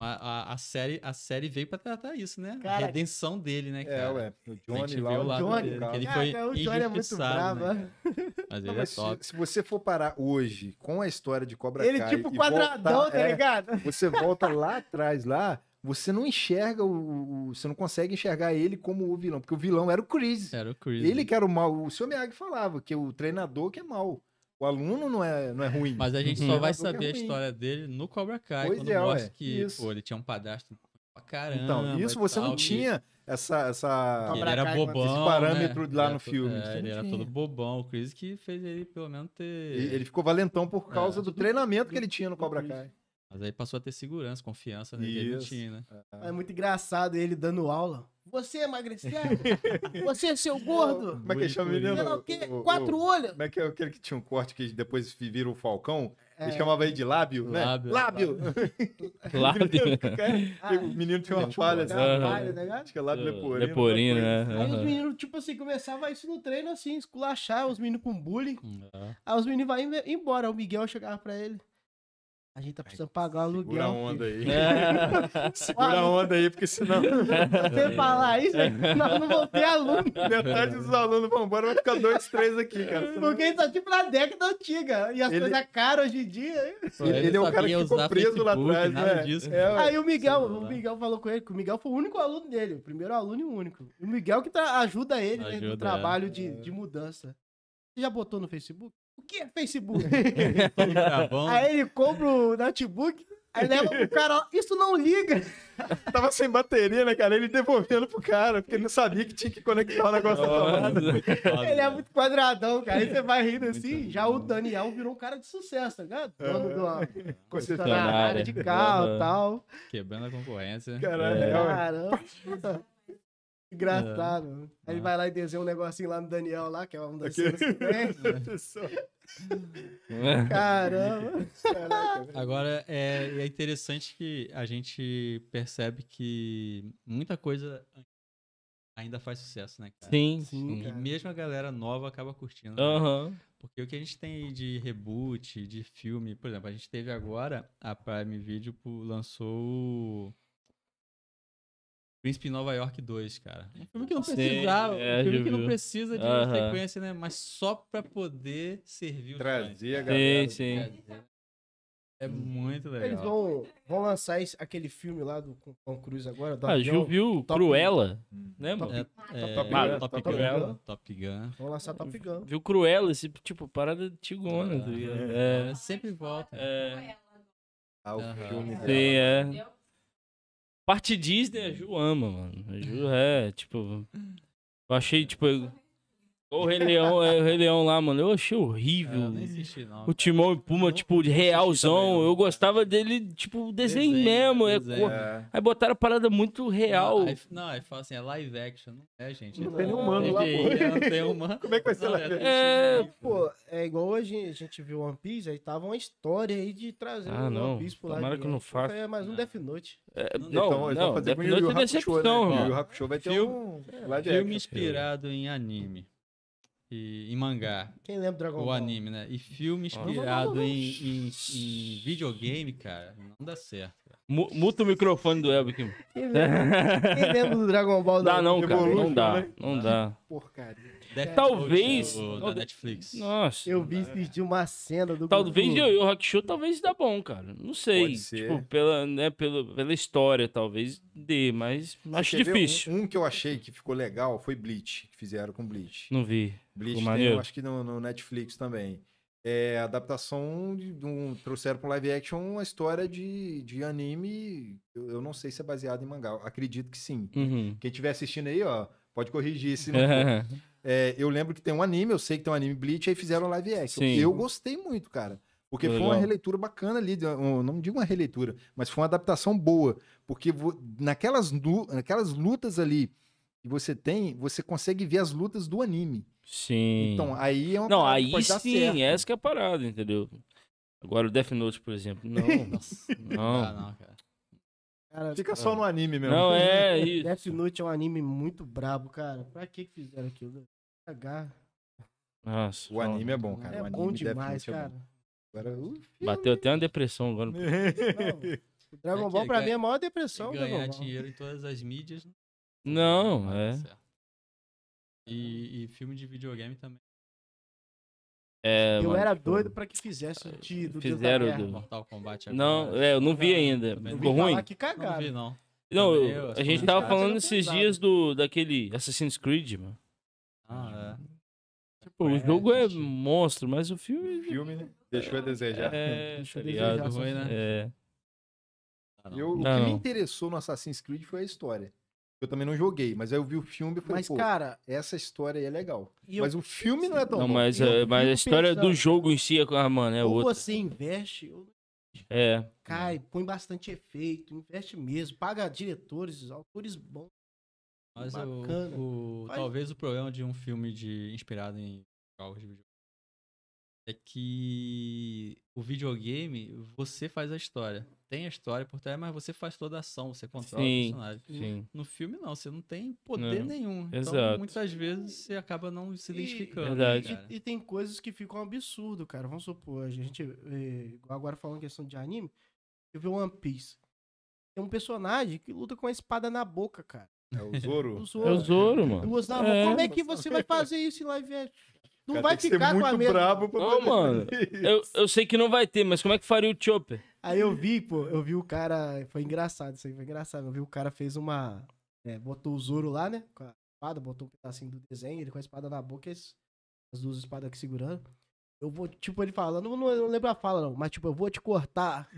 Speaker 4: A, a- a série, a série veio pra tratar isso, né?
Speaker 2: Cara,
Speaker 4: a redenção dele, né,
Speaker 3: É,
Speaker 4: cara?
Speaker 3: ué. O
Speaker 4: a
Speaker 3: Johnny
Speaker 4: gente
Speaker 3: lá.
Speaker 4: vê o
Speaker 3: o
Speaker 4: lado
Speaker 2: Johnny,
Speaker 4: dele,
Speaker 3: cara.
Speaker 4: que ele foi
Speaker 2: Caraca, o Johnny é muito
Speaker 4: injustiçado,
Speaker 2: bravo,
Speaker 4: né,
Speaker 2: né?
Speaker 4: cara? Mas
Speaker 3: Não,
Speaker 4: ele é
Speaker 3: mas se,
Speaker 4: top.
Speaker 3: se você for parar hoje com a história de Cobra
Speaker 2: Ele
Speaker 3: Kai.
Speaker 2: tipo
Speaker 3: e
Speaker 2: quadradão,
Speaker 3: voltar-
Speaker 2: tá
Speaker 3: é,
Speaker 2: ligado?
Speaker 3: Você volta lá atrás, lá, você não enxerga o, o- Você não consegue enxergar ele como o vilão, porque o vilão era o Chris.
Speaker 4: Era o Chris.
Speaker 3: Ele
Speaker 4: né?
Speaker 3: que era o mal. O seu Miyagi falava que o treinador que é mal. O aluno não é, não é ruim.
Speaker 4: Mas
Speaker 3: <laughs>
Speaker 4: a gente
Speaker 1: Uhum.
Speaker 4: só vai
Speaker 3: Jogador que é
Speaker 4: saber a
Speaker 3: ruim.
Speaker 4: história dele no Cobra Kai,
Speaker 3: Pois
Speaker 4: quando
Speaker 3: é,
Speaker 4: mostra
Speaker 3: ué,
Speaker 4: que,
Speaker 3: isso.
Speaker 4: pô, ele tinha um padastro pra caramba.
Speaker 3: então, isso
Speaker 4: e
Speaker 3: você não
Speaker 4: tal,
Speaker 3: tinha essa. essa...
Speaker 4: E, e ele
Speaker 2: Cobra
Speaker 4: era
Speaker 2: Kai,
Speaker 4: bobão.
Speaker 3: esse
Speaker 4: né?
Speaker 3: parâmetro lá
Speaker 4: Ele
Speaker 3: no
Speaker 4: era to-
Speaker 3: filme, isso
Speaker 4: É, ele
Speaker 3: não
Speaker 4: era
Speaker 3: tinha.
Speaker 4: todo bobão. O Chris que fez ele, pelo menos, ter.
Speaker 3: Ele ele ficou valentão por causa
Speaker 4: É.
Speaker 3: do treinamento que ele tinha no Cobra Kai.
Speaker 4: Mas aí passou a ter segurança, confiança nele. que Ele não
Speaker 3: Isso.
Speaker 4: tinha, né?
Speaker 3: Ah.
Speaker 2: É muito engraçado ele dando aula. Você emagreceu?
Speaker 3: <laughs>
Speaker 2: Você, seu gordo?
Speaker 3: Como é que ele chama o menino?
Speaker 2: Sei lá o quê?
Speaker 3: O- o-
Speaker 2: Quatro olhos?
Speaker 3: Como é que é aquele que tinha um corte que depois vira o Falcão?
Speaker 2: É,
Speaker 3: Ele chamava ele de lábio, né?
Speaker 4: Lábio,
Speaker 3: Lábio! <laughs> Ah,
Speaker 1: Lá <laughs> dentro.
Speaker 3: Cara, O menino tinha
Speaker 4: Tipo,
Speaker 3: uma
Speaker 4: é,
Speaker 3: falha assim.
Speaker 1: Aham.
Speaker 2: Trabalho, tá ligado?
Speaker 3: Acho que é lábio leporino.
Speaker 1: Leporino,
Speaker 3: alguma
Speaker 1: né?
Speaker 2: Aí os
Speaker 1: Aham.
Speaker 2: meninos, tipo assim, começava isso no treino, assim, esculachar os meninos com bullying.
Speaker 1: Hum.
Speaker 4: É.
Speaker 2: Aí os meninos vão em- embora. O Miguel chegava pra ele. A gente tá precisando pagar o aluguel.
Speaker 3: coisa. Segura a onda aí. Segura a
Speaker 2: Aluno,
Speaker 3: onda aí, porque senão <laughs>
Speaker 2: você
Speaker 3: né?
Speaker 2: falar isso, nós não vamos ter aluno.
Speaker 3: metade dos alunos vão embora, vai ficar dois, três aqui, cara.
Speaker 2: Porque isso é tipo na década antiga. E as
Speaker 3: Ele-
Speaker 2: coisas caras hoje em dia.
Speaker 4: Pô,
Speaker 3: Ele- ele é o
Speaker 4: não
Speaker 3: cara que
Speaker 4: sabia
Speaker 3: ficou
Speaker 4: usar
Speaker 3: preso lá
Speaker 4: Facebook,
Speaker 3: atrás,
Speaker 4: nada
Speaker 3: né?
Speaker 4: disso.
Speaker 3: É, ué.
Speaker 2: Aí o Miguel,
Speaker 4: Sei lá.
Speaker 2: o Miguel falou com ele que o Miguel foi o único aluno dele, o primeiro aluno e o único. E O Miguel que tá- ajuda ele né,
Speaker 4: Ajuda,
Speaker 2: no trabalho de, de mudança. Você já botou no Facebook? O que é Facebook?
Speaker 4: né? Todo bravão.
Speaker 2: aí ele compra o notebook, aí leva pro cara, ó, isso não liga.
Speaker 3: Tava sem bateria, né, cara? Ele devolvendo pro cara, porque ele não sabia que tinha que conectar o negócio da tomada.
Speaker 2: <laughs>
Speaker 4: Foda,
Speaker 2: Ele é
Speaker 4: né?
Speaker 2: muito quadradão, cara. Aí você vai rindo
Speaker 4: Muito
Speaker 2: assim,
Speaker 4: bom.
Speaker 2: já o Daniel virou um cara de sucesso, tá ligado? Dono de uma
Speaker 3: Concessionária.
Speaker 2: concessionária de carro e
Speaker 1: Aham.
Speaker 2: tal.
Speaker 4: Quebrando a concorrência.
Speaker 3: Caralho, é, ué.
Speaker 2: Caramba. Engraçado. Aí ele vai lá e desenha um negocinho lá no Daniel lá, que é uma das cenas que tem. Caramba.
Speaker 4: Agora, é, e é interessante que a gente percebe que muita coisa ainda faz sucesso, né, cara?
Speaker 1: Sim,
Speaker 2: Sim,
Speaker 1: sim.
Speaker 4: E
Speaker 2: cara.
Speaker 4: mesmo a galera nova acaba curtindo. né?
Speaker 1: É. <laughs> Aham.
Speaker 4: Porque o que a gente tem de reboot, de filme, por exemplo, a gente teve agora, a Prime Video pu- lançou o Príncipe em Nova York 2, cara. Um filme que não
Speaker 1: Sim,
Speaker 4: precisava,
Speaker 1: é,
Speaker 4: um filme
Speaker 1: já
Speaker 4: que não
Speaker 1: viu.
Speaker 4: precisa de
Speaker 1: Aham.
Speaker 4: sequência, né? Mas só pra poder servir o fãs,
Speaker 3: Trazia,
Speaker 4: cara.
Speaker 3: galera.
Speaker 1: sim.
Speaker 4: É muito legal.
Speaker 2: Eles vão, vão lançar esse- aquele filme lá do com Tom Cruise agora. Do
Speaker 1: Ah,
Speaker 2: avião.
Speaker 1: Gil viu
Speaker 2: Tá Top- Tá
Speaker 1: Cruella,
Speaker 3: Hum.
Speaker 1: né, mano?
Speaker 4: É, é,
Speaker 3: Top
Speaker 1: Gun,
Speaker 4: Top,
Speaker 3: Top
Speaker 4: Gun,
Speaker 2: Gun.
Speaker 4: Top Gun.
Speaker 2: Vão lançar Top Gun.
Speaker 1: Viu Cruella, esse tipo, parada tigona, tá ligado? É.
Speaker 4: É, sempre volta.
Speaker 1: É.
Speaker 3: Ah, o
Speaker 4: Aham.
Speaker 3: filme
Speaker 1: Sim,
Speaker 3: dela.
Speaker 1: é. Parte Disney, a Ju ama, mano. A Ju é, tipo. Eu achei, tipo. eu- O Rei Leão, é, o Rei Leão lá, mano, eu achei
Speaker 4: É, eu
Speaker 1: horrível.
Speaker 4: nem assisti, não.
Speaker 1: o Timão e Puma, tipo, de
Speaker 4: também,
Speaker 1: realzão.
Speaker 4: não.
Speaker 1: Eu gostava dele, tipo, desenho,
Speaker 4: Desenho,
Speaker 1: mesmo. é
Speaker 4: desenho.
Speaker 1: cor- Aí botaram a parada muito real.
Speaker 4: Aí- Não, aí fala assim, é live action. Não é, gente.
Speaker 3: Não
Speaker 4: é
Speaker 3: tem
Speaker 4: live
Speaker 3: nem humano lá,
Speaker 4: action.
Speaker 3: pô.
Speaker 4: Não tem humano.
Speaker 3: <laughs> Como é que vai ser
Speaker 4: Não,
Speaker 3: live action?
Speaker 1: É,
Speaker 2: Pô, é igual hoje a gente viu One Piece, aí tava uma história aí de trazer
Speaker 1: Ah, não.
Speaker 2: One Piece pro lado.
Speaker 1: Tomara que eu não faça. Ah.
Speaker 2: É mais um Death Note.
Speaker 1: é, não,
Speaker 4: Não,
Speaker 3: eles vão
Speaker 1: não,
Speaker 3: então, fazer
Speaker 1: Death
Speaker 3: com
Speaker 1: Note é
Speaker 3: o Yu Yu Hakusho, né?
Speaker 1: decepção,
Speaker 3: Yu
Speaker 1: irmão.
Speaker 3: Yu Hakusho vai ter
Speaker 4: Filme-
Speaker 3: um
Speaker 2: Então,
Speaker 3: live
Speaker 4: Filme
Speaker 3: action.
Speaker 4: inspirado em anime. E em mangá.
Speaker 2: Quem lembra do Dragon
Speaker 4: Ou
Speaker 2: Ball?
Speaker 4: anime, né? E filme inspirado em, em- em videogame, cara, não dá certo.
Speaker 1: Mu- Muta o microfone do Elber aqui. mano.
Speaker 2: Quem
Speaker 1: <laughs>
Speaker 2: lembra, quem lembra do Dragon Ball?
Speaker 1: Dá não, cara. Não
Speaker 3: Evolution,
Speaker 1: dá.
Speaker 3: né?
Speaker 1: Não dá.
Speaker 3: Porcaria.
Speaker 4: Death
Speaker 1: Talvez-
Speaker 4: Note, né, o- Da
Speaker 1: talvez-
Speaker 4: Netflix.
Speaker 1: Nossa.
Speaker 2: Eu vi esse dia uma cena do
Speaker 1: Talvez
Speaker 2: Goku.
Speaker 1: Yo Yo Hakusho talvez dá bom, cara. Não sei.
Speaker 3: Uhum. Pode ser.
Speaker 1: Tipo, pela, né, pela, pela história, talvez dê, mas acho
Speaker 3: Quer ver
Speaker 1: difícil.
Speaker 3: Um, um que eu achei que ficou legal foi Bleach, que fizeram com Bleach.
Speaker 1: Não vi. Ficou
Speaker 3: Bleach tem,
Speaker 1: maneiro.
Speaker 3: eu acho que no, no Netflix também. É adaptação de, de um. Trouxeram para live action uma história de, de anime. Eu, eu não sei se é baseado em mangá. eu Acredito que sim.
Speaker 1: Uhum.
Speaker 3: Quem estiver assistindo aí, ó, pode corrigir se não
Speaker 1: <laughs>
Speaker 3: for. É, eu lembro que tem um anime, eu sei que tem um anime Bleach, aí fizeram live action.
Speaker 1: Sim.
Speaker 3: Eu gostei muito, cara. Porque
Speaker 1: Foi
Speaker 3: foi uma
Speaker 1: legal.
Speaker 3: releitura bacana ali, de- um- não digo uma releitura, mas foi uma adaptação boa. Porque vo- naquelas, lu- naquelas lutas ali que você tem, você consegue ver as lutas do anime.
Speaker 1: Sim.
Speaker 3: Então, aí é uma
Speaker 1: não,
Speaker 3: parada que
Speaker 1: aí
Speaker 3: pode dar certo.
Speaker 1: sim, essa que é a parada, entendeu? Agora o Death Note, por exemplo. Não,
Speaker 3: <laughs>
Speaker 4: Nossa,
Speaker 1: Não.
Speaker 4: não
Speaker 3: Ah,
Speaker 4: dá Ah, não, cara.
Speaker 2: Cara,
Speaker 3: Fica só no anime mesmo.
Speaker 1: é não é isso.
Speaker 2: Death Note é um anime muito brabo, cara. Pra que que fizeram aquilo? Cagar.
Speaker 1: Nossa,
Speaker 3: O anime é bom,
Speaker 2: É,
Speaker 3: cara. o anime
Speaker 2: bom
Speaker 3: Death
Speaker 2: demais,
Speaker 3: Note é bom. <laughs>
Speaker 2: cara.
Speaker 3: Agora, uh,
Speaker 1: bateu até uma depressão agora.
Speaker 2: Não, o Dragon
Speaker 4: É que
Speaker 2: Ball pra
Speaker 4: ganha-
Speaker 2: mim é a maior
Speaker 4: Se
Speaker 3: um
Speaker 2: depressão. Dragon
Speaker 4: ganhar
Speaker 2: Ball.
Speaker 4: dinheiro em todas as mídias.
Speaker 1: Não,
Speaker 4: vai dar
Speaker 1: é.
Speaker 4: certo. E, e filme de videogame também.
Speaker 1: É,
Speaker 2: Eu
Speaker 1: mano,
Speaker 2: era
Speaker 1: tipo,
Speaker 2: doido pra que fizesse o de, do Deus da
Speaker 1: fizeram
Speaker 2: Guerra.
Speaker 1: do-
Speaker 2: mano.
Speaker 4: Mortal Kombat agora.
Speaker 1: Não, é, eu não vi ainda.
Speaker 4: Também
Speaker 2: Eu
Speaker 1: Ficou
Speaker 2: vi falar
Speaker 1: ruim?
Speaker 2: Que
Speaker 4: Não
Speaker 2: cagaram.
Speaker 4: vi, não.
Speaker 1: Não, eu-
Speaker 4: também, eu
Speaker 1: a
Speaker 4: acho
Speaker 1: gente
Speaker 4: que
Speaker 1: tava
Speaker 2: os caras
Speaker 1: falando
Speaker 2: eram
Speaker 1: esses
Speaker 2: pesados.
Speaker 1: dias do daquele Assassin's Creed, mano.
Speaker 4: Ah, é.
Speaker 1: Pô, o
Speaker 4: É,
Speaker 1: jogo é
Speaker 4: gente.
Speaker 1: monstro, mas o filme
Speaker 3: filme, né? Deixou a desejar.
Speaker 1: é,
Speaker 2: Deixa eu
Speaker 1: tá
Speaker 2: desejar
Speaker 1: ligado?
Speaker 2: só- assim.
Speaker 4: Ruim, né?
Speaker 1: É.
Speaker 4: Ah, não.
Speaker 3: Eu, o
Speaker 1: Não.
Speaker 3: que me interessou no Assassin's Creed foi a história. Eu também não joguei, mas aí eu vi o filme e falei,
Speaker 2: Mas,
Speaker 3: pô,
Speaker 2: cara,
Speaker 3: essa história aí é legal.
Speaker 2: e eu,
Speaker 3: Mas o filme não é tão
Speaker 1: Não,
Speaker 3: bom.
Speaker 1: mas,
Speaker 2: eu
Speaker 1: é, mas a
Speaker 2: fico
Speaker 4: um
Speaker 1: história do
Speaker 2: pensando-
Speaker 1: jogo em si é, ah, mano, é
Speaker 2: ou
Speaker 1: outra.
Speaker 2: você assim, investe, ou
Speaker 1: É.
Speaker 2: cai, põe bastante efeito, investe mesmo, paga diretores, autores bons.
Speaker 4: Mas o-
Speaker 2: Bacana.
Speaker 4: o,
Speaker 2: Faz-
Speaker 4: talvez o problema de um filme de, inspirado em jogos de videogame é que o videogame, você faz a história. Tem a história por trás, mas você faz toda a ação, você controla
Speaker 1: Sim.
Speaker 4: o personagem.
Speaker 1: Sim.
Speaker 4: No filme, não, você não tem poder
Speaker 1: Não.
Speaker 4: nenhum. Então,
Speaker 1: Exato. é
Speaker 4: muitas vezes você acaba não se
Speaker 2: E-
Speaker 4: identificando. né,
Speaker 1: Verdade.
Speaker 4: cara?
Speaker 2: E, e tem coisas que ficam um absurdo, cara. Vamos supor, a gente eh, agora falando em questão de anime, eu vi One Piece. Tem um personagem que luta com a espada na boca, cara.
Speaker 3: É o Zoro.
Speaker 2: O
Speaker 1: É o
Speaker 2: Zoro.
Speaker 1: Zoro, mano.
Speaker 2: Duas na
Speaker 1: É.
Speaker 2: mão. Como é que você vai fazer isso em live action? Não
Speaker 3: Cara,
Speaker 2: vai
Speaker 3: tem que ser
Speaker 2: ficar com a
Speaker 3: muito
Speaker 2: mesma.
Speaker 3: brabo pra
Speaker 1: Não,
Speaker 3: poder-
Speaker 1: mano. Eu, eu sei que não vai ter, mas como é que faria o Chopper?
Speaker 2: Aí eu vi, pô, eu vi o cara. Foi engraçado isso aí, foi engraçado. Eu vi o cara fez uma. é, botou o Zoro lá, né? Com a espada, botou um pedacinho do desenho, ele com a espada na boca, esse- as duas espadas aqui segurando. Eu vou, tipo, ele falando, eu não, eu não lembro a fala, não, mas tipo, eu vou te cortar.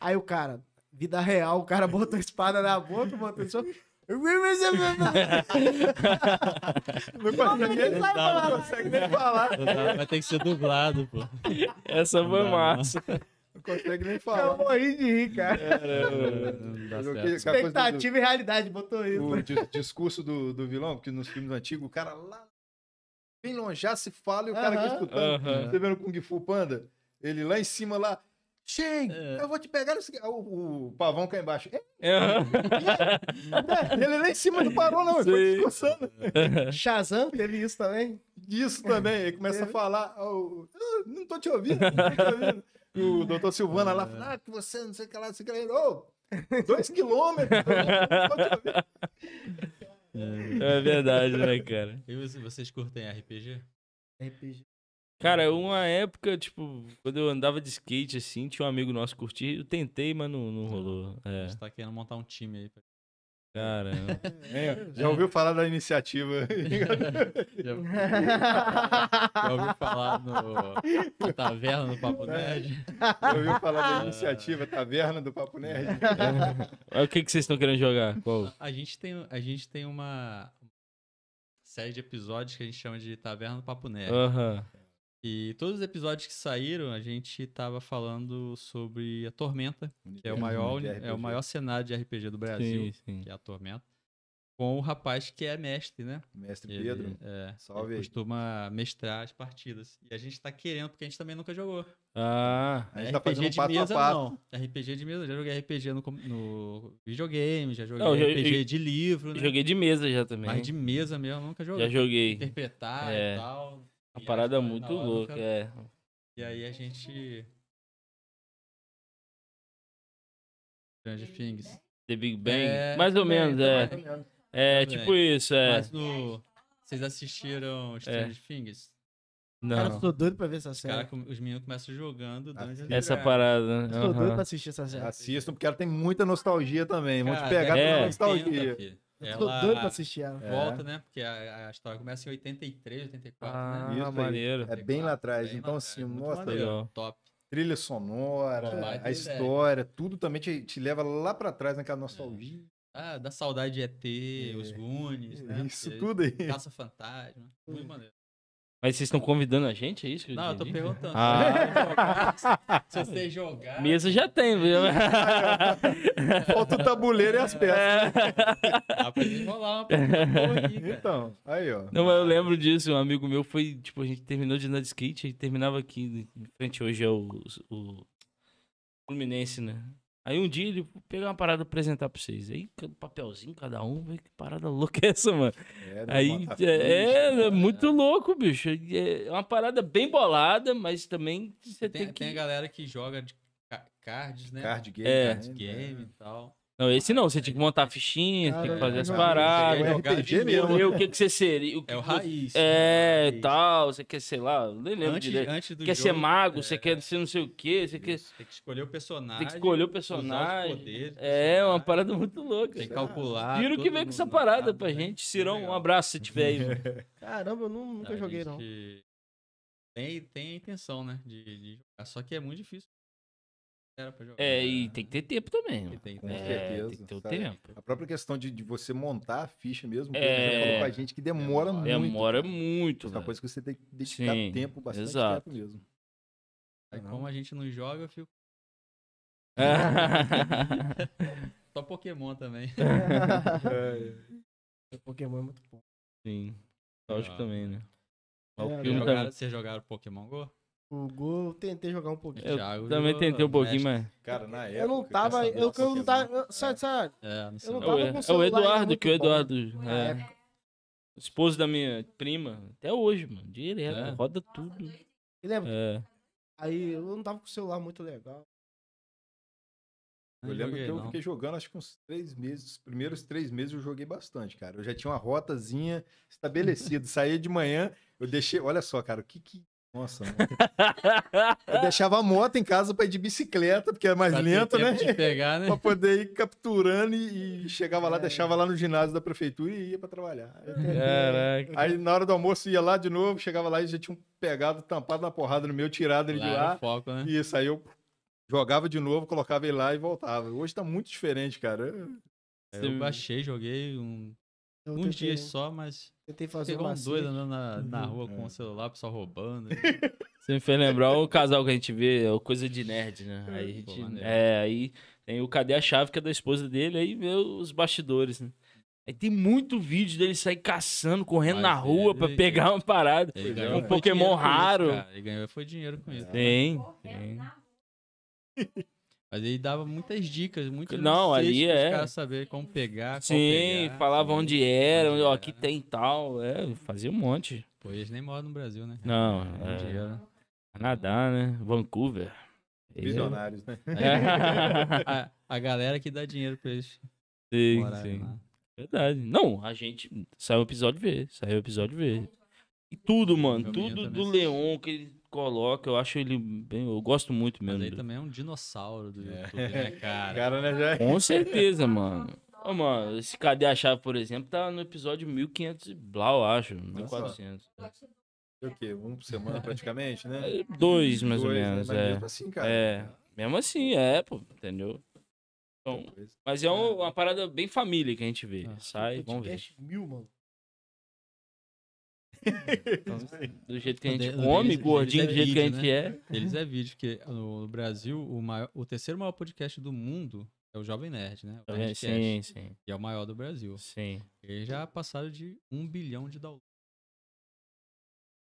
Speaker 2: Aí o cara, vida real, o cara botou a espada na boca, botou só. é
Speaker 3: Não consegue nem- não consegue nem falar.
Speaker 4: <laughs> Não dá, Vai ter que ser dublado, pô.
Speaker 1: Essa
Speaker 4: Não
Speaker 1: foi
Speaker 4: dá, né? não. <laughs>
Speaker 1: massa.
Speaker 3: <laughs> Não consegue nem
Speaker 2: Eu
Speaker 3: falar.
Speaker 2: morri de rir, cara.
Speaker 1: É. Caramba.
Speaker 4: Não dá
Speaker 3: Mas o que-
Speaker 4: certo.
Speaker 3: que a É, coisa do-
Speaker 2: Expectativa e realidade, botou isso.
Speaker 3: o dis- discurso do, do vilão, porque nos filmes antigos o cara lá bem longe já se fala e o cara aqui
Speaker 2: Aham.
Speaker 3: escutando.
Speaker 1: Aham. <laughs>
Speaker 3: Você vendo o Kung Fu Panda? Ele lá em cima lá. Shen,
Speaker 4: É.
Speaker 3: eu vou te pegar. não sei o quê." O, o pavão cá embaixo. "É, ele lá em cima não parou, não. Ele foi
Speaker 1: Sim.
Speaker 3: discursando. Uhum.
Speaker 2: Shazam teve isso também.
Speaker 3: Isso também. Ele começa a falar. "Oh, ah, não tô te ouvindo, não tô te ouvindo. E O doutor Silvana lá fala, ah, que você não sei o que lá, não sei o que lá. Ele, "Ô, dois quilômetros. eu não tô te ouvindo."
Speaker 1: É verdade, né, cara?
Speaker 4: E vocês- vocês curtem RPG?
Speaker 2: RPG.
Speaker 1: Cara, uma época, tipo, quando eu andava de skate assim, tinha um amigo nosso que curtia, eu tentei, mas não, não rolou.
Speaker 4: A
Speaker 1: É,
Speaker 4: gente tá querendo montar um time <laughs> aí. pra-
Speaker 1: cara.
Speaker 4: <laughs>
Speaker 3: É, já ouviu falar da iniciativa? <laughs>
Speaker 4: Já, já ouviu falar no na Taverna do Papo Nerd?
Speaker 3: Já ouviu falar da iniciativa Taverna do Papo Nerd?
Speaker 1: É. Mas O que, que vocês estão querendo jogar? Qual?
Speaker 4: A gente tem, a gente tem uma série de episódios que a gente chama de Taverna do Papo Nerd.
Speaker 1: Aham.
Speaker 4: E todos os episódios que saíram, a gente tava falando sobre a Tormenta, que é o maior,
Speaker 3: de
Speaker 4: é o
Speaker 3: RPG.
Speaker 4: maior cenário de RPG do Brasil,
Speaker 1: Sim, sim.
Speaker 4: que é a Tormenta, com o rapaz que é mestre, né?
Speaker 3: Mestre
Speaker 4: Ele-
Speaker 3: Pedro,
Speaker 4: é,
Speaker 3: salve
Speaker 4: ele
Speaker 3: aí.
Speaker 4: costuma mestrar as partidas. E a gente tá querendo, porque a gente também nunca jogou.
Speaker 1: Ah,
Speaker 3: a gente tá fazendo um
Speaker 4: de
Speaker 3: pato
Speaker 4: mesa,
Speaker 3: a pato.
Speaker 4: não. RPG de mesa, já joguei RPG no, com- no videogame, já joguei
Speaker 1: Não, eu-
Speaker 4: RPG
Speaker 1: eu-
Speaker 4: de livro, né?
Speaker 1: joguei de mesa já também.
Speaker 4: Mas de mesa mesmo, eu nunca joguei.
Speaker 1: Já joguei.
Speaker 4: Interpretar
Speaker 1: É.
Speaker 4: e tal.
Speaker 1: Uma
Speaker 4: E
Speaker 1: parada
Speaker 4: aí, na
Speaker 1: muito
Speaker 4: hora, eu
Speaker 1: louca,
Speaker 4: nunca-
Speaker 1: é.
Speaker 4: E aí a gente. Strange Things.
Speaker 1: The Big Bang.
Speaker 4: É,
Speaker 1: mais ou
Speaker 4: também,
Speaker 1: menos,
Speaker 4: também.
Speaker 1: é. É,
Speaker 4: Também.
Speaker 1: tipo isso, é.
Speaker 4: Mas no. Vocês assistiram Strange Things?
Speaker 2: Cara,
Speaker 1: Não.
Speaker 2: eu tô doido pra ver essa
Speaker 4: Os, cara,
Speaker 2: série.
Speaker 4: os meninos começam jogando Dungeons and
Speaker 1: Essa
Speaker 4: Dragons.
Speaker 1: parada. né?
Speaker 2: Eu tô doido
Speaker 1: aham.
Speaker 2: pra assistir essa série.
Speaker 3: Assistam, porque ela tem muita nostalgia também. Vão te
Speaker 4: Cara,
Speaker 3: pegar
Speaker 4: década
Speaker 1: é.
Speaker 3: pela
Speaker 4: de 80,
Speaker 3: nostalgia.
Speaker 4: filho.
Speaker 2: Eu tô doido pra
Speaker 4: Ela
Speaker 2: assistir ela.
Speaker 3: É.
Speaker 4: volta, né? Porque a, a história começa em 83, 84,
Speaker 1: Ah,
Speaker 4: né?
Speaker 3: Isso aí.
Speaker 1: maneiro.
Speaker 3: É bem lá atrás.
Speaker 4: Bem
Speaker 3: então,
Speaker 4: lá
Speaker 3: assim,
Speaker 4: atrás, muito
Speaker 3: nossa,
Speaker 4: maneiro,
Speaker 1: legal.
Speaker 4: Top.
Speaker 3: trilha
Speaker 4: Uma
Speaker 3: sonora,
Speaker 4: baita
Speaker 3: a história, tudo também te, te leva lá pra trás naquela nostalgia.
Speaker 4: Ah, dá saudade de ET,
Speaker 3: É.
Speaker 4: os Goonies, né?
Speaker 3: Isso
Speaker 4: Porque
Speaker 3: tudo aí.
Speaker 4: Caça fantasma. Muito maneiro.
Speaker 1: Mas vocês estão convidando a gente, é isso que eu
Speaker 4: Não, eu tô
Speaker 1: entendi?
Speaker 4: perguntando.
Speaker 1: Ah.
Speaker 4: Se vocês jogarem.
Speaker 1: Mesa já tem, viu? <laughs>
Speaker 3: <laughs> Falta o tabuleiro e as peças.
Speaker 1: É.
Speaker 4: Dá pra desenrolar uma pergunta boa aqui, cara.
Speaker 3: Então, aí, ó.
Speaker 1: Não, mas eu lembro disso. Um amigo meu foi, tipo, a gente terminou de andar de skate, aí terminava aqui em frente hoje é o, o Fluminense, né? Aí um dia ele "Vou pegar uma parada pra apresentar pra vocês. Aí, cada papelzinho, cada um, velho, que parada louca é essa, mano?
Speaker 3: É, dá pra
Speaker 1: Aí
Speaker 3: botar
Speaker 1: é,
Speaker 3: ficha.
Speaker 1: é muito louco, bicho. É uma parada bem bolada, mas também você tem,
Speaker 4: Tem,
Speaker 1: que.
Speaker 4: tem a galera que joga de ca- cards, né?
Speaker 3: Card game.
Speaker 1: É.
Speaker 3: né?
Speaker 4: Card game e tal.
Speaker 1: Não, esse não, você tinha que montar a fichinha, você tinha que
Speaker 2: Caramba,
Speaker 1: fazer as
Speaker 2: cara.
Speaker 1: paradas,
Speaker 3: É
Speaker 4: Jogar de
Speaker 3: RPG
Speaker 4: mesa.
Speaker 3: mesmo.
Speaker 1: ver o que, que você seria. O que
Speaker 4: é É o
Speaker 1: que você-
Speaker 4: raiz.
Speaker 1: É,
Speaker 4: né?
Speaker 1: tal, você quer, sei lá, eu nem lembro
Speaker 4: Antes,
Speaker 1: direito.
Speaker 4: antes do
Speaker 1: Quer ser
Speaker 4: jogo,
Speaker 1: mago,
Speaker 4: é,
Speaker 1: você quer ser não sei o quê, você quer.
Speaker 4: isso. Tem que escolher o personagem.
Speaker 1: Tem que escolher o
Speaker 4: usar os
Speaker 1: personagem.
Speaker 4: poderes do
Speaker 1: É, uma
Speaker 4: personagem,
Speaker 1: parada muito louca. assim.
Speaker 4: Tem que calcular.
Speaker 1: Tiro que
Speaker 4: tudo
Speaker 1: vem com
Speaker 4: no-
Speaker 1: essa
Speaker 4: no
Speaker 1: parada
Speaker 4: dado,
Speaker 1: pra
Speaker 4: né?
Speaker 1: gente. Cirão, um
Speaker 4: Legal.
Speaker 1: abraço se tiver aí. mano.
Speaker 2: Caramba, eu nu- nunca
Speaker 4: A
Speaker 2: joguei, não.
Speaker 4: gente Tem, tem a intenção, né? De, de jogar. Só que é muito difícil. Era pra jogar.
Speaker 1: É, e tem que ter tempo também.
Speaker 4: E
Speaker 1: mano.
Speaker 4: tem-
Speaker 3: Com
Speaker 4: tem-
Speaker 1: É,
Speaker 3: certeza,
Speaker 1: tem que ter o
Speaker 3: sabe?
Speaker 1: tempo.
Speaker 3: A própria questão de, de você montar a ficha mesmo, que
Speaker 1: É.
Speaker 3: já falou com a gente que demora muito.
Speaker 1: Demora
Speaker 3: cara.
Speaker 1: É, muito,
Speaker 3: É uma
Speaker 1: velho.
Speaker 3: coisa que você tem que dedicar
Speaker 1: Sim,
Speaker 3: tempo, bastante
Speaker 1: exato.
Speaker 3: tempo mesmo.
Speaker 4: Aí, como a gente não joga, eu fico. Só Pokémon também.
Speaker 2: Pokémon é muito bom.
Speaker 1: Sim. <laughs> Lógico
Speaker 4: Legal.
Speaker 1: também, né?
Speaker 2: É,
Speaker 1: Mas o
Speaker 2: eu
Speaker 1: filme também.
Speaker 2: jogava-
Speaker 4: Jogaram, Ah. vocês jogaram Pokémon Go?
Speaker 2: O Gol, eu tentei jogar um pouquinho.
Speaker 1: Eu
Speaker 4: Thiago
Speaker 1: também
Speaker 4: jogou
Speaker 1: tentei um pouquinho,
Speaker 4: Mestre.
Speaker 1: mas.
Speaker 3: Cara, na época.
Speaker 2: Eu não tava. Eu, eu não tava. eu- Sabe, sabe?
Speaker 4: É, não sei.
Speaker 2: Eu
Speaker 1: É
Speaker 2: não tava
Speaker 1: o,
Speaker 2: com
Speaker 1: é o
Speaker 2: celular, era
Speaker 1: Eduardo,
Speaker 2: muito
Speaker 1: que o
Speaker 2: bom.
Speaker 1: Eduardo.
Speaker 2: Na
Speaker 1: É,
Speaker 2: época,
Speaker 1: esposo da minha prima. Até hoje, mano. Direto.
Speaker 4: É?
Speaker 1: Roda tudo.
Speaker 2: E lembra?
Speaker 1: É.
Speaker 2: Aí eu não tava com o celular muito legal.
Speaker 3: Eu lembro que
Speaker 4: joguei,
Speaker 3: eu
Speaker 4: não.
Speaker 3: fiquei jogando, acho que uns três meses. Os primeiros três meses eu joguei bastante, cara. Eu já tinha uma rotazinha
Speaker 4: <laughs>
Speaker 3: estabelecida. Saía de manhã, eu deixei. Olha só, cara, o que que. Nossa, mano.
Speaker 4: <laughs>
Speaker 3: Eu deixava a moto em casa pra ir de bicicleta, porque era mais
Speaker 4: Pra ter
Speaker 3: lento,
Speaker 4: tempo
Speaker 3: né?
Speaker 4: de pegar,
Speaker 3: <laughs>
Speaker 4: né?
Speaker 3: pra poder ir capturando e, e chegava
Speaker 4: É.
Speaker 3: lá, deixava lá no ginásio da prefeitura e ia pra trabalhar.
Speaker 1: É.
Speaker 4: <laughs>
Speaker 1: Caraca.
Speaker 3: Aí na hora do almoço ia lá de novo, chegava lá e já tinha um pegado, tampado na porrada no meu, tirado ele
Speaker 4: Lá era o
Speaker 3: de lá.
Speaker 4: foco, né?
Speaker 3: E isso aí eu jogava de novo, colocava ele lá e voltava. Hoje tá muito diferente, cara. Eu-
Speaker 4: É, Eu baixei, joguei um,
Speaker 2: Eu
Speaker 4: uns
Speaker 2: tentei-
Speaker 4: dias só, mas
Speaker 2: Tentei fazer
Speaker 4: pegou
Speaker 2: uma
Speaker 4: um doido andando na, na
Speaker 3: Uhum.
Speaker 4: rua com
Speaker 3: É.
Speaker 4: o celular, o pessoal
Speaker 1: <laughs>
Speaker 4: roubando. né?
Speaker 1: Você me fez lembrar o casal que a gente vê, é o coisa de nerd, né? Aí a
Speaker 4: Pô,
Speaker 1: gente-
Speaker 4: maneiro.
Speaker 1: é, aí tem o Cadê a Chave, que é da esposa dele, aí vê os bastidores, né? Aí tem muito vídeo dele sair caçando, correndo
Speaker 4: Mas é,
Speaker 1: na
Speaker 4: né?
Speaker 1: rua
Speaker 4: ele-
Speaker 1: pra pegar uma parada.
Speaker 4: Ele
Speaker 3: Pois é,
Speaker 4: ganhou
Speaker 3: um
Speaker 4: foi
Speaker 1: Pokémon
Speaker 4: dinheiro com isso,
Speaker 1: raro.
Speaker 4: cara. Ele ganhou foi dinheiro com isso.
Speaker 1: Tem, tem.
Speaker 4: Mas ele dava muitas dicas, muitos
Speaker 1: Não,
Speaker 4: macetes
Speaker 1: ali
Speaker 4: pros
Speaker 1: é.
Speaker 4: caras saberem como pegar, qual
Speaker 1: Sim,
Speaker 4: pegar,
Speaker 1: falava
Speaker 4: sabe?
Speaker 1: onde era,
Speaker 4: onde
Speaker 1: ó,
Speaker 4: era.
Speaker 1: aqui tem tal. É, fazia um monte.
Speaker 4: Pô, eles nem moram no Brasil, né?
Speaker 1: Não,
Speaker 4: Onde
Speaker 1: é,
Speaker 4: era.
Speaker 1: Canadá, né? Vancouver.
Speaker 3: Visionários, né?
Speaker 1: É. <laughs>
Speaker 4: A, a galera que dá dinheiro pra eles
Speaker 1: sim,
Speaker 4: morarem
Speaker 1: sim.
Speaker 4: lá.
Speaker 1: Verdade. Não, a gente. Saiu o episódio V. Saiu o episódio V. E tudo, mano.
Speaker 4: Eu
Speaker 1: Tudo
Speaker 4: também
Speaker 1: do
Speaker 4: assisti.
Speaker 1: Leon que ele coloca. Eu acho ele bem. Eu gosto muito
Speaker 4: Mas
Speaker 1: mesmo.
Speaker 4: aí
Speaker 1: do-
Speaker 4: também é um dinossauro do
Speaker 1: É.
Speaker 4: YouTube,
Speaker 1: <laughs>
Speaker 4: né,
Speaker 3: O
Speaker 4: cara?
Speaker 3: cara, né, já.
Speaker 4: <laughs>
Speaker 1: Com certeza, mano. Ô, mano, esse Cadê a Chave, por exemplo, tá no episódio 1500 e blá, eu acho. 1400.
Speaker 3: O quê? Um por semana praticamente,
Speaker 1: <laughs> É,
Speaker 3: né?
Speaker 1: Dois, mais ou
Speaker 3: Dois, né?
Speaker 1: menos.
Speaker 3: Mas
Speaker 1: É.
Speaker 3: mesmo assim, cara.
Speaker 1: É. Mesmo assim, é, pô. Entendeu? Então, mas é um- uma parada bem família que a gente vê.
Speaker 4: É. Ah,
Speaker 1: Sai, vamos ver.
Speaker 2: Podcast mil, mano.
Speaker 1: Então,
Speaker 3: <laughs>
Speaker 1: Do jeito que a
Speaker 4: Não,
Speaker 1: gente
Speaker 4: de- não,
Speaker 1: come,
Speaker 4: deles-
Speaker 1: gordinho do
Speaker 4: deles é
Speaker 1: jeito que a gente
Speaker 4: vídeo,
Speaker 1: é.
Speaker 4: Eles é vídeo, porque no no Brasil, o, maior- o terceiro maior podcast do mundo é o Jovem Nerd, né? O
Speaker 1: É,
Speaker 4: Nerdcast,
Speaker 1: Sim, sim,
Speaker 4: E é o maior do Brasil.
Speaker 1: sim.
Speaker 4: Eles já passaram de um bilhão de downloads.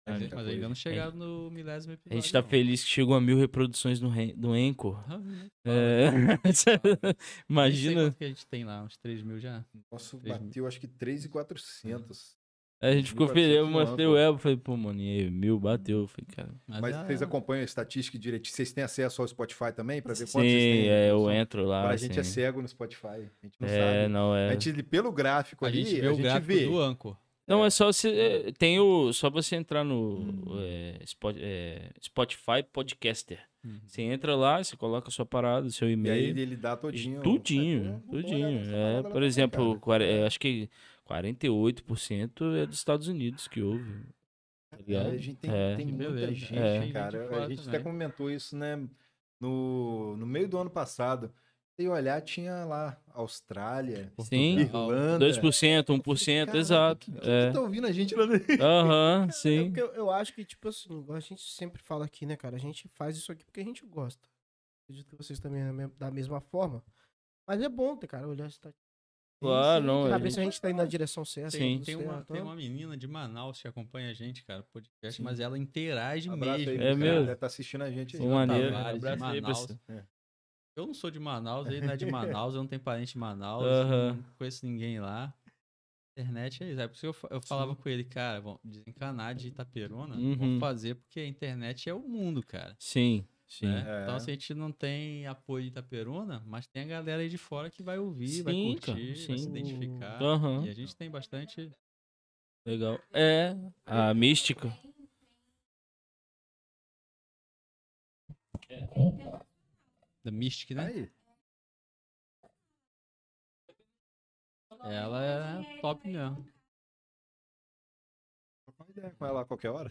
Speaker 3: É
Speaker 4: mas
Speaker 3: muita
Speaker 4: mas ainda
Speaker 3: coisa.
Speaker 4: não chegaram no
Speaker 1: A
Speaker 4: milésimo episódio.
Speaker 1: gente tá
Speaker 4: não.
Speaker 1: feliz que chegou a mil reproduções no, Ren- do Anchor.
Speaker 4: Ah, nem <laughs> fala,
Speaker 1: É,
Speaker 4: nem fala. Nem sei
Speaker 1: <laughs> Imagina,
Speaker 4: quanto que a gente tem lá, uns 3 mil já.
Speaker 3: Nossa,
Speaker 4: Três
Speaker 3: bateu acho que 3,400.
Speaker 1: a gente ficou
Speaker 3: 1.400
Speaker 1: feliz. Eu
Speaker 3: no
Speaker 1: mostrei
Speaker 3: Anchor.
Speaker 1: o Elbo, falei, pô, mano, e aí, mil bateu. Eu Falei, cara.
Speaker 3: Mas
Speaker 4: ah,
Speaker 3: vocês acompanham a estatística direitinho? Vocês têm acesso ao Spotify também para ver
Speaker 1: Sim,
Speaker 3: quantos vocês têm? né?
Speaker 1: é, eu
Speaker 3: Só-
Speaker 1: entro lá.
Speaker 3: Pra
Speaker 1: assim.
Speaker 3: gente é cego no Spotify. A gente não
Speaker 1: É,
Speaker 3: sabe.
Speaker 1: não, é.
Speaker 3: A gente, pelo gráfico
Speaker 4: a
Speaker 3: ali,
Speaker 4: gente vê o gráfico do Anchor.
Speaker 1: Não, é só você. é, Tem o. Só você entrar no é, Spot- é, Spotify Podcaster.
Speaker 4: Uhum.
Speaker 1: Você entra lá, você coloca a sua parada, o seu
Speaker 3: E aí É,
Speaker 1: e-mail.
Speaker 3: ele dá todinho.
Speaker 1: Tudinho,
Speaker 3: Pô, olha,
Speaker 1: tudinho.
Speaker 3: essa
Speaker 1: É,
Speaker 3: parada
Speaker 1: por
Speaker 3: lá,
Speaker 1: exemplo,
Speaker 3: cara.
Speaker 1: quare- é, acho que 48% é dos Estados Unidos que houve. tá ligado?
Speaker 3: Né, a gente tem,
Speaker 1: É.
Speaker 3: tem muita
Speaker 4: Beleza.
Speaker 3: gente,
Speaker 1: É.
Speaker 4: Tem
Speaker 3: cara.
Speaker 4: gente lá
Speaker 3: a gente até
Speaker 4: também.
Speaker 3: comentou isso, né? No, no meio do ano passado. E olhar, tinha lá Austrália,
Speaker 1: Sim.
Speaker 3: Irlanda.
Speaker 1: 2%, 1%,
Speaker 3: Caraca,
Speaker 1: exato.
Speaker 3: quem
Speaker 1: um é.
Speaker 3: tá ouvindo a gente lá no...
Speaker 1: Aham,
Speaker 2: É
Speaker 1: sim.
Speaker 2: porque eu, eu acho que, tipo assim, igual a gente sempre fala aqui, né, cara? A gente faz isso aqui porque a gente gosta. Acredito que vocês também é me- da mesma forma. Mas é bom, cara, olhar se tá.
Speaker 1: Claro, não.
Speaker 2: saber
Speaker 1: a gente-
Speaker 2: se a gente tá indo na direção certa.
Speaker 1: Sim.
Speaker 2: tudo
Speaker 4: Tem uma,
Speaker 2: certo,
Speaker 4: tem
Speaker 2: né?
Speaker 4: uma menina de Manaus que acompanha a gente, cara, podcast,
Speaker 3: Sim.
Speaker 4: mas ela interage
Speaker 3: Abraço aí,
Speaker 4: mesmo.
Speaker 1: É
Speaker 3: cara.
Speaker 1: mesmo.
Speaker 3: Deve tá assistindo a gente aí.
Speaker 1: Pô, maneiro.
Speaker 4: Tavares, de
Speaker 1: Abraço aí pra
Speaker 4: Manaus.
Speaker 1: você.
Speaker 4: Eu não sou de Manaus, ele
Speaker 1: <laughs>
Speaker 4: não é de Manaus, eu não tenho parente em Manaus,
Speaker 1: Aham.
Speaker 4: não conheço ninguém lá. Internet é isso. É por isso que eu, fa- eu falava com ele, cara, vamos desencanar de Itaperuna,
Speaker 1: Uhum.
Speaker 4: vamos fazer, porque a internet é o mundo, cara.
Speaker 1: Sim, sim.
Speaker 4: né?
Speaker 3: É.
Speaker 4: Então, se a gente não tem apoio de Itaperuna, mas tem a galera aí de fora que vai ouvir, vai
Speaker 1: Sim,
Speaker 4: curtir,
Speaker 1: cara,
Speaker 4: vai se
Speaker 1: sim.
Speaker 4: identificar.
Speaker 1: Aham.
Speaker 4: Tá? E a gente tem bastante.
Speaker 1: Legal. É, a mística.
Speaker 4: Da Mystic, né?
Speaker 3: Aí,
Speaker 4: Ela é top mesmo.
Speaker 3: troca uma ideia com ela a qualquer hora.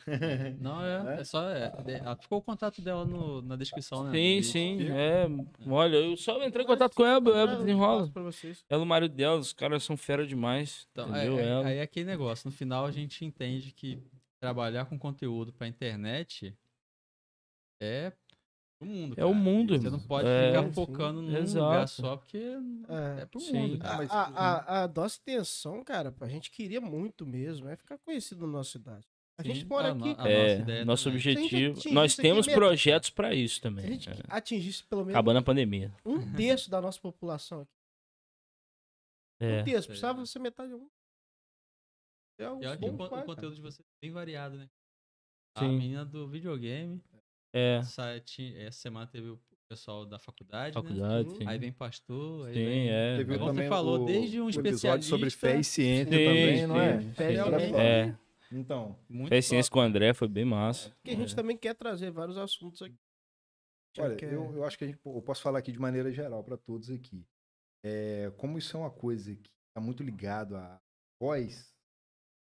Speaker 4: Não, é, é só. É, de- ah, ficou o contato dela no- na descrição, né?
Speaker 1: Sim,
Speaker 4: Do
Speaker 1: sim.
Speaker 3: Fica.
Speaker 1: É, olha, eu só entrei em contato com ela, ela
Speaker 2: eu
Speaker 1: desenrola.
Speaker 2: passo pra vocês.
Speaker 1: Ela, o marido dela, os caras são fera demais.
Speaker 4: Então, é,
Speaker 1: entendeu?
Speaker 4: é-
Speaker 1: ela.
Speaker 4: aí é aquele negócio. No final, a gente entende que trabalhar com conteúdo pra internet é o mundo.
Speaker 1: É o
Speaker 4: cara.
Speaker 1: mundo,
Speaker 4: Você
Speaker 1: irmão.
Speaker 4: não pode
Speaker 1: É.
Speaker 4: ficar
Speaker 2: Sim,
Speaker 4: focando num
Speaker 1: exato.
Speaker 4: lugar só, porque
Speaker 2: É.
Speaker 4: é pro
Speaker 1: Sim.
Speaker 4: mundo.
Speaker 3: Ah,
Speaker 4: Cara.
Speaker 3: mas-
Speaker 2: A, a, a nossa intenção, cara, a gente queria muito mesmo, é ficar conhecido na nossa cidade. A gente
Speaker 4: Sim.
Speaker 2: mora
Speaker 4: Ah,
Speaker 2: aqui,
Speaker 4: não, a
Speaker 2: cara.
Speaker 1: É,
Speaker 4: nossa ideia
Speaker 1: nosso
Speaker 4: também.
Speaker 1: objetivo.
Speaker 2: Tem gente
Speaker 1: Nós
Speaker 2: isso aqui
Speaker 1: temos
Speaker 2: mesmo.
Speaker 1: projetos pra isso
Speaker 2: Se
Speaker 1: também.
Speaker 2: a gente
Speaker 1: é.
Speaker 2: atingisse pelo menos
Speaker 1: Acabando a pandemia. <laughs>
Speaker 2: um terço da nossa população aqui.
Speaker 1: É.
Speaker 2: um terço,
Speaker 4: sei.
Speaker 2: precisava ser metade de um. É um
Speaker 4: E olha que
Speaker 2: bom
Speaker 4: o, con- o
Speaker 2: quadro.
Speaker 4: conteúdo de vocês é bem variado, né? A
Speaker 1: Sim.
Speaker 4: menina do videogame,
Speaker 1: É,
Speaker 4: sa- ti- essa semana teve o pessoal da faculdade, né?
Speaker 1: faculdade, sim.
Speaker 4: Aí vem pastor, aí
Speaker 1: Sim,
Speaker 4: vem...
Speaker 1: é.
Speaker 3: Teve
Speaker 4: Mas
Speaker 1: velho.
Speaker 4: você
Speaker 3: também
Speaker 4: falou
Speaker 3: o-
Speaker 4: desde um
Speaker 3: o episódio sobre fé e ciência
Speaker 1: Sim,
Speaker 3: também, não é?
Speaker 1: sim,
Speaker 2: Fé e
Speaker 3: Olha
Speaker 2: também.
Speaker 3: só.
Speaker 1: É,
Speaker 3: Então,
Speaker 4: Muito
Speaker 1: fez
Speaker 4: top.
Speaker 1: ciência com o André, foi bem massa.
Speaker 2: Porque a gente também quer trazer vários assuntos aqui. Já
Speaker 3: olha,
Speaker 2: que é-
Speaker 3: eu, eu acho que a gente, eu posso falar aqui de maneira geral para todos aqui. É, como isso é uma coisa que está muito ligado à voz,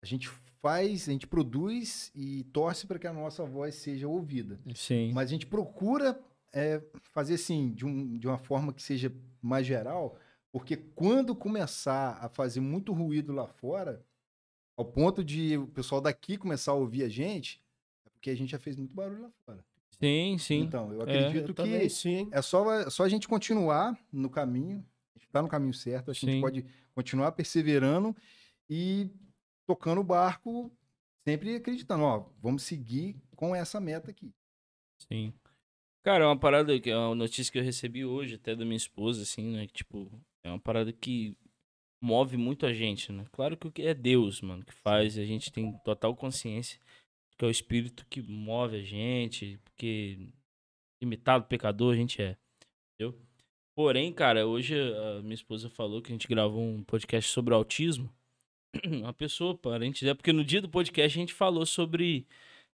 Speaker 3: a gente faz, a gente produz e torce para que a nossa voz seja ouvida.
Speaker 4: É.
Speaker 1: Sim.
Speaker 3: Mas a gente procura é, fazer assim, de, um- de uma forma que seja mais geral, porque quando começar a fazer muito ruído lá fora, ao ponto de o pessoal daqui começar a ouvir a gente, é porque a gente já fez muito barulho lá fora.
Speaker 1: Sim, sim.
Speaker 3: Então, eu
Speaker 1: É.
Speaker 2: Eu
Speaker 3: acredito
Speaker 2: também,
Speaker 3: que
Speaker 2: sim.
Speaker 3: é só, é só a gente continuar no caminho, a gente tá no caminho certo, acho que a
Speaker 1: Sim.
Speaker 3: gente pode continuar perseverando e tocando o barco, sempre acreditando, ó, vamos seguir com essa meta <laughs> aqui.
Speaker 1: Sim. Cara, é uma parada que é uma notícia que eu recebi hoje, até da minha esposa, assim, né? Que, tipo, é uma parada que move muito a gente, né? Claro que o que é Deus, mano, que faz, a gente tem total consciência que é o espírito que move a gente, porque limitado, pecador, a gente é. Entendeu? Porém, cara, hoje a minha esposa falou que a gente gravou um podcast sobre autismo. <clears throat> Uma pessoa, parente, é porque no dia do podcast a gente falou sobre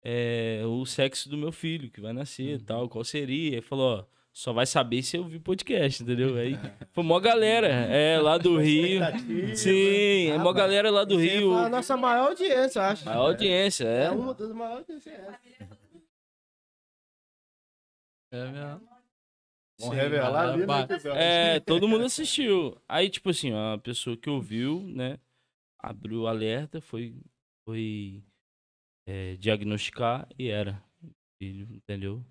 Speaker 1: é, o sexo do meu filho que vai nascer e tal, qual seria. Ele falou, ó, só vai saber se eu vi podcast, entendeu? Aí foi mó galera, é, lá do
Speaker 3: tá
Speaker 1: Rio. Sim, é mó galera lá do
Speaker 2: Você
Speaker 1: Rio.
Speaker 2: fala A nossa maior audiência, eu acho.
Speaker 1: A audiência,
Speaker 2: É
Speaker 1: é.
Speaker 2: uma das maiores audiências. é essa.
Speaker 4: É mesmo.
Speaker 3: Vamos
Speaker 4: Sim,
Speaker 3: revelar
Speaker 4: ah,
Speaker 3: ali né, no
Speaker 4: pá.
Speaker 3: episódio.
Speaker 1: É,
Speaker 2: né? <laughs>
Speaker 1: todo mundo assistiu. Aí, tipo assim, ó, a pessoa que ouviu, né, abriu o alerta, foi, foi é, diagnosticar e era. filho, Entendeu?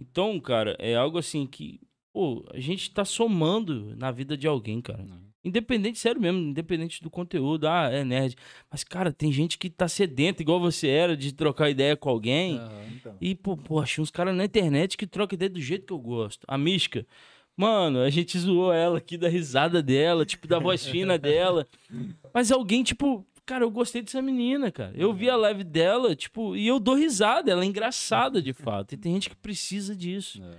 Speaker 1: Então, cara, é algo assim que, pô, a gente tá somando na vida de alguém, cara. Independente, sério mesmo, independente do conteúdo, ah, é nerd. Mas, cara, tem gente que tá sedenta, igual você era, de trocar ideia com alguém.
Speaker 3: Então.
Speaker 1: E, pô, pô, achei uns caras na internet que troca ideia do jeito que eu gosto. A Mística. Mano, a gente zoou ela aqui da risada dela, tipo, da voz fina dela. Mas alguém, tipo, cara, eu gostei dessa menina, cara. Eu vi a live dela, tipo, e eu dou risada, ela é engraçada de fato. E tem gente que precisa disso.
Speaker 5: É.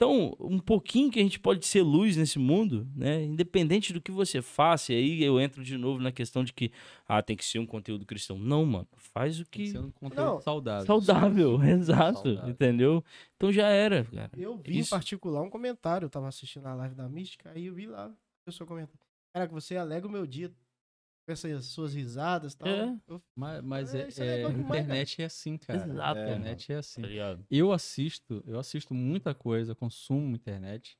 Speaker 1: Então, um pouquinho que a gente pode ser luz nesse mundo, né? Independente do que você faça, e aí eu entro de novo na questão de que, ah, tem que ser um conteúdo cristão. Não, mano, faz o
Speaker 4: Tem que
Speaker 1: que
Speaker 4: ser um conteúdo
Speaker 2: Não, <laughs>
Speaker 4: saudável.
Speaker 1: Saudável, <laughs> exato,
Speaker 5: Saudável.
Speaker 1: entendeu? Então já era, cara.
Speaker 2: Eu vi
Speaker 1: Isso.
Speaker 2: em particular um comentário, eu tava assistindo a live da Mística, aí eu vi lá, a pessoa comentando. Cara, que você alegra o meu dia com essas suas risadas e tal.
Speaker 1: É.
Speaker 2: Eu-
Speaker 4: Mas, mas
Speaker 2: É,
Speaker 4: é,
Speaker 2: isso é legal
Speaker 4: é,
Speaker 2: demais, cara.
Speaker 4: internet é assim, cara.
Speaker 1: Exato,
Speaker 4: A
Speaker 1: é,
Speaker 4: internet é assim.
Speaker 1: tá ligado?
Speaker 4: Eu assisto, eu assisto muita coisa, consumo internet,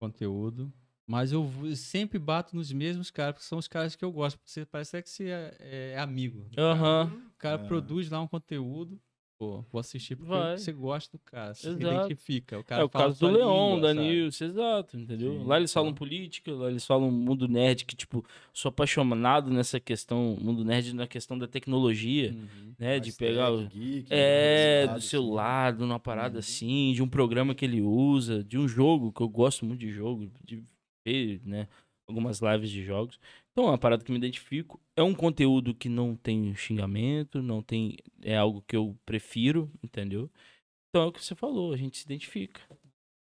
Speaker 4: conteúdo, mas eu v- sempre bato nos mesmos caras, porque são os caras que eu gosto. Você parece até que você é, é amigo. do cara.
Speaker 1: Aham,
Speaker 4: O cara
Speaker 2: É.
Speaker 3: Ah.
Speaker 4: produz lá um conteúdo, pô, vou assistir porque
Speaker 1: Vai.
Speaker 4: você gosta do cara, você se
Speaker 1: Exato.
Speaker 4: identifica. O cara
Speaker 1: é o
Speaker 4: fala
Speaker 1: caso
Speaker 4: sua
Speaker 1: do Leon,
Speaker 4: língua,
Speaker 1: da
Speaker 4: sabe?
Speaker 1: Nilce, exato, entendeu?
Speaker 5: Sim,
Speaker 1: lá eles falam
Speaker 5: sim.
Speaker 1: política, lá eles falam mundo nerd, que tipo, sou apaixonado nessa questão, mundo nerd na questão da tecnologia,
Speaker 4: Uhum.
Speaker 1: né? De pegar o...
Speaker 3: Geek,
Speaker 1: É,
Speaker 3: né, Uhum.
Speaker 1: do
Speaker 3: assim.
Speaker 1: celular, de uma parada assim, de um programa que ele usa, de um jogo, que eu gosto muito de jogo, de ver, né? Algumas lives de jogos. Então, é uma parada que eu me identifico. É um conteúdo que não tem xingamento, não tem. É algo que eu prefiro, entendeu? Então é o que você falou, a gente se identifica.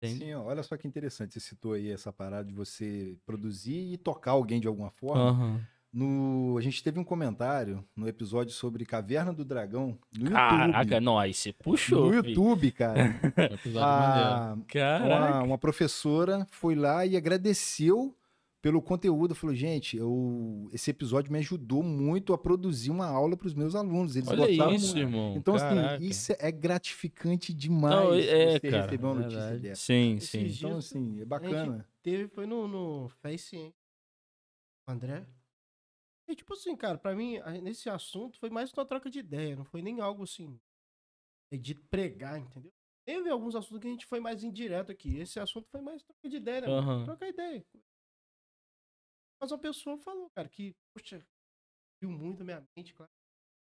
Speaker 1: Entende?
Speaker 3: Sim, ó, olha só que interessante. Você citou aí essa parada de você produzir e tocar alguém de alguma forma.
Speaker 1: Aham.
Speaker 3: No, a gente teve um comentário no episódio sobre Caverna do Dragão no YouTube.
Speaker 1: Caraca, não, aí você puxou.
Speaker 3: no
Speaker 1: filho.
Speaker 3: YouTube, cara.
Speaker 4: É um episódio
Speaker 2: Ah,
Speaker 4: maneiro.
Speaker 3: a,
Speaker 1: Caraca.
Speaker 3: uma, uma professora foi lá e agradeceu pelo conteúdo. Falou, gente, eu, esse episódio me ajudou muito a produzir uma aula para os meus alunos. Eles
Speaker 1: Olha
Speaker 3: gostaram
Speaker 1: isso,
Speaker 3: muito.
Speaker 1: irmão.
Speaker 3: Então,
Speaker 1: Caraca.
Speaker 3: assim, isso é gratificante demais
Speaker 1: Não, é,
Speaker 3: você
Speaker 1: cara,
Speaker 3: receber uma notícia
Speaker 4: verdade.
Speaker 3: dessa.
Speaker 1: Sim,
Speaker 2: Esses
Speaker 1: sim.
Speaker 2: dias
Speaker 3: Então, assim, é
Speaker 2: A
Speaker 3: bacana.
Speaker 2: gente teve foi no, no Face, hein? Com o André. E tipo assim, cara, pra mim, a- nesse assunto foi mais uma troca de ideia, não foi nem algo assim é de pregar, entendeu? Teve alguns assuntos que a gente foi mais indireto aqui. Esse assunto foi mais troca de ideia, né? mano?
Speaker 1: Aham.
Speaker 2: Troca ideia. Mas uma pessoa falou, cara, que, poxa, viu muito a minha mente, claro.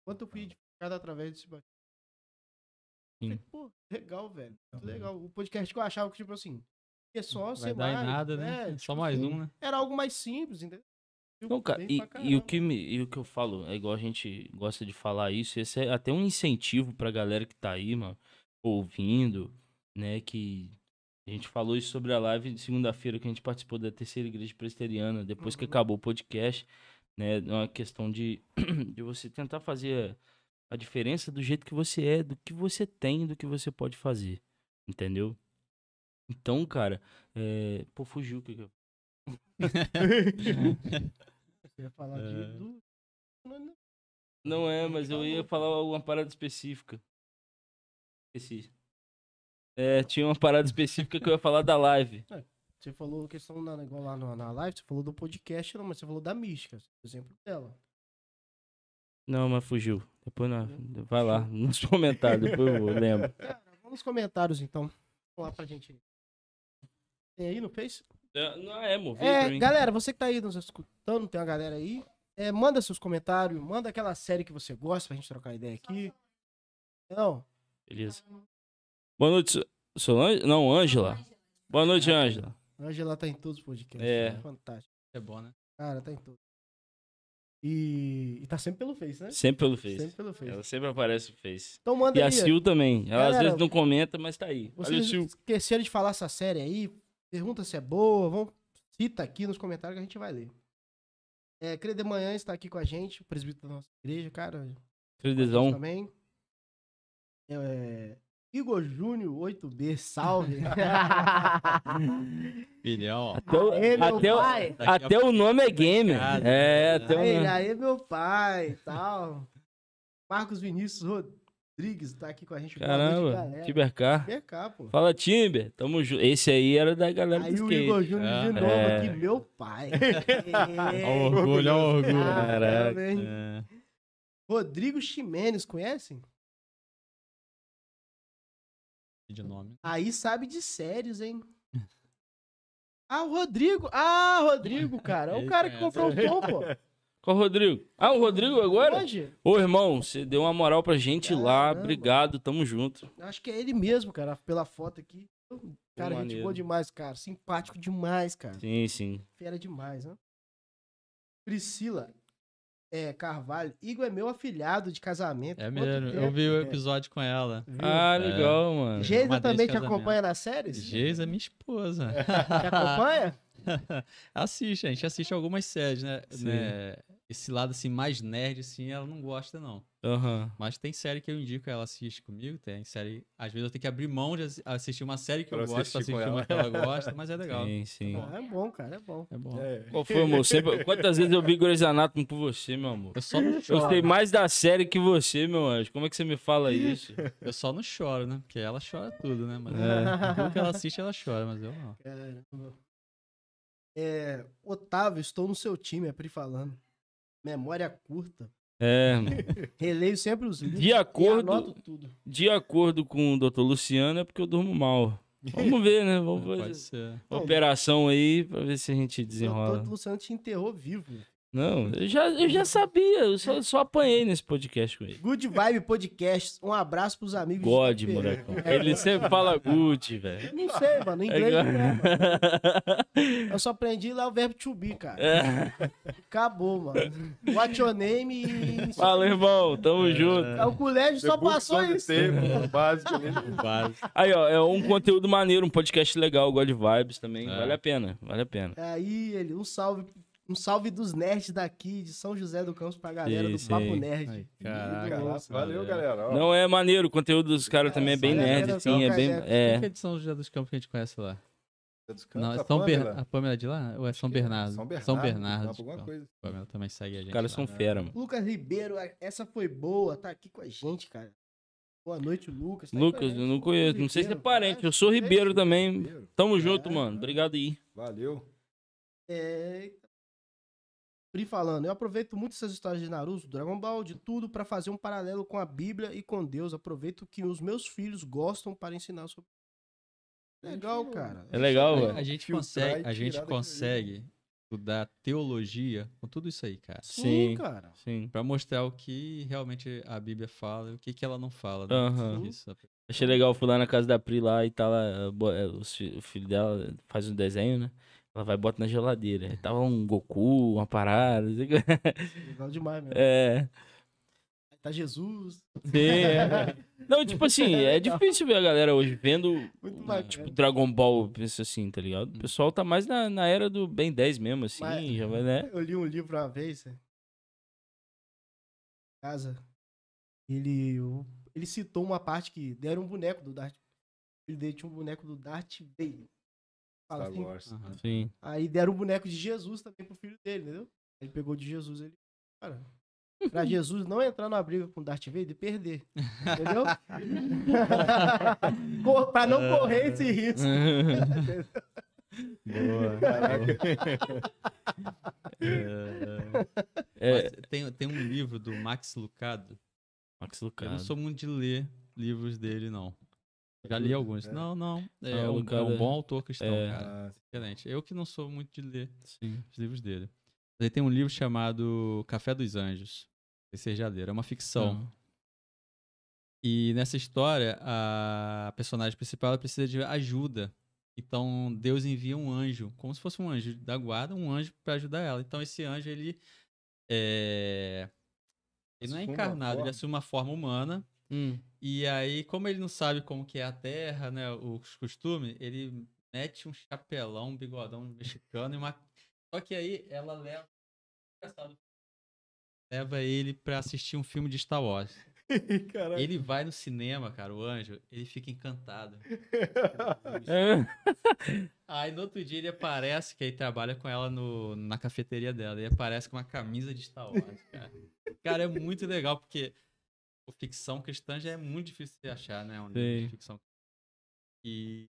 Speaker 2: Quanto eu fui edificado através desse bate-
Speaker 1: Sim.
Speaker 2: Falei, Pô, legal, velho. Muito legal. O podcast que eu achava que, tipo assim, é só
Speaker 4: Vai
Speaker 2: ser
Speaker 4: dar
Speaker 2: mais.
Speaker 4: em nada, né?
Speaker 2: é,
Speaker 4: Só
Speaker 2: tipo
Speaker 4: mais
Speaker 2: assim,
Speaker 4: um,
Speaker 2: <laughs>
Speaker 4: né? <laughs>
Speaker 2: Era algo mais simples, entendeu? Eu
Speaker 1: Não, cara,
Speaker 2: bem
Speaker 1: e,
Speaker 2: pra
Speaker 1: e o
Speaker 2: caramba.
Speaker 1: que me, e o que eu falo, é igual a gente gosta de falar isso, esse é até um incentivo pra galera que tá aí, mano, ouvindo, né, que a gente falou isso sobre a live de segunda-feira que a gente participou da terceira igreja presbiteriana, depois que
Speaker 2: Uhum.
Speaker 1: acabou o podcast, né, é uma questão de, <clears throat> de você tentar fazer a diferença do jeito que você é, do que você tem, do que você pode fazer, entendeu? Então, cara, é... pô, fugiu o que que eu...
Speaker 2: Eu ia falar
Speaker 4: É.
Speaker 2: de, do. não, não.
Speaker 1: Não é, mas eu ia falar
Speaker 2: Falou.
Speaker 1: alguma parada específica. Esqueci. É, tinha uma parada específica que eu ia falar da live.
Speaker 2: Você falou questão na, igual lá na, na live, você falou do podcast, não, mas você falou da mística, o exemplo dela.
Speaker 1: Não, mas fugiu. Depois na... vai lá, nos comentários, depois eu lembro.
Speaker 2: Cara, Tá, vamos nos comentários então. Vamos lá pra gente. Tem aí no Face?
Speaker 1: É, Não é, movi pra
Speaker 2: É,
Speaker 1: mim.
Speaker 2: galera, você que tá aí nos escutando, tem uma galera aí. é, manda seus comentários, manda aquela série que você gosta pra gente trocar ideia aqui. Não,
Speaker 1: Beleza. Boa noite, Sol- Solange? Não, Ângela. Boa noite, Ângela.
Speaker 2: a Angela tá em todos os podcasts.
Speaker 1: É.
Speaker 2: né? Fantástico.
Speaker 4: É bom, né?
Speaker 2: Cara, tá em todos. E, e tá sempre pelo Face, né?
Speaker 1: Sempre pelo Face.
Speaker 2: Sempre pelo Face.
Speaker 1: Ela sempre aparece no Face.
Speaker 2: Então manda
Speaker 1: E
Speaker 2: aí.
Speaker 1: a Sil também. Ela às
Speaker 2: Galera,
Speaker 1: vezes não comenta, mas tá aí. Olha o
Speaker 2: Vocês
Speaker 1: Sil.
Speaker 2: esqueceram de falar essa série aí? Pergunta se é boa. Vão, cita aqui nos comentários que a gente vai ler. É, Crede Manhã está aqui com a gente, o presbítero da nossa igreja, cara.
Speaker 1: Queridão.
Speaker 2: Também. É, Igor Júnior 8B, <laughs> salve.
Speaker 4: Filhão, é,
Speaker 2: Ah,
Speaker 4: ó.
Speaker 1: Até o,
Speaker 2: Aê, meu
Speaker 1: até o-
Speaker 2: é pai.
Speaker 4: Daqui a
Speaker 1: até o nome é gamer.
Speaker 4: Obrigado.
Speaker 1: É, até o
Speaker 2: aí,
Speaker 1: nome.
Speaker 2: aí, meu pai e tal. Marcos Vinícius Rodrigues tá aqui com a gente. Boa noite,
Speaker 1: Caramba,
Speaker 2: galera.
Speaker 1: Tibercar.
Speaker 2: Vem cá, pô.
Speaker 1: Fala, Timber. Tamo junto. Esse aí era da galera
Speaker 2: Aí
Speaker 1: do
Speaker 2: o
Speaker 1: skate.
Speaker 2: Igor Júnior
Speaker 4: Ah,
Speaker 2: de novo
Speaker 1: é.
Speaker 2: aqui, meu pai.
Speaker 4: Ó o orgulho, ó o orgulho.
Speaker 2: Ah,
Speaker 1: Caraca.
Speaker 2: parabéns.
Speaker 4: É.
Speaker 2: Rodrigo Ximenes, conhecem?
Speaker 4: De nome.
Speaker 2: Aí sabe de séries, hein? Ah, o Rodrigo. Ah, Rodrigo, cara. É o
Speaker 4: Ele
Speaker 2: cara que
Speaker 4: conhece.
Speaker 2: comprou o tom,
Speaker 4: <laughs>
Speaker 2: pô.
Speaker 1: Qual o Rodrigo? Ah, o Rodrigo agora?
Speaker 2: Hoje?
Speaker 1: Ô, irmão, você deu uma moral pra gente lá.
Speaker 2: Caramba.
Speaker 1: Obrigado, tamo junto.
Speaker 2: Acho que é ele mesmo, cara, pela foto aqui. Um Cara, gente
Speaker 1: maneiro.
Speaker 2: boa demais, cara. Simpático demais, cara.
Speaker 1: Sim, sim.
Speaker 2: Fera demais, né? Priscila é, Carvalho. Igor é meu afilhado de casamento.
Speaker 4: É
Speaker 2: Quanto
Speaker 4: mesmo.
Speaker 2: tempo,
Speaker 4: Eu vi o
Speaker 2: né?
Speaker 4: episódio com ela.
Speaker 2: Viu? É.
Speaker 1: Ah, legal, mano.
Speaker 2: Geisa
Speaker 4: Madrinha de
Speaker 2: também te
Speaker 4: casamento.
Speaker 2: acompanha nas séries?
Speaker 4: Geisa é minha esposa.
Speaker 2: Te acompanha?
Speaker 4: <laughs> assiste, a gente assiste algumas séries, né?
Speaker 1: Sim.
Speaker 4: né? Esse lado assim, mais nerd, assim, ela não gosta, não.
Speaker 1: Aham.
Speaker 4: Mas tem série que eu indico, ela assiste comigo. Tem série. Às vezes eu tenho que abrir mão de assi- assistir uma série que
Speaker 5: Pra
Speaker 4: eu gosto pra
Speaker 5: assistir
Speaker 4: assistir
Speaker 5: com
Speaker 4: uma que ela gosta, mas é legal.
Speaker 1: <laughs> Sim, sim.
Speaker 2: Ah, é bom, cara, é bom.
Speaker 4: É bom.
Speaker 5: É.
Speaker 1: Qual foi, amor? Sempre- Quantas vezes eu vi Grey's Anatomy por você, meu amor?
Speaker 4: Eu só, não
Speaker 1: Eu
Speaker 4: choro,
Speaker 1: gostei mais da série que você, meu anjo. Como é que você me fala isso?
Speaker 4: eu só não choro, né? Porque ela chora tudo, né? Mas
Speaker 1: É.
Speaker 4: tudo que ela assiste, ela chora, mas eu não.
Speaker 2: Caramba. É, Otávio, estou no seu time, a Pri falando. Memória curta.
Speaker 1: É,
Speaker 2: <laughs> Releio sempre os livros.
Speaker 1: de
Speaker 2: E
Speaker 1: acordo,
Speaker 2: anoto tudo.
Speaker 1: de acordo com o doutor Luciano, é porque eu durmo
Speaker 2: <laughs>
Speaker 1: mal. Vamos ver, né? Vamos
Speaker 2: É,
Speaker 4: Pode
Speaker 1: fazer
Speaker 4: ser.
Speaker 1: uma operação aí pra ver se a gente
Speaker 2: O
Speaker 1: desenrola.
Speaker 2: doutor Luciano te enterrou vivo.
Speaker 1: Não, eu já, eu já sabia, eu só, só apanhei nesse podcast com ele.
Speaker 2: Good Vibe Podcast. Um abraço pros amigos. de
Speaker 1: God,
Speaker 2: Itapema.
Speaker 1: molecão. Ele sempre fala good, velho.
Speaker 2: Não sei, mano. Em inglês
Speaker 1: É
Speaker 2: não é, mano.
Speaker 1: igual-
Speaker 2: Eu só aprendi lá o verbo to be, cara.
Speaker 1: É.
Speaker 2: Acabou, mano. What's your name e...
Speaker 1: <laughs>
Speaker 2: é
Speaker 1: Fala, irmão, tamo junto.
Speaker 2: O colégio só passou
Speaker 5: Depois do
Speaker 2: isso.
Speaker 3: né?
Speaker 5: Tempo, básico,
Speaker 3: <laughs>
Speaker 5: ali.
Speaker 1: Aí, ó, é um conteúdo maneiro, um podcast legal, God Vibes também.
Speaker 4: É.
Speaker 1: Vale a pena, vale a pena.
Speaker 2: Aí, ele, um salve, um salve dos nerds daqui, de São José do Campos pra galera do
Speaker 1: Sim,
Speaker 2: Papo
Speaker 1: sim.
Speaker 2: Nerd.
Speaker 4: Ai,
Speaker 5: Caraca,
Speaker 4: caraca.
Speaker 5: valeu, galera. ó.
Speaker 1: Não é maneiro, o conteúdo dos caras também é bem
Speaker 2: vale a
Speaker 1: nerd,
Speaker 2: pena
Speaker 1: assim, é
Speaker 2: trocar
Speaker 1: bem.
Speaker 2: ideia.
Speaker 4: Quem
Speaker 1: É.
Speaker 4: que é de São José dos Campos que a gente conhece lá?
Speaker 3: tá
Speaker 5: Dos Campos,
Speaker 4: Não, é
Speaker 5: a
Speaker 4: São
Speaker 5: Pamela.
Speaker 4: Bernardo. A Pamela é de lá? Ou é São Bernardo?
Speaker 5: São Bernardo.
Speaker 4: São Bernardo. então.
Speaker 5: Campo, alguma
Speaker 4: desculpa.
Speaker 5: coisa.
Speaker 4: A Pamela também segue a gente.
Speaker 1: Os caras
Speaker 4: lá. né?
Speaker 1: são fera, mano.
Speaker 2: Lucas Ribeiro, essa foi boa, tá aqui com a gente, cara. Boa noite, Lucas. Tá aí com a
Speaker 1: Lucas,
Speaker 2: gente.
Speaker 1: eu não conheço. Não sei se é
Speaker 2: Ribeiro,
Speaker 1: parente.
Speaker 2: cara.
Speaker 1: Eu sou Ribeiro também.
Speaker 5: Ribeiro,
Speaker 1: Tamo junto,
Speaker 2: É.
Speaker 1: mano. Obrigado aí.
Speaker 5: Valeu.
Speaker 2: É... Pri falando, eu aproveito muito essas histórias de Naruto, Dragon Ball, de tudo, pra fazer um paralelo com a Bíblia e com Deus. Aproveito que os meus filhos gostam para ensinar sobre. Legal, cara.
Speaker 1: É legal,
Speaker 4: A-
Speaker 1: velho.
Speaker 4: A gente
Speaker 5: Filtrar e
Speaker 4: consegue, a
Speaker 5: tirar
Speaker 4: gente
Speaker 5: daquilo ali.
Speaker 4: consegue estudar teologia com tudo isso aí, cara.
Speaker 2: Sim,
Speaker 1: Sim,
Speaker 2: cara.
Speaker 1: sim.
Speaker 4: Pra mostrar o que realmente a Bíblia fala e o que, que ela não fala. Né?
Speaker 1: Aham.
Speaker 4: Isso.
Speaker 1: Achei legal. Fui lá na casa da Pri lá e tá lá. bo- é, os fi- O filho dela faz um desenho, né? Ela vai e bota na geladeira. Aí Tava um Goku, uma parada. não sei o que.
Speaker 2: Legal demais, mesmo.
Speaker 1: <laughs> É.
Speaker 2: Tá Jesus.
Speaker 1: Sim, é. Não, tipo
Speaker 2: <laughs>
Speaker 1: assim, é difícil ver a galera hoje vendo
Speaker 2: Muito né?
Speaker 1: Não,
Speaker 2: bacana.
Speaker 1: Tipo, Dragon Ball, pensa assim, tá ligado? O pessoal tá mais na, na era do Ben 10 mesmo, assim,
Speaker 2: Mas-
Speaker 1: já vai,
Speaker 2: <laughs>
Speaker 1: né?
Speaker 2: Eu li um livro uma vez, né? Em casa. Ele, o- ele citou uma parte que deram um boneco do Darth Ele dele tinha um boneco do Darth Vader. Fala
Speaker 5: Star
Speaker 2: assim,
Speaker 5: Wars.
Speaker 4: Aham.
Speaker 1: Sim.
Speaker 2: aí deram um boneco de Jesus também pro filho dele, entendeu? Ele pegou de Jesus, ele... Cara, pra Jesus não entrar numa briga com o Darth Vader e perder, entendeu? Cor- pra não correr esse risco.
Speaker 1: é,
Speaker 4: Mas Tem, tem um livro do Max Lucado.
Speaker 1: Max
Speaker 4: Eu não
Speaker 1: Lucado.
Speaker 4: sou muito de ler livros dele, não. Já li alguns. Não, não. É,
Speaker 1: Ah, o
Speaker 4: um, é
Speaker 1: Lucado
Speaker 4: um
Speaker 1: é-
Speaker 4: bom autor cristão,
Speaker 1: é.
Speaker 3: Ah.
Speaker 4: cara. Excelente. Eu que não sou muito de ler
Speaker 1: Sim.
Speaker 4: os livros dele. Ele tem um livro chamado Café dos Anjos. Esse já leram. É uma ficção.
Speaker 5: Hum.
Speaker 4: E nessa história, a personagem principal ela precisa de ajuda. Então Deus envia um anjo, como se fosse um anjo da guarda, um anjo pra ajudar ela. Então esse anjo ele é... ele não é
Speaker 5: Assume uma
Speaker 4: encarnado, ele
Speaker 5: forma.
Speaker 4: assume uma forma humana. E aí, como ele não sabe como que é a terra, né, os costumes, ele mete um chapelão, um bigodão mexicano e uma só que aí ela leva engraçado, leva ele pra assistir um filme de Star Wars.
Speaker 3: <laughs>
Speaker 5: Caraca.
Speaker 4: Ele vai no cinema, cara, o anjo, ele fica encantado.
Speaker 1: É.
Speaker 4: Aí no outro dia ele aparece, que aí trabalha com ela no, na cafeteria dela, ele aparece com uma camisa de Star Wars, cara. Cara, é muito legal, porque o ficção cristã já é muito difícil de achar, né? Um livro
Speaker 1: Sim.
Speaker 4: de ficção. E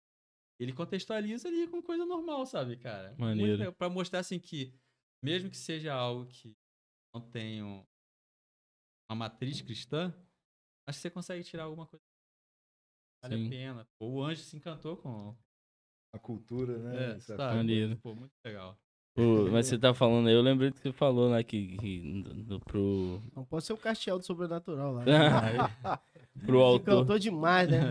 Speaker 4: ele contextualiza ali com coisa normal, sabe, cara? Muito
Speaker 1: Maneiro.
Speaker 4: legal, Pra mostrar, assim, que mesmo que seja algo que não tenha um- uma uma matriz cristã, acho que você consegue tirar alguma coisa. Vale
Speaker 1: Sim.
Speaker 4: a pena. Pô, O anjo se encantou com.
Speaker 3: A cultura, né?
Speaker 4: É,
Speaker 3: Essa-
Speaker 4: sabe?
Speaker 1: maneiro.
Speaker 4: Pô, muito legal.
Speaker 1: Pô, mas você tá falando aí, eu lembrei do que você falou, né? Que, que do- do- pro,
Speaker 2: Não pode ser o Castiel do
Speaker 1: <laughs>
Speaker 2: Sobrenatural lá.
Speaker 1: pro
Speaker 2: Ele
Speaker 1: autor.
Speaker 2: cantou demais, né?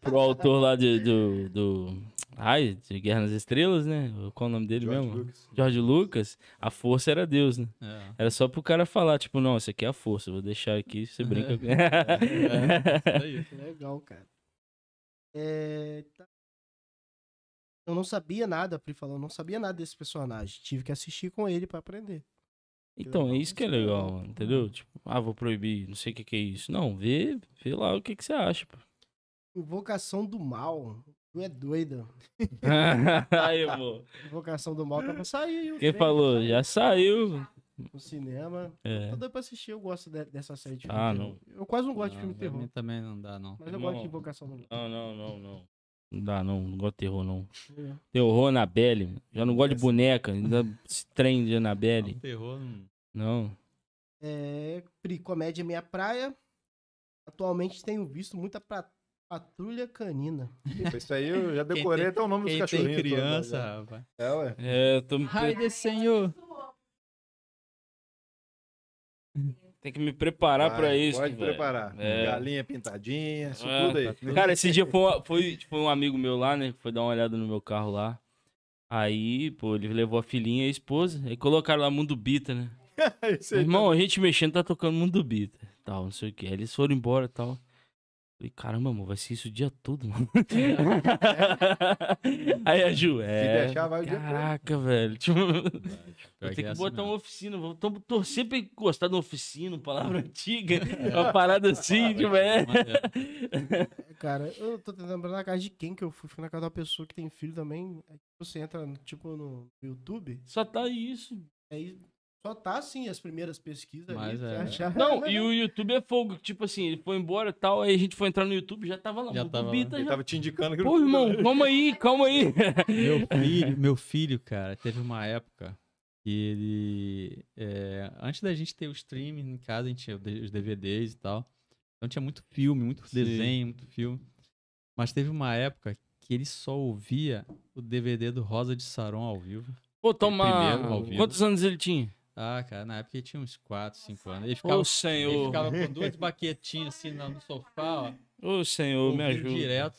Speaker 1: pro autor lá de, do, do. Ai, de Guerra nas Estrelas, né? Qual o nome dele
Speaker 3: George
Speaker 1: mesmo?
Speaker 3: Lucas.
Speaker 1: George Lucas, a força era Deus, né?
Speaker 4: É.
Speaker 1: Era só pro cara falar, tipo, não, isso aqui é a força, eu vou deixar aqui, você brinca
Speaker 3: <laughs>
Speaker 1: com.
Speaker 4: É isso aí.
Speaker 2: Legal, cara. É, tá. Eu não sabia nada, a Pri falou, eu não sabia nada desse personagem. Tive que assistir com ele pra aprender.
Speaker 1: Então, é
Speaker 2: legal,
Speaker 1: isso que é
Speaker 2: isso é legal.
Speaker 1: legal, mano, entendeu? Tipo, ah, vou proibir, não sei o que, que é isso. Não, vê, vê lá o que, que você acha, pô. <laughs>
Speaker 2: Invocação do Mal. Tu é doida.
Speaker 1: Aí, amor.
Speaker 2: Invocação do Mal tá pra sair. o
Speaker 1: Quem
Speaker 2: trailer
Speaker 1: falou?
Speaker 2: saiu
Speaker 1: Já saiu.
Speaker 2: No cinema.
Speaker 1: É.
Speaker 2: Tô doido pra assistir, eu gosto de- dessa série de
Speaker 1: Ah, É
Speaker 2: de
Speaker 1: não.
Speaker 2: terror. Eu quase não gosto de
Speaker 4: Não,
Speaker 2: filme de
Speaker 4: pra
Speaker 2: terror.
Speaker 4: mim também não dá, não.
Speaker 2: Mas eu
Speaker 1: Não.
Speaker 2: gosto de Invocação do Mal.
Speaker 1: Não, não, não, não. Não dá, não. Não gosto de terror, não.
Speaker 2: É.
Speaker 1: Terror na Belle. Já não gosto de boneca. Ainda esse trem de Anabelle.
Speaker 4: Não, terror não.
Speaker 1: Não.
Speaker 2: É, Pri, comédia é minha praia. Atualmente tenho visto muita pra- patrulha canina.
Speaker 1: <laughs>
Speaker 3: Isso aí eu já
Speaker 4: Quem
Speaker 3: decorei
Speaker 4: tem-
Speaker 3: até o nome dos
Speaker 4: Quem
Speaker 3: cachorrinhos.
Speaker 4: tem
Speaker 3: todos, né?
Speaker 4: criança, rapaz.
Speaker 3: É,
Speaker 1: <laughs>
Speaker 3: ué.
Speaker 1: É, eu tô.
Speaker 4: Ai, de senhor.
Speaker 1: Tem que me preparar
Speaker 3: Vai,
Speaker 1: pra isso,
Speaker 3: Pode
Speaker 1: velho.
Speaker 3: preparar.
Speaker 1: É.
Speaker 3: Galinha pintadinha, isso
Speaker 1: Ah,
Speaker 3: tudo aí.
Speaker 1: Cara,
Speaker 3: <laughs>
Speaker 1: esse dia foi, foi, foi um amigo meu lá, né? que Foi dar uma olhada no meu carro lá. Aí, pô, ele levou a filhinha e a esposa. Aí colocaram lá Mundo Bita, né?
Speaker 3: Isso aí.
Speaker 1: Irmão, a gente mexendo, tá tocando Mundo Bita. Tal, não sei o que. Aí eles foram embora e tal. Falei, caramba, amor, vai ser isso o dia todo, mano. <laughs> Aí a Ju, é.
Speaker 3: deixar, vai o dia todo.
Speaker 1: caraca, velho. Tipo,
Speaker 4: Pior
Speaker 1: vou
Speaker 4: é
Speaker 1: ter que
Speaker 4: assim
Speaker 1: botar um- uma
Speaker 4: mesmo.
Speaker 1: oficina. Vou tô- torcer pra ele gostar de uma oficina, uma
Speaker 4: É.
Speaker 1: palavra
Speaker 4: <laughs>
Speaker 1: antiga. Uma parada assim, tipo, é.
Speaker 2: É, Cara, eu tô tentando lembrar na casa de quem que eu fui. Fui na casa de uma pessoa que tem filho também. Aí você entra, no- tipo, no YouTube,
Speaker 1: Só tá
Speaker 3: <laughs>
Speaker 1: isso.
Speaker 2: aí só tá, assim, as primeiras pesquisas
Speaker 4: Mas
Speaker 2: ali.
Speaker 4: é. <laughs>
Speaker 2: você achar-
Speaker 1: Não, e o YouTube é fogo. Tipo assim, ele foi embora e tal, aí a gente foi entrar no YouTube, já tava lá.
Speaker 4: Já
Speaker 1: o
Speaker 4: tava
Speaker 1: Bita
Speaker 3: Ele
Speaker 1: já-
Speaker 3: tava te indicando que
Speaker 1: Pô, irmão, calma aí, calma aí. <laughs>
Speaker 4: Meu filho, meu filho, cara, teve uma época que ele. é, antes da gente ter o streaming em casa, a gente tinha os DVDs e tal. Então tinha muito filme, muito
Speaker 1: Sim.
Speaker 4: desenho, muito filme. Mas teve uma época que ele só ouvia o DVD do Rosa de Saron ao vivo.
Speaker 1: Pô, toma.
Speaker 4: Primeiro, ao vivo.
Speaker 1: Quantos anos ele tinha?
Speaker 4: Ah, cara, na época ele tinha uns 4, 5 anos. Ele
Speaker 1: Ô,
Speaker 4: ficava, ele
Speaker 1: senhor.
Speaker 4: ficava com duas baquetinhas assim na- no sofá, ó.
Speaker 1: Ô, senhor, me
Speaker 4: ouvindo
Speaker 1: ajuda.
Speaker 4: direto.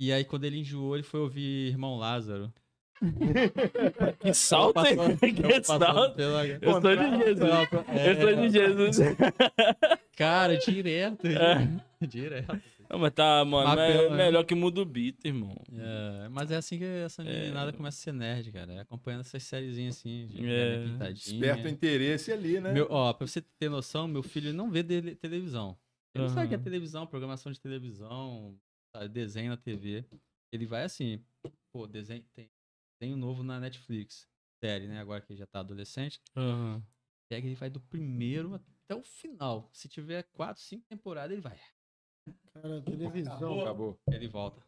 Speaker 4: E aí, quando ele enjoou, ele foi ouvir Irmão Lázaro.
Speaker 1: Que salto, hein? <laughs>
Speaker 4: Passando-
Speaker 1: Que
Speaker 4: passando
Speaker 1: salto.
Speaker 4: pela- é,
Speaker 1: Eu sou de Jesus. Eu "Ah." sou de Jesus.
Speaker 4: Cara, direto.
Speaker 1: É.
Speaker 4: <laughs> Direto.
Speaker 1: Não, mas tá, mano,
Speaker 4: Mas
Speaker 1: mas é
Speaker 4: pelo-
Speaker 1: melhor que muda o beat, irmão.
Speaker 4: É, mas é assim que essa meninada começa a ser nerd, cara. É Acompanhando essas sériezinhas assim, de
Speaker 1: É.
Speaker 4: Galinha pintadinha.
Speaker 3: Desperta o interesse ali,
Speaker 2: É.
Speaker 3: né?
Speaker 4: Meu, ó, pra você ter noção, meu filho não vê dele- televisão. Ele não sabe o que é
Speaker 1: Aham.
Speaker 4: televisão, programação de televisão, sabe, desenho na TV. Ele vai assim, pô, desenho, tem desenho novo na Netflix. Série, né? Agora que ele já tá adolescente.
Speaker 1: Aham.
Speaker 4: pega, ele vai do primeiro até o final. Se tiver quatro, cinco temporadas, ele vai.
Speaker 2: Cara, televisão.
Speaker 3: Acabou.
Speaker 4: Ele volta.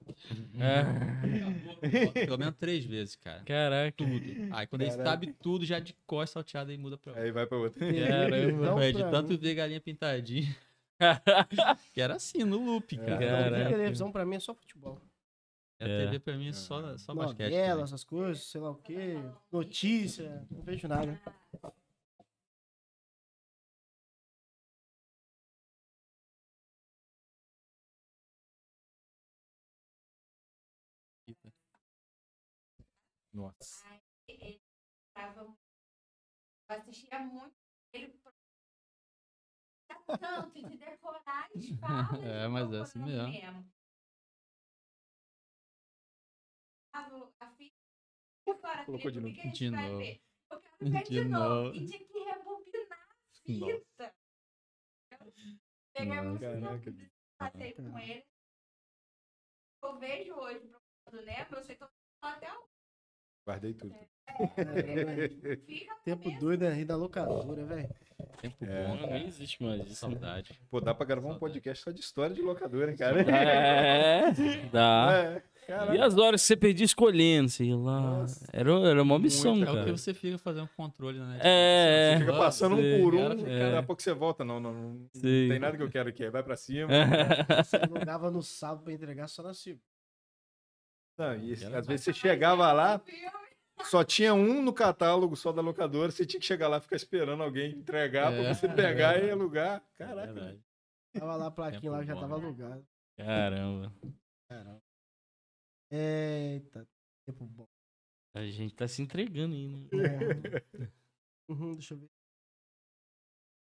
Speaker 1: Ah,
Speaker 4: Acabou, volta. Pelo menos três vezes,
Speaker 1: <laughs>
Speaker 4: cara.
Speaker 1: Caraca.
Speaker 4: Tudo. Aí quando ele
Speaker 3: Caraca.
Speaker 4: sabe tudo, já de cor salteado, ele muda pra outra.
Speaker 3: Aí vai pra outra. <laughs>
Speaker 2: Televisão
Speaker 4: Foi
Speaker 2: É Então, pra
Speaker 4: de
Speaker 2: mim-
Speaker 4: tanto ver galinha pintadinha. <laughs> que era assim, no loop, cara.
Speaker 1: Caraca.
Speaker 2: Televisão pra mim é só futebol.
Speaker 4: A TV pra mim é só, só basquete.
Speaker 2: Novela,
Speaker 4: também.
Speaker 2: essas coisas, sei lá o quê. Notícia, não vejo nada. <laughs>
Speaker 3: Nossa.
Speaker 6: ele tava muito- eu assistia muito ele tá tanto de decorar as
Speaker 4: <laughs>
Speaker 6: falas
Speaker 4: É,
Speaker 6: de
Speaker 4: mas é
Speaker 6: Procurando
Speaker 4: assim mesmo.
Speaker 6: Tava a filha agora,
Speaker 3: Colocou de
Speaker 6: filho,
Speaker 3: novo.
Speaker 6: o que que a gente
Speaker 4: De
Speaker 6: vai
Speaker 4: novo.
Speaker 6: ver? Eu quero ver de,
Speaker 4: De
Speaker 6: novo.
Speaker 4: novo.
Speaker 6: E tinha que rebobinar a fita. Pegava
Speaker 4: Nossa.
Speaker 6: muito
Speaker 3: Caraca. Tá.
Speaker 6: tempo de passeio com ele. Eu vejo hoje, procurando, né? Eu sei que eu tô até o
Speaker 3: Guardei tudo.
Speaker 6: fica
Speaker 2: Tempo doido, né? E da locadora, velho.
Speaker 4: Tempo
Speaker 3: É.
Speaker 4: bom,
Speaker 1: Mano,
Speaker 4: cara.
Speaker 1: nem existe mais isso.
Speaker 4: Saudade.
Speaker 3: Pô, dá pra gravar um
Speaker 4: Saudade.
Speaker 3: podcast só de história de locadora, hein, cara?
Speaker 1: É, dá.
Speaker 3: <laughs> É.
Speaker 1: E as horas que você perdia escolhendo, sei lá. Era, era uma missão,
Speaker 4: É o que
Speaker 1: <laughs> cara.
Speaker 4: você fica fazendo controle, né?
Speaker 1: É,
Speaker 4: Você
Speaker 5: Fica
Speaker 1: é.
Speaker 5: passando um
Speaker 1: sei,
Speaker 5: por um,
Speaker 4: cara,
Speaker 5: daqui
Speaker 1: é.
Speaker 5: a pouco você volta. Não, não, não, não
Speaker 1: Sei.
Speaker 5: tem nada que eu quero aqui. Vai pra cima.
Speaker 1: É.
Speaker 2: Você jogava no sábado pra entregar só na segunda.
Speaker 5: Não, e às vezes você chegava
Speaker 3: é
Speaker 5: lá,
Speaker 3: um
Speaker 5: só tinha um no catálogo só da locadora, você tinha que chegar lá e ficar esperando alguém entregar
Speaker 4: É.
Speaker 5: pra você pegar e alugar. Caraca.
Speaker 1: É Verdade.
Speaker 2: Tava lá a plaquinha lá, já
Speaker 4: bom,
Speaker 2: tava
Speaker 4: né?
Speaker 2: alugado.
Speaker 1: Caramba.
Speaker 2: Eita, tempo bom.
Speaker 1: A gente tá se entregando aí, né?
Speaker 2: É. Uhum, deixa eu ver.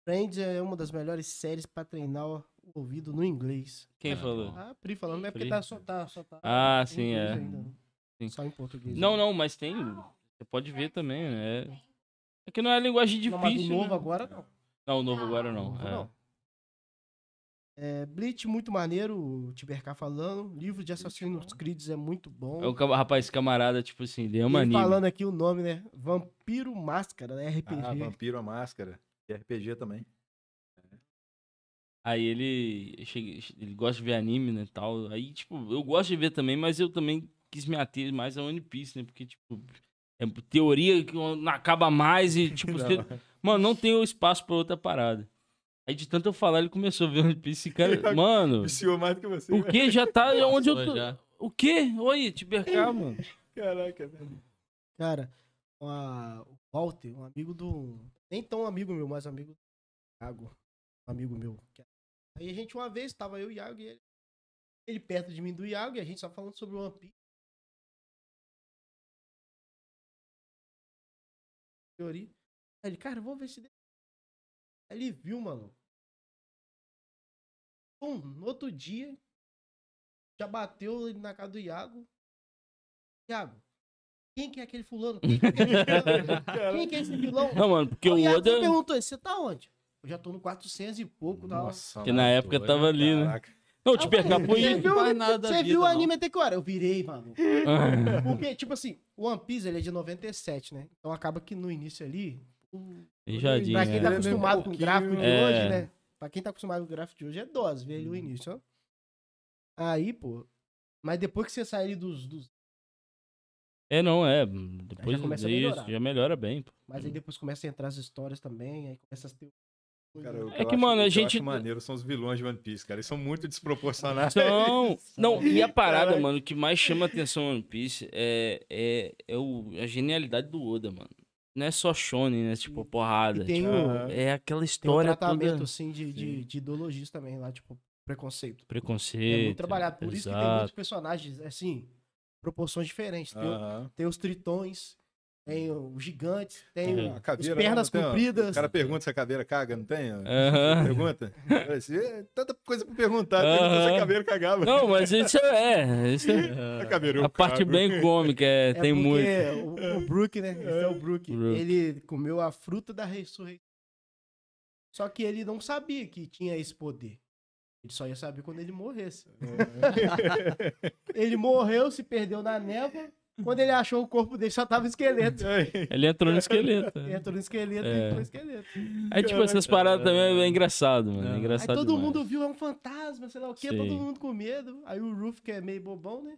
Speaker 2: Friends é uma das melhores séries pra treinar o ouvido no inglês.
Speaker 1: Quem
Speaker 4: Ah,
Speaker 1: falou?
Speaker 2: Ah, a Pri falando, é porque
Speaker 1: Pri.
Speaker 2: tá, só tá, só tá
Speaker 1: Ah,
Speaker 2: em
Speaker 1: sim,
Speaker 2: inglês
Speaker 1: é.
Speaker 2: ainda. né?
Speaker 1: Sim.
Speaker 2: Só em português.
Speaker 1: Não, não, mas tem. Você pode ver também, né? É que não é linguagem
Speaker 2: Não, mas o
Speaker 1: difícil.
Speaker 2: novo
Speaker 1: né?
Speaker 2: agora não.
Speaker 1: Não, o novo agora não.
Speaker 2: Novo
Speaker 1: é.
Speaker 2: não. É, Bleach, muito maneiro, o Tiberká falando. Livro de Assassin's Creed é muito bom.
Speaker 1: É o cam- rapaz esse camarada, tipo assim, ele ama
Speaker 2: E
Speaker 1: anime.
Speaker 2: falando aqui o nome, né? Vampiro Máscara, né?
Speaker 5: Ah,
Speaker 2: RPG.
Speaker 5: Vampiro a Máscara. E RPG também.
Speaker 1: Aí ele, chega- ele gosta de ver anime, né, tal. Aí, tipo, eu gosto de ver também, mas eu também quis me ater mais a One Piece, né? Porque, tipo, é teoria que não acaba mais e,
Speaker 2: <laughs>
Speaker 1: tipo, você- mano, não tem espaço pra outra parada. Aí de tanto eu falar, ele começou a ver One Piece e,
Speaker 2: <laughs>
Speaker 1: cara, mano,
Speaker 5: Viciou mais do que você.
Speaker 1: o
Speaker 2: é
Speaker 1: que já tá onde eu
Speaker 4: Passou
Speaker 1: tô?
Speaker 4: já.
Speaker 1: O quê? Oi, Tibercá, mano.
Speaker 5: Caraca, velho.
Speaker 2: Cara, uma- o Walter, um amigo do. Nem tão amigo meu, mas amigo do Iago. Um amigo meu. Aí a gente uma vez, tava eu, Iago e ele. Ele perto de mim do Iago e a gente só falando sobre o One Piece. Teoria. Aí ele, cara, eu vou ver se. deu. Aí ele viu, mano. Pum, no outro dia. Já bateu ele na casa do Iago. Iago, quem que é aquele fulano? Quem que é aquele fulano? Quem que é esse vilão?
Speaker 1: Não, mano, porque
Speaker 2: Aí
Speaker 1: o
Speaker 2: Iago
Speaker 1: Oda,
Speaker 2: perguntou isso, você tá onde? Eu já tô no 400 e pouco, tá?
Speaker 1: que na época
Speaker 4: Oda,
Speaker 1: tava ali, né?
Speaker 5: Caraca.
Speaker 1: Não, o Tibercá foi...
Speaker 4: Ele não faz nada da
Speaker 2: Você
Speaker 4: vida,
Speaker 2: viu o
Speaker 4: não.
Speaker 2: anime até que hora? Eu virei, mano.
Speaker 1: Ah,
Speaker 2: Porque, tipo assim, o One Piece ele é de 97, né? Então acaba que no início ali. o-
Speaker 1: Beijadinho,
Speaker 2: pra quem
Speaker 1: é.
Speaker 2: tá
Speaker 5: né?
Speaker 2: acostumado
Speaker 5: Um
Speaker 2: com o
Speaker 5: pouquinho.
Speaker 2: gráfico de
Speaker 1: É. Uhum.
Speaker 2: hoje, né? Pra quem tá acostumado com o gráfico de hoje é dose, ver ali o início, ó. Aí, pô. Mas depois que você sai ali dos. dos-
Speaker 1: É, não, é. Depois
Speaker 2: Já começa a
Speaker 1: disso,
Speaker 2: melhorar.
Speaker 1: já melhora bem. pô.
Speaker 2: Mas aí depois começa a entrar as histórias também, aí começa as teorias.
Speaker 5: Cara, o
Speaker 1: É
Speaker 5: eu
Speaker 1: que,
Speaker 5: acho-
Speaker 1: mano, a
Speaker 5: o eu
Speaker 1: gente-
Speaker 5: acho maneiro são os vilões de One Piece, cara. Eles são muito desproporcionados.
Speaker 1: Então, não, e a parada,
Speaker 5: Caralho.
Speaker 1: mano, o que mais chama atenção no One Piece é, é, é o, a genialidade do Oda, mano. Não é só shonen, né? Tipo, porrada.
Speaker 2: E tem
Speaker 1: tipo,
Speaker 2: o-
Speaker 1: é aquela
Speaker 2: Tem um
Speaker 1: história
Speaker 2: tratamento,
Speaker 1: toda...
Speaker 2: assim, de, de, de ideologias também lá, tipo, preconceito. É
Speaker 1: Preconceito.
Speaker 2: muito trabalhado. Por isso que tem
Speaker 1: exato.
Speaker 2: muitos personagens, assim, proporções diferentes. Tem, o-
Speaker 5: Aham.
Speaker 2: tem os tritões, tem os gigantes, tem
Speaker 1: Uhum.
Speaker 2: o-
Speaker 5: É, A caveira,
Speaker 2: os pernas
Speaker 5: não tem, ó.
Speaker 2: compridas.
Speaker 5: O cara pergunta se a caveira caga, não tem?
Speaker 1: Aham.
Speaker 5: Pergunta. Parece, é, tanta coisa pra perguntar.
Speaker 3: né?
Speaker 1: Aham.
Speaker 5: Pergunta se a caveira cagava.
Speaker 1: Não, mas isso é... Isso é
Speaker 5: A caveira eu
Speaker 1: a parte
Speaker 5: cago.
Speaker 3: <laughs>
Speaker 1: bem cômica, é, tem muito.
Speaker 2: muito. O, o Brook, né? Esse é o Brook.
Speaker 1: Brook.
Speaker 2: Ele comeu a fruta da ressurreição. Só que ele não sabia que tinha esse poder. Ele só ia saber quando ele morresse.
Speaker 5: É. <laughs>
Speaker 2: <laughs> ele morreu, se perdeu na névoa. Quando ele achou o corpo dele, só tava esqueleto.
Speaker 1: Ele entrou no É esqueleto.
Speaker 2: Ele entrou no esqueleto
Speaker 1: É.
Speaker 2: e entrou no esqueleto.
Speaker 1: Aí, tipo, essas paradas também é engraçado, mano. É
Speaker 2: Aí
Speaker 1: engraçado
Speaker 2: todo
Speaker 1: demais.
Speaker 2: mundo viu, é um fantasma, sei lá o quê, todo
Speaker 1: Sim.
Speaker 2: mundo com medo. Aí o Roof, que é meio bobão, né?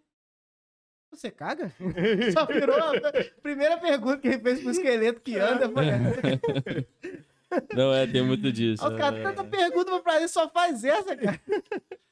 Speaker 2: Você caga? <laughs> Só virou a primeira pergunta que ele fez pro esqueleto que anda. Foi...
Speaker 1: É.
Speaker 2: <laughs> essa.
Speaker 1: Não, é, tem muito disso.
Speaker 2: Aí Os caras,
Speaker 1: É.
Speaker 2: tanta pergunta pra ele, só faz essa, cara.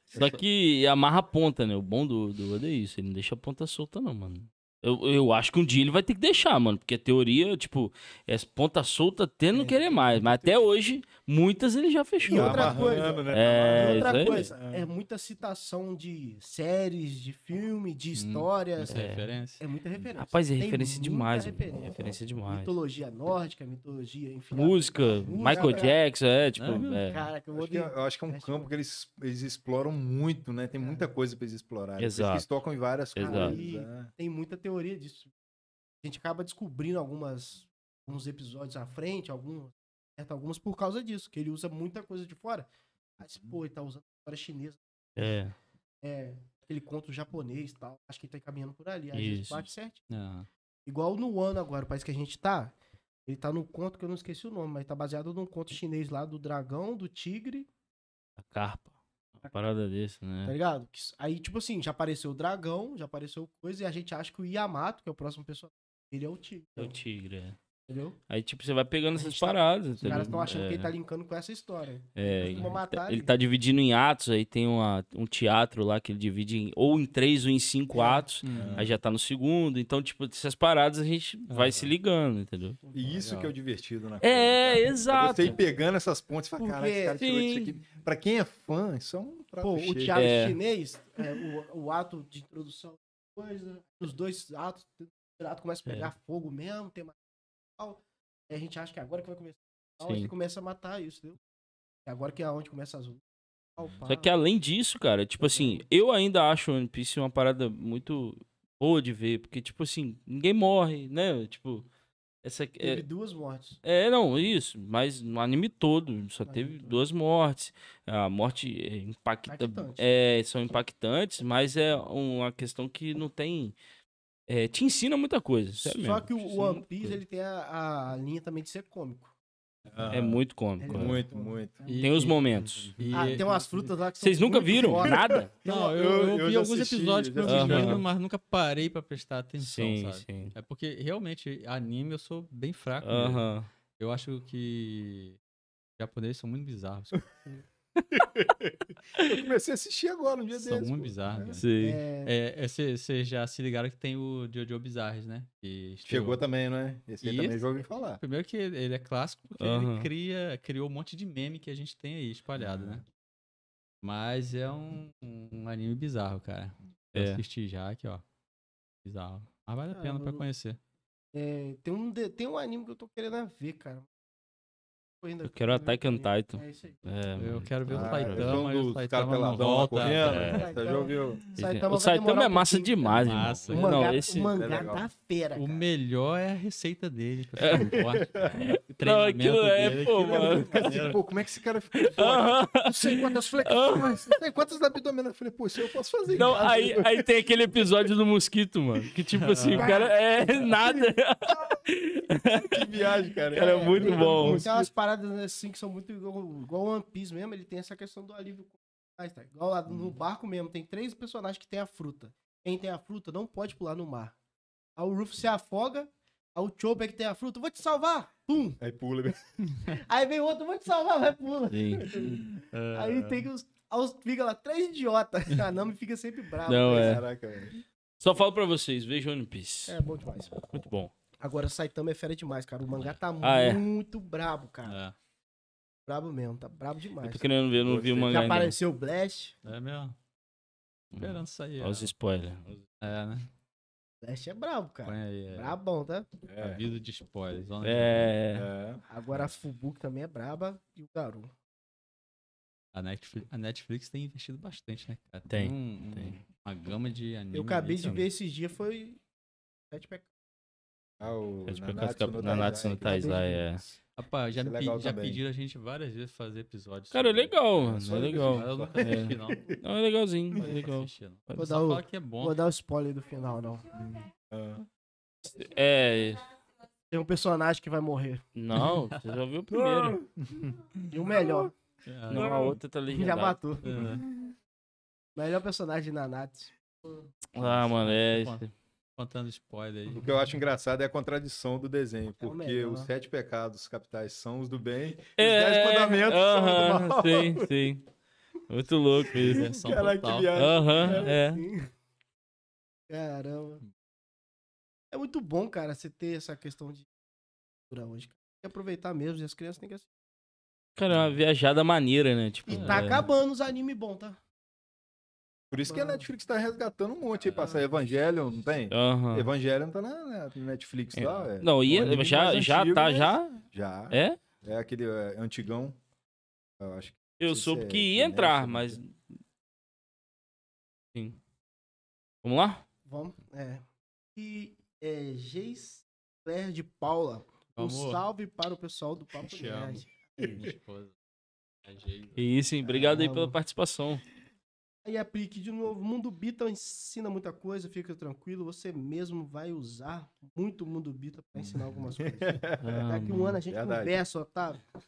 Speaker 1: Só que amarra a ponta, né? O bom do, do Oda é isso. Ele não deixa a ponta solta, não, mano. Eu, eu acho que um dia ele vai ter que deixar, mano. Porque a teoria, tipo, é ponta solta até não querer mais. Mas até hoje, muitas ele já fechou.
Speaker 2: É. E
Speaker 5: Tá
Speaker 2: outra
Speaker 5: amarrando,
Speaker 2: coisa.
Speaker 5: né?
Speaker 1: É,
Speaker 2: E
Speaker 1: isso
Speaker 2: outra
Speaker 1: aí.
Speaker 2: coisa, é muita citação de séries, de filme, de histórias.
Speaker 4: Essa
Speaker 2: É,
Speaker 4: referência.
Speaker 2: muita referência.
Speaker 1: Hum, Rapaz, é
Speaker 2: Tem
Speaker 1: referência
Speaker 2: muita
Speaker 1: demais,
Speaker 2: referência.
Speaker 1: mano. É referência demais.
Speaker 2: Mitologia nórdica, mitologia, enfim.
Speaker 1: Música, Michael Jackson, é, tipo,
Speaker 4: Não,
Speaker 1: é.
Speaker 2: Cara, que eu
Speaker 5: Eu
Speaker 2: vou
Speaker 5: acho que, eu acho que é um
Speaker 2: Fast
Speaker 5: campo que eles, eles exploram muito, né? Tem muita coisa pra eles explorarem. Por isso que Eles
Speaker 1: Exato.
Speaker 5: tocam em várias
Speaker 1: Exato.
Speaker 5: coisas.
Speaker 2: E-
Speaker 5: né?
Speaker 2: tem muita teoria disso. A gente acaba descobrindo algumas alguns episódios à frente, algum, certo, algumas por causa disso, que ele usa muita coisa de fora. Mas,
Speaker 1: Uhum.
Speaker 2: pô, ele tá usando história chinesa,
Speaker 1: é.
Speaker 2: é, aquele conto japonês e tal. Acho que ele tá encaminhando por ali. Aí
Speaker 1: Isso.
Speaker 2: gente bate certo.
Speaker 4: Ah,
Speaker 2: Igual no ano agora, o país que a gente tá, ele tá num conto que eu não esqueci o nome, mas tá baseado num conto chinês lá do dragão, do tigre
Speaker 1: A carpa. Uma parada dessa,
Speaker 2: tá
Speaker 1: né?
Speaker 2: ligado? Que s- Aí, tipo assim, já apareceu o dragão, já apareceu coisa, e a gente acha que o Yamato, que é o próximo personagem, ele é o Tigre,
Speaker 1: É o tigre, é.
Speaker 2: entendeu?
Speaker 1: Aí, tipo, você vai pegando
Speaker 2: A gente
Speaker 1: essas
Speaker 2: tá-
Speaker 1: paradas.
Speaker 2: Os caras estão achando
Speaker 1: é,
Speaker 2: que ele tá linkando com essa história.
Speaker 1: é,
Speaker 2: eles vão matar
Speaker 1: ele
Speaker 2: ele.
Speaker 1: tá dividindo em atos, aí tem uma, um teatro lá que ele divide em, ou em três ou em
Speaker 2: É.
Speaker 1: cinco atos,
Speaker 4: Hum.
Speaker 1: aí já tá no segundo. Então, tipo, essas paradas a gente vai se ligando, entendeu?
Speaker 3: E isso que é o divertido na
Speaker 1: É,
Speaker 3: coisa, cara.
Speaker 1: exato.
Speaker 3: Você ir pegando essas pontes e falar,
Speaker 2: Porque-
Speaker 3: caralho, esse cara tirou isso
Speaker 1: Sim.
Speaker 3: aqui. Pra quem é fã, isso é um prato
Speaker 2: Pô, o
Speaker 3: cheio.
Speaker 2: teatro
Speaker 1: É.
Speaker 2: chinês, é, o, o ato de introdução, coisa, os dois atos, o primeiro ato começa a pegar
Speaker 1: É.
Speaker 2: fogo mesmo, tem mais. tal. Aí a gente acha que é agora que vai começar. Tal,
Speaker 1: Sim.
Speaker 2: aí começa a matar isso, entendeu? E agora que é onde começa as lutas. tal, pá.
Speaker 1: Só que além disso, cara,
Speaker 2: Uhum.
Speaker 1: tipo assim, eu ainda acho One Piece uma parada muito boa de ver, porque, tipo assim, ninguém morre, né? Tipo, essa. é-
Speaker 2: Teve duas mortes.
Speaker 1: É, não, isso. Mas no anime todo, só
Speaker 2: No
Speaker 1: teve
Speaker 2: anime todo.
Speaker 1: duas mortes. A morte é, impacta.
Speaker 2: Impactante.
Speaker 1: É, são impactantes, mas é uma questão que não tem. é, te ensina muita coisa. sério
Speaker 2: Só
Speaker 1: mesmo,
Speaker 2: que
Speaker 1: te
Speaker 2: o
Speaker 1: ensina
Speaker 2: One
Speaker 1: muita
Speaker 2: Piece,
Speaker 1: coisa.
Speaker 2: ele tem a, a linha também de ser cômico.
Speaker 1: É muito cômico.
Speaker 2: Ele-
Speaker 1: é.
Speaker 3: Muito, muito.
Speaker 4: E-
Speaker 1: Tem os momentos.
Speaker 4: e-
Speaker 2: Ah, tem umas frutas lá que
Speaker 1: é
Speaker 2: são
Speaker 1: Vocês nunca
Speaker 2: muito
Speaker 1: viram?
Speaker 2: fortes. <laughs>
Speaker 1: Nada?
Speaker 4: Não, eu,
Speaker 3: Eu-
Speaker 4: eu
Speaker 3: eu
Speaker 4: vi
Speaker 3: já
Speaker 4: alguns
Speaker 3: assisti,
Speaker 4: episódios
Speaker 3: já
Speaker 4: quando
Speaker 1: assisti.
Speaker 4: menino,
Speaker 1: Aham.
Speaker 4: mas nunca parei pra prestar atenção,
Speaker 1: sim,
Speaker 4: sabe?
Speaker 1: sim.
Speaker 4: É porque realmente anime eu sou bem fraco. mesmo.
Speaker 1: Aham.
Speaker 4: Eu acho que japoneses são muito bizarros. cara.
Speaker 3: Eu comecei a assistir agora, um dia
Speaker 1: é
Speaker 4: são
Speaker 3: desses.
Speaker 4: muito
Speaker 3: pô.
Speaker 4: bizarros. cara.
Speaker 1: Sim.
Speaker 2: É,
Speaker 4: É, vocês já se ligaram que tem o Jojo Bizarres, né? Que estreou.
Speaker 3: Chegou também, né? Esse aí
Speaker 4: E
Speaker 3: também
Speaker 4: esse-
Speaker 3: já ouvi falar.
Speaker 4: Primeiro que ele é clássico porque
Speaker 1: Aham.
Speaker 4: ele cria, criou um monte de meme que a gente tem aí espalhado,
Speaker 1: Uhum.
Speaker 4: né? Mas é um, um anime bizarro, cara. Eu
Speaker 1: É.
Speaker 4: assisti já aqui, ó. Bizarro. Mas vale a
Speaker 2: Ah,
Speaker 4: pena pra
Speaker 2: eu-
Speaker 4: conhecer.
Speaker 1: Tá
Speaker 2: é, tem, um, de- tem um anime que eu tô querendo ver, cara. Tô ainda
Speaker 1: Eu quero Attack on Titan.
Speaker 2: É isso aí.
Speaker 1: É,
Speaker 4: Eu
Speaker 1: mano.
Speaker 4: quero ver o
Speaker 3: Ah,
Speaker 4: Saitama,
Speaker 3: então
Speaker 4: mas o
Speaker 3: dos
Speaker 4: Saitama não
Speaker 3: capeladão lá
Speaker 4: volta.
Speaker 3: correndo,
Speaker 1: É.
Speaker 3: né? Você já ouviu?
Speaker 2: Saitama
Speaker 1: o
Speaker 2: vai
Speaker 1: Saitama
Speaker 2: demorar
Speaker 1: é
Speaker 2: um
Speaker 1: massa
Speaker 2: pouquinho,
Speaker 1: demais,
Speaker 4: cara.
Speaker 1: irmão.
Speaker 4: Massa.
Speaker 2: O
Speaker 4: Não,
Speaker 2: mangá,
Speaker 1: Não,
Speaker 2: o
Speaker 1: esse.
Speaker 2: mangá
Speaker 3: legal.
Speaker 2: da feira,
Speaker 4: O
Speaker 2: cara.
Speaker 4: melhor é a receita dele. pra ficar forte, cara. O
Speaker 1: É. <laughs> Não,
Speaker 4: treinamento
Speaker 1: aquilo é,
Speaker 4: dele,
Speaker 1: pô,
Speaker 4: aquilo
Speaker 1: mano.
Speaker 4: muito maneiro.
Speaker 3: Pô, como é que esse cara ficou forte?
Speaker 1: Aham.
Speaker 3: Não sei quantas
Speaker 1: Ah,
Speaker 3: flexões, não sei quantas abdominais. Eu falei, pô, isso eu posso fazer. em
Speaker 1: Não,
Speaker 3: casa. né?
Speaker 1: aí, aí tem aquele episódio do mosquito, mano. Que tipo assim, o cara é <laughs> nada.
Speaker 3: Que viagem, cara.
Speaker 1: Cara, é muito
Speaker 2: tem-
Speaker 1: bom.
Speaker 2: Tem umas paradas assim que são muito igual, igual One Piece mesmo, ele tem essa questão do alívio. Mas tá, igual lá
Speaker 1: Uhum.
Speaker 2: no barco mesmo, tem três personagens que tem a fruta. Quem tem a fruta não pode pular no mar. Aí o Ruff se afoga, aí o Chopper que tem a fruta, vou te salvar! Pum!
Speaker 3: Aí pula. né?
Speaker 2: Aí vem outro, vou te salvar, vai pula. <laughs>
Speaker 4: É.
Speaker 2: Aí tem que os. aí os- Fica lá, três <laughs> idiotas. A Nami fica sempre brava.
Speaker 1: Não, é.
Speaker 3: Caraca, velho.
Speaker 1: Só falo pra vocês, veja One Piece.
Speaker 2: É bom demais.
Speaker 1: Muito bom.
Speaker 2: Agora o Saitama é fera demais, cara. O mangá tá
Speaker 1: Ah, é.
Speaker 2: muito brabo, cara.
Speaker 4: É.
Speaker 2: Brabo mesmo, tá brabo demais.
Speaker 1: Eu tô querendo ver, É eu não vi o
Speaker 3: Gostei.
Speaker 1: mangá
Speaker 2: Já
Speaker 1: ainda. né?
Speaker 2: apareceu o Blast.
Speaker 4: É mesmo. Esperando sair.
Speaker 1: Olha os
Speaker 4: ó.
Speaker 1: spoilers.
Speaker 4: É, né?
Speaker 2: Blast é brabo, cara.
Speaker 4: Põe aí. É.
Speaker 2: Brabão, tá?
Speaker 3: É.
Speaker 4: Aviso de spoilers. vamos lá.
Speaker 1: É.
Speaker 3: É.
Speaker 2: Agora a Fubuki também é braba e o Garu.
Speaker 4: A Netflix, a Netflix tem investido bastante, né, cara?
Speaker 1: Tem,
Speaker 4: um- um-
Speaker 1: tem.
Speaker 4: Uma gama de anime.
Speaker 1: Hum,
Speaker 2: Eu acabei
Speaker 4: aí,
Speaker 2: de
Speaker 1: então.
Speaker 4: sabe?
Speaker 2: ver esses dias, foi. Sete pecados.
Speaker 3: Ah, o
Speaker 1: Sete
Speaker 3: Nanatsu
Speaker 1: Pecados
Speaker 3: no
Speaker 1: Cap- Nanatsu
Speaker 3: Taizai,
Speaker 1: no
Speaker 3: que eu acabei de
Speaker 1: Taizai,
Speaker 3: ver.
Speaker 1: é.
Speaker 4: Rapaz, já,
Speaker 3: Isso
Speaker 4: me
Speaker 3: é
Speaker 4: pe-
Speaker 3: legal
Speaker 4: já
Speaker 3: também.
Speaker 4: pediram a gente várias vezes fazer episódios.
Speaker 1: Cara, é
Speaker 4: sobre-
Speaker 1: legal, mano.
Speaker 3: só
Speaker 1: É
Speaker 3: isso,
Speaker 1: legal.
Speaker 4: Mas Eu nunca assisti,
Speaker 1: <laughs>
Speaker 4: não. Nunca
Speaker 1: Não, é legalzinho. É legal.
Speaker 4: assisti, não.
Speaker 1: Vou
Speaker 4: Só
Speaker 2: dar o-
Speaker 4: fala que é bom.
Speaker 2: Vou dar o spoiler do final, não.
Speaker 3: Ah.
Speaker 1: É.
Speaker 2: Tem um personagem que vai morrer.
Speaker 1: Não, você já viu o primeiro.
Speaker 2: E o melhor.
Speaker 4: Ah,
Speaker 1: Não, a outra tá
Speaker 2: Já
Speaker 1: legendada.
Speaker 2: matou.
Speaker 4: é.
Speaker 2: Melhor personagem na Natsu.
Speaker 1: Ah, mano, é. esse-
Speaker 4: Contando spoiler aí.
Speaker 3: O que eu acho engraçado é a contradição do desenho,
Speaker 2: É o
Speaker 3: porque
Speaker 2: melhor.
Speaker 3: os sete pecados capitais são os do bem,
Speaker 1: É.
Speaker 3: os dez mandamentos são os do
Speaker 1: Aham,
Speaker 3: mal.
Speaker 1: sim, sim. Muito louco isso.
Speaker 4: Inversão
Speaker 3: Caraca, que
Speaker 4: total.
Speaker 3: viagem.
Speaker 1: Aham, é.
Speaker 2: Sim. Caramba. É muito bom, cara, você ter essa questão de cultura hoje. cara. Tem que aproveitar mesmo, e as crianças têm que assistir.
Speaker 1: Cara, é uma viajada maneira, né? Tipo,
Speaker 2: E tá
Speaker 1: é.
Speaker 2: acabando os animes bons, tá?
Speaker 3: Por isso que a
Speaker 2: Mano. Ah.
Speaker 3: Netflix tá resgatando um monte aí pra sair. Evangelion, não tem?
Speaker 1: Aham.
Speaker 3: Evangelion tá na na Netflix lá, é.
Speaker 1: Ah. Não, e
Speaker 3: Um anime
Speaker 1: já,
Speaker 3: mais
Speaker 1: já
Speaker 3: antigo,
Speaker 1: tá,
Speaker 3: mas-
Speaker 1: já?
Speaker 3: Já. É,
Speaker 1: É?
Speaker 3: aquele é, antigão. Eu acho
Speaker 1: <laughs>
Speaker 3: que
Speaker 1: Eu
Speaker 3: sei se
Speaker 1: soube
Speaker 3: é
Speaker 1: que ia
Speaker 3: Kinect,
Speaker 1: entrar,
Speaker 3: né?
Speaker 1: mas. Sim. Vamos lá?
Speaker 2: Vamos. É. E é, Geis Claire de Paula.
Speaker 4: Vamos.
Speaker 2: Um salve para o pessoal do Papo
Speaker 4: Te amo.
Speaker 2: Nerd.
Speaker 4: Minha esposa. Viajei.
Speaker 1: Que É isso, hein? Obrigado
Speaker 3: Tá
Speaker 1: aí pela
Speaker 2: Caramba.
Speaker 1: participação.
Speaker 2: Aí aplique de novo. Mundo Bita ensina muita coisa, fica tranquilo. Você mesmo vai usar
Speaker 3: É, tá
Speaker 2: muito Mundo Bita para ensinar algumas coisas. Daqui um ano a gente
Speaker 3: Verdade.
Speaker 2: conversa, Otávio.
Speaker 1: Ah,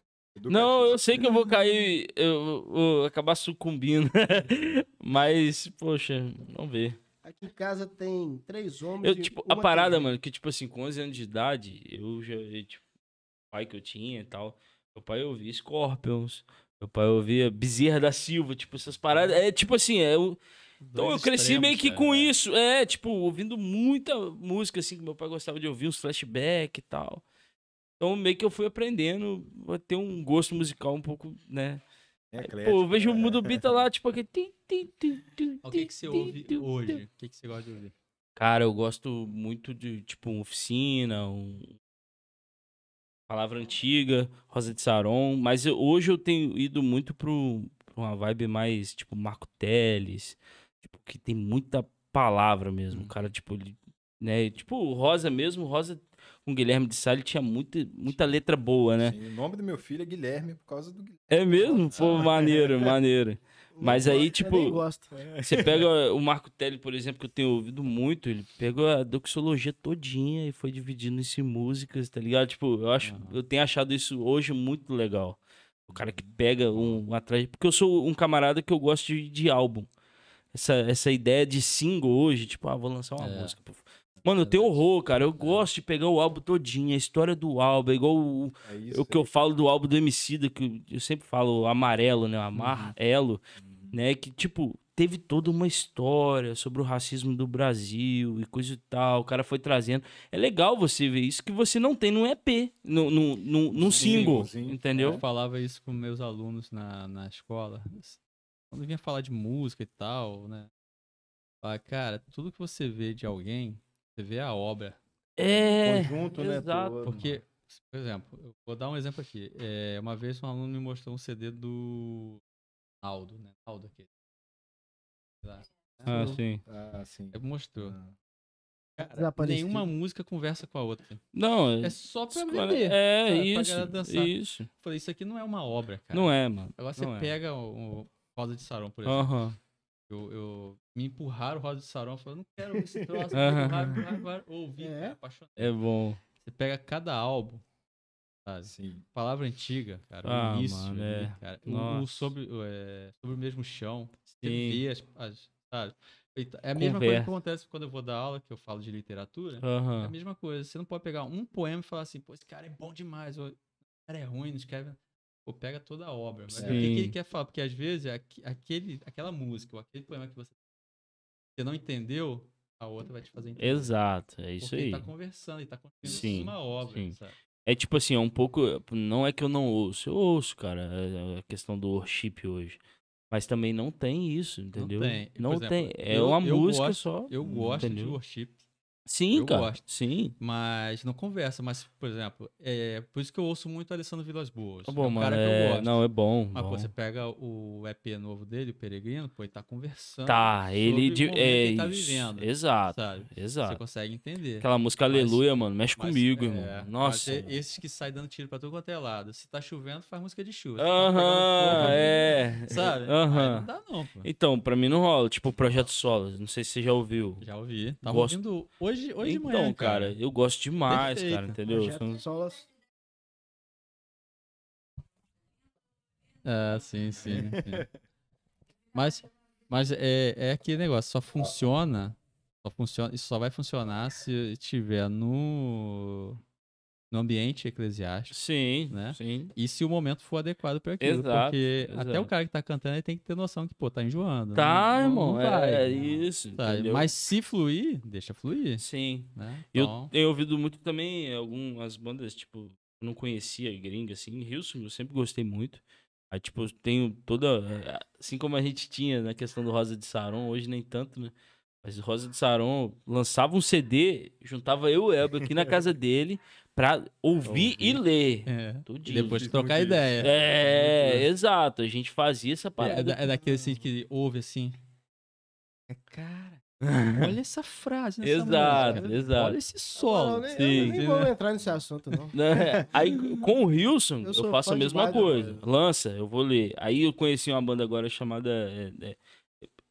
Speaker 1: Não, eu sei que eu vou cair, eu vou acabar sucumbindo. <laughs> Mas, poxa, vamos ver.
Speaker 2: Aqui em casa tem três homens.
Speaker 1: Eu,
Speaker 2: e
Speaker 1: tipo,
Speaker 2: uma
Speaker 1: a parada,
Speaker 2: TV.
Speaker 1: mano, que, tipo assim, com 11 anos de idade, eu já, eu, tipo, o pai que eu tinha e tal, meu pai ouvia Scorpions, meu pai ouvia Bezerra da Silva, tipo, essas paradas, é tipo assim, é, o- então eu
Speaker 4: Dois
Speaker 1: cresci meio
Speaker 4: extremos,
Speaker 1: que
Speaker 4: né?
Speaker 1: com isso, é, tipo, ouvindo muita música, assim, que meu pai gostava de ouvir, uns flashback e tal, então meio que eu fui aprendendo a ter um gosto musical um pouco, né,
Speaker 3: É
Speaker 1: pô, eu
Speaker 3: eclético,
Speaker 1: vejo o
Speaker 3: né?
Speaker 1: Mundo Bita lá, tipo,
Speaker 4: <laughs>
Speaker 1: aquele... tim, tim, tim, tim,
Speaker 4: Ah, O que, que você
Speaker 1: tim,
Speaker 4: ouve
Speaker 1: tim,
Speaker 4: hoje? O que, que você gosta de ouvir?
Speaker 1: Cara, eu gosto muito de, tipo, uma oficina, um... Palavra antiga, Rosa de Saron, mas eu- hoje eu tenho ido muito pro, pra uma vibe mais, tipo, Marco Teles, tipo, que tem muita palavra mesmo, o cara, tipo, ele, né, tipo, o Rosa mesmo, o Rosa com Guilherme de Sá, ele tinha muita, muita letra boa, né?
Speaker 3: Sim, o nome do meu filho é Guilherme por causa do Guilherme.
Speaker 1: É mesmo? Pô, maneiro, maneiro. Mas aí, tipo,
Speaker 2: Eu nem gosto.
Speaker 1: você pega o Marco Telli, por exemplo, que eu tenho ouvido muito, ele pegou a doxologia todinha e foi dividindo isso em músicas, tá ligado? Tipo, eu acho, eu tenho achado isso hoje muito legal. O cara que pega um atrás, porque eu sou um camarada que eu gosto de, de álbum. Essa, essa ideia de single hoje, tipo, ah, vou lançar uma
Speaker 4: É.
Speaker 1: música. pô. Mano, eu tenho horror, cara. Eu gosto de pegar o álbum todinho, a história do álbum, é igual o,
Speaker 3: É
Speaker 1: é
Speaker 3: isso.
Speaker 1: o que eu falo do álbum do Emicida, que eu sempre falo amarelo, né?
Speaker 4: Uhum.
Speaker 1: Amarelo, né? Que, tipo, teve toda uma história sobre o racismo do Brasil e coisa e tal. O cara foi trazendo. É legal você ver isso que você não tem num EP, num, num, num, num single,
Speaker 3: singlezinho.
Speaker 1: entendeu?
Speaker 4: Eu falava isso com meus alunos na, na escola. Quando vinha falar de música e tal, né? Falava, cara, tudo que você vê de alguém, você vê a obra.
Speaker 1: É.
Speaker 3: Conjunto, né?
Speaker 1: exato,
Speaker 3: todo,
Speaker 4: Porque, por exemplo, eu vou dar um exemplo aqui. É, uma vez um aluno me mostrou um CD do Naldo, né? Naldo aquele. Sei lá.
Speaker 1: Ah, sim.
Speaker 3: mano. Ah, sim.
Speaker 4: Ele
Speaker 1: É
Speaker 4: mostrou.
Speaker 3: Ah.
Speaker 4: Cara,
Speaker 1: Ah,
Speaker 2: Desaparecido.
Speaker 4: nenhuma música conversa com a outra.
Speaker 1: Não,
Speaker 4: É
Speaker 1: é.
Speaker 4: só pra vender.
Speaker 1: É,
Speaker 4: sabe? Pra
Speaker 1: isso.
Speaker 4: galera dançar.
Speaker 1: Isso.
Speaker 4: Falei, isso aqui não é uma obra, cara.
Speaker 1: Não é, mano.
Speaker 4: Agora você
Speaker 1: não é. Ah,
Speaker 4: pega o, o Rosa de Saron, por exemplo.
Speaker 1: Aham.
Speaker 4: Eu, eu- me empurraram o Rosa de Saron, falando, não quero então esse troço, me
Speaker 1: Aham.
Speaker 4: empurraram, empurraram, empurraram, ouvi,
Speaker 2: É.
Speaker 4: cara, apaixonado.
Speaker 1: É bom.
Speaker 4: Você pega cada álbum, sabe?
Speaker 3: Sim.
Speaker 4: Palavra antiga, cara,
Speaker 1: Ah,
Speaker 4: o início,
Speaker 1: mano,
Speaker 4: ali,
Speaker 1: é.
Speaker 4: cara, o- o,
Speaker 1: Nossa.
Speaker 4: sobre, o, é, sobre o mesmo chão, você
Speaker 1: Sim.
Speaker 4: vê as, as- sabe? Eita, É a mesma coisa que
Speaker 1: Conversa.
Speaker 4: acontece quando eu vou dar aula, que eu falo de literatura, é a
Speaker 1: Aham.
Speaker 4: mesma coisa. Você não pode pegar um poema e falar assim, pô, esse cara é bom demais, ou esse cara é ruim, não escreve. Pô, pega toda a obra. Vai ver o que, que
Speaker 1: Sim.
Speaker 4: ele quer falar? Porque às vezes aque- aquele, aquela música, ou aquele poema que você, você não entendeu, a outra vai te fazer entender.
Speaker 1: Exato. É
Speaker 4: Porque
Speaker 1: isso
Speaker 4: ele
Speaker 1: aí.
Speaker 4: tá conversando, ele tá construindo
Speaker 1: Sim,
Speaker 4: uma obra,
Speaker 1: sim.
Speaker 4: sabe?
Speaker 1: É tipo assim, é um pouco. Não é que eu não ouço, eu ouço, cara, a- a questão do worship hoje. Mas também não tem isso, entendeu?
Speaker 4: tem. Por
Speaker 1: Não
Speaker 4: exemplo,
Speaker 1: tem. É
Speaker 4: eu-
Speaker 1: uma
Speaker 4: eu
Speaker 1: música
Speaker 4: gosto-
Speaker 1: só.
Speaker 4: Eu gosto
Speaker 1: entendeu?
Speaker 4: de worship,
Speaker 1: Sim,
Speaker 4: eu
Speaker 1: cara.
Speaker 4: gosto.
Speaker 1: Sim.
Speaker 4: mas não conversa. Mas, por exemplo, é por isso que eu ouço muito Alessandro Vilas Boas.
Speaker 1: Tá
Speaker 4: é
Speaker 1: bom,
Speaker 4: um
Speaker 1: mano.
Speaker 4: cara que
Speaker 1: é-
Speaker 4: eu gosto.
Speaker 1: Não, é bom.
Speaker 4: Mas, pô,
Speaker 1: bom.
Speaker 4: você tá pega o EP novo dele, o Peregrino, pô, ele tá conversando.
Speaker 1: Tá,
Speaker 4: sobre
Speaker 1: ele.
Speaker 4: o
Speaker 1: de-
Speaker 4: momento que
Speaker 1: É
Speaker 4: ele tá
Speaker 1: isso.
Speaker 4: vivendo.
Speaker 1: Exato.
Speaker 4: sabe? Você
Speaker 1: Exato.
Speaker 4: consegue entender.
Speaker 1: Aquela música
Speaker 4: Mas-
Speaker 1: Aleluia, mano, mexe
Speaker 4: Mas,
Speaker 1: comigo,
Speaker 4: é,
Speaker 1: irmão.
Speaker 4: mas
Speaker 1: Nossa.
Speaker 4: é esses que saem dando tiro pra todo quanto é lado. Se tá chovendo, faz música de chuva. Se tá pegando
Speaker 1: Aham,
Speaker 4: fogo, né?
Speaker 1: é.
Speaker 4: Sabe? Aí
Speaker 1: Aham.
Speaker 4: não dá, não, pô.
Speaker 1: Então, pra mim não rola. Tipo, o Projeto Solas. Não sei se você já ouviu.
Speaker 4: Já ouvi. Tava
Speaker 1: Gosto.
Speaker 4: ouvindo hoje, hoje
Speaker 1: então,
Speaker 4: de manhã.
Speaker 1: cara. eu gosto demais,
Speaker 4: Perfeito. é
Speaker 1: cara, entendeu? São-
Speaker 2: Projeto Solas.
Speaker 4: Ah, sim, sim.
Speaker 1: é.
Speaker 4: sim. mas mas é, é aquele negócio, só funciona, só funciona, isso só vai funcionar se tiver no, no ambiente eclesiástico
Speaker 1: Sim,
Speaker 4: Né?
Speaker 1: sim.
Speaker 4: e se o momento for adequado para aquilo.
Speaker 1: Exato,
Speaker 4: porque até
Speaker 1: exato.
Speaker 4: o cara que tá cantando ele tem que ter noção que, pô, tá enjoando.
Speaker 1: Tá,
Speaker 4: não- não-
Speaker 1: irmão,
Speaker 4: não
Speaker 1: é-
Speaker 4: vai,
Speaker 1: é,
Speaker 4: né?
Speaker 1: isso.
Speaker 4: Sabe?
Speaker 1: entendeu?
Speaker 4: Mas se fluir, deixa fluir.
Speaker 1: Sim.
Speaker 4: Né?
Speaker 1: Eu
Speaker 4: Então,
Speaker 1: <laughs> tenho ouvido muito também algumas bandas, tipo, eu não conhecia gringa, assim. Houston, eu sempre gostei muito. Aí, tipo, eu tenho toda. Assim como a gente tinha na questão do Rosa de Saron, hoje nem tanto, né? Mas o Rosa de Saron lançava um CD, juntava eu e o Elber aqui na
Speaker 4: <laughs>
Speaker 1: casa dele pra ouvir e ler.
Speaker 4: é. E
Speaker 1: Tudinho.
Speaker 4: depois trocar
Speaker 3: Muito
Speaker 4: ideia.
Speaker 1: É, exato. A gente fazia essa
Speaker 4: É, é,
Speaker 1: parada.
Speaker 4: da- é daquele assim que
Speaker 1: <laughs>
Speaker 4: ouve assim. é, Cara, olha essa frase nessa
Speaker 1: Exato,
Speaker 4: música. né?
Speaker 1: exato.
Speaker 4: Olha esse
Speaker 2: Não,
Speaker 4: solo.
Speaker 2: nem, eu
Speaker 1: sim.
Speaker 2: nem vou entrar nesse
Speaker 1: <laughs>
Speaker 2: assunto, não.
Speaker 4: <laughs>
Speaker 1: né? Aí com o Wilson,
Speaker 2: Eu
Speaker 1: eu,
Speaker 2: sou
Speaker 1: faço a
Speaker 2: fã
Speaker 1: mesma
Speaker 2: demais da
Speaker 1: coisa. Lança, eu vou ler. Aí eu conheci uma banda agora chamada é, é,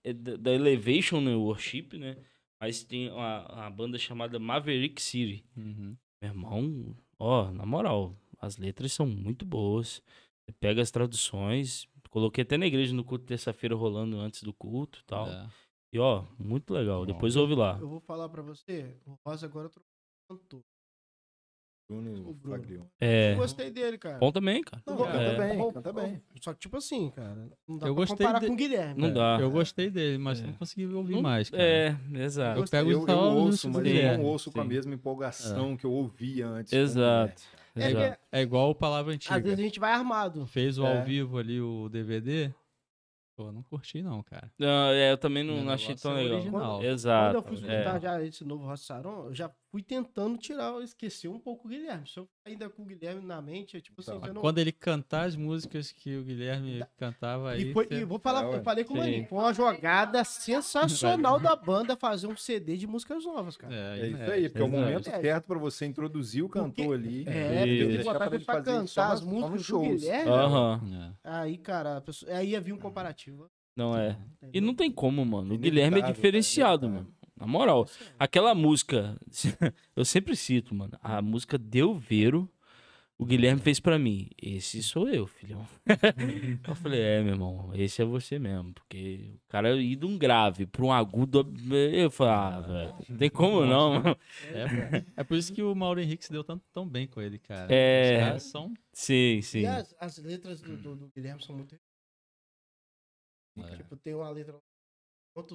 Speaker 1: é da da Elevation né, Worship, né? Mas tem uma, uma banda chamada Maverick City.
Speaker 4: Uhum.
Speaker 1: Meu irmão, ó, na moral, as letras são muito boas. Pega as traduções. Coloquei até na igreja no culto terça-feira rolando antes do culto e tal.
Speaker 4: É.
Speaker 1: E ó, muito legal.
Speaker 3: Bom.
Speaker 1: Depois ouve lá.
Speaker 2: Eu vou falar pra você, o Rosa agora trocou de cantor.
Speaker 3: Bruno
Speaker 2: O Bruno.
Speaker 3: Faglione.
Speaker 1: É.
Speaker 2: Eu gostei dele, cara.
Speaker 1: Bom também, cara. É.
Speaker 3: Não,
Speaker 2: cara,
Speaker 1: canta
Speaker 3: bem,
Speaker 2: bom,
Speaker 3: canta
Speaker 2: bom.
Speaker 3: bem.
Speaker 2: Só que, tipo assim, cara, não dá
Speaker 4: É. Eu
Speaker 2: pra
Speaker 4: gostei
Speaker 2: comparar
Speaker 4: de-
Speaker 2: com o Guilherme.
Speaker 1: Não dá.
Speaker 4: é. Eu gostei dele, mas
Speaker 1: É.
Speaker 4: não consegui ouvir
Speaker 1: Não-
Speaker 4: mais. Cara.
Speaker 1: É, exato.
Speaker 4: Eu pego
Speaker 3: eu,
Speaker 4: os
Speaker 3: eu
Speaker 4: áudios
Speaker 3: ouço,
Speaker 4: do
Speaker 3: mas
Speaker 1: É,
Speaker 3: eu
Speaker 4: Guilherme,
Speaker 3: não ouço com a
Speaker 4: sim.
Speaker 3: mesma empolgação que eu ouvia antes.
Speaker 1: Ah. Exato.
Speaker 2: É, que
Speaker 1: exato.
Speaker 4: É igual o Palavra Antiga.
Speaker 2: às vezes a gente vai armado.
Speaker 4: Fez o
Speaker 3: É.
Speaker 4: ao vivo ali, o DVD. Pô, não curti não, cara.
Speaker 1: Não, é, eu também não,
Speaker 4: Meu
Speaker 1: não achei
Speaker 4: negócio
Speaker 1: tão
Speaker 4: é
Speaker 1: legal.
Speaker 4: original.
Speaker 2: Quando
Speaker 1: Exato.
Speaker 2: eu fui escutar
Speaker 1: é.
Speaker 2: já esse novo Rosa Saron, eu já fui tentando tirar, eu esqueci um pouco o Guilherme. Se eu ficar ainda com o Guilherme na mente, é tipo assim,
Speaker 3: Então,
Speaker 2: eu não...
Speaker 4: Tá, Quando ele cantar as músicas que o Guilherme cantava aí...
Speaker 2: E, foi-
Speaker 4: cê-
Speaker 2: e vou falar,
Speaker 3: É, ué.
Speaker 2: eu falei com o
Speaker 1: Sim.
Speaker 2: Maninho, foi uma jogada sensacional da banda fazer um CD de músicas novas, cara.
Speaker 4: É,
Speaker 3: É isso
Speaker 4: é.
Speaker 3: aí, porque é o
Speaker 1: exato.
Speaker 3: momento
Speaker 2: É.
Speaker 3: certo pra você introduzir o cantor
Speaker 2: É,
Speaker 3: ali.
Speaker 1: Isso.
Speaker 2: porque tem que
Speaker 3: Deixar
Speaker 2: botar
Speaker 3: pra
Speaker 2: pra,
Speaker 3: gente
Speaker 2: pra
Speaker 3: fazer
Speaker 2: cantar
Speaker 3: só nas-
Speaker 2: as
Speaker 3: só Ah.
Speaker 2: músicas
Speaker 3: nos
Speaker 2: do
Speaker 3: shows.
Speaker 2: Guilherme.
Speaker 1: Aham.
Speaker 4: É.
Speaker 2: Aí, cara, a pessoa- aí havia um comparativo.
Speaker 1: Não é. E
Speaker 2: entendeu? tá
Speaker 1: não tem como, mano. O Guilherme é
Speaker 3: Inevitável,
Speaker 1: diferenciado,
Speaker 3: cara,
Speaker 1: mano. Na moral,
Speaker 3: Ah,
Speaker 1: aquela música, <laughs> eu sempre cito, mano, a música Deu Vero, o Guilherme fez pra mim. Esse sou eu, filhão. <laughs> eu falei, é, meu irmão, esse é você mesmo, porque o cara ir de um grave pra um agudo, eu falei, ah, velho, não tem como não, mano.
Speaker 4: É, pô. É por isso que o Mauro Henrique se deu tanto, tão bem com ele, cara.
Speaker 1: É.
Speaker 4: Os caras são...
Speaker 1: Sim, sim.
Speaker 2: E as, as letras do, do- do Guilherme são muito.
Speaker 3: É.
Speaker 2: Tipo, tem uma letra. Quanto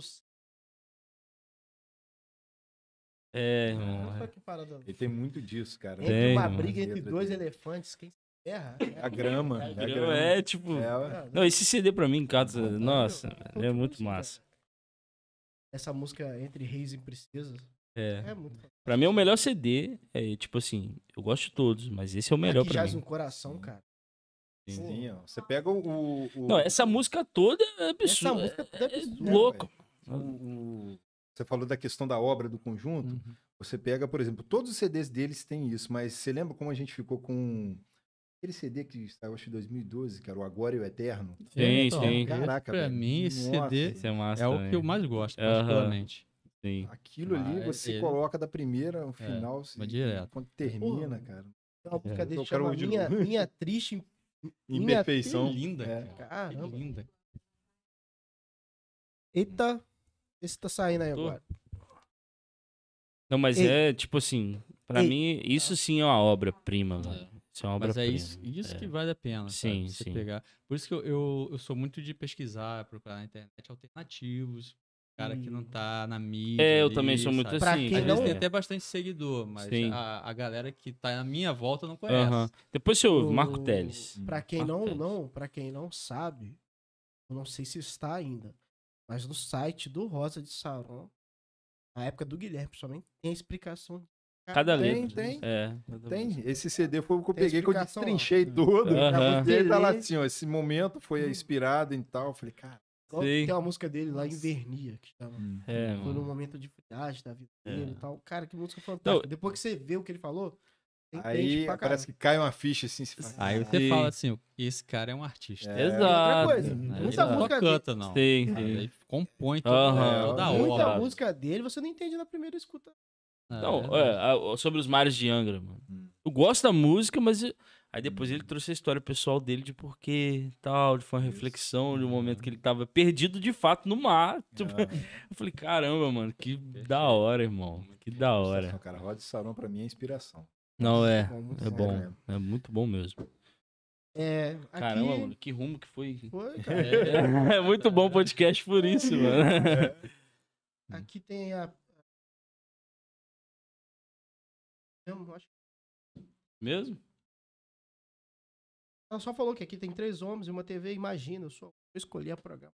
Speaker 1: É, irmão.
Speaker 2: Olha que parada.
Speaker 3: Ele tem muito disso, cara.
Speaker 2: Entre
Speaker 1: Tem,
Speaker 2: uma
Speaker 1: mano.
Speaker 2: briga entre
Speaker 3: Letra
Speaker 2: dois
Speaker 3: dele.
Speaker 2: elefantes, quem se erra?
Speaker 3: A grama. É, a grama.
Speaker 1: É, tipo...
Speaker 3: É, ué.
Speaker 2: Cara,
Speaker 1: Não, esse CD pra mim em casa,
Speaker 2: não,
Speaker 1: nossa,
Speaker 2: não,
Speaker 1: é
Speaker 2: tipo
Speaker 1: muito
Speaker 2: isso, cara.
Speaker 1: massa.
Speaker 2: Essa música entre reis e princesas
Speaker 1: É.
Speaker 2: é muito.
Speaker 1: Pra mim, o melhor CD é, tipo assim, eu gosto de todos, mas esse é o melhor
Speaker 2: Aqui
Speaker 1: pra
Speaker 2: jaz
Speaker 1: mim.
Speaker 2: um coração, cara.
Speaker 3: Sim, ó. Você pega o. o-
Speaker 1: Não, essa música toda é
Speaker 2: Essa
Speaker 1: absurda.
Speaker 2: música é absurda.
Speaker 1: é louco.
Speaker 3: o- o- Você falou da questão da obra do conjunto.
Speaker 4: Uhum.
Speaker 3: Você pega, por exemplo, todos os CDs deles têm isso, mas você lembra como a gente ficou com aquele CD que saiu, acho, em 2012, que era o Agora e o Eterno?
Speaker 1: Sim,
Speaker 4: Então,
Speaker 1: sim.
Speaker 3: Caraca,
Speaker 4: Pra
Speaker 3: velho.
Speaker 4: mim, esse
Speaker 3: Nossa,
Speaker 4: CD
Speaker 1: Isso é massa.
Speaker 4: é o
Speaker 1: também.
Speaker 4: que eu mais gosto,
Speaker 1: Aham.
Speaker 4: particularmente.
Speaker 1: Sim.
Speaker 3: Aquilo ali,
Speaker 4: Ah,
Speaker 3: você
Speaker 4: ele-
Speaker 3: coloca da primeira
Speaker 1: É,
Speaker 3: ao final, se-
Speaker 4: vai direto.
Speaker 3: quando termina, cara.
Speaker 2: Tem É uma
Speaker 1: É.
Speaker 2: música dele
Speaker 3: Eu quero
Speaker 2: chama
Speaker 3: ouvir de
Speaker 2: minha,
Speaker 3: novo.
Speaker 2: minha Triste.
Speaker 1: <laughs>
Speaker 2: Imp- Minha
Speaker 3: Imperfeição.
Speaker 4: Que linda,
Speaker 3: É.
Speaker 4: cara. Que
Speaker 2: Caramba.
Speaker 4: linda.
Speaker 2: Eita, esse tá saindo aí agora.
Speaker 1: Não, mas
Speaker 2: Ei.
Speaker 1: é, tipo assim, pra
Speaker 2: Ei.
Speaker 1: mim, isso sim é uma obra-prima, velho. Isso é uma
Speaker 4: Mas é
Speaker 1: obra-prima.
Speaker 4: isso, isso que vale a pena.
Speaker 1: Sim,
Speaker 4: sabe? Você
Speaker 1: sim.
Speaker 4: pegar. Por isso que eu, eu, eu sou muito de pesquisar, procurar na internet alternativos. Cara que não tá na mídia.
Speaker 1: Hum. É, eu
Speaker 4: ali,
Speaker 1: também sou muito
Speaker 4: sabe?
Speaker 2: Pra
Speaker 1: assim.
Speaker 2: quem
Speaker 4: Às
Speaker 1: cara.
Speaker 2: não-
Speaker 4: vezes tem
Speaker 1: É.
Speaker 4: até bastante seguidor, mas
Speaker 1: Sim.
Speaker 4: a, a galera que tá na minha volta não conhece.
Speaker 1: Aham. um Depois você ouve, Marco
Speaker 2: O-
Speaker 1: Teles.
Speaker 2: Pra quem
Speaker 4: Marco
Speaker 2: não,
Speaker 4: Teles.
Speaker 2: não, para quem não sabe, eu não sei se está ainda, mas no site do Rosa de Saron, na época do Guilherme, principalmente, tem a explicação. de
Speaker 1: Cada
Speaker 3: Tem,
Speaker 1: letra.
Speaker 3: tem.
Speaker 1: É. cada música.
Speaker 3: Tem, esse CD foi o que eu
Speaker 2: Tem
Speaker 3: peguei, que eu
Speaker 2: explicação lá.
Speaker 3: destrinchei todo.
Speaker 1: É. Aham.
Speaker 3: E ele tá lá
Speaker 2: Beleza.
Speaker 3: assim, ó, esse momento
Speaker 2: Uhum.
Speaker 3: foi inspirado em tal. Eu falei, cara,
Speaker 2: Igual
Speaker 1: Sim.
Speaker 2: Tem uma música dele lá em Vernia, que chama.
Speaker 1: É,
Speaker 2: Foi num
Speaker 1: mano. É.
Speaker 2: momento de friagem da vida dele e tal. Cara, que música fantástica.
Speaker 1: Não.
Speaker 2: Depois que você vê o que ele falou, você entende
Speaker 3: aí
Speaker 2: pra
Speaker 3: parece que cai uma ficha assim. Você fala,
Speaker 4: Aí você
Speaker 1: Sim.
Speaker 4: fala assim, esse cara é um artista.
Speaker 3: É.
Speaker 1: Exato.
Speaker 2: outra coisa,
Speaker 4: Né?
Speaker 2: muita
Speaker 4: ele não
Speaker 2: música
Speaker 4: só
Speaker 2: dele.
Speaker 4: canta, não. é
Speaker 1: Sim,
Speaker 4: Cara,
Speaker 1: sim.
Speaker 4: Ele compõe toda,
Speaker 1: Aham.
Speaker 4: toda a
Speaker 1: Muita
Speaker 2: Muita
Speaker 4: obra.
Speaker 2: música dele você não entende na primeira escuta.
Speaker 4: É,
Speaker 1: Não,
Speaker 4: verdade.
Speaker 1: é, a- sobre os mares de Angra, mano.
Speaker 2: Hum.
Speaker 1: Eu gosto da música, mas. eu- Aí depois ele trouxe a história pessoal dele de porquê e tal. Foi uma reflexão de
Speaker 2: Ah.
Speaker 1: um momento que ele tava perdido de fato no mar. Tipo, <laughs> Eu falei, caramba, mano, que da hora, irmão. Que da hora.
Speaker 3: Cara, Roda de Sarão pra mim é inspiração.
Speaker 1: Não, é.
Speaker 3: muito
Speaker 1: É
Speaker 3: sério
Speaker 1: bom.
Speaker 3: mesmo.
Speaker 1: É muito bom mesmo.
Speaker 2: É, né? aqui
Speaker 1: Caramba, mano, que rumo que
Speaker 2: <laughs>
Speaker 1: foi. <laughs>
Speaker 2: foi, cara.
Speaker 1: É, muito bom o podcast por
Speaker 2: É.
Speaker 1: isso, mano. <laughs>
Speaker 2: Aqui tem a. Eu acho que
Speaker 1: Mesmo?
Speaker 2: Ela só falou que aqui tem três homens e uma TV, imagina, eu só vou escolher
Speaker 1: <laughs>
Speaker 2: a programa.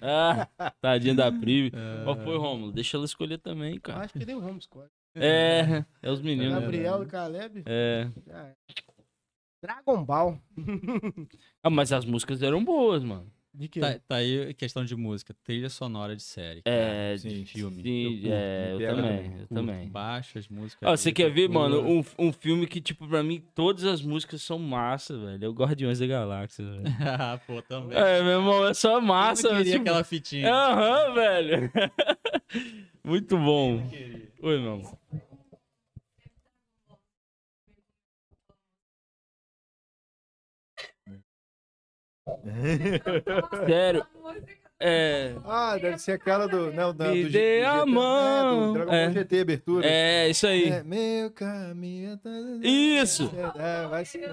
Speaker 1: Ah, tadinha da
Speaker 2: <laughs>
Speaker 1: Prive.
Speaker 2: É.
Speaker 1: Qual foi, Rômulo? Deixa ela escolher também,
Speaker 2: Eu
Speaker 1: cara.
Speaker 2: Acho que tem um homescore.
Speaker 1: É, é os meninos.
Speaker 2: Gabriel e Caleb.
Speaker 1: É.
Speaker 2: já é. Dragon Ball.
Speaker 1: Ah, mas as músicas eram boas, mano.
Speaker 2: De que?
Speaker 4: Tá, tá aí a questão de música, trilha sonora de série.
Speaker 1: É,
Speaker 3: Sim,
Speaker 1: de filme.
Speaker 4: eu
Speaker 1: Sim,
Speaker 4: curto,
Speaker 1: é, eu
Speaker 3: pega
Speaker 1: também, eu
Speaker 4: Curto,
Speaker 1: também.
Speaker 4: Baixa as músicas.
Speaker 1: Ah, você
Speaker 4: ali,
Speaker 1: quer ver,
Speaker 4: procura.
Speaker 1: mano, um, um filme que, tipo, pra mim, todas as músicas são massa, velho. É o Guardiões da Galáxia, velho.
Speaker 4: <laughs> <laughs> ah, pô, também.
Speaker 1: É, meu irmão, é só massa,
Speaker 4: Eu não
Speaker 1: velho.
Speaker 4: queria
Speaker 1: Tipo,
Speaker 4: aquela fitinha.
Speaker 1: Aham, velho. <laughs> Muito bom. Oi, meu amor. Sério? É.
Speaker 3: Ah, deve ser aquela do. né, Não, da,
Speaker 1: Me
Speaker 3: do, G-
Speaker 1: dê
Speaker 3: do
Speaker 1: a
Speaker 3: GT, É,
Speaker 1: mão.
Speaker 3: do Dragon
Speaker 1: É.
Speaker 3: Ball GT, abertura.
Speaker 1: É, isso aí.
Speaker 3: É, meu caminho. tá-
Speaker 1: Isso.
Speaker 3: É, vai ser.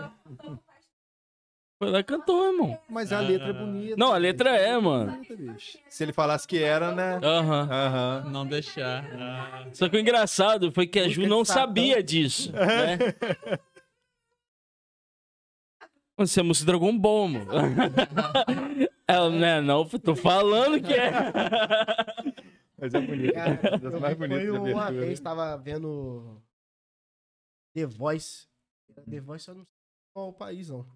Speaker 1: Foi lá e cantou, irmão.
Speaker 3: Mas a letra é bonita.
Speaker 1: Não, a letra é, mano.
Speaker 3: bonita, bicho. Se ele falasse que era, né?
Speaker 1: Aham.
Speaker 3: Aham.
Speaker 4: Não deixar. Ah,
Speaker 1: Só que o engraçado foi que a Ju não sabia disso, né? Mano, Você é música de Dragon Ball, mano. <laughs> Ela, né, não, tô falando que é.
Speaker 3: Mas é bonita.
Speaker 2: Cara,
Speaker 3: <laughs> das
Speaker 2: eu
Speaker 3: mais bonitas
Speaker 2: foi uma
Speaker 3: aberturas.
Speaker 2: vez, tava vendo The Voice. The Voice eu não sei qual país, não. O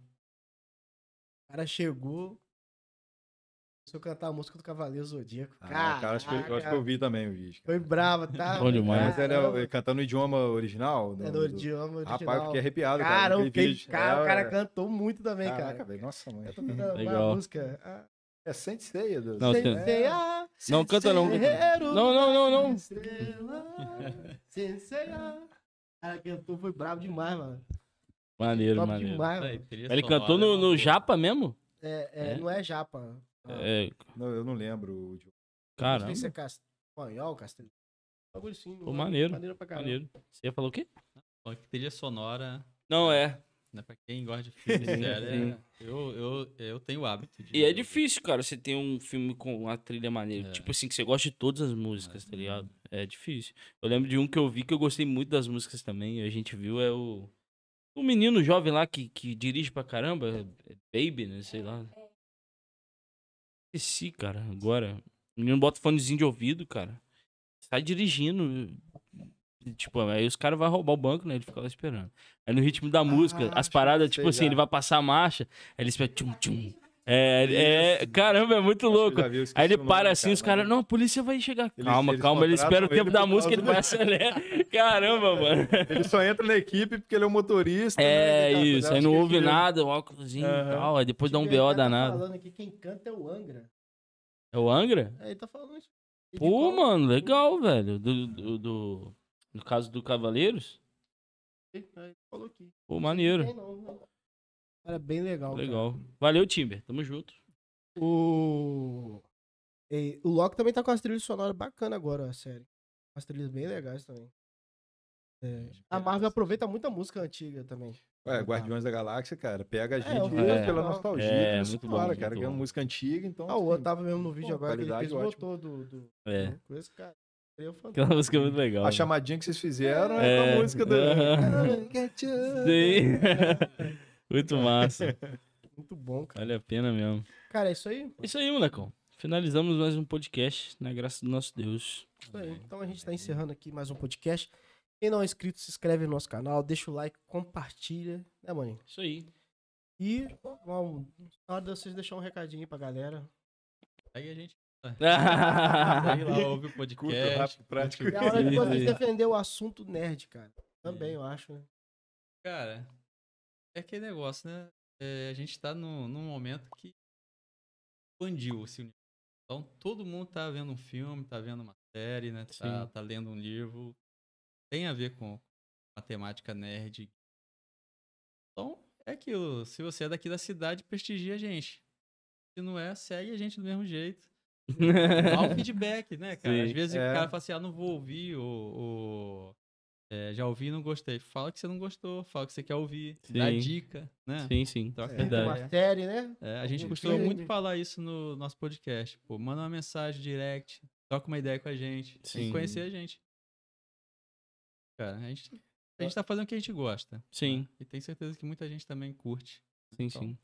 Speaker 2: cara chegou. Começou a cantar a música do Cavaleiro Zodíaco.
Speaker 3: Ah, cara, acho que, eu,
Speaker 2: Caraca,
Speaker 3: acho que eu vi também o vídeo. cara.
Speaker 2: Foi brava, tá?
Speaker 1: Bom demais.
Speaker 3: Mas era
Speaker 2: Caramba.
Speaker 3: eh, cantando no idioma original?
Speaker 2: É
Speaker 3: do-
Speaker 2: do
Speaker 3: do-
Speaker 2: idioma original.
Speaker 3: Rapaz, eu fiquei arrepiado, cara.
Speaker 2: Cara, eu
Speaker 3: naquele
Speaker 2: fiquei-
Speaker 3: vídeo.
Speaker 2: cara, o
Speaker 3: É,
Speaker 2: cara cantou muito também,
Speaker 3: Caraca,
Speaker 2: cara.
Speaker 3: velho, nossa, mãe.
Speaker 2: Legal.
Speaker 1: Legal.
Speaker 2: A música. ah,
Speaker 3: É sem ceia, Deus.
Speaker 1: Não,
Speaker 2: sem-
Speaker 1: tem-
Speaker 2: sem-
Speaker 3: É,
Speaker 2: ah,
Speaker 1: Não canta, não.
Speaker 2: guerreiro
Speaker 1: Não, não, não, não.
Speaker 2: Estrela, senseia. Cara, cantou, foi bravo demais, mano.
Speaker 1: Maneiro,
Speaker 2: Top
Speaker 1: maneiro.
Speaker 2: demais,
Speaker 4: <laughs> aí,
Speaker 2: mano.
Speaker 4: trilha
Speaker 1: Ele
Speaker 4: sonora,
Speaker 1: cantou no,
Speaker 4: né,
Speaker 1: no
Speaker 4: mano?
Speaker 1: Japa mesmo?
Speaker 2: É, é,
Speaker 1: É?
Speaker 2: Não é japa.
Speaker 1: É,
Speaker 3: Não, eu não lembro. o idioma.
Speaker 2: Não
Speaker 1: caramba.
Speaker 2: sei se é cas- espanhol, castelhano. Bagulho assim.
Speaker 1: Pô, maneiro,
Speaker 2: Maneiro pra caramba.
Speaker 1: Maneiro. Você ia falar o quê?
Speaker 4: Falou que Trilha sonora.
Speaker 1: Não, é.
Speaker 4: Né? Pra quem gosta de filme, sério, é-
Speaker 1: Sim.
Speaker 4: eu, eu, eu tenho o hábito de.
Speaker 1: E é difícil, cara, você ter um filme com uma trilha maneira.
Speaker 4: É.
Speaker 1: Tipo assim, que você gosta de todas as músicas, tá ligado? É difícil. Eu lembro de um que eu vi que eu gostei muito das músicas também. A gente viu é o. O menino jovem lá que, que dirige pra caramba. é- é Baby, né? Sei lá.
Speaker 3: É.
Speaker 1: Esqueci, cara, agora. O menino bota fonezinho de ouvido, cara. Sai dirigindo. e, Tipo, aí os caras vão roubar o banco, né? Ele fica lá esperando. Aí no ritmo
Speaker 3: Ah,
Speaker 1: da música, as paradas, tipo
Speaker 3: sei
Speaker 1: assim,
Speaker 3: já.
Speaker 1: ele vai passar a marcha, aí ele espera
Speaker 4: Ah.
Speaker 1: tchum tchum. É, é, caramba, é muito
Speaker 3: Acho que eu
Speaker 1: louco.
Speaker 3: já vi, eu esqueci
Speaker 1: Aí ele
Speaker 3: o nome,
Speaker 1: para assim, os
Speaker 3: cara, né?
Speaker 1: caras, não, a polícia vai chegar.
Speaker 3: Eles-
Speaker 1: calma,
Speaker 3: eles
Speaker 1: calma, ele espera o
Speaker 3: contratam
Speaker 1: tempo
Speaker 3: ele
Speaker 1: da
Speaker 3: por
Speaker 1: música, ele vai
Speaker 3: causa
Speaker 1: acelerar. <laughs> Caramba,
Speaker 3: <laughs>
Speaker 1: mano.
Speaker 3: Ele só entra na equipe porque ele é o motorista. né?
Speaker 1: É
Speaker 3: Aquela coisa,
Speaker 1: isso,
Speaker 3: acho
Speaker 1: aí não
Speaker 3: que
Speaker 1: ouve
Speaker 3: ele-
Speaker 1: nada, o óculosinho e
Speaker 3: Aham.
Speaker 1: tal, aí depois dá um
Speaker 2: Tiver,
Speaker 1: BO
Speaker 2: tá
Speaker 1: danado.
Speaker 2: falando aqui, quem canta é o Angra.
Speaker 1: É o Angra?
Speaker 2: É, ele tá falando isso. E de
Speaker 1: Pô,
Speaker 2: qual-
Speaker 1: mano, legal, velho. Do, do, do- no caso do Cavaleiros,
Speaker 2: Ele falou aqui.
Speaker 1: pô, maneiro.
Speaker 2: Tem não, não. Cara, bem legal. cara.
Speaker 1: Legal. Valeu, Timber. Tamo junto.
Speaker 2: O. e- o Loki também tá com as trilhas sonoras bacanas agora, a série. Umas trilhas bem legais também. É, A Marvel aproveita muita música antiga também.
Speaker 3: Ué, Guardiões da Galáxia, cara, pega a
Speaker 2: eu
Speaker 3: gente
Speaker 2: vi,
Speaker 1: é.
Speaker 3: pela nostalgia.
Speaker 1: É,
Speaker 3: nossa
Speaker 1: muito bom,
Speaker 3: senhora,
Speaker 1: muito
Speaker 3: cara, que é
Speaker 1: bom.
Speaker 3: uma música antiga, então.
Speaker 2: Ah, o
Speaker 3: assim,
Speaker 2: outro tava mesmo no vídeo
Speaker 3: pô,
Speaker 2: agora que ele
Speaker 3: qualidade
Speaker 2: fez o
Speaker 3: ótima.
Speaker 2: motor do. do...
Speaker 3: Uhum.
Speaker 1: É.
Speaker 2: Coisa, cara.
Speaker 1: <laughs>
Speaker 2: Seria fantástico.
Speaker 1: Aquela música é muito legal.
Speaker 3: A chamadinha que vocês fizeram é,
Speaker 1: É,
Speaker 3: com a música do. <laughs>
Speaker 1: aham.
Speaker 3: Get you.
Speaker 1: Sim. <laughs> muito massa.
Speaker 2: <laughs> Muito bom, cara.
Speaker 1: Vale a pena mesmo.
Speaker 2: Cara, é isso aí.
Speaker 1: É Isso aí, molecão. Finalizamos mais um podcast, na graça do nosso Deus.
Speaker 2: Isso aí. Então a gente tá encerrando aqui mais um podcast. Quem não é inscrito, se inscreve no nosso canal, deixa o like, compartilha, né, maninho?
Speaker 1: Isso aí.
Speaker 2: E vamos, na hora de vocês deixarem um recadinho aí pra galera.
Speaker 4: Segue a gente.
Speaker 1: <laughs>
Speaker 4: Segue lá, ouve o
Speaker 3: Curto,
Speaker 4: podcast.
Speaker 3: rápido, prático.
Speaker 2: É a hora de
Speaker 1: Sim,
Speaker 2: vocês
Speaker 1: sim.
Speaker 2: defender o assunto nerd, cara. Também, eu acho, né?
Speaker 4: Cara, é aquele negócio, né? É, a gente tá no, num momento que expandiu esse universo. Então, todo mundo tá vendo um filme, tá vendo uma série, né? Tá,
Speaker 1: Sim.
Speaker 4: tá lendo um livro. Tem a ver com a temática nerd. Então, é aquilo. Se você é daqui da cidade, prestigia a gente. Se não é, segue a gente do mesmo jeito. Dá o feedback, né, cara? Às
Speaker 1: Sim,
Speaker 4: vezes
Speaker 3: é.
Speaker 4: o cara fala assim, ah, não vou ouvir, ou, ou, é, já ouvi e não gostei. Fala que você não gostou, fala que você quer ouvir, dá
Speaker 1: Sim.
Speaker 4: dica, né?
Speaker 1: sim, sim.
Speaker 4: Troca
Speaker 1: É
Speaker 4: ideia.
Speaker 1: verdade.
Speaker 2: Uma série, né?
Speaker 4: É, a gente
Speaker 2: Algum
Speaker 4: costuma
Speaker 2: filme.
Speaker 4: muito falar isso no nosso podcast. Pô, manda uma mensagem direct, troca uma ideia com a gente. Tem
Speaker 1: Sim.
Speaker 4: que conhecer a gente. Cara, a gente, a gente tá fazendo o que a gente gosta.
Speaker 1: Sim,
Speaker 4: né? E tenho certeza que muita gente também curte.
Speaker 1: sim, sim.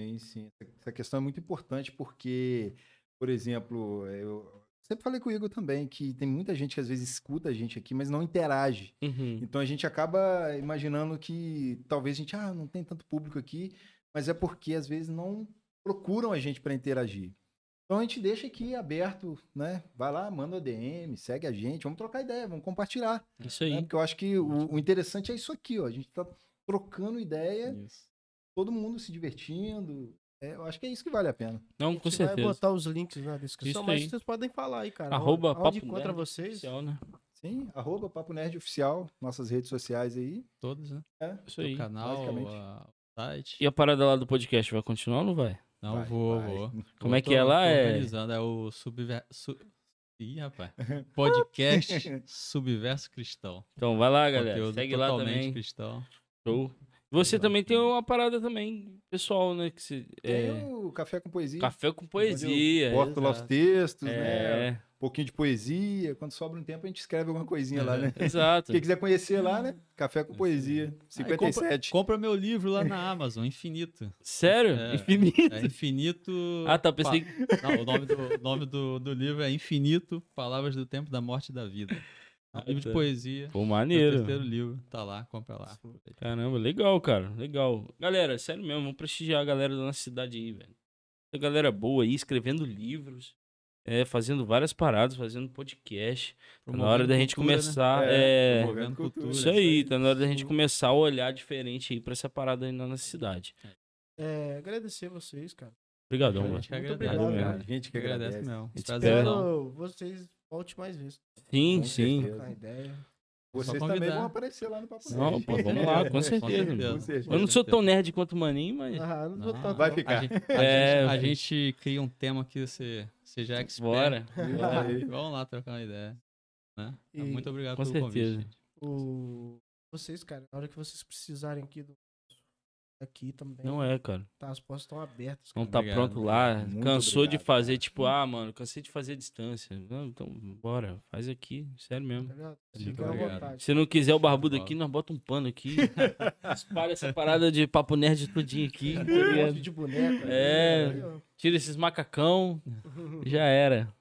Speaker 3: Sim, sim. Essa- Essa questão é muito importante porque, por exemplo, eu sempre falei com o Igor também que tem muita gente que às vezes escuta a gente aqui, mas não interage.
Speaker 1: Uhum.
Speaker 3: Então a gente acaba imaginando que talvez a gente, ah, não tem tanto público aqui, mas é porque às vezes não procuram a gente para interagir. Então a gente deixa aqui aberto, né? Vai lá, manda o DM, segue a gente, vamos trocar ideia, vamos compartilhar.
Speaker 1: Isso
Speaker 3: né?
Speaker 1: aí.
Speaker 3: Porque eu acho que o, o interessante é isso aqui, ó. A gente tá trocando ideia
Speaker 4: Isso.
Speaker 3: todo mundo se divertindo. É, eu acho que é isso que vale a pena.
Speaker 1: Não,
Speaker 2: gente
Speaker 1: com
Speaker 2: vai
Speaker 1: certeza.
Speaker 2: botar os links na descrição,
Speaker 1: Isso
Speaker 2: mas
Speaker 1: aí.
Speaker 2: vocês podem falar aí, cara.
Speaker 1: Arroba
Speaker 2: Onde- onde
Speaker 1: Papo
Speaker 2: encontra
Speaker 1: Nerd
Speaker 2: vocês.
Speaker 1: Oficial, né?
Speaker 3: Sim, arroba Papo Nerd Oficial, nossas redes sociais aí. É.
Speaker 4: Todos, né?
Speaker 1: Isso
Speaker 4: O
Speaker 1: aí.
Speaker 4: canal,
Speaker 3: basicamente.
Speaker 4: a- o site.
Speaker 1: E a parada lá do podcast vai continuar ou não vai?
Speaker 4: Não,
Speaker 3: Vai,
Speaker 4: vou,
Speaker 3: vai.
Speaker 4: vou.
Speaker 1: Como é
Speaker 4: Tô-
Speaker 1: que ela
Speaker 4: tô
Speaker 1: é?
Speaker 4: Organizando, é o subver... su- Ih, rapaz. Podcast Subverso Cristão.
Speaker 1: Então vai lá, galera.
Speaker 4: Conteúdo
Speaker 1: Segue lá
Speaker 4: totalmente
Speaker 1: também.
Speaker 4: cristão.
Speaker 1: Show. Você também tem uma parada também, pessoal, né? Que se, é,
Speaker 3: Tem o Café com Poesia.
Speaker 1: Café com poesia.
Speaker 3: Bota lá os
Speaker 4: exato.
Speaker 3: textos, né?
Speaker 1: é,
Speaker 3: Um pouquinho de poesia. Quando sobra um tempo, a gente escreve alguma coisinha lá, né?
Speaker 1: exato.
Speaker 3: Quem quiser conhecer lá, né? Café com Poesia, 57.
Speaker 4: Compra meu livro lá na Amazon, Infinito.
Speaker 1: Sério?
Speaker 4: É. <laughs>
Speaker 1: Infinito.
Speaker 4: É Infinito.
Speaker 1: Ah, tá. Pensei que.
Speaker 4: Pa- <laughs> Não, o nome, do, o nome do, do livro é Infinito Palavras do Tempo, da Morte e da Vida. É um livro de
Speaker 1: tá.
Speaker 4: poesia.
Speaker 1: Pô,
Speaker 4: Meu
Speaker 1: maneiro.
Speaker 4: terceiro livro. Tá lá, compra lá.
Speaker 1: Caramba, legal, cara. Legal. Galera, sério mesmo, vamos prestigiar a galera da nossa cidade aí, velho. Tem galera boa aí, escrevendo livros, é, fazendo várias paradas, fazendo podcast. Tá na hora da gente
Speaker 4: Promovendo cultura,
Speaker 1: começar.
Speaker 4: né?
Speaker 1: É,
Speaker 4: Promovendo cultura.
Speaker 1: isso aí, tá na hora da gente começar a olhar diferente aí pra essa parada aí na nossa cidade.
Speaker 2: É, agradecer vocês, cara.
Speaker 1: Obrigadão,
Speaker 4: A
Speaker 1: velho.
Speaker 4: gente que
Speaker 2: Muito
Speaker 4: agradece.
Speaker 1: obrigado,
Speaker 4: cara.
Speaker 1: cara.
Speaker 4: A
Speaker 3: A gente
Speaker 4: gente que agradece mesmo.
Speaker 1: gente espera-
Speaker 4: Prazerzão.
Speaker 2: Espero vocês volte mais vezes.
Speaker 1: Sim,
Speaker 3: Com
Speaker 1: sim.
Speaker 3: certeza.
Speaker 2: trocar ideia.
Speaker 3: Vocês
Speaker 4: Só
Speaker 3: também
Speaker 4: convidar.
Speaker 3: vão aparecer lá no Papo
Speaker 1: Não,
Speaker 3: Nerd.
Speaker 1: pô, vamos
Speaker 3: <laughs>
Speaker 4: <laughs>
Speaker 1: lá, com certeza.
Speaker 4: certeza.
Speaker 1: mano.
Speaker 3: Com certeza.
Speaker 1: Eu não sou tão nerd quanto o Maninho, mas.
Speaker 2: Ah, não vou
Speaker 4: Não.
Speaker 2: tanto.
Speaker 3: Vai
Speaker 2: não.
Speaker 4: A
Speaker 3: ficar. <laughs>
Speaker 4: gente, a
Speaker 1: É,
Speaker 4: gente- a
Speaker 1: velho.
Speaker 4: gente cria um tema que você seja expert.
Speaker 1: Bora.
Speaker 4: Vamos vamos lá trocar uma ideia. né?
Speaker 2: E-
Speaker 4: Muito obrigado
Speaker 1: Com
Speaker 4: pelo
Speaker 1: certeza.
Speaker 4: convite.
Speaker 2: O... Vocês, cara, na hora que vocês precisarem aqui do. Aqui também.
Speaker 1: Não é, cara.
Speaker 2: Tá, as portas estão abertas.
Speaker 1: Não
Speaker 2: cara.
Speaker 1: tá
Speaker 4: Obrigado,
Speaker 1: pronto lá.
Speaker 3: Muito
Speaker 1: Cansou de
Speaker 3: obrigado,
Speaker 1: fazer, tipo, ah, mano, cansei de fazer a distância. Não, então, bora, faz aqui, sério mesmo.
Speaker 2: Tá ligado?
Speaker 4: Muito
Speaker 2: Fica à
Speaker 4: obrigado.
Speaker 1: <laughs>
Speaker 2: vontade.
Speaker 1: Se não quiser o barbudo
Speaker 4: Show de
Speaker 1: aqui, nós bota um pano aqui. <laughs> espalha essa parada de papo nerd tudinho aqui. tá
Speaker 2: Um monte
Speaker 1: ligado?
Speaker 2: de boneco.
Speaker 1: É.
Speaker 2: Aí, ó.
Speaker 1: Tira esses macacão, já era.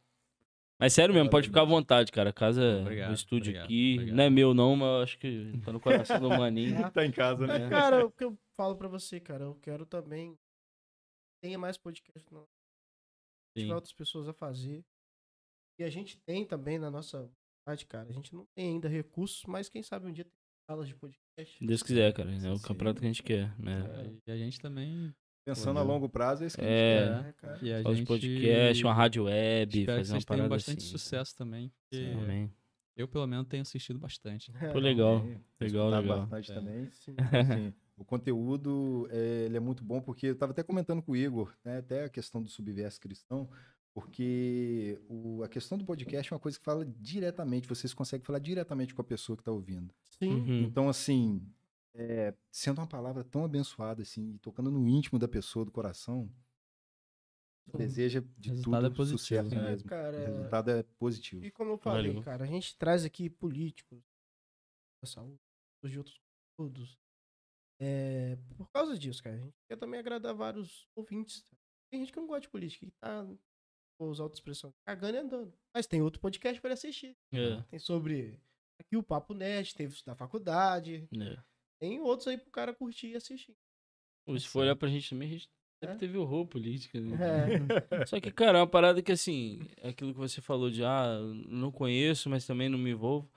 Speaker 1: Mas sério mesmo, pode ficar à vontade, cara. A Casa,
Speaker 4: Obrigado,
Speaker 1: o estúdio
Speaker 4: obrigado,
Speaker 1: aqui,
Speaker 4: obrigado.
Speaker 1: não é meu não, mas eu acho que tá no coração do
Speaker 4: <laughs>
Speaker 1: maninho.
Speaker 3: Tá em casa, né?
Speaker 1: <laughs>
Speaker 2: Mas, cara, o que eu falo pra você, cara, eu quero também. Tenha mais podcast, não.
Speaker 1: Sim.
Speaker 2: Tiver outras pessoas a fazer. E a gente tem também na nossa cidade, cara. A gente não tem ainda recursos, mas quem sabe um dia tem salas de podcast.
Speaker 1: Se Deus quiser, cara. É o
Speaker 4: Sim.
Speaker 1: campeonato que a gente quer, né?
Speaker 4: É, E a gente também.
Speaker 3: Pensando a longo prazo, é isso que a gente
Speaker 1: É.
Speaker 3: quer.
Speaker 2: né, cara?
Speaker 4: E a
Speaker 1: Faz
Speaker 4: gente...
Speaker 1: podcast, uma rádio web,
Speaker 4: Espero que
Speaker 1: fazer uma
Speaker 4: vocês tenham
Speaker 1: parada
Speaker 4: bastante
Speaker 1: assim.
Speaker 4: sucesso também. porque
Speaker 1: Amém.
Speaker 4: Eu, pelo menos, tenho assistido bastante. né?
Speaker 1: Pô, legal.
Speaker 3: É,
Speaker 1: Legal,
Speaker 3: escutar
Speaker 1: legal.
Speaker 3: bastante
Speaker 4: É.
Speaker 3: também.
Speaker 1: <laughs>
Speaker 2: Sim.
Speaker 3: Assim, o conteúdo é, ele é muito bom, porque eu estava até comentando com o Igor, né, até a questão do subverso cristão, porque o- a questão do podcast é uma coisa que fala diretamente, vocês conseguem falar diretamente com a pessoa que está ouvindo.
Speaker 2: Sim.
Speaker 1: Uhum.
Speaker 3: Então, assim, é, sendo uma palavra tão abençoada, assim, e tocando no íntimo da pessoa, do coração, deseja de
Speaker 4: Resultado é
Speaker 3: tudo
Speaker 4: positivo,
Speaker 3: sucesso
Speaker 4: né?
Speaker 3: mesmo.
Speaker 2: Cara,
Speaker 3: O
Speaker 2: é-
Speaker 3: resultado é positivo.
Speaker 2: E como eu falei,
Speaker 1: Valeu.
Speaker 2: cara, a gente traz aqui políticos da saúde, de outros conteúdos. É, por causa disso, cara, a gente quer também agradar vários ouvintes. Tem gente que não gosta de política, que tá, vou usar outra expressão, cagando e andando. Mas tem outro podcast para assistir.
Speaker 1: É,
Speaker 2: Tem sobre aqui o Papo Nerd, teve os da faculdade,
Speaker 1: é.
Speaker 2: tem outros aí pro cara curtir e assistir.
Speaker 1: Ou Se for olhar pra gente também, a gente sempre
Speaker 2: É.
Speaker 1: teve horror política, né?
Speaker 2: É,
Speaker 1: Só que, cara, é uma parada que, assim, é aquilo que você falou de, ah, não conheço, mas também não me envolvo.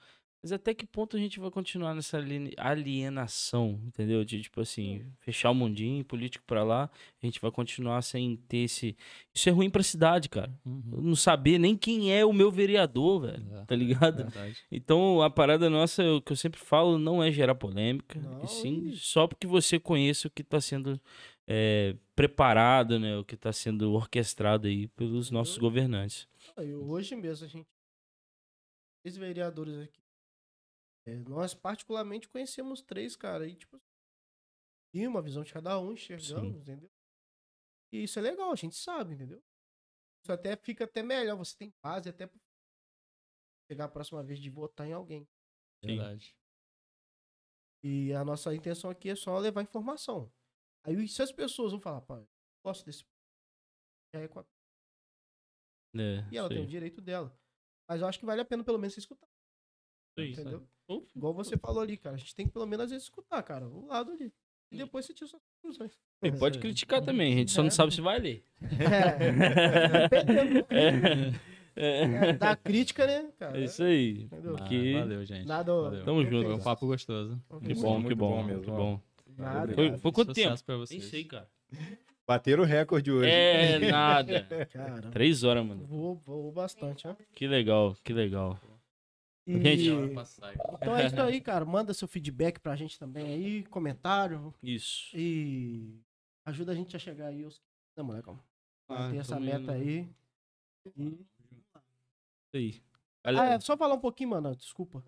Speaker 1: Mas até que ponto a gente vai continuar nessa alien- alienação, entendeu? De, tipo assim, fechar o mundinho, político pra lá, a gente vai continuar sem ter esse... Isso é ruim pra cidade, cara. Eu não saber nem quem é o meu vereador, velho,
Speaker 4: É,
Speaker 1: tá ligado?
Speaker 4: verdade.
Speaker 1: Então, a parada nossa, o que eu sempre falo, não é gerar polêmica.
Speaker 2: Não,
Speaker 1: e sim,
Speaker 2: e-
Speaker 1: só porque você conhece o que está sendo é, preparado, né? O que está sendo orquestrado aí pelos nossos governantes.
Speaker 2: Aí, hoje mesmo a gente. Três vereadores aqui. É, nós, particularmente, conhecemos três, cara. E, tipo. E uma visão de cada um, enxergamos, entendeu? E isso é legal, a gente sabe, entendeu? Isso até fica até melhor. Você tem base até pra chegar a próxima vez de votar em alguém.
Speaker 1: Sim.
Speaker 4: é verdade.
Speaker 2: E a nossa intenção aqui é só levar informação. Aí, se as pessoas vão falar, pá, eu gosto desse. Já é com a
Speaker 1: É,
Speaker 2: E ela
Speaker 1: isso
Speaker 2: tem o
Speaker 1: aí.
Speaker 2: direito dela. Mas eu acho que vale a pena pelo menos você escutar.
Speaker 1: Sim,
Speaker 2: entendeu?
Speaker 1: Ou-
Speaker 2: Igual você falou ali, cara. A gente tem que pelo menos às vezes escutar, cara. O lado ali. E depois você tira suas conclusões.
Speaker 1: E pode criticar também, a gente só não
Speaker 2: É.
Speaker 1: sabe se vai ler.
Speaker 2: <laughs> É. Dependendo.
Speaker 1: É,
Speaker 2: É, Da crítica, né, cara?
Speaker 1: é isso aí.
Speaker 2: Entendeu?
Speaker 4: Ah,
Speaker 1: Que-
Speaker 4: Valeu, gente.
Speaker 2: Nada.
Speaker 4: Valeu.
Speaker 1: Tamo
Speaker 2: não
Speaker 1: junto.
Speaker 4: Foi
Speaker 2: fez.
Speaker 4: um papo gostoso.
Speaker 1: Que
Speaker 2: Muito
Speaker 1: bom, que
Speaker 3: Muito
Speaker 1: bom,
Speaker 3: bom mesmo,
Speaker 1: que
Speaker 3: ó.
Speaker 1: bom.
Speaker 2: Nada.
Speaker 1: Foi, foi quanto tempo?
Speaker 4: Sucesso pra
Speaker 1: Nem
Speaker 4: vocês.
Speaker 1: sei, cara.
Speaker 3: Bateram o recorde hoje.
Speaker 1: É, nada.
Speaker 2: Cara,
Speaker 1: Três horas, mano.
Speaker 2: voou, voou bastante, ó.
Speaker 1: Que legal, que legal.
Speaker 2: E-
Speaker 1: Gente.
Speaker 4: Hora passar.
Speaker 2: Então é isso aí, cara. Manda seu feedback pra gente também aí, comentário
Speaker 1: Isso.
Speaker 2: e ajuda a gente a chegar aí aos Não, molecão.
Speaker 1: Ah,
Speaker 2: tem essa
Speaker 1: tamo
Speaker 2: meta
Speaker 1: indo.
Speaker 2: aí. E
Speaker 1: Isso aí.
Speaker 2: Ah,
Speaker 1: Galera,
Speaker 2: é, só falar um pouquinho, mano. Desculpa.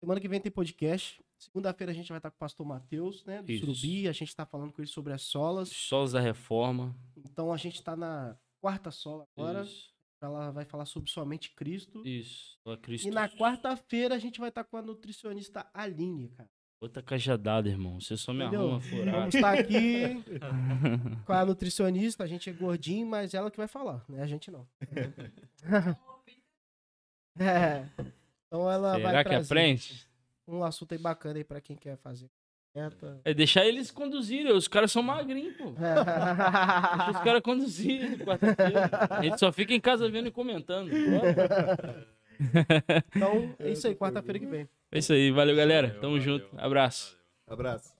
Speaker 2: Semana que vem tem podcast. Segunda-feira a gente vai estar com o pastor Matheus, né? Do
Speaker 1: Isso.
Speaker 2: Surubi. A gente tá falando com ele sobre as solas.
Speaker 1: solos da reforma.
Speaker 2: Então a gente tá na quarta sola agora.
Speaker 1: Isso.
Speaker 2: Ela vai falar sobre somente Cristo.
Speaker 1: Isso. Ó, Cristo.
Speaker 2: E na quarta-feira a gente vai estar com a nutricionista Aline, cara.
Speaker 1: Outra cajadada, irmão. Você só me
Speaker 2: Entendeu?
Speaker 1: arruma
Speaker 2: Vamos
Speaker 1: furado.
Speaker 2: estar aqui
Speaker 1: <laughs>
Speaker 2: com a nutricionista. A gente é gordinho, mas ela que vai falar, né? A gente não. <laughs> É. Então ela vai
Speaker 1: Será que é
Speaker 2: trazer
Speaker 1: aprende?
Speaker 2: um assunto aí bacana aí pra quem quer fazer. dieta.
Speaker 1: É deixar eles conduzirem. Os caras são magrinhos, pô. Deixa os caras conduzirem no quarta-feira. A gente só fica em casa vendo e
Speaker 4: <laughs>
Speaker 1: comentando. Bora.
Speaker 2: Então, é isso aí, quarta-feira que vem.
Speaker 1: É isso aí. Valeu, galera.
Speaker 4: Valeu,
Speaker 1: Tamo
Speaker 4: valeu,
Speaker 1: junto.
Speaker 4: valeu.
Speaker 1: Abraço.
Speaker 3: Abraço.